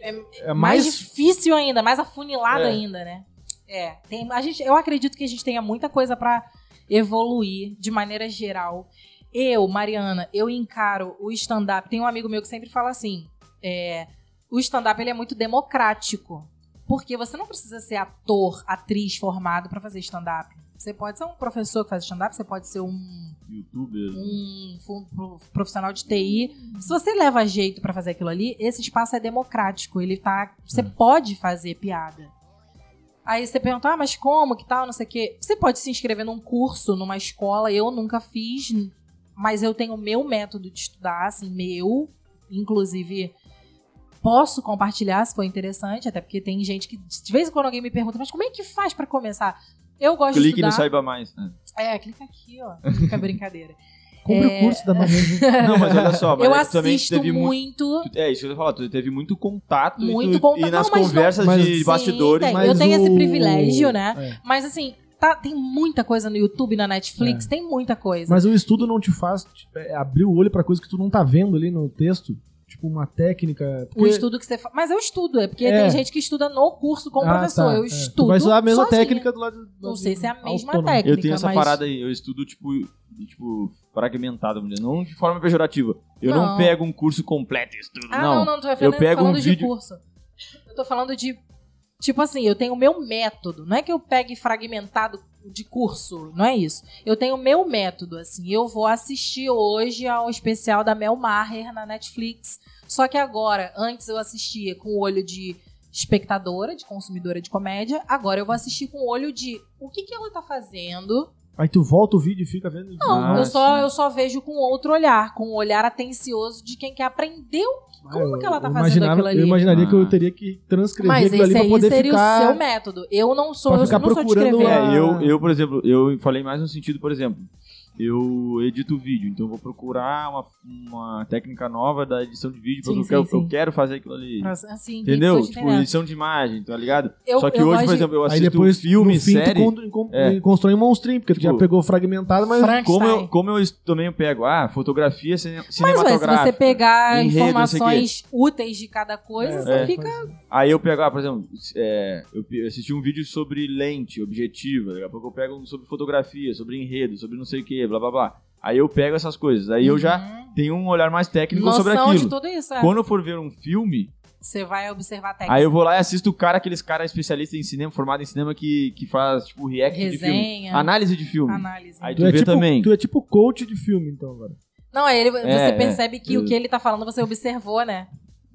é mais mais. difícil ainda, mais afunilado É. ainda, né? É. Tem, a gente, eu acredito que a gente tenha muita coisa pra evoluir de maneira geral. Eu, Mariana, eu encaro o stand-up. Tem um amigo meu que sempre fala assim: é, o stand-up ele é muito democrático. Porque você não precisa ser ator, atriz formado pra fazer stand-up. Você pode ser um professor que faz stand-up, você pode ser um Youtuber. um fu- pro- profissional de TI, se você leva jeito pra fazer aquilo ali, esse espaço é democrático, ele tá, É. você pode fazer piada. Aí você pergunta, ah, mas como, que tal, não sei o quê. Você pode se inscrever num curso, numa escola, eu nunca fiz, Hum. mas eu tenho o meu método de estudar, assim, meu, inclusive posso compartilhar se for interessante, até porque tem gente que de vez em quando alguém me pergunta, mas como é que faz pra começar? Eu gosto Clique de no estudar. Saiba Mais. né? É, clica aqui, ó. Clica brincadeira. Cumpre É. o curso da maneira. Não, mas olha só, mas Eu é que tu também assisto teve muito. muito. É, isso que eu ia falar, tu teve muito contato, e, Muito tu- contato. e nas Não, mas é não- conversas Mas- de Sim, bastidores. tem. mas- Eu mas tenho esse o- privilégio, né? É. Mas assim, tá, tem muita coisa no YouTube, na Netflix, tem muita É. coisa. Mas o estudo não te faz te- é, abrir o olho pra coisa que tu não tá vendo ali no texto. Tipo, uma técnica. o Porque- estudo que você faz. Mas eu estudo, é porque É. tem gente que estuda no curso com o Ah, professor. tá, Eu é. Tu estudo. Vai estudar a mesma sozinha. técnica do lado. Não sei se é a mesma autônomo. técnica. Eu tenho essa mas- parada aí, eu estudo, tipo, e, tipo, fragmentado, mulher. Não de forma pejorativa. Eu não, Não. pego um curso completo e estudo, Ah, não, não, tô falando, eu pego falando um de vídeo- curso. Eu tô falando de. Tipo assim, eu tenho o meu método. Não é que eu pegue fragmentado de curso, não é isso. Eu tenho o meu método, assim. Eu vou assistir hoje ao especial da Mel Maher na Netflix. Só que agora, antes eu assistia com o olho de espectadora, de consumidora de comédia. Agora eu vou assistir com o olho de o que, que ela tá fazendo Aí tu volta o vídeo e fica vendo. Não, Ah, eu, só, sim. eu só vejo com outro olhar, com o olhar atencioso de quem que aprendeu como Ah, que ela tá eu fazendo imaginava- aquilo ali. Eu imaginaria que eu Ah. teria que transcrever Mas aquilo ali esse pra aí poder seria o seu ficar. método. Eu não sou, pra eu ficar não sou de procurando escrever. a- É, eu, eu, por exemplo, eu falei mais no sentido, por exemplo, eu edito vídeo, então eu vou procurar uma, uma técnica nova da edição de vídeo, Sim, porque eu, sim, eu sim. quero fazer aquilo ali. Assim, Entendeu? tô te Tipo, entendendo. edição de imagem, tá ligado? Eu- Só que eu hoje, gosto por de- exemplo, eu Aí assisto depois, um filme, no fim, tu série. con- con- É. constrói um monstrinho, porque tu Tipo, já pegou fragmentado, mas Frankenstein. Como eu, como eu es- também pego, ah, fotografia cine- Mas ué, se cinematográfica. você pegar enredo, não sei o quê. informações úteis de cada coisa, É, você é. fica. Aí eu pego, ah, por exemplo, é, eu pe- eu assisti um vídeo sobre lente, objetiva, daqui a pouco eu pego um sobre fotografia, sobre enredo, sobre não sei o que, blá blá blá. Aí eu pego essas coisas, aí eu já Uhum. tenho um olhar mais técnico Noção sobre de aquilo. tudo isso. é. Quando eu for ver um filme, Você vai observar a técnica. aí eu vou lá e assisto o cara, aqueles caras especialistas em cinema, formado em cinema, que, que faz, tipo, react de filme. Resenha, Análise de filme. análise. Aí Tu tu é, vê tipo, também. tu é tipo coach de filme, então, agora. Não, aí ele, É, você percebe que é. o que ele tá falando você observou, né?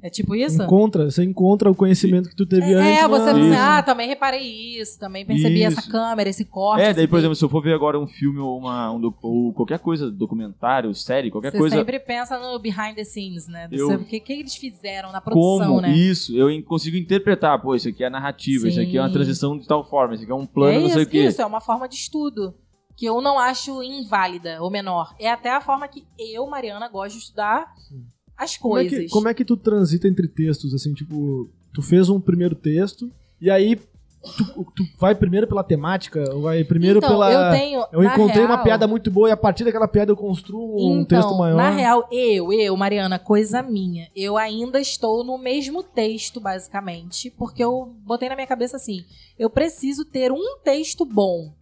É tipo isso? Encontra, você encontra o conhecimento que tu teve antes. É, você na- né? Isso. ah, também reparei isso, também percebi essa Isso. câmera, esse corte. É, daí, esse por exemplo, se eu for ver agora um filme ou, uma, um docu- ou qualquer coisa, documentário, série, qualquer Você coisa, sempre pensa no behind the scenes, né? Do Eu- seu- o que, que eles fizeram na produção, como né? isso, eu in- consigo interpretar, pô, isso aqui é a narrativa, isso aqui é uma Sim. transição de tal forma, isso aqui é um plano, é não isso, sei o quê. isso, é uma forma de estudo. Que eu não acho inválida ou menor. É até a forma que eu, Mariana, gosto de estudar as Como é, coisas. que, como é que tu transita entre textos, assim, tipo, tu fez um primeiro texto, e aí tu, tu vai primeiro pela temática, ou vai é primeiro então, pela... eu tenho. Eu na encontrei uma real- piada muito boa e a partir daquela piada eu construo um Então, texto maior. Na real, eu, eu, Mariana, coisa minha. Eu ainda estou no mesmo texto, basicamente, porque eu botei na minha cabeça assim: eu preciso ter um texto bom.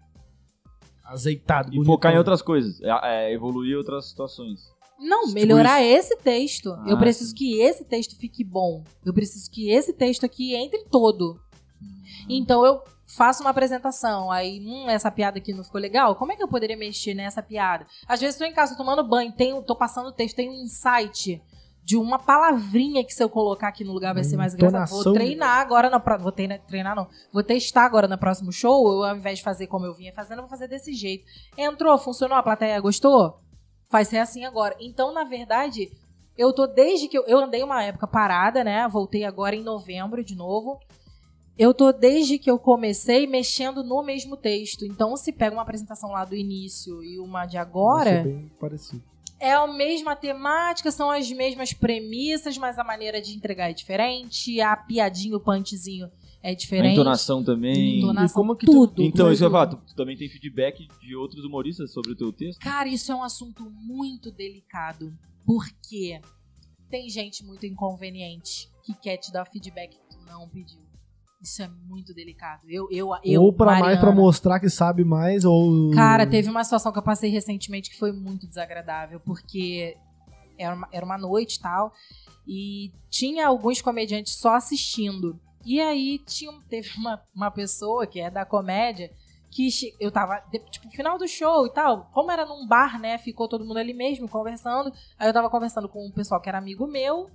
Azeitado, E focar em bonitão. outras coisas, é- é, evoluir outras situações. Não, Tipo melhorar esse texto. eu Ah, preciso sim. que esse texto fique bom. Eu preciso que esse texto aqui entre todo. Hum. Então eu faço uma apresentação, aí, hum, essa piada aqui não ficou legal. Como é que eu poderia mexer nessa piada? Às vezes tô em casa, tô tomando banho, tenho, tô passando o texto, tenho um insight de uma palavrinha que se eu colocar aqui no lugar vai ser mais engraçado. Entonação. Vou treinar agora na próxima. Vou treinar, treinar não. Vou testar agora no próximo show. Eu, ao invés de fazer como eu vinha fazendo, eu vou fazer desse jeito. Entrou, funcionou, a plateia gostou? Vai ser assim agora. Então, na verdade, eu tô desde que eu, eu andei uma época parada, né? Voltei agora em novembro de novo. Eu tô desde que eu comecei mexendo no mesmo texto. Então, se pega uma apresentação lá do início e uma de Vai ser agora, bem parecido. é a mesma temática, são as mesmas premissas, mas a maneira de entregar é diferente, a piadinha, o punchzinho é A diferente. entonação também. Entonação, E como que tu- tudo. Então, isso que eu ia Como é falar, que- tu, tu também tem feedback de outros humoristas sobre o teu texto? Cara, isso é um assunto muito delicado. Porque tem gente muito inconveniente que quer te dar feedback que tu não pediu. Isso é muito delicado. Eu, eu, eu ou pra mais, Mariana, pra mostrar que sabe mais, ou... Cara, teve uma situação que eu passei recentemente que foi muito desagradável, porque era uma, era uma noite e tal, e tinha alguns comediantes só assistindo. E aí tinha, um, teve uma, uma pessoa que é da comédia que che- eu tava, de- tipo, final do show e tal. Como era num bar, né? Ficou todo mundo ali mesmo conversando. Aí eu tava conversando com um pessoal que era amigo meu.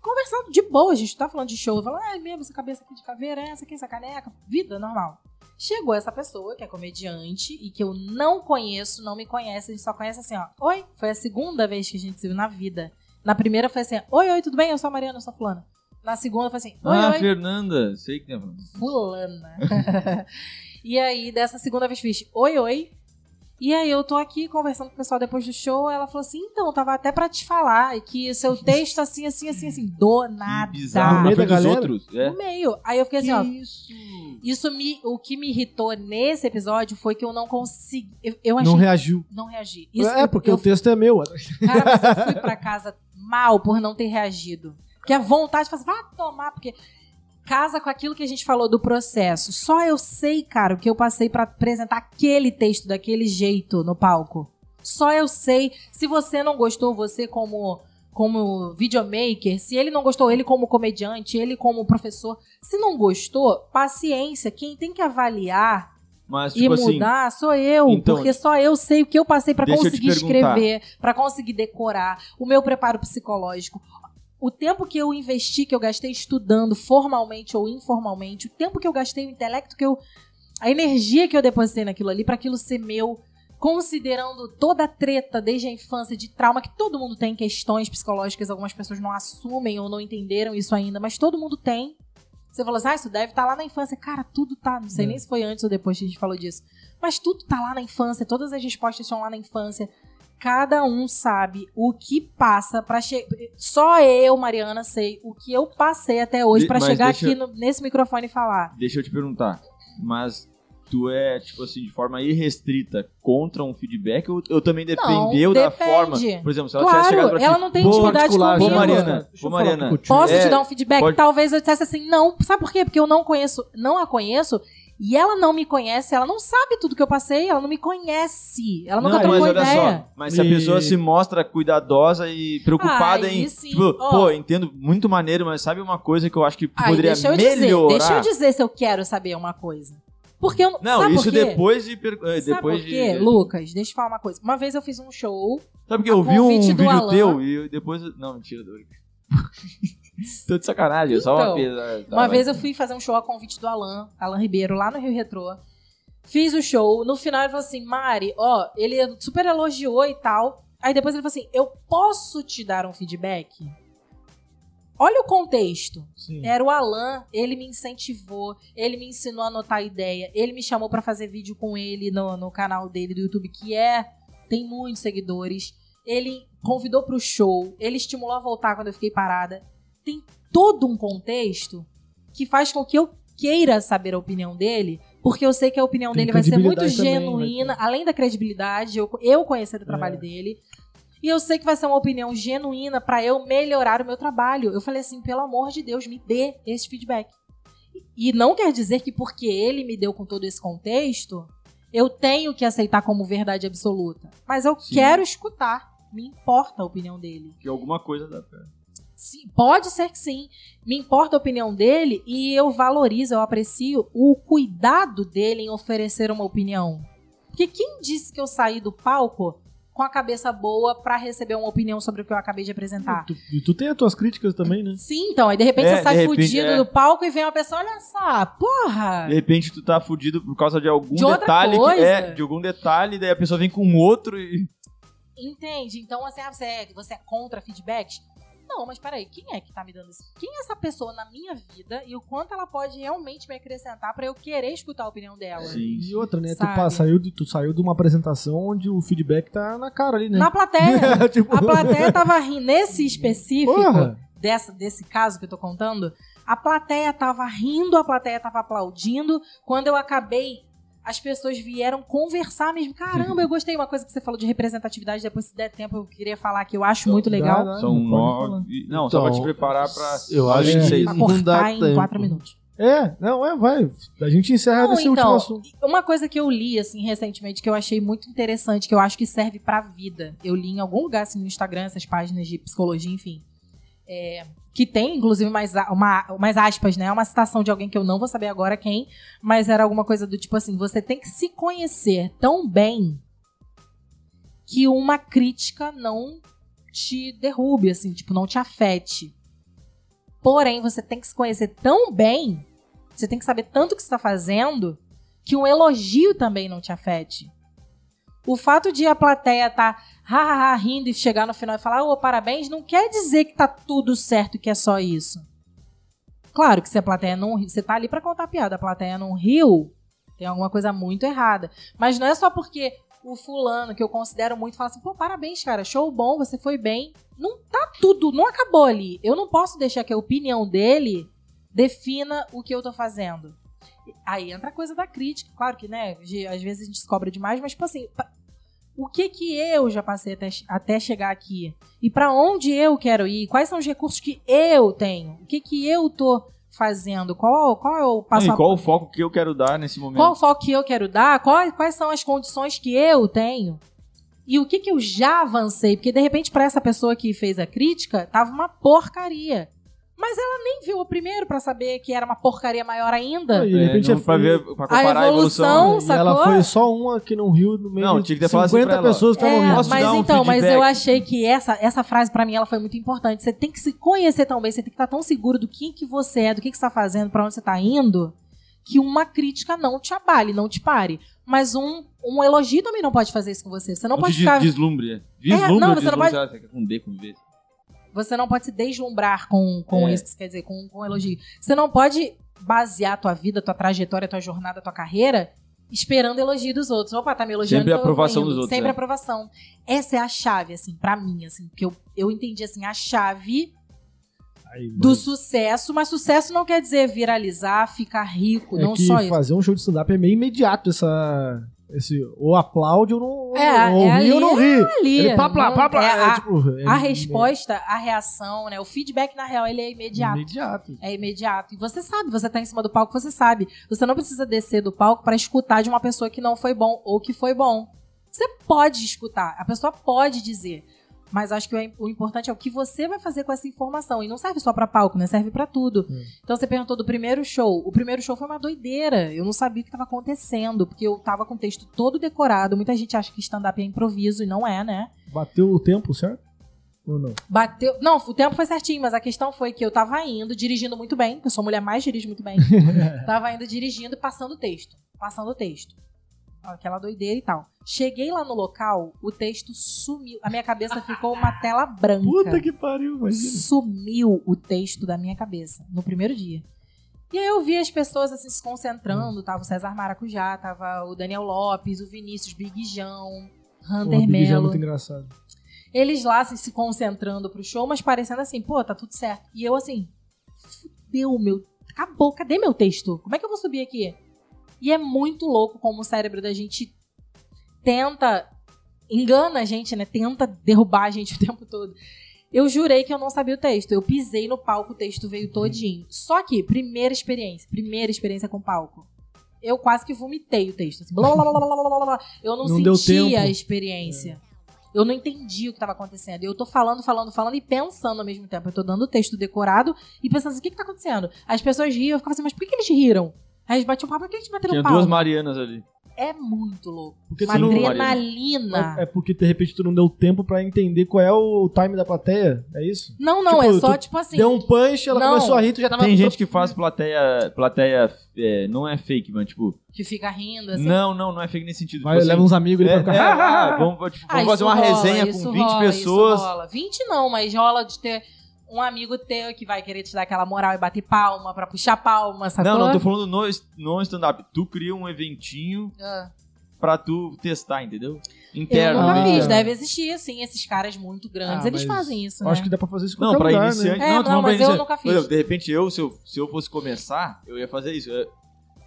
Conversando de boa, a gente tá falando de show. Falando, ah, é mesmo, essa cabeça aqui de caveira, essa aqui, essa caneca. Vida normal. Chegou essa pessoa, que é comediante, e que eu não conheço, não me conhece, a gente só conhece assim, ó. Oi, foi a segunda vez que a gente se viu na vida. Na primeira foi assim, oi, oi, tudo bem? Eu sou a Mariana, eu sou a fulana. Na segunda foi assim, oi, ah, oi, Fernanda, sei que tem. fulana. e aí, dessa segunda vez fiz, oi, oi. E aí eu tô aqui conversando com o pessoal depois do show, ela falou assim, então, tava até pra te falar que seu texto assim, assim, assim, assim, do nada. No Bizarro. meio Foi da dos galera? outros. É. No meio. Aí eu fiquei assim, ó, isso? isso me, o que me irritou nesse episódio foi que eu não consegui. Eu, eu achei Não não, reagiu. reagi. Isso, é, porque eu, o texto é meu. cara, mas eu fui pra casa mal por não ter reagido. Porque a vontade de falar, vai tomar, porque casa com aquilo que a gente falou do processo. Só eu sei, cara, o que eu passei pra apresentar aquele texto daquele jeito no palco. Só eu sei. Se você não gostou, você como como videomaker, se ele não gostou, ele como comediante, ele como professor, se não gostou, paciência. Quem tem que avaliar Mas, e tipo assim, mudar sou eu, Então- porque só eu sei o que eu passei pra Deixa eu te conseguir perguntar. escrever, pra conseguir decorar, o meu preparo psicológico. O tempo que eu investi, que eu gastei estudando formalmente ou informalmente, o tempo que eu gastei o intelecto que eu a energia que eu depositei naquilo ali, pra aquilo ser meu, considerando toda a treta desde a infância de trauma, que todo mundo tem questões psicológicas, algumas pessoas não assumem ou não entenderam isso ainda, mas todo mundo tem. Você falou assim, ah, isso deve estar lá na infância. Cara, tudo tá, não sei É. nem se foi antes ou depois que a gente falou disso, mas tudo tá lá na infância, todas as respostas estão lá na infância. Cada um sabe o que passa para chegar. Só eu, Mariana, sei o que eu passei até hoje De- pra mas chegar deixa- aqui no- nesse microfone e falar. Deixa eu te perguntar, mas tu é, tipo assim, de forma irrestrita contra um feedback ou, ou também dependeu da depende. forma? Por exemplo, se ela tivesse chegado Claro, pra ti, ela não tem Boa intimidade particular, comigo. Ô, Mariana, Deixa eu ô, falar Mariana, aqui contigo. Posso É, te dar um feedback? pode- Talvez eu dissesse assim, não. Sabe por quê? Porque eu não conheço, não a conheço e ela não me conhece, ela não sabe tudo que eu passei, ela não me conhece. Ela nunca Não, mas trocou olha ideia. só, mas se a E- pessoa se mostra cuidadosa e preocupada Ah, aí em. sim. Tipo, Ó. pô, entendo muito maneiro, mas sabe uma coisa que eu acho que Aí, poderia deixa eu melhorar? dizer, deixa eu dizer se eu quero saber uma coisa. Porque eu Não, sabe isso por quê? depois de. per- eh, Sabe Depois por quê, de... Lucas? Deixa eu falar uma coisa. Uma vez eu fiz um show. Sabe que eu vi um convite do vídeo Alan. teu e eu depois. Não, mentira, doido. Tô de sacanagem, é só uma Então, pesa. tá, Uma vai. vez eu fui fazer um show a convite do Alan, Alan Ribeiro, lá no Rio Retrô. Fiz o show. No final ele falou assim: Mari, ó, ele super elogiou e tal. Aí depois ele falou assim: Eu posso te dar um feedback? Olha o contexto. Sim. Era o Alan, ele me incentivou, ele me ensinou a anotar ideia, ele me chamou pra fazer vídeo com ele no, no canal dele do YouTube, que é. tem muitos seguidores. Ele convidou pro show, ele estimulou a voltar quando eu fiquei parada. Tem todo um contexto que faz com que eu queira saber a opinião dele, porque eu sei que a opinião Tem dele vai ser muito credibilidade também, vai É. genuína, além da credibilidade, eu, eu conhecer o trabalho dele. E eu sei que vai ser uma opinião genuína pra eu melhorar o meu trabalho. Eu falei assim, pelo amor de Deus, me dê esse feedback. E não quer dizer que porque ele me deu com todo esse contexto, eu tenho que aceitar como verdade absoluta. Mas eu Sim. quero escutar. Me importa a opinião dele. Que alguma coisa dá pra. Sim, pode ser que sim. Me importa a opinião dele e eu valorizo, eu aprecio o cuidado dele em oferecer uma opinião. Porque quem disse que eu saí do palco com a cabeça boa pra receber uma opinião sobre o que eu acabei de apresentar? Tu- E tu tem as tuas críticas também, né? Sim, então, aí de repente É, você sai de repente, fudido é. do palco e vem uma pessoa, olha só, porra! De repente tu tá fudido por causa de algum De outra detalhe. que- coisa? é, de algum detalhe, daí a pessoa vem com outro e. Entende? Então, assim, ah, você é, você é contra feedbacks? Não, mas peraí, quem é que tá me dando isso? Quem é essa pessoa na minha vida e o quanto ela pode realmente me acrescentar pra eu querer escutar a opinião dela? Sim. E outra, né? Tu, Sabe. pa- saiu de, tu saiu de uma apresentação onde o feedback tá na cara ali, né? Na plateia. tipo, A plateia tava rindo. Nesse específico, Porra! dessa, desse caso que eu tô contando, a plateia tava rindo, a plateia tava aplaudindo. Quando eu acabei, as pessoas vieram conversar mesmo. Caramba, eu gostei. Uma coisa que você falou de representatividade, depois se der tempo eu queria falar que eu acho muito legal. Dá, dá, São pode falar. nove. Não, só pra te Então, preparar pra. eu acho Olha, que- seis. Pra Não dá cortar em tempo. quatro minutos. É, não, é, vai. A gente encerra Não, esse último então, assunto. Uma coisa que eu li, assim, recentemente, que eu achei muito interessante, que eu acho que serve pra vida. Eu li em algum lugar, assim, no Instagram, essas páginas de psicologia, enfim. É, que tem, inclusive, mais, a- uma, mais aspas, né? Uma citação de alguém que eu não vou saber agora quem, mas era alguma coisa do tipo assim: você tem que se conhecer tão bem que uma crítica não te derrube, assim, tipo, não te afete. Porém, você tem que se conhecer tão bem, você tem que saber tanto o que você está fazendo, que um elogio também não te afete. O fato de a plateia estar tá, "Ha, ha, ha", rindo e chegar no final e falar ô, parabéns, não quer dizer que tá tudo certo e que é só isso. Claro que se a plateia não ri- você tá ali pra contar piada, a plateia não riu, tem alguma coisa muito errada. Mas não é só porque o fulano, que eu considero muito, fala assim, pô, parabéns, cara, show bom, você foi bem. Não tá tudo, não acabou ali. Eu não posso deixar que a opinião dele defina o que eu tô fazendo. Aí entra a coisa da crítica, claro que, né? de- Às vezes a gente descobre demais, mas, tipo assim, pa- o que que eu já passei até, che- até chegar aqui? E pra onde eu quero ir? Quais são os recursos que eu tenho? O que que eu tô fazendo? Qual, qual é o passo Não, e a qual o foco que eu quero dar nesse momento? qual o foco que eu quero dar? Qual- quais são as condições que eu tenho? E o que, que eu já avancei? Porque, de repente, pra essa pessoa que fez a crítica, tava uma porcaria. Mas ela nem viu o primeiro pra saber que era uma porcaria maior ainda. E de repente é, é- não, pra ver, pra comparar a evolução- evolução. Não, E sacou? ela foi só uma que não riu no meio Não, de tinha que ter falado assim 50 pra ela, ó. pessoas que estavam É, rindo. Posso mas dar um então, mas feedback? eu achei que essa, essa frase pra mim ela foi muito importante. Você tem que se conhecer tão bem, você tem que estar tão seguro do que que você é, do que que você tá fazendo, pra onde você tá indo, que uma crítica não te abale, não te pare. Mas um, um elogio também não pode fazer isso com você. Você não, Não pode te ficar. deslumbre. é. Vislumbre não, ou você não deslumbre, sei lá, você quer com D, com um V. Você não pode se deslumbrar com, com É. isso que você quer dizer, com, com elogio. Você não pode basear a tua vida, tua trajetória, tua jornada, tua carreira esperando elogio dos outros. Opa, tá me elogiando. Sempre a então eu vou aprovação indo. dos outros, Sempre é. aprovação. Essa é a chave, assim, pra mim, assim, porque eu, eu entendi, assim, a chave um? Aí, do mas sucesso, mas sucesso não quer dizer viralizar, ficar rico, é não que só isso. fazer um show de stand-up é meio imediato essa. Esse, ou aplaude ou não. Ou, É, ou é ri ou ali, não ri. Ali, Ele pá, plá, não- pá, plá. é, é, a, tipo, é a resposta, a reação, né? O feedback, na real, ele é imediato. Imediato. É imediato. E você sabe, você tá em cima do palco, você sabe. Você não precisa descer do palco pra escutar de uma pessoa que não foi bom ou que foi bom. Você pode escutar, a pessoa pode dizer. Mas acho que o- o importante é o que você vai fazer com essa informação. E não serve só pra palco, né? Serve pra tudo. Hum. Então você perguntou do primeiro show. O primeiro show foi uma doideira. Eu não sabia o que tava acontecendo, porque eu tava com o texto todo decorado. Muita gente acha que stand-up é improviso e não é, né? Bateu o tempo, certo? Ou não? Bateu. Não, o tempo foi certinho, mas a questão foi que eu tava indo, dirigindo muito bem, que eu sou a mulher mais dirige muito bem. tava indo dirigindo e passando o texto. Passando o texto. Aquela doideira e tal. Cheguei lá no local, o texto sumiu. A minha cabeça ficou uma tela branca. Puta que pariu, imagina. Sumiu o texto da minha cabeça no primeiro dia. E aí eu vi as pessoas assim, se Hum. concentrando, tava o César Maracujá, tava o Daniel Lopes, o Vinícius Big Jão, Porra, Hunter Big Jam é Melo. muito engraçado. Eles lá assim, se concentrando pro show, mas parecendo assim, pô, tá tudo certo. E eu assim, fudeu, meu. Acabou, cadê meu texto? Como é que eu vou subir aqui? E é muito louco como o cérebro da gente tenta. Engana a gente, né? Tenta derrubar a gente o tempo todo. Eu jurei que eu não sabia o texto. Eu pisei no palco, o texto Uhum. veio todinho. Só que, primeira experiência, primeira experiência com palco. Eu quase que vomitei o texto. assim, blá, blá, blá, blá, blá, blá, blá, blá. Eu não, Não deu tempo. sentia a experiência. Eu não entendi o que estava acontecendo. Eu tô falando, falando, falando e pensando ao mesmo tempo. Eu tô dando o texto decorado e pensando assim, o que que tá acontecendo? As pessoas riam, eu ficava assim, mas por que que eles riram? Aí eles batiam um papo, por que eles bateram Tinha palma? duas Marianas ali. É muito louco. Porque Uma tu não- né? adrenalina. É porque, de repente, tu não deu tempo pra entender qual é o time da plateia? É isso? Não, não, Tipo, é só tu tipo assim. Deu um punch, ela Não. começou a rir, tu já tava... Tem gente que né? faz plateia. Plateia. é, não é fake, mas tipo. Que fica rindo, assim. Não, não, não é fake nesse sentido. Vai, tipo leva assim, uns amigos ali é, pra ficar... é, ah, vamos tipo, Ah, vamos fazer isso uma rola, resenha isso com 20 rola, isso pessoas. rola. 20 não, mas rola de ter um amigo teu que vai querer te dar aquela moral e bater palma pra puxar palma, Tá sacou? Não, não, tô falando no, est- no stand-up. Tu cria um eventinho Ah. pra tu testar, entendeu? Eu Interno. nunca Internamente, fiz, né? deve existir, assim, esses caras muito grandes. Ah, Eles mas fazem isso, Acho né? que dá pra fazer isso com Não, pra lugar, iniciante. Né? É, não, tô falando não, pra mas eu iniciante. nunca fiz. Por exemplo, de repente, eu, se eu, se eu fosse começar, eu ia fazer isso. Eu,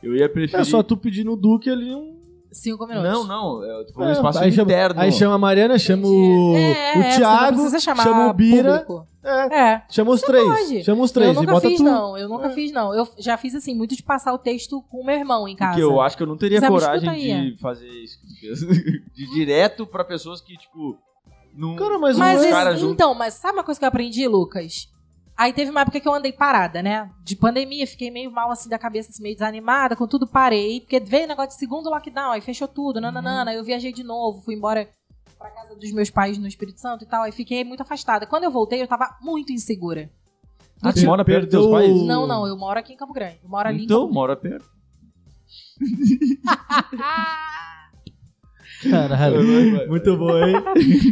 eu ia preferir. É só tu pedir no Duque ali um... Cinco minutos. Não, não. Eu tô falando um É, espaço aí chama, interno. aí chama a Mariana, chama o, o É, é, você não Thiago, precisa chamar chama o Bira, público. é, É. chama os Você três. pode. Chama os três eu e nunca bota fiz, tu. não. Eu É. nunca fiz, não. Eu já fiz, assim, muito de passar o texto com o meu irmão em casa. Porque eu acho que eu não teria Zé, me escuta coragem aí. de fazer isso que tu fez. De direto pra pessoas que, tipo, não. Cara, mas, Mas não é... esse- cara junto. então, mas sabe uma coisa que eu aprendi, Lucas? Aí teve uma época que eu andei parada, né? De pandemia, fiquei meio mal assim da cabeça, assim, meio desanimada, com tudo parei, porque veio o negócio de segundo lockdown, aí fechou Uhum. tudo, nananana, aí eu viajei de novo, fui embora pra casa dos meus pais no Espírito Santo e tal, aí fiquei muito afastada. Quando eu voltei, eu tava muito insegura. Do Ah, tu tipo, mora perto dos Perdeu- teus pais? o- não, não, eu moro aqui em Campo Grande. Eu moro ali Então, em Campo mora perto. Caralho. Muito bom, hein?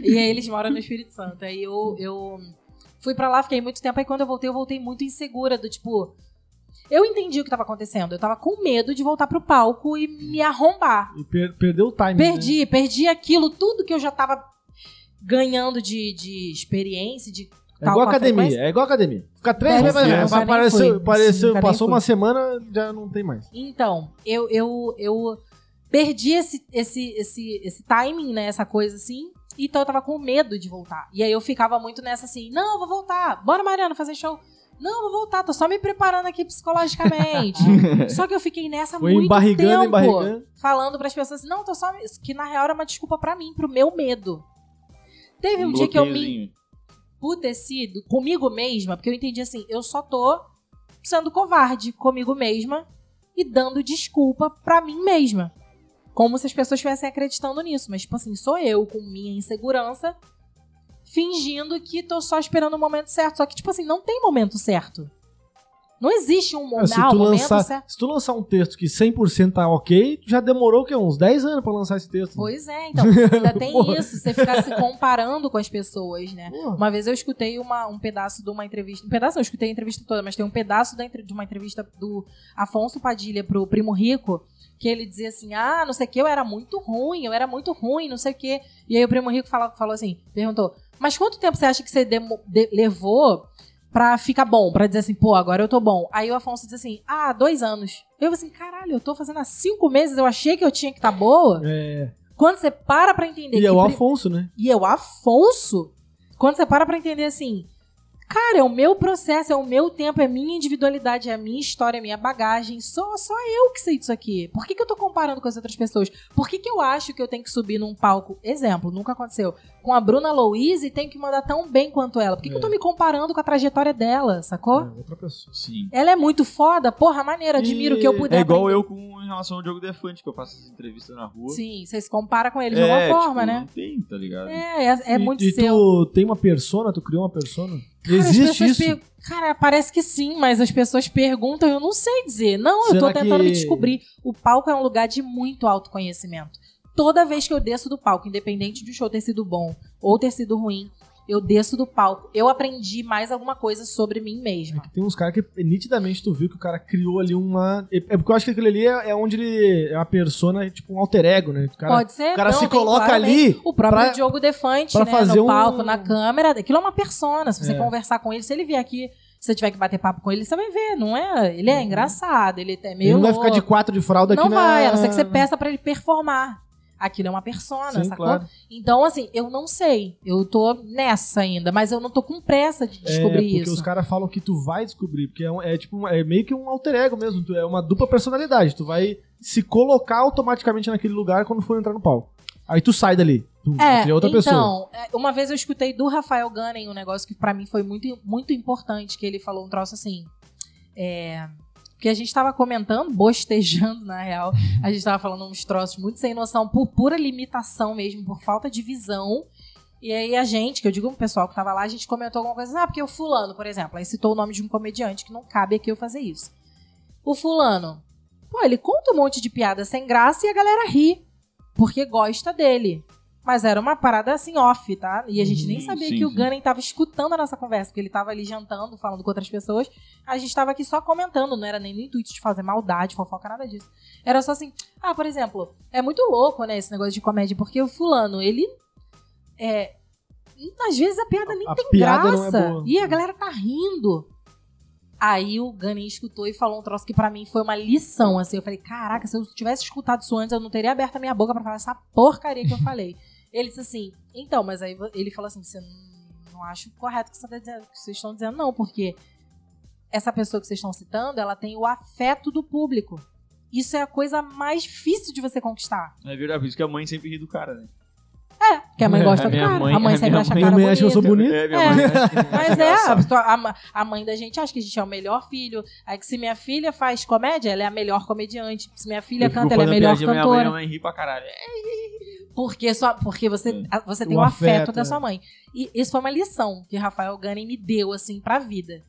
E aí eles moram no Espírito Santo. Aí eu, eu fui pra lá, fiquei muito tempo. Aí quando eu voltei, eu voltei muito insegura, do tipo. Eu entendi o que tava acontecendo. Eu tava com medo de voltar pro palco e me arrombar. E per- perdeu o time. Né? Perdi, perdi aquilo, tudo que eu já tava ganhando de, de experiência, de É tal igual com a academia, frequência. é igual academia. Fica três Não, meses, sim, mas- nunca nem apareceu, fui. apareceu- Sim, nunca nem passou fui. uma semana, já não tem mais. Então, eu, eu, eu perdi esse, esse, esse, esse timing, né? Essa coisa assim. Então eu tava com medo de voltar. E aí eu ficava muito nessa assim: não, eu vou voltar. Bora, Mariana, fazer show. Não, eu vou voltar. Tô só me preparando aqui psicologicamente. só que eu fiquei nessa Foi muito embarrigando, tempo. embarrigando. Falando pras pessoas assim: não, tô só. me- Que na real era uma desculpa pra mim, pro meu medo. Teve um dia que eu me bloqueiozinho. emputecido comigo mesma, porque eu entendi assim, eu só tô sendo covarde comigo mesma e dando desculpa pra mim mesma. Como se as pessoas estivessem acreditando nisso, mas tipo assim, sou eu com minha insegurança fingindo que tô só esperando o momento certo, só que tipo assim, não tem momento certo. Não existe Cara, um momento, É, se, ah, tu o momento lançar, certo. se tu lançar um texto que 100% tá ok, tu já demorou que, uns 10 anos pra lançar esse texto. Pois é, então. Ainda tem Porra. isso, você ficar se comparando com as pessoas, né? Porra. Uma vez eu escutei uma- um pedaço de uma entrevista. Um pedaço, eu escutei a entrevista toda, mas tem um pedaço da entre- de uma entrevista do Afonso Padilha pro Primo Rico, que ele dizia assim: ah, não sei o que, eu era muito ruim, eu era muito ruim, não sei o que. E aí o Primo Rico fala- falou assim: perguntou, mas quanto tempo você acha que você demo- de- levou pra ficar bom? Pra dizer assim, pô, agora eu tô bom. Aí o Afonso diz assim: ah, dois anos. Eu assim, caralho, eu tô fazendo há cinco meses, eu achei que eu tinha que estar boa. É. Quando você para pra entender E que é o pri- Afonso, né? e eu, Afonso, quando você para pra entender assim, cara, é o meu processo, é o meu tempo, é a minha individualidade, é a minha história, é a minha bagagem, só, só eu que sei disso aqui. Por que, que eu tô comparando com as outras pessoas? Por que, que eu acho que eu tenho que subir num palco, exemplo, nunca aconteceu, com a Bruna Louise e tenho que mandar tão bem quanto ela? Por que, que eu tô me comparando com a trajetória dela, sacou? É, outra pessoa. Sim. Ela é muito foda, porra, maneira, admiro E que eu puder. É igual aprender. eu com em relação ao Diogo Defante, que eu faço essas entrevistas na rua. Sim, você se compara com ele de É, alguma forma, tipo, né? Não tem, tá ligado? É, é, é e, muito e seu. tu tem uma persona, tu criou uma persona? Cara, as Existe pessoas isso? per- Cara, parece que sim, mas as pessoas perguntam e eu não sei dizer. Não, eu tô Será tentando me que- descobrir. O palco é um lugar de muito autoconhecimento. Toda vez que eu desço do palco, independente de o show ter sido bom ou ter sido ruim, eu desço do palco. Eu aprendi mais alguma coisa sobre mim mesma. Tem uns caras É que nitidamente tu viu que o cara criou ali uma. É porque eu acho que aquilo ali é, é onde ele. É uma persona, é tipo um alter ego, né? O cara, Pode ser. o cara não, se tem coloca claramente- ali. O próprio pra- Diogo Defante, pra né? fazer no um- palco, na câmera. Aquilo é uma persona. Se você É. conversar com ele, se ele vier aqui, se você tiver que bater papo com ele, você vai ver, não é? Ele é engraçado, ele é meio Uhum. Ele não vai louco. ficar de quatro de fralda Não aqui na. vai, a não ser que você peça pra ele performar. Aquilo é uma persona, Sim, sacou? claro. Então, assim, eu não sei. Eu tô nessa ainda, mas eu não tô com pressa de é, descobrir porque isso. os caras falam que tu vai descobrir, porque é, um- é tipo um- é meio que um alter ego mesmo, tu, é uma dupla personalidade, tu vai se colocar automaticamente naquele lugar quando for entrar no palco. Aí tu sai dali, tu É, cria outra pessoa. então, é, uma vez eu escutei do Rafael Gunning um negócio que pra mim foi muito, muito importante, que ele falou um troço assim, é, que a gente tava comentando, bostejando na real, a gente tava falando uns troços muito sem noção, por pura limitação mesmo, por falta de visão, e aí a gente, que eu digo o pessoal que tava lá, a gente comentou alguma coisa, ah, porque o fulano, por exemplo, aí citou o nome de um comediante, que não cabe aqui eu fazer isso. O fulano, pô, ele conta um monte de piada sem graça e a galera ri, porque gosta dele. Mas era uma parada assim off, tá? E a gente nem Sim, sabia Uhum, sim, que o sim. Gunning tava escutando a nossa conversa, porque ele tava ali jantando, falando com outras pessoas. A gente tava aqui só comentando, não era nem no intuito de fazer maldade, fofoca, nada disso. Era só assim, ah, por exemplo, é muito louco, né, esse negócio de comédia, porque o fulano, ele é às vezes a piada nem A tem piada não é graça. boa. E a galera tá rindo. Aí o Ganin escutou e falou um troço que pra mim foi uma lição, assim. Eu falei, caraca, se eu tivesse escutado isso antes, eu não teria aberto a minha boca pra falar essa porcaria que eu falei. Ele disse assim, então, mas aí vo- ele falou assim, você não, não acho correto o que você tá dizendo- o que vocês estão dizendo, não, porque essa pessoa que vocês estão citando, ela tem o afeto do público. Isso é a coisa mais difícil de você conquistar. É verdade, por isso que a mãe sempre ri do cara, né? É, porque a mãe É, gosta a do minha cara. mãe- a mãe a sempre minha acha a mãe- cara minha mãe acha que eu sou bonita. Bonito. É, minha É. mãe acha que- Mas é, a, engraçado. pessoa- a ma- a mãe da gente acha que a gente é o melhor filho. Aí que se minha filha faz comédia, ela é a melhor comediante. Se minha filha Eu fico canta, ela é a fazendo melhor piadinha, Minha mãe, cantora. minha mãe ri pra caralho. É, Porque, só, porque você, É. a- você O tem o afeto, afeto, da é. sua mãe. E isso foi uma lição que Rafael Gunning me deu, assim, pra vida.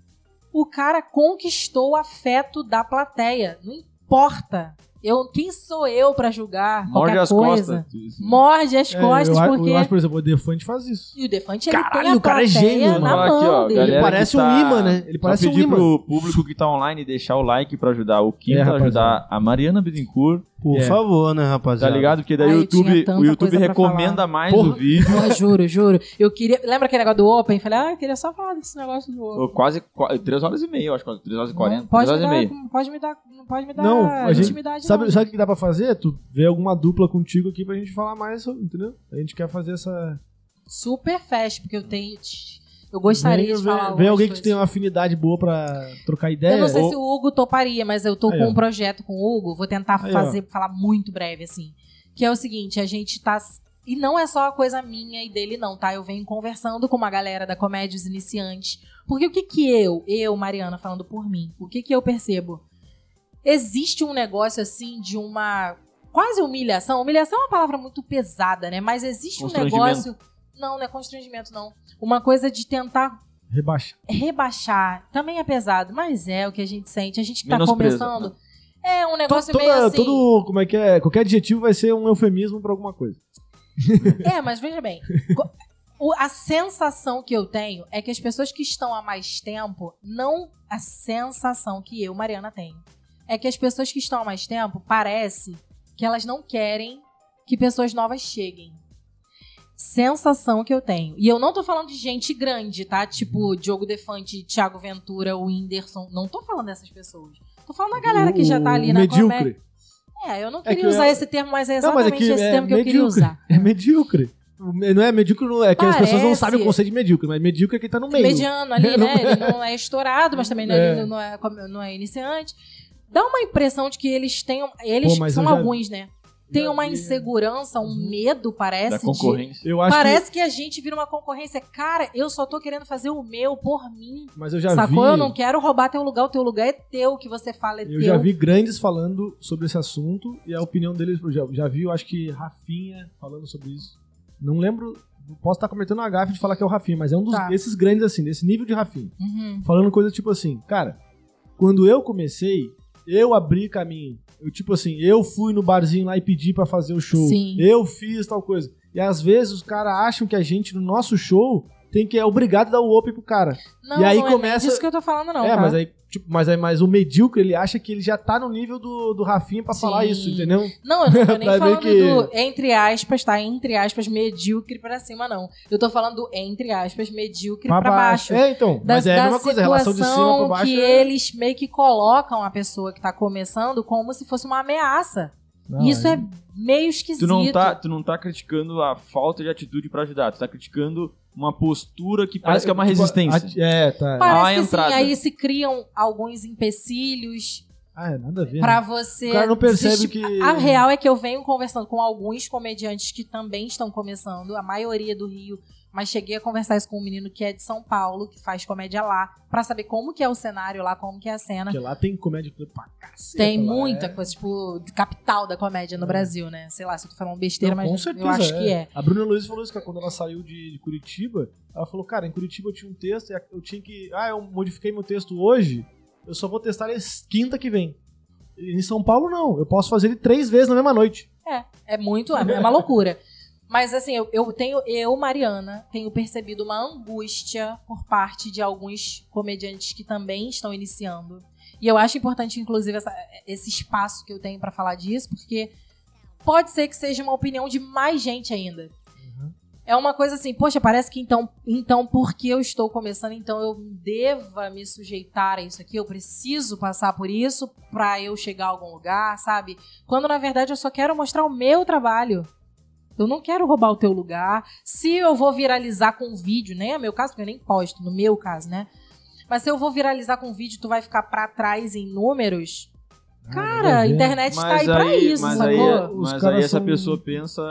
O cara conquistou o afeto da plateia. Não importa. Eu, quem sou eu pra julgar Morde qualquer as coisa? costas. Isso. Morde as É, costas, eu, a- porque... eu acho, por exemplo, o Defante faz isso. E o Defante, ele tem Caralho, a o cara é plateia gênio, na mano. mão Aqui, ó, dele. galera Ele que parece tá- um imã, né? Ele parece Só um pedir imã. pro público que tá online deixar o like pra ajudar o Kim, É, pra rapaziada. ajudar a Mariana Bittencourt, Por É. favor, né, tá rapaziada? ligado? Porque daí Ai, o eu tinha YouTube, tanta o YouTube coisa pra recomenda falar. mais Porra. o vídeo. Porra, juro, juro. Eu queria. Lembra aquele negócio do Open? Falei, ah, eu queria só falar desse negócio do Open. Ô, Quase 3 horas e meia, eu acho, 3 horas e Não 40, 3 pode, me horas e dar, meia. não pode me dar. Não pode me dar Não, a gente- intimidade. Sabe, não. sabe o que dá pra fazer? Tu vê alguma dupla contigo aqui pra gente falar mais sobre, entendeu? A gente quer fazer essa. Super fast, porque eu tenho. Eu gostaria vem, de vem- falar. vem algumas alguém que tu coisas. tem uma afinidade boa pra trocar ideia. Eu não sei ou- se o Hugo toparia, mas eu tô Aí, com ó. um projeto com o Hugo. Vou tentar Aí, ó. fazer, falar muito breve, assim. Que é o seguinte, a gente tá. E não é só a coisa minha e dele, não, tá? Eu venho conversando com uma galera da Comédia Os Iniciantes. Porque o que que eu, eu, Mariana, falando por mim, o que que eu percebo? Existe um negócio, assim, de uma quase humilhação. Humilhação é uma palavra muito pesada, né? Mas existe um Constrangimento. negócio. Não, não é constrangimento, não. Uma coisa de tentar Rebaixa. rebaixar também é pesado, mas é o que a gente sente. A gente que tá Menosprezo, começando. É um To- negócio meio né? Tá toda- assim. Todo, como é que é? Qualquer adjetivo vai ser um eufemismo pra alguma coisa. É, mas veja bem. co- o- a sensação que eu tenho é que as pessoas que estão há mais tempo, não a sensação que eu, Mariana, tenho. É que as pessoas que estão há mais tempo, parece que elas não querem que pessoas novas cheguem. Sensação que eu tenho. E eu não tô falando de gente grande, tá? Tipo Diogo Defante, Thiago Ventura, o Whindersson. Não tô falando dessas pessoas. Tô falando da galera que já tá ali O na medíocre. comédia. É, eu não É que queria usar eu- esse termo, mas é Não, mas exatamente é que esse é termo que eu queria medíocre. usar. É medíocre. Não é medíocre, não é que as pessoas não Parece. sabem o conceito de medíocre, mas medíocre é quem tá no meio. mediano ali, Não né? Ele não é estourado, mas também não é, ele não é, como- não é iniciante. Dá uma impressão de que eles têm. um, Eles Pô, mas são eu já- Uhum. alguns, né? Tem uma insegurança, um medo, parece. da de- concorrência. Eu acho Parece que... a gente vira uma concorrência. Cara, eu só tô querendo fazer o meu por mim. que. Mas eu já sacou? vi. Eu não quero roubar teu lugar, o teu lugar é teu, o que você fala é Eu teu. já vi grandes falando sobre esse assunto e a opinião deles, eu já, já vi, eu acho que Rafinha falando sobre isso. Não lembro, posso estar cometendo uma gafe de falar que é o Rafinha, mas é um dos, Tá. desses grandes assim, desse nível de Rafinha. Uhum. Falando coisa tipo assim, cara, quando eu comecei, eu abri caminho. Eu, tipo assim, eu fui no barzinho lá e pedi pra fazer o show. Sim. Eu fiz tal coisa. E às vezes os caras acham que a gente, no nosso show, tem que é obrigado a dar o up pro cara. Não, E aí não é começa- nem disso que eu tô falando, não. É, tá? mas aí, tipo, mas aí mas o medíocre, ele acha que ele já tá no nível do, do Rafinha pra Sim. falar isso, entendeu? Não, eu não Vai tô ver nem falando que- do entre aspas, tá? Entre aspas, medíocre pra cima, não. Eu tô falando do entre aspas, medíocre pra, baixo. É, então. Da- mas é a da mesma coisa, a relação de cima pra situação baixo. que é- eles meio que colocam a pessoa que tá começando como se fosse uma ameaça. Não, um- Isso aí- é meio esquisito. Tu não, tá, tu não tá criticando a falta de atitude pra ajudar, tu tá criticando uma postura que parece que é uma tipo, resistência. a- É, tá. Há a Parece que sim, entrada. aí se criam alguns empecilhos Ah, é nada a ver. pra né? você. O cara não percebe desistir. que. A real é que eu venho conversando com alguns comediantes que também estão começando, a maioria do Rio, mas cheguei a conversar isso com um menino que é de São Paulo, que faz comédia lá, pra saber como que é o cenário lá, como que é a cena. Porque lá tem comédia club pra cacete. Tem lá, muita é. Hum. coisa, tipo, de capital da comédia no Brasil, né? Sei lá, se eu tô falando besteira, Não, mas com certeza, eu acho que é. A Bruna Luiz falou isso, cara, quando ela saiu de, de Curitiba, ela falou, cara, em Curitiba eu tinha um texto, e eu tinha que. Ah, eu modifiquei meu texto hoje, eu só vou testar ele quinta que vem. E Em São Paulo, não. Eu posso fazer ele três vezes na mesma noite. É muito, é uma loucura. Mas assim, eu, eu tenho, eu, Mariana, tenho percebido uma angústia por parte de alguns comediantes que também estão iniciando. E eu acho importante, inclusive, essa- esse espaço que eu tenho pra falar disso, porque pode ser que seja uma opinião de mais gente ainda. É uma coisa assim, poxa, parece que então, então porque eu estou começando, então eu deva me sujeitar a isso aqui, eu preciso passar por isso pra eu chegar a algum lugar, sabe? Quando na verdade eu só quero mostrar o meu trabalho. Eu não quero roubar o teu lugar. Se eu vou viralizar com um vídeo, nem é meu caso, porque eu nem posto, no meu caso, né? Mas se eu vou viralizar com um vídeo, tu vai ficar pra trás em números? Ah, Cara, a internet tá aí, pra isso, mas aí, sacou? Os mas caras aí essa são- pessoa pensa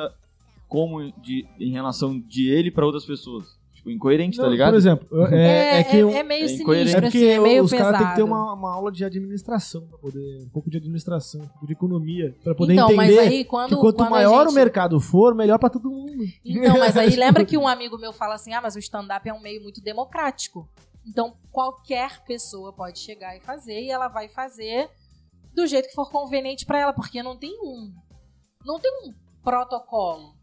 como de, em relação de ele pra outras pessoas. Tipo, incoerente, tá ligado? Por exemplo, eu- é, é que eu- é meio é incoerente. sinistro, É assim, porque é meio os pesado. caras têm que ter uma, uma aula de administração pra poder. Um pouco de administração, um pouco de economia, pra poder então, entender mas aí quando, que quanto quando a maior gente- o mercado for, melhor pra todo mundo. Então, mas aí lembra que um amigo meu fala assim: ah, mas o stand-up é um meio muito democrático. Então qualquer pessoa pode chegar e fazer, e ela vai fazer do jeito que for conveniente pra ela, porque não tem um. Não tem um protocolo.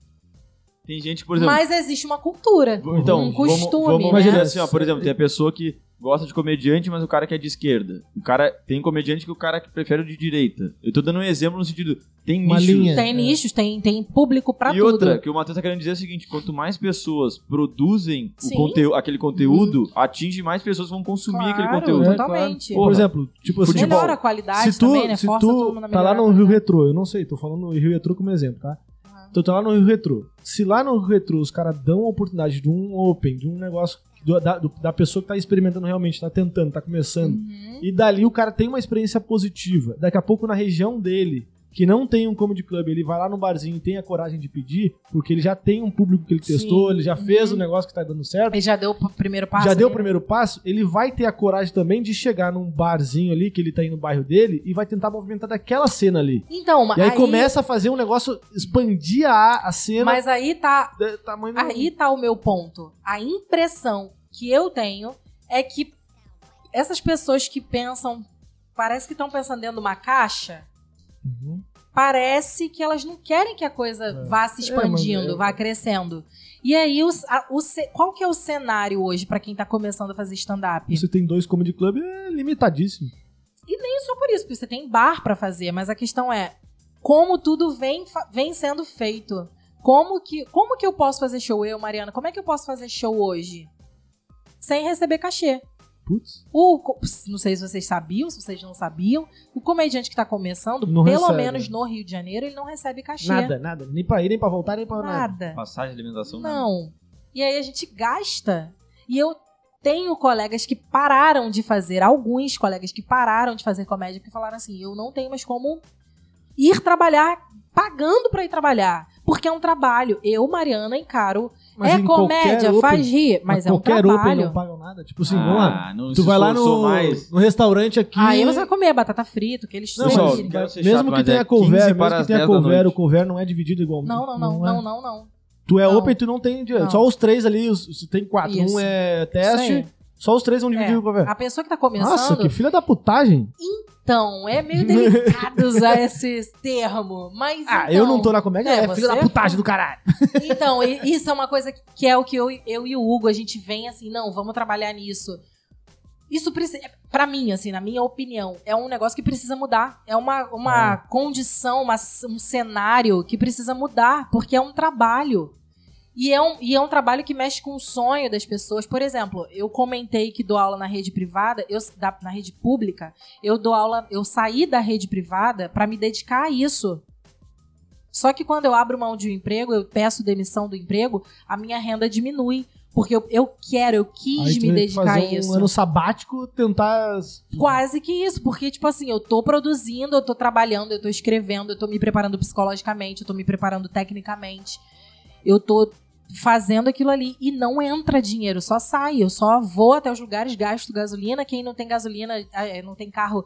Tem gente, por exemplo. mas existe uma cultura. v- Então, um vamos- costume, vamos, né? imaginar assim, ó, por exemplo, tem a pessoa que gosta de comediante, mas o cara que é de esquerda. O cara tem comediante que o cara que prefere o de direita. Eu tô dando um exemplo no sentido tem Uma nichos. linha. Tem É. nichos, tem, tem público pra e tudo. outra, que o Matheus tá querendo dizer é o seguinte: quanto mais pessoas produzem o Sim. conteúdo, aquele conteúdo, atinge mais pessoas que vão consumir aquele claro, conteúdo. né? totalmente. Uhum. Por exemplo, tipo assim, Futebol. Melhora a qualidade se tu, também, né? se Força todo tu mundo a tá lá melhorar. no Rio Retrô, eu não sei, tô falando no Rio Retrô como exemplo, tá? Ah. Então tá lá no Rio Retrô. Se lá no Rio Retrô os caras dão a oportunidade de um open, de um negócio do- da, do- da pessoa que tá experimentando realmente, tá tentando, tá começando, Uhum. e dali o cara tem uma experiência positiva. Daqui a pouco na região dele, que não tem um comedy club, ele vai lá no barzinho e tem a coragem de pedir, porque ele já tem um público que ele Sim. testou, ele já fez o Uhum. negócio que tá dando certo. Ele já deu o p- primeiro passo. já deu o né? primeiro passo, ele vai ter a coragem também de chegar num barzinho ali que ele tá indo no bairro dele e vai tentar movimentar daquela cena ali. Então, E aí, aí começa a fazer um negócio, expandir a, a cena Mas aí tá do tamanho do- Aí tá o meu ponto. A impressão que eu tenho é que essas pessoas que pensam, parece que estão pensando dentro de uma caixa, Uhum. parece que elas não querem que a coisa É. vá se expandindo, mas é. eu- vá crescendo. E aí, o, a- o ce- qual que é o cenário hoje pra quem tá começando a fazer stand-up? Você tem dois comedy club, é limitadíssimo. E nem só por isso, porque você tem bar pra fazer, mas a questão é como tudo vem, fa- vem sendo feito. Como que, como que eu posso fazer show eu, Mariana? Como é que eu posso fazer show hoje? Sem receber cachê. Putz. O, co- não sei se vocês sabiam, se vocês não sabiam, o comediante que tá começando, Não pelo recebe. menos no Rio de Janeiro, ele não recebe cachê. Nada, nada. Nem pra ir, nem pra voltar, nem pra nada. Nada. Passagem, alimentação, nada. Não. E aí a gente gasta. E eu tenho colegas que pararam de fazer, alguns colegas que pararam de fazer comédia porque falaram assim: eu não tenho mais como ir trabalhar pagando pra ir trabalhar. Porque é um trabalho. Eu, Mariana, encaro. é em comédia, qualquer open- faz rir, mas, é um qualquer open trabalho. não pagam nada. Tipo assim, vamos lá. Ah, não Tu se vai lá esforçou no, mais. no restaurante aqui. Aí você vai comer batata frita, o que eles Não, Pessoal, mas- sugerem. quero ser chato, mesmo que mas tenha é 15 couvert, mesmo para que as tenha 10 da couvert, o noite. couvert não é dividido igual. Não, não, não, é. não, não, não. Tu é não. open, tu não tem direito. Não. Só os três ali, os, se tem quatro. Isso. Um é teste, Isso aí. só os três vão dividir É. o couvert. A pessoa que tá começando, Nossa, que filha da putagem. então, é meio delicado usar esse termo. Mas ah, então, eu não tô na comédia, é, é, você filha da é putagem do caralho. Então, e- isso é uma coisa que- que é o que eu, e- eu e o Hugo, a gente vem assim, não, vamos trabalhar nisso. Isso precisa, pra mim, assim, na minha opinião, é um negócio que precisa mudar. É uma, uma condição, uma c- um cenário que precisa mudar, porque é um trabalho. E é um, e é um trabalho que mexe com o sonho das pessoas. Por exemplo, eu comentei que dou aula na rede privada, eu, s- da- na rede pública, eu dou aula, eu saí da rede privada pra me dedicar a isso. Só que quando eu abro mão de um emprego, eu peço demissão do emprego, a minha renda diminui. Porque eu, eu quero, eu quis Aí tu tem que me dedicar a fazer isso. Um ano sabático, tentar. Quase que isso, porque, tipo assim, eu tô produzindo, eu tô trabalhando, eu tô escrevendo, eu tô me preparando psicologicamente, eu tô me preparando tecnicamente, eu tô fazendo aquilo ali e não entra dinheiro, só sai. Eu só vou até os lugares, gasto gasolina. Quem não tem gasolina, eh, não tem carro,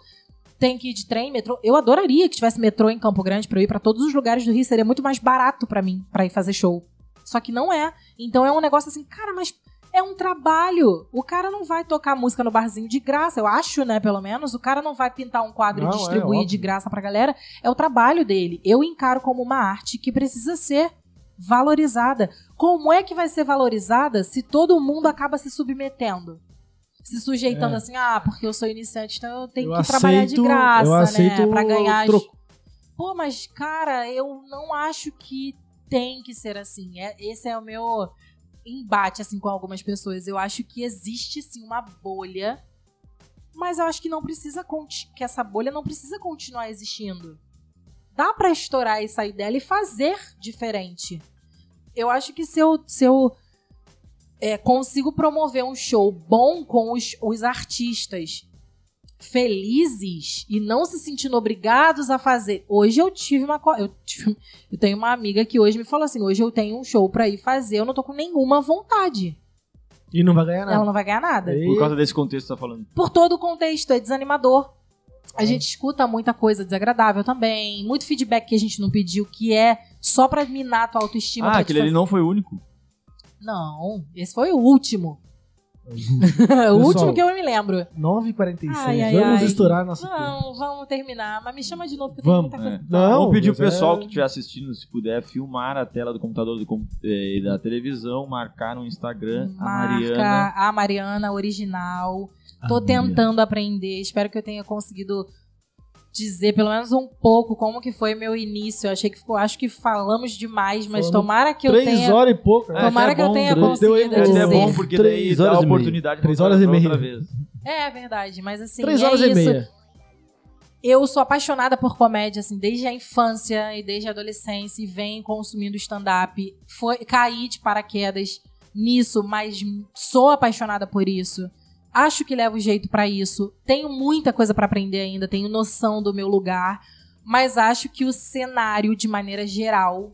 tem que ir de trem, metrô. Eu adoraria que tivesse metrô em Campo Grande pra eu ir pra todos os lugares do Rio, seria muito mais barato pra mim pra ir fazer show. Só que não é. Então é um negócio assim, cara, mas é um trabalho. O cara não vai tocar música no barzinho de graça, eu acho, né, pelo menos. O cara não vai pintar um quadro Não, e é distribuir óbvio. de graça pra galera. É o trabalho dele. Eu encaro como uma arte que precisa ser valorizada. Como é que vai ser valorizada se todo mundo acaba se submetendo? Se sujeitando É. assim, ah, porque eu sou iniciante, então eu tenho Eu que trabalhar de aceito- graça, eu aceito né? Pra o ganhar. as- troco. Pô, mas, cara, eu não acho que tem que ser assim. É- esse é o meu embate, assim, com algumas pessoas. Eu acho que existe, sim, uma bolha. Mas eu acho que não precisa conti- que essa bolha não precisa continuar existindo. Dá pra estourar e sair dela e fazer diferente. Eu acho que se eu, se eu é, consigo promover um show bom com os, os artistas felizes e não se sentindo obrigados a fazer. Hoje eu tive uma. co- Eu, tive- eu tenho uma amiga que hoje me falou assim: hoje eu tenho um show pra ir fazer, eu não tô com nenhuma vontade. E não vai ganhar Ela nada. não vai ganhar nada. Ah. Ei, Por causa desse contexto que tá falando. Por todo o contexto, é desanimador. A É. gente escuta muita coisa desagradável também, muito feedback que a gente não pediu, que é só pra minar a tua autoestima. Ah, pra te tá aquele ali não foi o único. Não, esse foi o último. o Pessoal, último que eu me lembro. 9h46. Ai, ai, Vamos ai. estourar a nossa. Não, vamos terminar, mas me chama de novo porque Vamos, tem muita coisa. é. pra falar. Não, Vamos pedir pro mas é- pessoal que estiver assistindo, se puder, filmar a tela do computador do com- eh, e da televisão, marcar no Instagram a Mariana. Marca a Mariana original. Tô Ah, tentando aprender. Espero que eu tenha conseguido dizer pelo menos um pouco como que foi meu início. Eu achei que ficou, acho que falamos demais, mas Falamos tomara que eu 3 tenha horas e pouco. né? Tomara É, que eu bom, tenha três- deu conseguido aí, É até dizer. bom porque daí Três dá horas e a meia. oportunidade Três pra horas e outra meia. vez. É verdade, mas assim, 3 é horas e isso. meia. Eu sou apaixonada por comédia, assim, desde a infância e desde a adolescência, e venho consumindo stand-up. Foi- Caí de paraquedas nisso, mas sou apaixonada por isso. Acho que levo jeito pra isso. Tenho muita coisa pra aprender ainda, tenho noção do meu lugar, mas acho que o cenário, de maneira geral,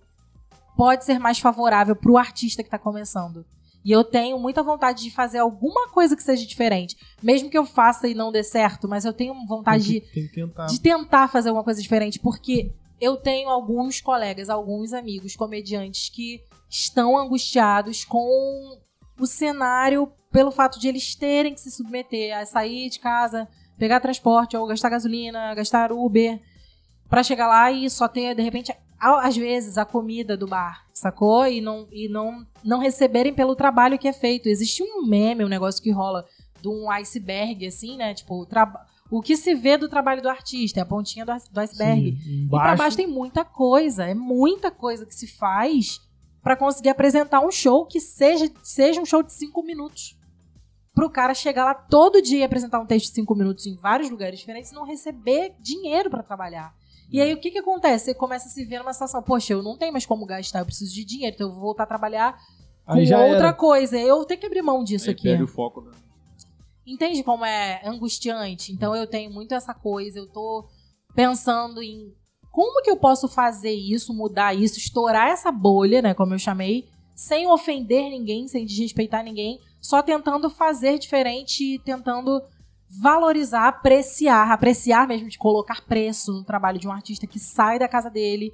pode ser mais favorável pro artista que tá começando. E eu tenho muita vontade de fazer alguma coisa que seja diferente. Mesmo que eu faça e não dê certo, mas eu tenho vontade Tem de que, tem que tentar. de tentar fazer alguma coisa diferente, porque eu tenho alguns colegas, alguns amigos comediantes que estão angustiados com o cenário pelo fato de eles terem que se submeter a sair de casa, pegar transporte ou gastar gasolina, gastar Uber, pra chegar lá e só ter, de repente, a- às vezes, a comida do bar, sacou? E não, e não, não receberem pelo trabalho que é feito. Existe um meme, um negócio que rola de um iceberg, assim, né? Tipo, o, traba- o que se vê do trabalho do artista, é a pontinha do, ice- do iceberg. Sim, E pra embaixo. baixo tem muita coisa, é muita coisa que se faz pra conseguir apresentar um show que seja, seja um show de cinco minutos. Pro cara chegar lá todo dia e apresentar um texto de cinco minutos em vários lugares diferentes e não receber dinheiro pra trabalhar. É. E aí o que que acontece? Você começa a se ver numa situação, poxa, eu não tenho mais como gastar, eu preciso de dinheiro, então eu vou voltar a trabalhar com Aí já outra era. coisa. Eu tenho que abrir mão disso Aí aqui é perde o foco né? da. entende como é angustiante? Então eu tenho muito essa coisa, eu tô pensando em como que eu posso fazer isso, mudar isso, estourar essa bolha, né, como eu chamei, sem ofender ninguém, sem desrespeitar ninguém, só tentando fazer diferente e tentando valorizar, apreciar, apreciar mesmo de colocar preço no trabalho de um artista que sai da casa dele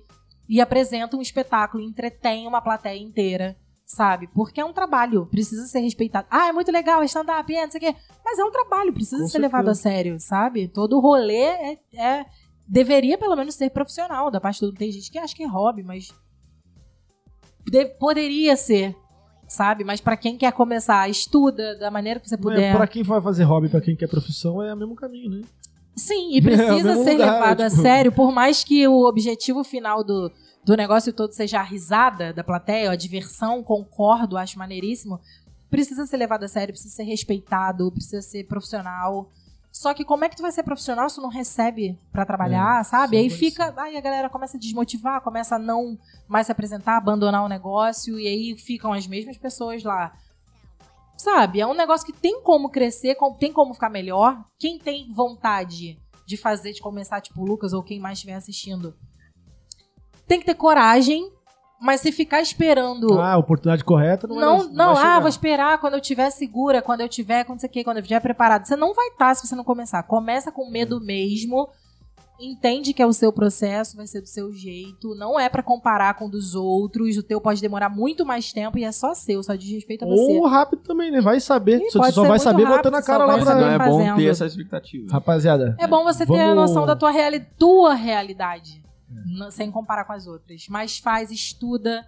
e apresenta um espetáculo, entretém uma plateia inteira, sabe? Porque é um trabalho, precisa ser respeitado. Ah, é muito legal, é stand-up, é, não sei o quê. Mas é um trabalho, precisa Com ser levado a sério, sabe? Todo rolê é, é- deveria pelo menos ser profissional da parte do. Tem gente que acha que é hobby, mas de- poderia ser, sabe? Mas pra quem quer começar, estuda da maneira que você puder. É, pra quem vai fazer hobby, pra quem quer profissão, é o mesmo caminho, né? Sim, É, e o precisa mesmo ser lugar, levado a tipo- sério, por mais que o objetivo final do, do negócio todo seja a risada da plateia, a diversão, concordo, acho maneiríssimo. Precisa ser levado a sério, precisa ser respeitado, precisa ser profissional. Só que como é que tu vai ser profissional se tu não recebe pra trabalhar, sabe? sim, Aí pois. fica, aí a galera começa a desmotivar, começa a não mais se apresentar, abandonar o negócio e aí ficam as mesmas pessoas lá sabe, é um negócio que tem como crescer, com- tem como ficar melhor. Quem tem vontade de fazer, de começar, tipo o Lucas ou quem mais estiver assistindo, tem que ter coragem, mas se ficar esperando. Ah, a oportunidade correta não, Tipo, não, vai, não, vai ah, chegar. vou esperar quando eu tiver segura, quando eu tiver, quando não sei o que, quando eu estiver preparado. Você não vai estar se você não começar. Começa com medo É. mesmo. Entende que é o seu processo, vai ser do seu jeito. Não é pra comparar com o dos outros. O teu pode demorar muito mais tempo e é só seu, só diz respeito a você. Ou rápido também, né? Vai saber. Ih, Só- pode Você só ser vai muito saber rápido, botando a só cara lá vai pra. Não é bom fazendo. ter essa expectativa. Rapaziada, É bom você ter a Vamos- É. noção da tua, reali tua realidade, n- sem comparar com as outras. Mas faz, estuda,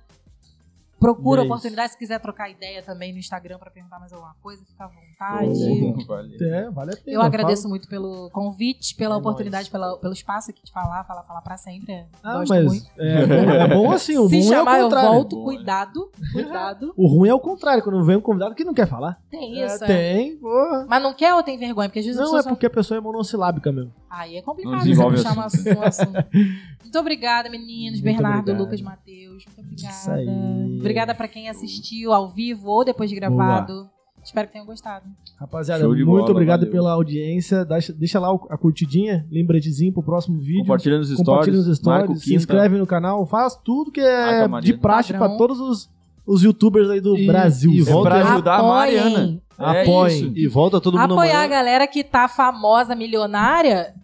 procura E é oportunidade. Se quiser trocar ideia também no Instagram pra perguntar mais alguma coisa, fica à vontade. Boa. Valeu. é, vale a pena. Eu agradeço muito pelo convite, pela É oportunidade, nóis. pela- pelo espaço aqui de falar, falar, falar pra sempre. Ah, Gosto mas muito. é, bom- é bom assim, o Se ruim é o chamar, eu contrário. volto. Boa. Cuidado, cuidado. O ruim é o contrário, quando vem um convidado que não quer falar. Tem isso, É, é. tem, porra. Mas não quer ou tem vergonha? Porque às vezes as Não, é pessoas são porque a pessoa é monossilábica mesmo. Aí é Não complicado você desenvolve puxar o um assunto. um assunto. Muito obrigada, meninos. Muito Bernardo, obrigado. Lucas, Matheus. Muito obrigada. Isso aí. Obrigada pra quem assistiu ao vivo ou depois de gravado. Espero que tenham gostado. Rapaziada, Show de muito bola, obrigado valeu. pela audiência. Deixa, deixa lá o- a curtidinha, lembretezinho pro próximo vídeo. Compartilha nos stories. Compartilha nos marca o stories, se Quinta. inscreve no canal, faz tudo que Marca é a Marina. de praxe Padrão. pra todos os, os youtubers aí do E- Brasil. e É volta- pra- Pra ajudar a Apoiem. Mariana. É Apoiem. isso. E volta todo mundo Apoiar a amanhã. galera que tá famosa, milionária.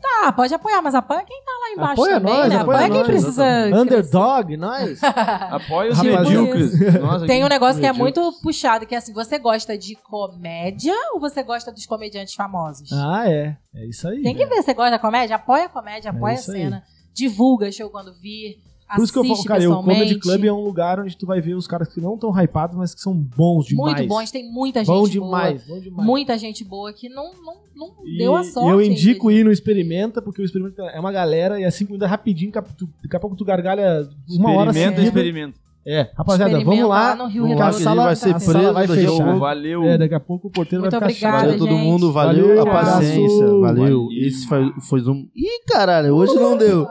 Tá, pode apoiar, mas apoia quem tá lá embaixo Apoia também, nós, né? apoia Apoia, quem nós, precisa. Underdog, nós. Apoia os Rapaziada. medíocres. Nós aqui, Tem um negócio que é medíocres. muito puxado, que é assim, você gosta de comédia ou você gosta dos comediantes famosos? ah, é. É isso aí. Tem que ver, você gosta da comédia? Apoia a comédia, É apoia a isso aí. cena. Divulga show quando vir. Por isso que eu falo, assiste cara, o pessoalmente. Comedy Club é um lugar onde tu vai ver os caras que não estão hypados, mas que são bons é demais. Muito bons, tem muita gente Bom boa. demais, bom demais. Muita gente boa que não, não, não E deu a sorte. Eu indico ainda. ir no Experimenta, porque o Experimenta é uma galera e assim ainda rapidinho, cap- tu- daqui a pouco tu gargalha uma hora Experimenta, seguida. experimenta. É, rapaziada, Experimenta vamos lá. no Rio que vamos Redondo. lá, a que sala, vai ser a sala preso vai do fechar. jogo. Então, Valeu. É, daqui a pouco o porteiro Muito vai ficar obrigada, chato. Valeu todo gente. mundo, valeu, Valeu, a paciência, abraço. valeu. Valeu. Esse foi, foi um. Ih, caralho, hoje não deu.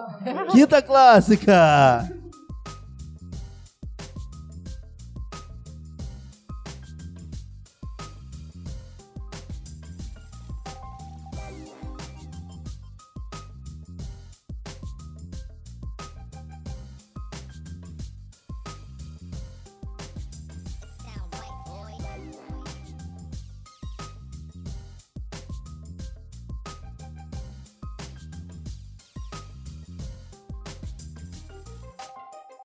Quinta clássica!